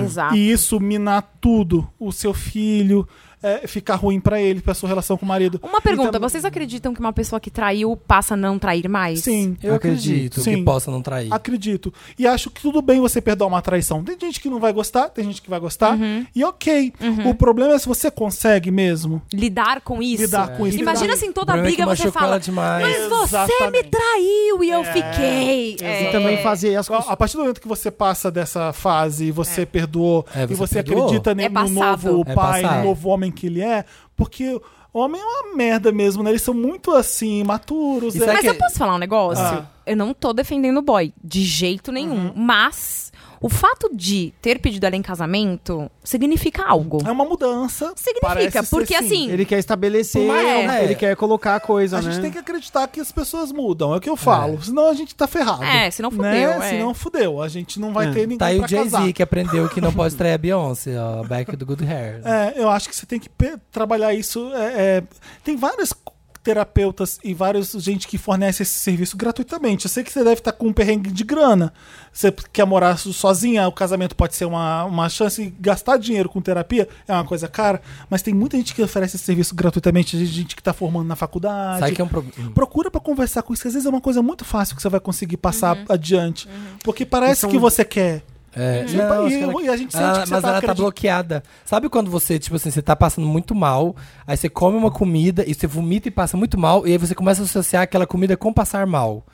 S2: Exato.
S4: E isso minar tudo. O seu filho, é, ficar ruim pra ele, pra sua relação com o marido.
S2: Uma pergunta, vocês acreditam que uma pessoa que traiu passa a não trair mais?
S4: Sim,
S3: Eu acredito,
S4: Sim.
S3: que possa não trair.
S4: acredito. E acho que tudo bem você perdoar uma traição. Tem gente que não vai gostar, tem gente que vai gostar.
S2: Uhum.
S4: E ok. O problema é se você consegue mesmo
S2: Lidar com isso?
S4: lidar com isso.
S2: Imagina
S4: lidar-
S2: assim,
S3: O
S2: toda
S3: problema é que
S2: briga você
S3: machucou
S2: fala.
S3: ela demais.
S2: Mas você
S4: Exatamente.
S2: me traiu e eu fiquei. É.
S1: E também fazer as coisas.
S4: A partir do momento que você passa dessa fase e você perdoou
S3: É,
S4: e
S3: você
S4: você
S3: perdoou?
S4: acredita nele,
S2: É
S4: no
S2: passado.
S4: novo
S3: É
S4: pai,
S3: passado.
S4: no novo homem que ele é, porque homem é uma merda mesmo, né? Eles são muito assim, imaturos.
S3: E
S4: né?
S3: sabe
S2: Mas
S3: que-
S2: eu posso falar um negócio?
S4: Ah.
S2: Eu não tô defendendo o boy, de jeito nenhum. Mas o fato de ter pedido ela em casamento significa algo.
S4: É uma mudança.
S2: Significa,
S4: parece ser
S2: porque
S4: sim.
S2: assim.
S1: Ele quer estabelecer, né,
S2: Mas é.
S1: ele quer colocar a coisa,
S4: A
S1: né?
S4: gente tem que acreditar que as pessoas mudam, é o que eu falo. Senão a gente tá ferrado.
S2: É, senão fudeu,
S4: Né?
S2: é.
S4: Senão fudeu. A gente não vai
S1: É.
S4: ter ninguém
S3: Tá aí
S4: pra
S3: o
S4: casar.
S3: Jay-Z que aprendeu que não pode trair a Beyoncé, ó. Back do Good Hair.
S4: É, eu acho que você tem que pe- trabalhar isso. é, é, Tem vários terapeutas e vários gente que fornece esse serviço gratuitamente. Eu sei que você deve estar com um perrengue de grana. Você quer morar so- sozinha, o casamento pode ser uma, uma chance. e Gastar dinheiro com terapia é uma coisa cara, mas tem muita gente que oferece esse serviço gratuitamente. Gente que tá formando na faculdade.
S3: Sabe que é um problema.
S4: Procura pra conversar com isso, que às vezes é uma coisa muito fácil que você vai conseguir passar adiante. Porque parece
S1: são-
S3: um
S4: que você quer.
S3: É,
S4: Uhum.
S3: não,
S4: E-
S3: acho que ela-
S4: e a gente sente
S3: ela-
S4: que você
S3: Mas
S4: tá
S3: ela tá
S4: acreditando.
S3: bloqueada. Sabe quando você, tipo assim, você tá passando muito mal, aí você come uma comida e você vomita e passa muito mal, e aí você começa a associar aquela comida com passar mal.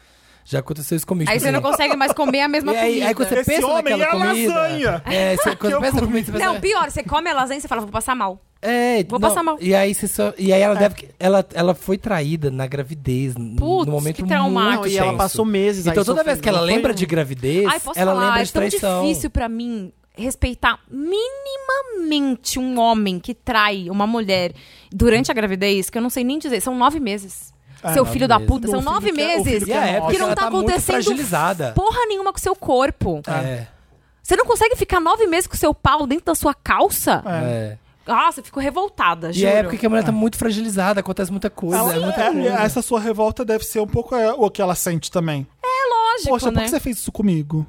S3: Já aconteceu isso comigo.
S2: Aí
S3: tipo
S2: você não
S3: assim,
S2: consegue mais comer a mesma
S3: e aí,
S2: comida.
S3: aí quando você
S4: Esse
S3: pensa
S4: homem
S3: naquela
S4: é
S3: comida,
S4: lasanha.
S3: É, você, quando
S4: eu
S3: pensa na comida, você pensa... assim,
S2: Não, pior, você come a lasanha e você fala, vou passar mal.
S3: É,
S2: Vou
S3: não,
S2: passar mal.
S3: E aí, você só, e aí ela
S4: É.
S3: deve. que- Ela, ela foi traída na gravidez. n-
S2: Putz,
S3: no momento
S2: que traumático.
S3: muito
S1: e ela
S3: tenso.
S1: passou meses aí
S3: Então toda vez
S1: sofrendo,
S3: que ela
S1: não foi
S3: lembra
S1: um-
S3: de gravidez,
S2: Ai, posso
S3: ela
S2: falar,
S3: lembra
S2: é
S3: de
S2: tão
S3: traição.
S2: difícil pra mim respeitar minimamente um homem que trai uma mulher durante a gravidez, que eu não sei nem dizer, são nove meses. seu filho da
S3: Ah, meses.
S2: puta,
S4: Não,
S2: são
S4: o filho
S2: nove
S4: que é- o
S2: meses
S4: filho
S3: E a
S4: Nossa,
S3: época
S2: que não
S3: ela
S2: tá
S3: tá muito
S2: acontecendo
S3: fragilizada.
S2: porra nenhuma com seu corpo.
S3: É,
S2: Você não consegue ficar nove meses com seu pau dentro da sua calça?
S3: é.
S2: Nossa, eu fico revoltada,
S3: E
S2: juro.
S3: a época que a mulher tá muito fragilizada, acontece muita coisa.
S4: Ela-
S3: é muita
S4: é,
S3: coisa.
S4: essa sua revolta deve ser um pouco é, o que ela sente também.
S2: Lógico,
S4: Poxa, por
S2: né?
S4: que você fez isso comigo?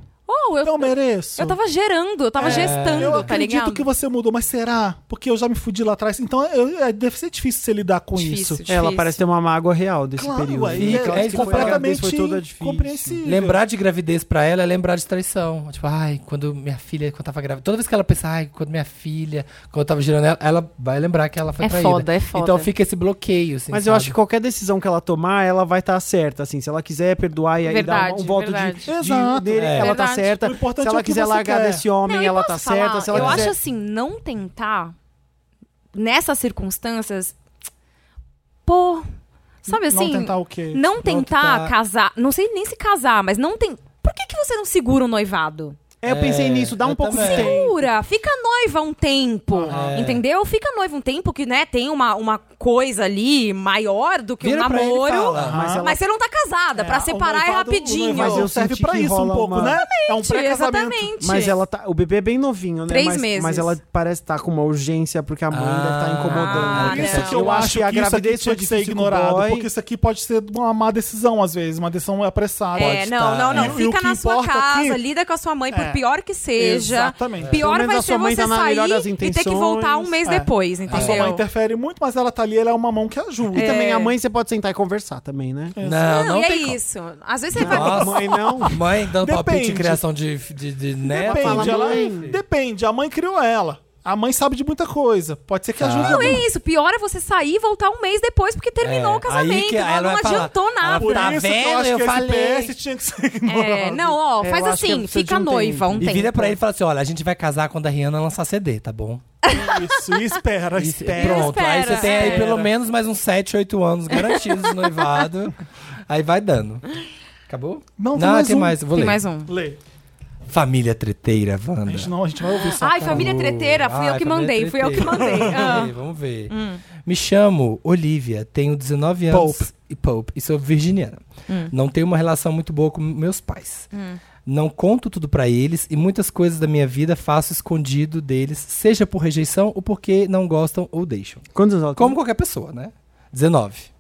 S2: Oh, eu,
S4: Eu mereço.
S2: eu tava gerando, eu tava gestando,
S4: Eu
S2: tá
S4: acredito
S2: ligado?
S4: que você mudou, mas será? Porque eu já me fudi lá atrás. Então eu- é, deve ser difícil você lidar com
S2: Difícil,
S4: isso.
S2: difícil.
S1: Ela parece ter uma mágoa real desse período.
S4: aí
S3: Fica,
S1: Eu acho
S3: é
S1: que foi-
S3: completamente
S1: foi toda difícil.
S4: compreensível.
S3: Lembrar de gravidez pra ela é lembrar de traição. Tipo, ai, quando minha filha, quando tava grávida. Toda vez que ela pensa, ai, quando minha filha, quando eu tava girando ela, ela vai lembrar que ela foi
S2: É
S3: traída.
S2: foda, é foda.
S3: Então fica esse bloqueio, assim,
S1: Mas eu acho que
S3: sabe?
S1: qualquer decisão que ela tomar, ela vai estar certa, assim. Se ela quiser perdoar e aí dar
S2: Verdade,
S1: um, um voto
S2: verdade.
S1: de, de
S4: Exato.
S1: dele,
S3: É.
S1: ela tá
S2: Verdade.
S1: certa.
S4: O importante
S1: Se
S4: é
S1: ela
S4: o que
S1: quiser
S4: você
S1: largar
S4: quer.
S1: desse homem,
S2: Não, e
S1: ela
S2: posso
S1: tá
S2: falar?
S1: certa. Se ela
S2: eu
S1: quiser...
S2: acho assim, não tentar nessas circunstâncias, pô, sabe
S4: Não
S2: assim,
S4: tentar o quê?
S2: não tentar
S3: tentar-
S2: casar, não sei nem se casar, mas não tem, por que que você não segura o noivado?
S1: É, eu pensei nisso, dá
S3: eu
S1: um pouco
S3: também.
S1: de tempo.
S2: Segura, fica noiva um tempo, entendeu? Fica noiva um tempo que, né, tem uma, uma coisa ali maior do que
S3: Vira
S2: um
S3: pra ele e
S2: namoro.
S3: fala.
S1: Mas
S4: "Ah,
S1: ela
S2: Mas você não tá casada, pra separar é rapidinho.
S1: noivado-
S4: Mas eu serve
S1: senti
S4: pra
S1: que
S4: isso um
S1: rola
S4: pouco,
S1: uma-
S4: né? É um
S2: Gente,
S4: pré-casamento.
S2: Exatamente.
S1: Mas ela tá. O bebê é bem novinho, né?
S2: Três
S1: mas,
S2: meses.
S1: Mas ela parece estar com uma urgência porque a mãe
S3: Ah,
S1: deve estar
S2: Ah,
S1: incomodando.
S4: Por isso
S2: não.
S4: que é eu, acho que
S1: a
S4: isso aqui
S1: gravidez
S4: tinha
S1: foi
S4: que ser
S1: difícil com o
S4: ignorado.
S1: boy.
S4: Porque isso aqui pode ser uma má decisão, às vezes. Uma decisão apressada.
S2: É, não, não, não.
S4: E o- e o
S2: Fica
S4: que
S2: na sua
S4: importa aqui-
S2: casa, lida com a sua mãe, por
S4: É.
S2: pior que seja.
S4: Exatamente.
S1: Pelo
S2: Pior
S1: menos
S2: vai
S1: a
S2: ser
S1: sua mãe
S2: você
S1: tá na
S2: sair
S1: melhor das
S2: e ter que voltar um mês
S1: intenções. É.
S2: depois,
S4: A sua mãe
S2: entendeu?
S4: interfere muito, mas ela tá ali, ela é uma mão que ajuda.
S1: E também
S2: É.
S1: a mãe você pode sentar e conversar também, né?
S3: Não, não,
S2: e é
S3: tem como.
S2: isso. Às vezes você vai.
S3: Nossa.
S1: Mãe, não.
S3: Mãe dando palpite de
S4: Depende.
S3: criação de, de, de neto.
S4: Depende,
S1: fala,
S4: ela-
S1: mãe.
S4: depende, a mãe criou ela. A mãe sabe de muita coisa. Pode ser que ajude
S2: Não é
S4: alguém.
S2: isso. Pior é você sair e voltar um mês depois, porque terminou
S3: É,
S2: o casamento.
S3: aí que
S2: ela
S3: ela
S2: não
S3: vai falar,
S2: adiantou
S3: ela
S2: nada.
S4: Por
S3: Tá
S4: isso que
S3: vendo?
S4: eu acho
S3: Eu
S4: que
S3: falei.
S4: esse PS tinha que ser ignorado.
S2: É, não, ó,
S1: É, eu
S2: faz
S1: acho que
S2: assim,
S1: precisa de
S2: fica
S1: um
S2: noiva um
S1: tempo.
S3: E
S2: tempo.
S3: vira pra ele e fala assim: olha, a gente vai casar quando a Rihanna lançar CD, tá bom?
S4: Isso, e espera,
S3: E-
S4: espera.
S3: Pronto, aí você
S2: Espera,
S3: tem aí
S2: espera.
S3: pelo menos mais uns 7, 8 anos garantidos de noivado. Aí vai dando. Acabou?
S4: Não, tem
S3: não
S4: mais
S3: tem
S4: um.
S3: mais, eu vou
S2: Tem
S3: ler.
S2: mais um.
S4: Lê.
S3: Família treteira,
S4: A
S3: Wanda.
S4: gente não, a gente vai ouvir só.
S2: Ai,
S4: calma.
S2: família treteira, fui eu
S3: Ai,
S2: que
S3: família
S2: mandei, fui eu que
S3: treteira.
S2: mandei. Ah. Hum.
S3: Vamos ver, Vamos ver. Me chamo Olivia, tenho 19 anos
S4: Pope.
S3: e Pope, e sou virginiana.
S2: Hum.
S3: Não tenho uma relação muito boa com meus pais. Não conto tudo pra eles e muitas coisas da minha vida faço escondido deles, seja por rejeição ou porque não gostam ou deixam.
S1: Quantos anos ela tem?
S3: Como qualquer pessoa, né? 19.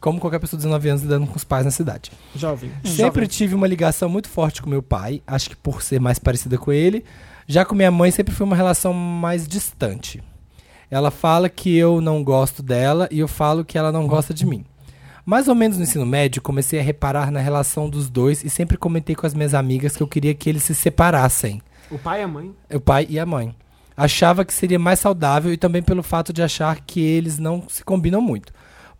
S3: Como qualquer pessoa de 19 anos lidando com os pais na cidade.
S4: Já ouvi.
S3: Sempre tive uma ligação muito forte com meu pai, acho que por ser mais parecida com ele. Já com minha mãe sempre foi uma relação mais distante. Ela fala que eu não gosto dela e eu falo que ela não gosta de mim. Mais ou menos no ensino médio, comecei a reparar na relação dos dois e sempre comentei com as minhas amigas que eu queria que eles se separassem
S1: O pai e a mãe?
S3: o pai e a mãe. Achava que seria mais saudável e também pelo fato de achar que eles não se combinam muito.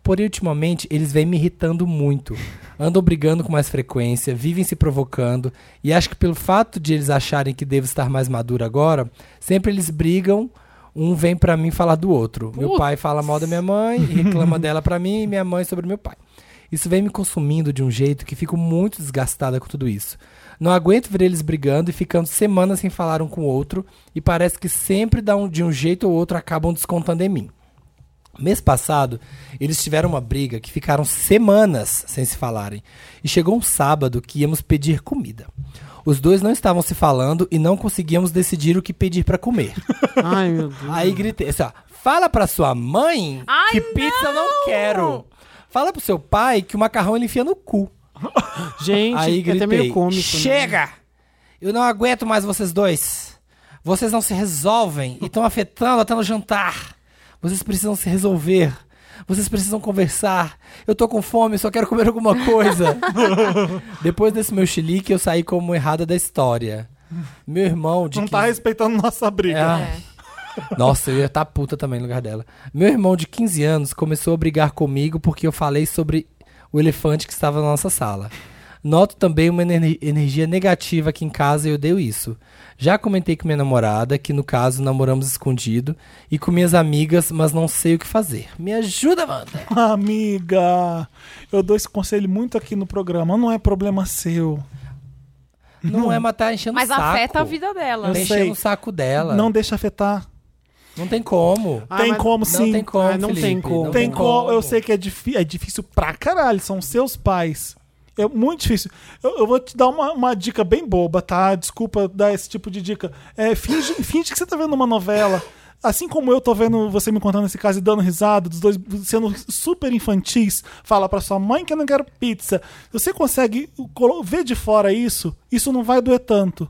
S3: Porém, ultimamente, eles vêm me irritando muito. Andam brigando com mais frequência, vivem se provocando. E acho que pelo fato de eles acharem que devo estar mais maduro agora, sempre eles brigam. Um vem pra mim falar do outro. Meu pai fala mal da minha mãe e reclama dela pra mim e minha mãe sobre meu pai. Isso vem me consumindo de um jeito que fico muito desgastada com tudo isso. Não aguento ver eles brigando e ficando semanas sem falar um com o outro, e parece que sempre dá um- de um jeito ou outro acabam descontando em mim. Mês passado, eles tiveram uma briga que ficaram semanas sem se falarem. E chegou um sábado que íamos pedir comida. Os dois não estavam se falando e não conseguíamos decidir o que pedir pra comer.
S1: Ai, meu Deus.
S3: Aí gritei assim, ó, fala pra sua mãe
S2: Ai,
S3: que pizza eu não quero. Fala pro seu pai que o macarrão ele enfia no cu.
S1: Gente,
S3: Aí
S1: é até
S3: gritei,
S1: meio cômico. né?
S3: chega! Eu não aguento mais vocês dois. Vocês não se resolvem e estão afetando até no jantar. Vocês precisam se resolver. Vocês precisam conversar. Eu tô com fome, só quero comer alguma coisa. Depois desse meu chilique, eu saí como errada da história. Meu irmão de
S4: Não
S3: 15
S4: tá respeitando nossa briga.
S3: é. Nossa, eu ia estar puta também no lugar dela. Meu irmão de 15 anos começou a brigar comigo porque eu falei sobre o elefante que estava na nossa sala. Noto também uma ener- energia negativa aqui em casa e odeio isso. Já comentei com minha namorada, que no caso namoramos escondido, e com minhas amigas, mas não sei o que fazer. Me ajuda, Wanda!
S4: Amiga, eu dou esse conselho muito aqui no programa. Não é problema seu.
S3: Não, é matar enchendo o
S2: Mas
S3: saco.
S2: afeta a vida dela.
S3: Tá
S4: Eu
S3: enchendo
S4: sei.
S3: o saco dela.
S4: Não
S3: Não,
S4: deixa afetar.
S3: tem como.
S1: Ah,
S4: tem
S1: mas-
S4: como sim.
S3: Não tem como,
S1: Ah, não tem
S3: Felipe,
S1: como.
S3: não
S4: Tem como. Eu sei que é, difí- é difícil pra caralho. São seus pais. É muito difícil. Eu, eu vou te dar uma, uma dica bem boba, tá? Desculpa dar esse tipo de dica. É, finge, finge que você tá vendo uma novela. Assim como eu tô vendo você me contando esse caso e dando risada, dos dois sendo super infantis, fala pra sua mãe que eu não quero pizza. Se você consegue colo- ver de fora isso, isso não vai doer tanto.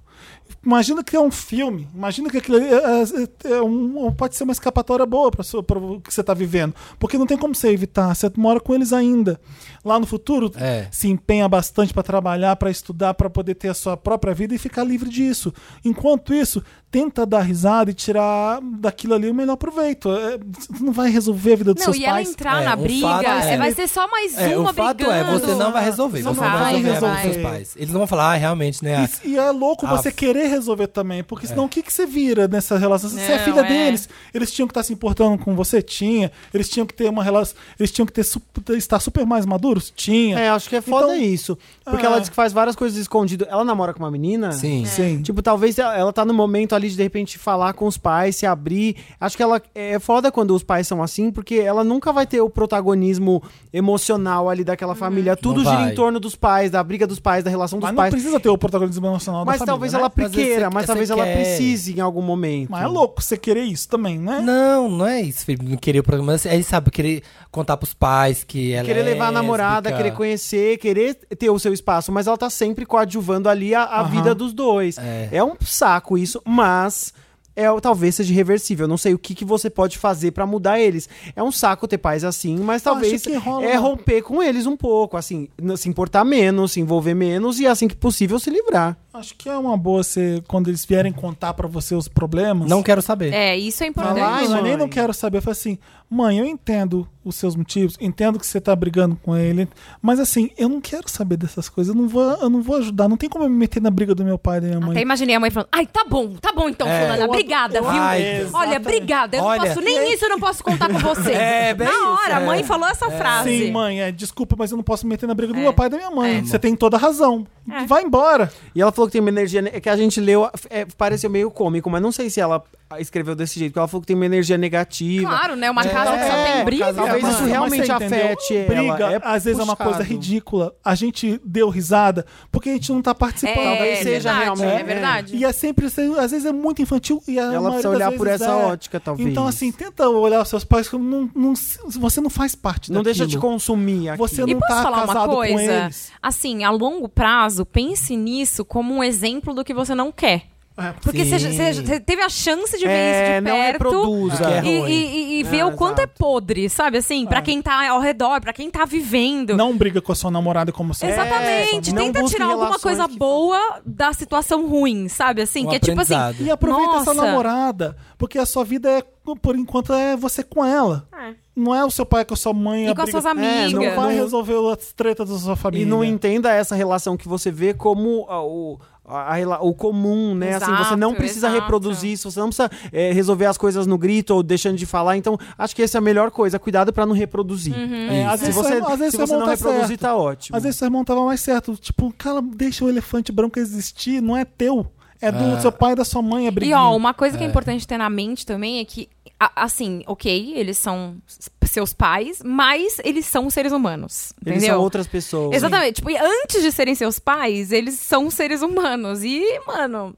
S4: Imagina que é um filme. Imagina que aquilo é, é- é um- pode ser uma escapatória boa para o que você está vivendo. Porque não tem como você evitar. Você mora com eles ainda. Lá no futuro,
S3: É.
S4: se empenha bastante para trabalhar, para estudar, para poder ter a sua própria vida e ficar livre disso. Enquanto isso, tenta dar risada e tirar daquilo ali o melhor proveito. É, você não vai resolver a vida dos
S2: Não,
S4: seus
S2: e ela
S4: pais.
S2: entrar
S3: É,
S2: na
S3: o
S2: briga,
S3: fato é-
S2: é, vai ser só mais um
S3: É,
S2: uma
S3: o fato é,
S2: brigando.
S3: você não vai resolver. Você não vai resolver, é a vida dos seus
S4: resolver.
S3: pais. Eles não vão falar, ah, realmente, né?
S4: E, e é louco
S3: Ah,
S4: você
S3: f-
S4: querer resolver também, porque senão o que, que você vira nessa relação? Você é
S2: Não,
S4: filha
S2: é.
S4: deles. Eles tinham que estar se importando com você? Tinha. Eles tinham que ter uma relação. Eles tinham que ter su- estar super mais maduros? Tinha.
S1: É, acho que é foda
S4: Então-
S1: isso. Porque
S4: Ah.
S1: ela diz que faz várias coisas escondidas. Ela namora com uma menina?
S3: Sim.
S4: Sim.
S1: Tipo, talvez ela ela tá no momento ali de, de repente, falar com os pais, se abrir. Acho que ela é foda quando os pais são assim, porque ela nunca vai ter o protagonismo emocional ali daquela família. Tudo
S3: Não
S1: gira
S3: vai.
S1: em torno dos pais, da briga dos pais, da relação dos
S4: Uhum. Mas não
S1: pais.
S4: precisa ter o protagonismo emocional
S1: Mas
S4: da família,
S1: talvez
S4: né?
S1: ela
S3: Mas às vezes
S1: prequeira,
S3: você-
S1: mas
S3: você
S1: talvez ela
S3: quer.
S1: precise em algum momento.
S4: Mas é louco você querer isso também, né?
S3: Não, não é isso, Felipe. Não querer o programa. mas É, sabe, querer contar pros pais que ela
S1: Querer
S3: é
S1: levar a namorada,
S3: lésbica.
S1: querer conhecer, querer ter o seu espaço, mas ela tá sempre coadjuvando ali a, a vida dos dois. É. um saco isso, mas é o- talvez seja irreversível. Eu Não sei o que, que você pode fazer pra mudar eles. É um saco ter pais assim, mas talvez
S4: que rola
S1: é
S4: uma-
S1: romper com eles um pouco, assim, n- se importar menos, se envolver menos e assim que possível se livrar.
S4: Acho que é uma boa você, quando eles vierem contar pra você os problemas.
S3: Não quero saber.
S2: É, isso é importante.
S1: Vai lá,
S4: Ai, mãe, nem
S1: mãe.
S4: não quero saber. Fala assim, mãe, eu entendo os seus motivos, entendo que você tá brigando com ele, mas assim, eu não quero saber dessas coisas, eu não vou, eu não vou ajudar, não tem como eu me meter na briga do meu pai e da minha mãe.
S2: Até imaginei a mãe falando, ai, tá bom, tá bom então, fulana, obrigada,
S3: eu
S2: viu?
S3: adoro-
S2: Olha,
S4: Exatamente.
S2: obrigada, eu
S3: É. Olha,
S2: não posso, nem isso eu não posso contar com você.
S3: É, bem isso,
S2: Na hora,
S3: é.
S2: a mãe falou essa frase.
S4: Sim, mãe, é, desculpa, mas eu não posso me meter na briga do
S2: É.
S4: meu pai e da minha mãe.
S2: É.
S4: Você tem toda a razão.
S1: É.
S4: Vai embora.
S1: E ela falou que tem uma energia ne- que a gente leu, é, pareceu meio cômico, mas não sei se ela escreveu desse jeito, porque ela falou que tem uma energia negativa.
S2: Claro, né? Uma casa que só
S1: É,
S2: tem briga.
S1: casa- Talvez
S4: Mas-
S1: isso
S4: mas
S1: realmente
S4: você entendeu?
S1: afete ela,
S4: Briga,
S1: é
S4: às vezes é uma
S1: puxado.
S4: coisa ridícula. A gente deu risada porque a gente não tá participando.
S1: talvez
S2: é
S1: seja
S2: verdade,
S1: realmente-
S2: É verdade.
S4: E é sempre, às vezes é muito infantil e a
S1: Ela
S4: maioria
S1: precisa
S4: das
S1: olhar
S4: vezes
S1: por essa
S4: é.
S1: ótica, talvez.
S4: Então, assim, tenta olhar os seus pais como não, não- você não faz parte
S1: Não deixa de
S4: daquilo.
S1: consumir aquilo.
S4: Você
S2: E
S4: não
S2: posso
S4: tá
S2: falar uma
S4: casado com
S2: coisa?
S4: eles.
S2: Assim, a longo prazo, pense nisso como um exemplo do que você não quer.
S4: É.
S2: Porque você
S3: Sim.
S2: você- você teve a chance de ver isso de
S1: é,
S2: perto.
S1: não reproduza.
S3: É.
S2: E, e- e- e ver
S1: É,
S2: o quanto
S1: exato.
S2: é podre, sabe? Assim, pra quem tá ao redor, pra quem tá vivendo.
S4: Não briga com a sua namorada como se
S2: Exatamente.
S1: É, não
S2: Tenta
S1: busque
S2: tirar alguma
S1: relações
S2: coisa
S1: que-
S2: boa da situação ruim, sabe? Assim,
S3: Um
S2: que é tipo assim.
S3: aprendizado.
S4: E aproveita essa
S2: Nossa.
S4: namorada, porque a sua vida é, por enquanto, é você com ela. Não é o seu pai com a sua mãe.
S2: E
S4: a
S2: com as
S4: briga-
S2: suas amigas.
S4: Não vai
S1: Não-
S4: resolver as tretas da sua família.
S1: E não entenda essa relação que você vê como ah, o, a- a rela- o comum, né? assim, você não
S2: Exato,
S1: precisa
S2: exato.
S1: reproduzir isso, você não precisa eh, resolver as coisas no grito ou deixando de falar. Então, acho que essa é a melhor coisa. Cuidado pra não reproduzir.
S2: Uhum.
S4: É, às
S1: Se
S4: vezes
S1: você,
S4: seu- às vezes
S1: se
S4: seu
S1: você não
S4: irmão tá
S1: reproduzir,
S4: certo.
S1: tá ótimo.
S4: Às vezes seu irmão tava mais certo. Tipo, cara, deixa o elefante branco existir, não é teu. É
S1: Ah.
S4: do seu pai e da sua mãe, é
S2: E
S4: briguinha.
S2: ó, uma coisa que é importante ter na mente também é que, a- assim, ok, eles são s- seus pais, mas eles são seres humanos.
S1: Eles
S2: entendeu?
S1: são outras pessoas.
S2: Exatamente. Tipo, e antes de serem seus pais, eles são seres humanos. E, mano.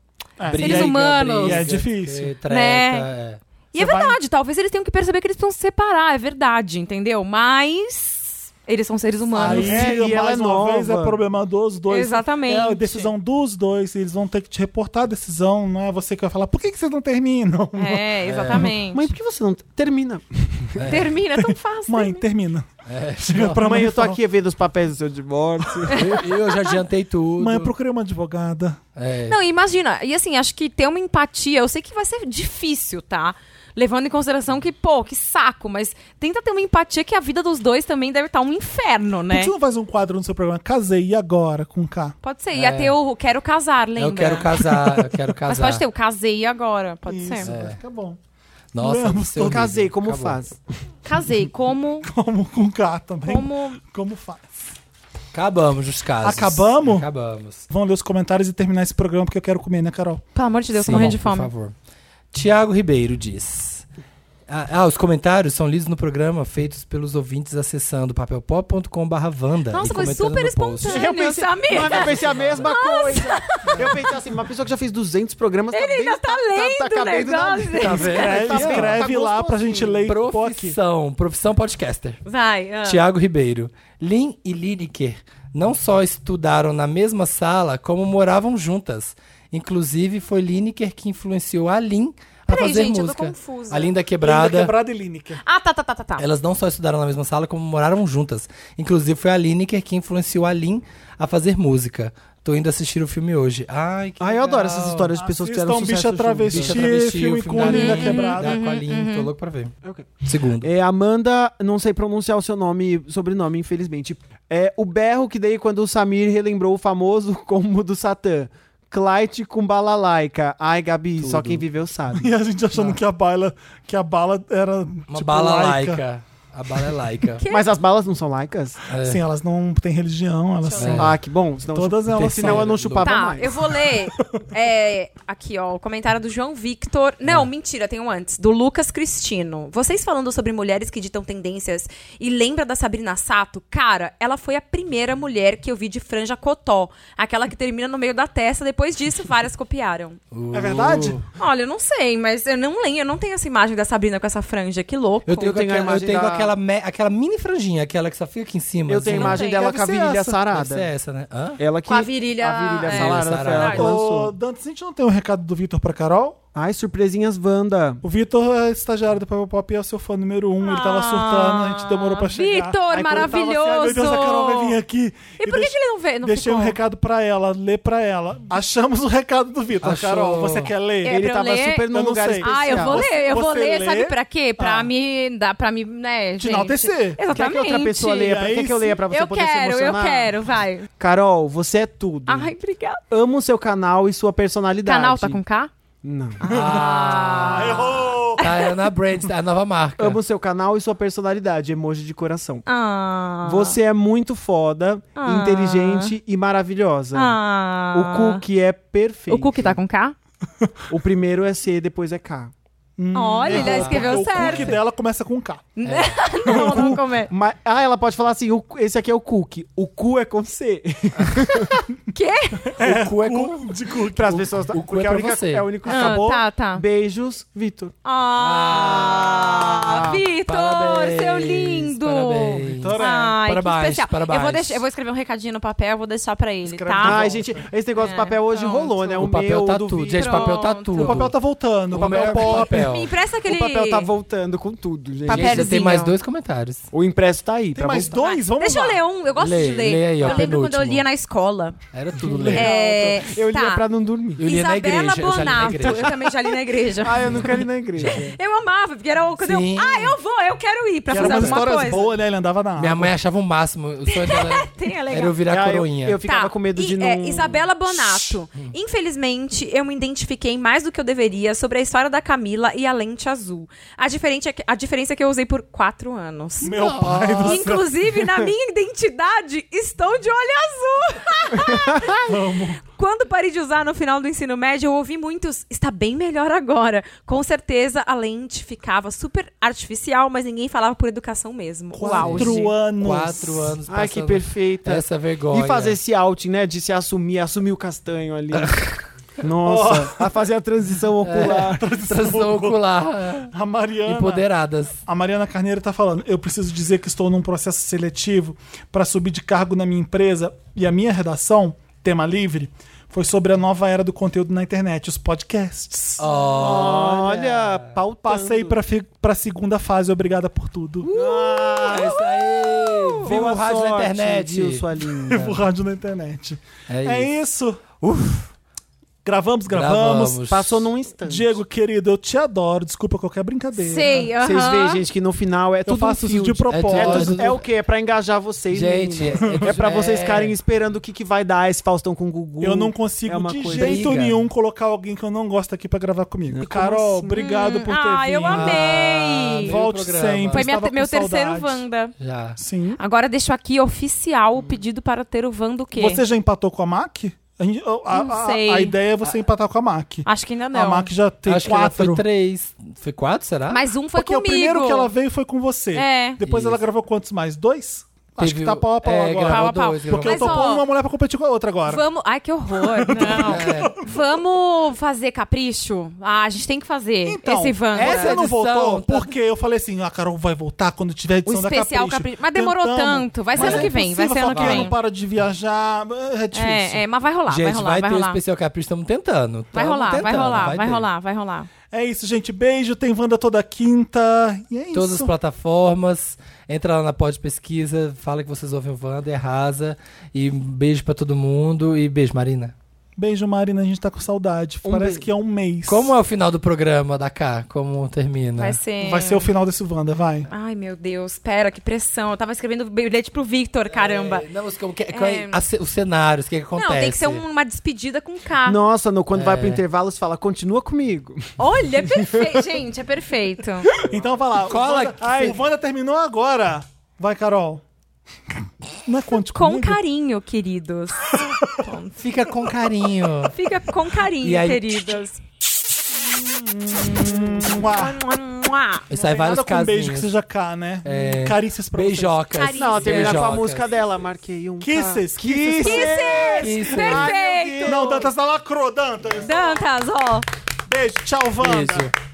S3: Briga,
S2: Seres humanos.
S3: briga,
S4: É difícil.
S3: Treta,
S2: Né?
S3: é.
S2: E é verdade, talvez eles tenham que perceber que eles precisam se separar, é verdade, entendeu? Mas. Eles são seres humanos.
S4: Aí,
S1: É,
S4: e
S1: e ela
S4: mais
S1: é
S4: uma
S1: nova.
S4: vez, é problema dos dois.
S2: Exatamente.
S4: É a decisão dos dois. Eles vão ter que te reportar a decisão. Não é você que vai falar, por que, que vocês não terminam?
S2: É, exatamente.
S1: Mãe, por que você não termina?
S2: Termina, é tão fácil.
S4: Mãe,
S2: termina.
S4: termina. Chega pra
S1: Mãe,
S4: mãe É, e
S1: eu tô
S4: fala,
S1: aqui vendo os papéis do seu divórcio.
S3: Eu, eu já adiantei tudo.
S4: Mãe, eu procurei uma advogada.
S3: É.
S2: Não, imagina. E assim, acho que ter uma empatia, eu sei que vai ser difícil, tá? Levando em consideração que, pô, que saco, mas tenta ter uma empatia que a vida dos dois também deve estar um inferno,
S4: Por que
S2: né?
S4: você não faz um quadro no seu programa? Casei e agora com K.
S2: Pode ser.
S3: É.
S2: Ia ter o Quero Casar, lembra?
S3: Eu quero casar, eu quero
S2: Mas
S3: casar.
S2: pode ter o Casei agora, pode
S4: Isso,
S2: ser.
S4: vai ficar bom.
S3: Nossa,
S4: Vamos,
S3: não sei o
S1: Eu
S3: nível.
S1: casei, como
S3: Acabou.
S1: faz?
S2: Casei, como...
S4: Como com K também. Como,
S2: como...
S4: faz?
S3: Acabamos os casos.
S4: Acabamos?
S3: Acabamos.
S4: Vamos ler os comentários e terminar esse programa porque eu quero comer, né, Carol?
S2: Pelo amor de Deus, tô
S3: Sim,
S2: morrendo de
S3: por
S2: fome.
S3: favor. Tiago Ribeiro diz. Ah, ah, os comentários são lidos no programa, feitos pelos ouvintes acessando papelpop.com.br Vanda.
S2: Nossa, foi super espontâneo.
S1: Eu
S2: Meu
S1: pensei,
S2: Samir.
S1: Mano, eu pensei a mesma coisa. Eu pensei assim, uma pessoa que já fez 200 programas tá
S2: Ele
S1: bem,
S2: ainda tá lendo o
S1: cabendo na-
S2: negócio.
S1: tá
S3: vendo?
S1: bem- tá
S4: Escreve,
S1: bem-
S4: escreve
S1: tá
S4: lá pra
S1: gostosinho.
S4: gente ler e pôr aqui.
S3: Profissão, profissão podcaster.
S2: Vai, ah.
S3: Tiago Ribeiro. Lin e Lineker não só estudaram na mesma sala, como moravam juntas. Inclusive, foi Lineker que influenciou a Lin a
S2: Peraí,
S3: fazer
S2: gente, eu tô
S3: música.
S2: confusa.
S3: A Lin da Quebrada.
S4: Quebrada e Lineker.
S2: Ah, tá, tá, tá, tá, tá.
S3: Elas não só estudaram na mesma sala, como moraram juntas. Inclusive, foi a Lineker que influenciou a Lin a fazer música. Tô indo assistir o filme hoje. Ai, que
S1: Ai, eu adoro essas
S3: legal.
S1: histórias de pessoas que
S4: Assistam
S1: fizeram
S4: um
S1: sucesso
S4: bicha
S1: junto.
S4: travesti,
S3: Bicha travesti,
S4: filme
S3: o
S4: com
S3: da
S4: Linda
S3: Lin,
S4: Quebrada.
S3: da- Com a Lin,
S1: Uhum.
S3: tô louco pra ver.
S1: Ok.
S3: Segundo.
S1: É, Amanda, não sei pronunciar o seu nome, sobrenome, infelizmente. É o berro que dei quando o Samir relembrou o famoso combo do Satã. Clyde com balalaika. Ai, Gabi, só quem viveu sabe.
S4: E a gente achando que a bala, que a bala era
S3: Uma
S4: tipo,
S3: bala
S4: laica.
S3: laica. A bala é laica.
S2: Que?
S1: Mas as balas não são laicas?
S3: É.
S4: Sim, elas não têm religião, elas
S3: eu
S4: são.
S3: ver.
S1: Ah, que bom. Senão
S4: Todas
S1: eu,
S4: elas
S1: senão
S4: são.
S1: eu não chupava
S2: Tá,
S1: mais.
S2: eu vou ler é, aqui, ó, o comentário do João Victor. Não, mentira, tem um antes. Do Lucas Cristino. Vocês falando sobre mulheres que ditam tendências e lembra da Sabrina Sato? Cara, ela foi a primeira mulher que eu vi de franja cotó. Aquela que termina no meio da testa. Depois disso, várias copiaram.
S4: É verdade?
S2: Olha, eu não sei, mas eu não lembro. Eu não tenho essa imagem da Sabrina com essa franja. Que louco.
S3: Eu tenho,
S1: Eu tenho a
S3: aquela, eu
S1: imagem
S3: tenho
S1: da-
S3: aquela, me- aquela mini franjinha, aquela que só fica aqui em cima. assim, né?
S1: Eu tenho a
S2: Não
S1: imagem
S2: tem.
S1: dela com a
S4: Deve ser
S1: virilha
S4: essa.
S1: sarada.
S3: Deve ser essa, né? Hã?
S1: Ela que,
S2: Com a virilha-
S1: A virilha
S2: é,
S1: sarada,
S3: sarada.
S1: foi ela que
S2: Ô,
S4: Ô,
S1: lançou.
S4: Dantes, a gente não tem um recado do Vitor pra Carol?
S1: Ai, surpresinhas Wanda.
S4: O Vitor é estagiário do Papel Pop e é o seu fã número um. Ele tava surtando, a gente demorou pra chegar.
S2: Victor,
S4: Aí quando ele tava assim, "Ai, meu Deus, a Carol vai vir aqui.
S2: E por que, que ele não veio? Não
S4: Deixei
S2: ficou?
S4: um recado pra ela, lê pra ela. Achamos o recado do Vitor.
S3: Achou.
S4: Carol, você quer ler? assim,
S2: É,
S1: Ele
S2: pra eu
S1: tava
S2: ler?
S1: super num
S4: Eu não
S1: lugar
S4: sei.
S1: especial.
S2: Ah, eu vou ler, eu
S4: Você
S2: vou ler,
S4: lê?
S2: sabe pra quê? Pra
S4: Ah.
S2: me dar, pra me, né,
S4: Te
S2: gente.
S4: enaltecer.
S2: Exatamente.
S1: Quer que outra pessoa leia? Pra,
S4: E aí,
S1: quer que eu leia pra você
S2: eu
S1: poder se
S2: quero, eu
S1: emocionar? Hum.
S2: quero, vai.
S1: Carol, você é tudo.
S2: Ai, obrigada.
S1: Amo o seu canal e sua personalidade.
S2: Canal tá com K?
S1: Não.
S3: Ah,
S4: Errou!
S3: tá, é na Brands, a nova marca.
S1: Amo seu canal e sua personalidade. Emoji de coração.
S2: Ah.
S1: Você é muito foda,
S2: Ah.
S1: inteligente e maravilhosa.
S2: Ah.
S1: O cookie é perfeito.
S2: O Cook tá com K?
S1: O primeiro é C, depois é K. é
S2: Olha, ele já escreveu
S4: O
S2: certo.
S4: cookie dela começa com K.
S2: Não, não come.
S1: Ma- ah, ela pode falar assim: o- esse aqui é o cookie. O cu é com C.
S2: Quê?
S3: o cu é com...
S4: De cookie.
S1: Para as pessoas.
S3: o cu
S1: porque
S3: é
S1: a
S3: pra
S1: única-
S3: você.
S1: É o único que
S2: Ah,
S1: acabou.
S2: tá, tá.
S1: Beijos, Vitor.
S2: Ah,
S3: Ah,
S2: Vitor,
S3: parabéns,
S2: seu lindo.
S3: parabéns.
S1: é.
S2: Ai,
S3: Parabéns,
S2: que especial.
S3: parabéns.
S2: Eu vou, deixar- eu vou escrever um recadinho no papel, eu vou deixar pra ele, tá?
S1: Ai, gente, esse negócio
S2: É,
S1: do papel hoje
S2: pronto.
S1: rolou, né? O,
S3: O papel
S1: meu,
S3: tá
S1: do
S3: tudo.
S1: Vitor.
S3: Gente, papel tá
S2: Pronto.
S3: tudo.
S4: O papel tá voltando, o papel
S3: meu
S4: pop.
S3: papel.
S2: Me empresta aquele...
S1: O papel tá voltando com tudo, gente.
S2: Papel-
S3: Gente, ainda tem mais
S2: Papelzinho.
S3: dois comentários.
S1: O impresso tá aí.
S4: Tem
S1: pra
S4: mais
S1: voltar.
S4: dois? Vamos
S2: Deixa
S4: lá.
S2: eu ler um, eu gosto
S3: Lê,
S2: de ler.
S3: lê aí, ó,
S2: eu lembro quando eu
S3: penúltimo.
S2: lia na escola.
S3: Era tudo ler.
S2: É,
S1: Eu lia
S2: tá.
S1: pra não dormir.
S3: Eu li
S2: Isabela
S3: na igreja, eu já li na
S2: Bonato.
S3: igreja.
S2: Eu também já li na igreja.
S1: Ah, eu nunca li na igreja.
S2: Eu amava, porque era o- quando eu.
S3: Sim.
S2: Ah, eu vou, eu quero ir pra
S4: Que eram
S2: fazer
S4: umas
S2: alguma
S4: histórias
S2: coisa.
S4: boas, né? Ele andava na
S3: Minha
S4: água.
S3: mãe achava o máximo. O sonho dela
S2: Tem, é
S3: era
S2: legal.
S3: eu virar
S1: Ah, eu-
S3: coroinha.
S1: Eu, ficava
S2: Tá,
S1: com medo
S2: e,
S1: de não...
S2: é, Isabela Bonato. Infelizmente, eu me identifiquei mais do que eu deveria sobre a história da Camila e a lente azul. A, diferente é que- a diferença é que eu usei por quatro anos.
S4: Meu pai do céu.
S2: Inclusive, na minha identidade, estou de olho azul. Quando parei de usar no final do ensino médio, eu ouvi muitos. Está bem melhor agora. Com certeza, a lente ficava super artificial, mas ninguém falava por educação mesmo. o auge.
S4: Quatro anos.
S3: Quatro anos
S1: Ai, que
S3: passando
S1: perfeita.
S3: Essa vergonha.
S1: E fazer esse outing, né? De se assumir, assumir o castanho ali. Nossa, a fazer a transição ocular.
S3: Transição ocular.
S4: A Mariana.
S3: Empoderadas.
S4: A Mariana Carneiro tá falando: eu preciso dizer que estou num processo seletivo para subir de cargo na minha empresa e a minha redação, tema livre, Foi sobre a nova era do conteúdo na internet, os podcasts.
S3: Ah,
S1: Ah, Olha, pau
S4: Passei pra, fi- pra segunda fase, obrigada por tudo.
S3: Ah, isso aí! Viu
S1: é Boa
S3: o rádio na
S1: sorte,
S3: internet.
S1: Viu, sua
S4: Vivo
S1: linda.
S4: rádio na internet.
S3: É
S4: É isso. Gravamos, gravamos.
S3: Gravamos.
S1: Passou num instante.
S4: Diego, querido, eu te adoro. Desculpa qualquer brincadeira.
S2: Sei, é aham.
S1: Vocês veem, gente, que no final é
S4: Eu
S1: tudo
S4: faço
S1: um
S4: isso de
S1: field. É,
S3: Ó,
S4: propósito.
S1: tudo-
S3: tudo-
S1: é o quê? É pra engajar vocês,
S3: Gente,
S1: meninas.
S3: é-
S1: é, pra vocês
S3: é.
S1: ficarem esperando o que, que vai dar esse Faustão com o Gugu.
S4: Eu não consigo
S1: É uma
S4: de
S1: coisa-
S4: jeito
S3: Briga.
S4: nenhum colocar alguém que eu não gosto aqui pra gravar comigo. Carol, obrigado por ter
S2: assim? Ah, eu
S4: vindo.
S2: amei!
S4: Ah, Volte
S3: Veio o
S4: sempre.
S2: Foi minha-
S4: estava com
S2: meu terceiro Ah,
S4: saudade.
S2: Wanda.
S3: Já.
S4: Sim.
S2: Agora deixo aqui oficial o pedido para ter o Wanda o quê?
S4: Você já empatou com a MAC? A, gente- a- a-
S2: Não
S4: a-
S2: sei.
S4: a ideia é você empatar com a MAC.
S2: Acho que ainda
S4: A
S2: não.
S4: MAC já tem
S3: Ah. Acho que
S4: quatro.
S3: ela foi três. Foi quatro, será?
S2: Mas um foi
S4: Porque é o
S2: comigo.
S4: primeiro que ela veio foi com você.
S2: É.
S4: Depois ela
S3: Isso.
S4: gravou quantos mais? Dois? Acho
S3: Teve
S4: que
S3: o-
S4: tá pau a pau
S3: é,
S4: agora.
S2: Pau
S3: Gravou
S2: a pau.
S3: dois, gravou
S4: Porque eu
S2: Mas,
S4: tô
S2: ó,
S4: pondo uma mulher pra competir com a outra agora.
S2: Vamos. Ai, que horror. Não.
S4: É.
S2: Vamos fazer capricho? Ah, a gente tem que fazer
S4: Então,
S2: esse Wanda.
S4: essa não
S3: edição,
S4: voltou
S3: tá-
S4: porque eu falei assim, a Carol vai voltar quando tiver a
S2: O
S4: edição da
S2: especial Capricho. Mas demorou
S4: Tentamos,
S2: tanto. Vai ser
S4: mas
S2: ano
S4: é
S2: que vem, vai
S4: impossível,
S2: ser ano
S4: só
S2: que
S4: eu
S2: vem.
S4: não para de viajar, é difícil.
S2: É, é, mas vai rolar,
S3: Gente,
S2: vai rolar, vai
S3: ter o
S2: rolar.
S3: especial Capricho, estamos tá tentando.
S2: Vai
S3: Tamo
S2: rolar, vai
S3: tentando,
S2: rolar, vai
S3: ter.
S2: rolar, vai rolar.
S4: É isso, gente. Beijo. Tem Wanda toda quinta. E é
S3: Todas as
S4: isso.
S3: plataformas, entra lá na Pod Pesquisa, fala que vocês ouvem o Wanda, e arrasa. E beijo pra todo mundo e beijo, Marina.
S4: Beijo, Marina. A gente tá com saudade. Parece
S1: beijo.
S4: que é um mês.
S3: Como é o final do programa da K? Como termina?
S2: Vai ser.
S4: Vai ser o final desse Wanda, vai.
S2: Ai, meu Deus, pera, que pressão. Eu tava escrevendo bilhete pro Victor, caramba.
S3: É, não, os, como que- qual é- a ce- os cenários, o que, que
S2: Não,
S3: acontece?
S2: tem que ser um- uma despedida com K.
S1: Nossa, no, quando vai
S3: É.
S1: pro intervalo, você fala, continua comigo.
S2: Olha, é perfeito. Gente, é perfeito.
S4: Então vai lá.
S3: Cola
S4: o Wanda,
S3: que
S4: Ai,
S3: você-
S4: o Wanda terminou agora. Vai, Carol. Não é conte
S2: Com
S4: comigo?
S2: carinho, queridos.
S3: Fica com carinho.
S2: Fica com
S3: E
S2: carinho,
S3: aí-
S2: queridos.
S4: Mua.
S2: Mua.
S3: Isso aí, vários
S4: Nada
S2: um
S4: com beijo que
S3: casinhos.
S4: seja cá, né?
S3: É.
S4: Carícias pra
S3: Beijocas.
S2: Carinho.
S1: Não, ela terminar com a
S3: Beijocas.
S1: música dela. Marquei um.
S4: Kisses,
S1: K.
S4: kisses.
S3: Isso.
S4: vocês.
S2: Perfeito!
S4: Não, tá Dantas da Lacro, Dantas.
S2: Dantas, ó.
S4: Beijo, tchau, Wanda.
S3: Beijo.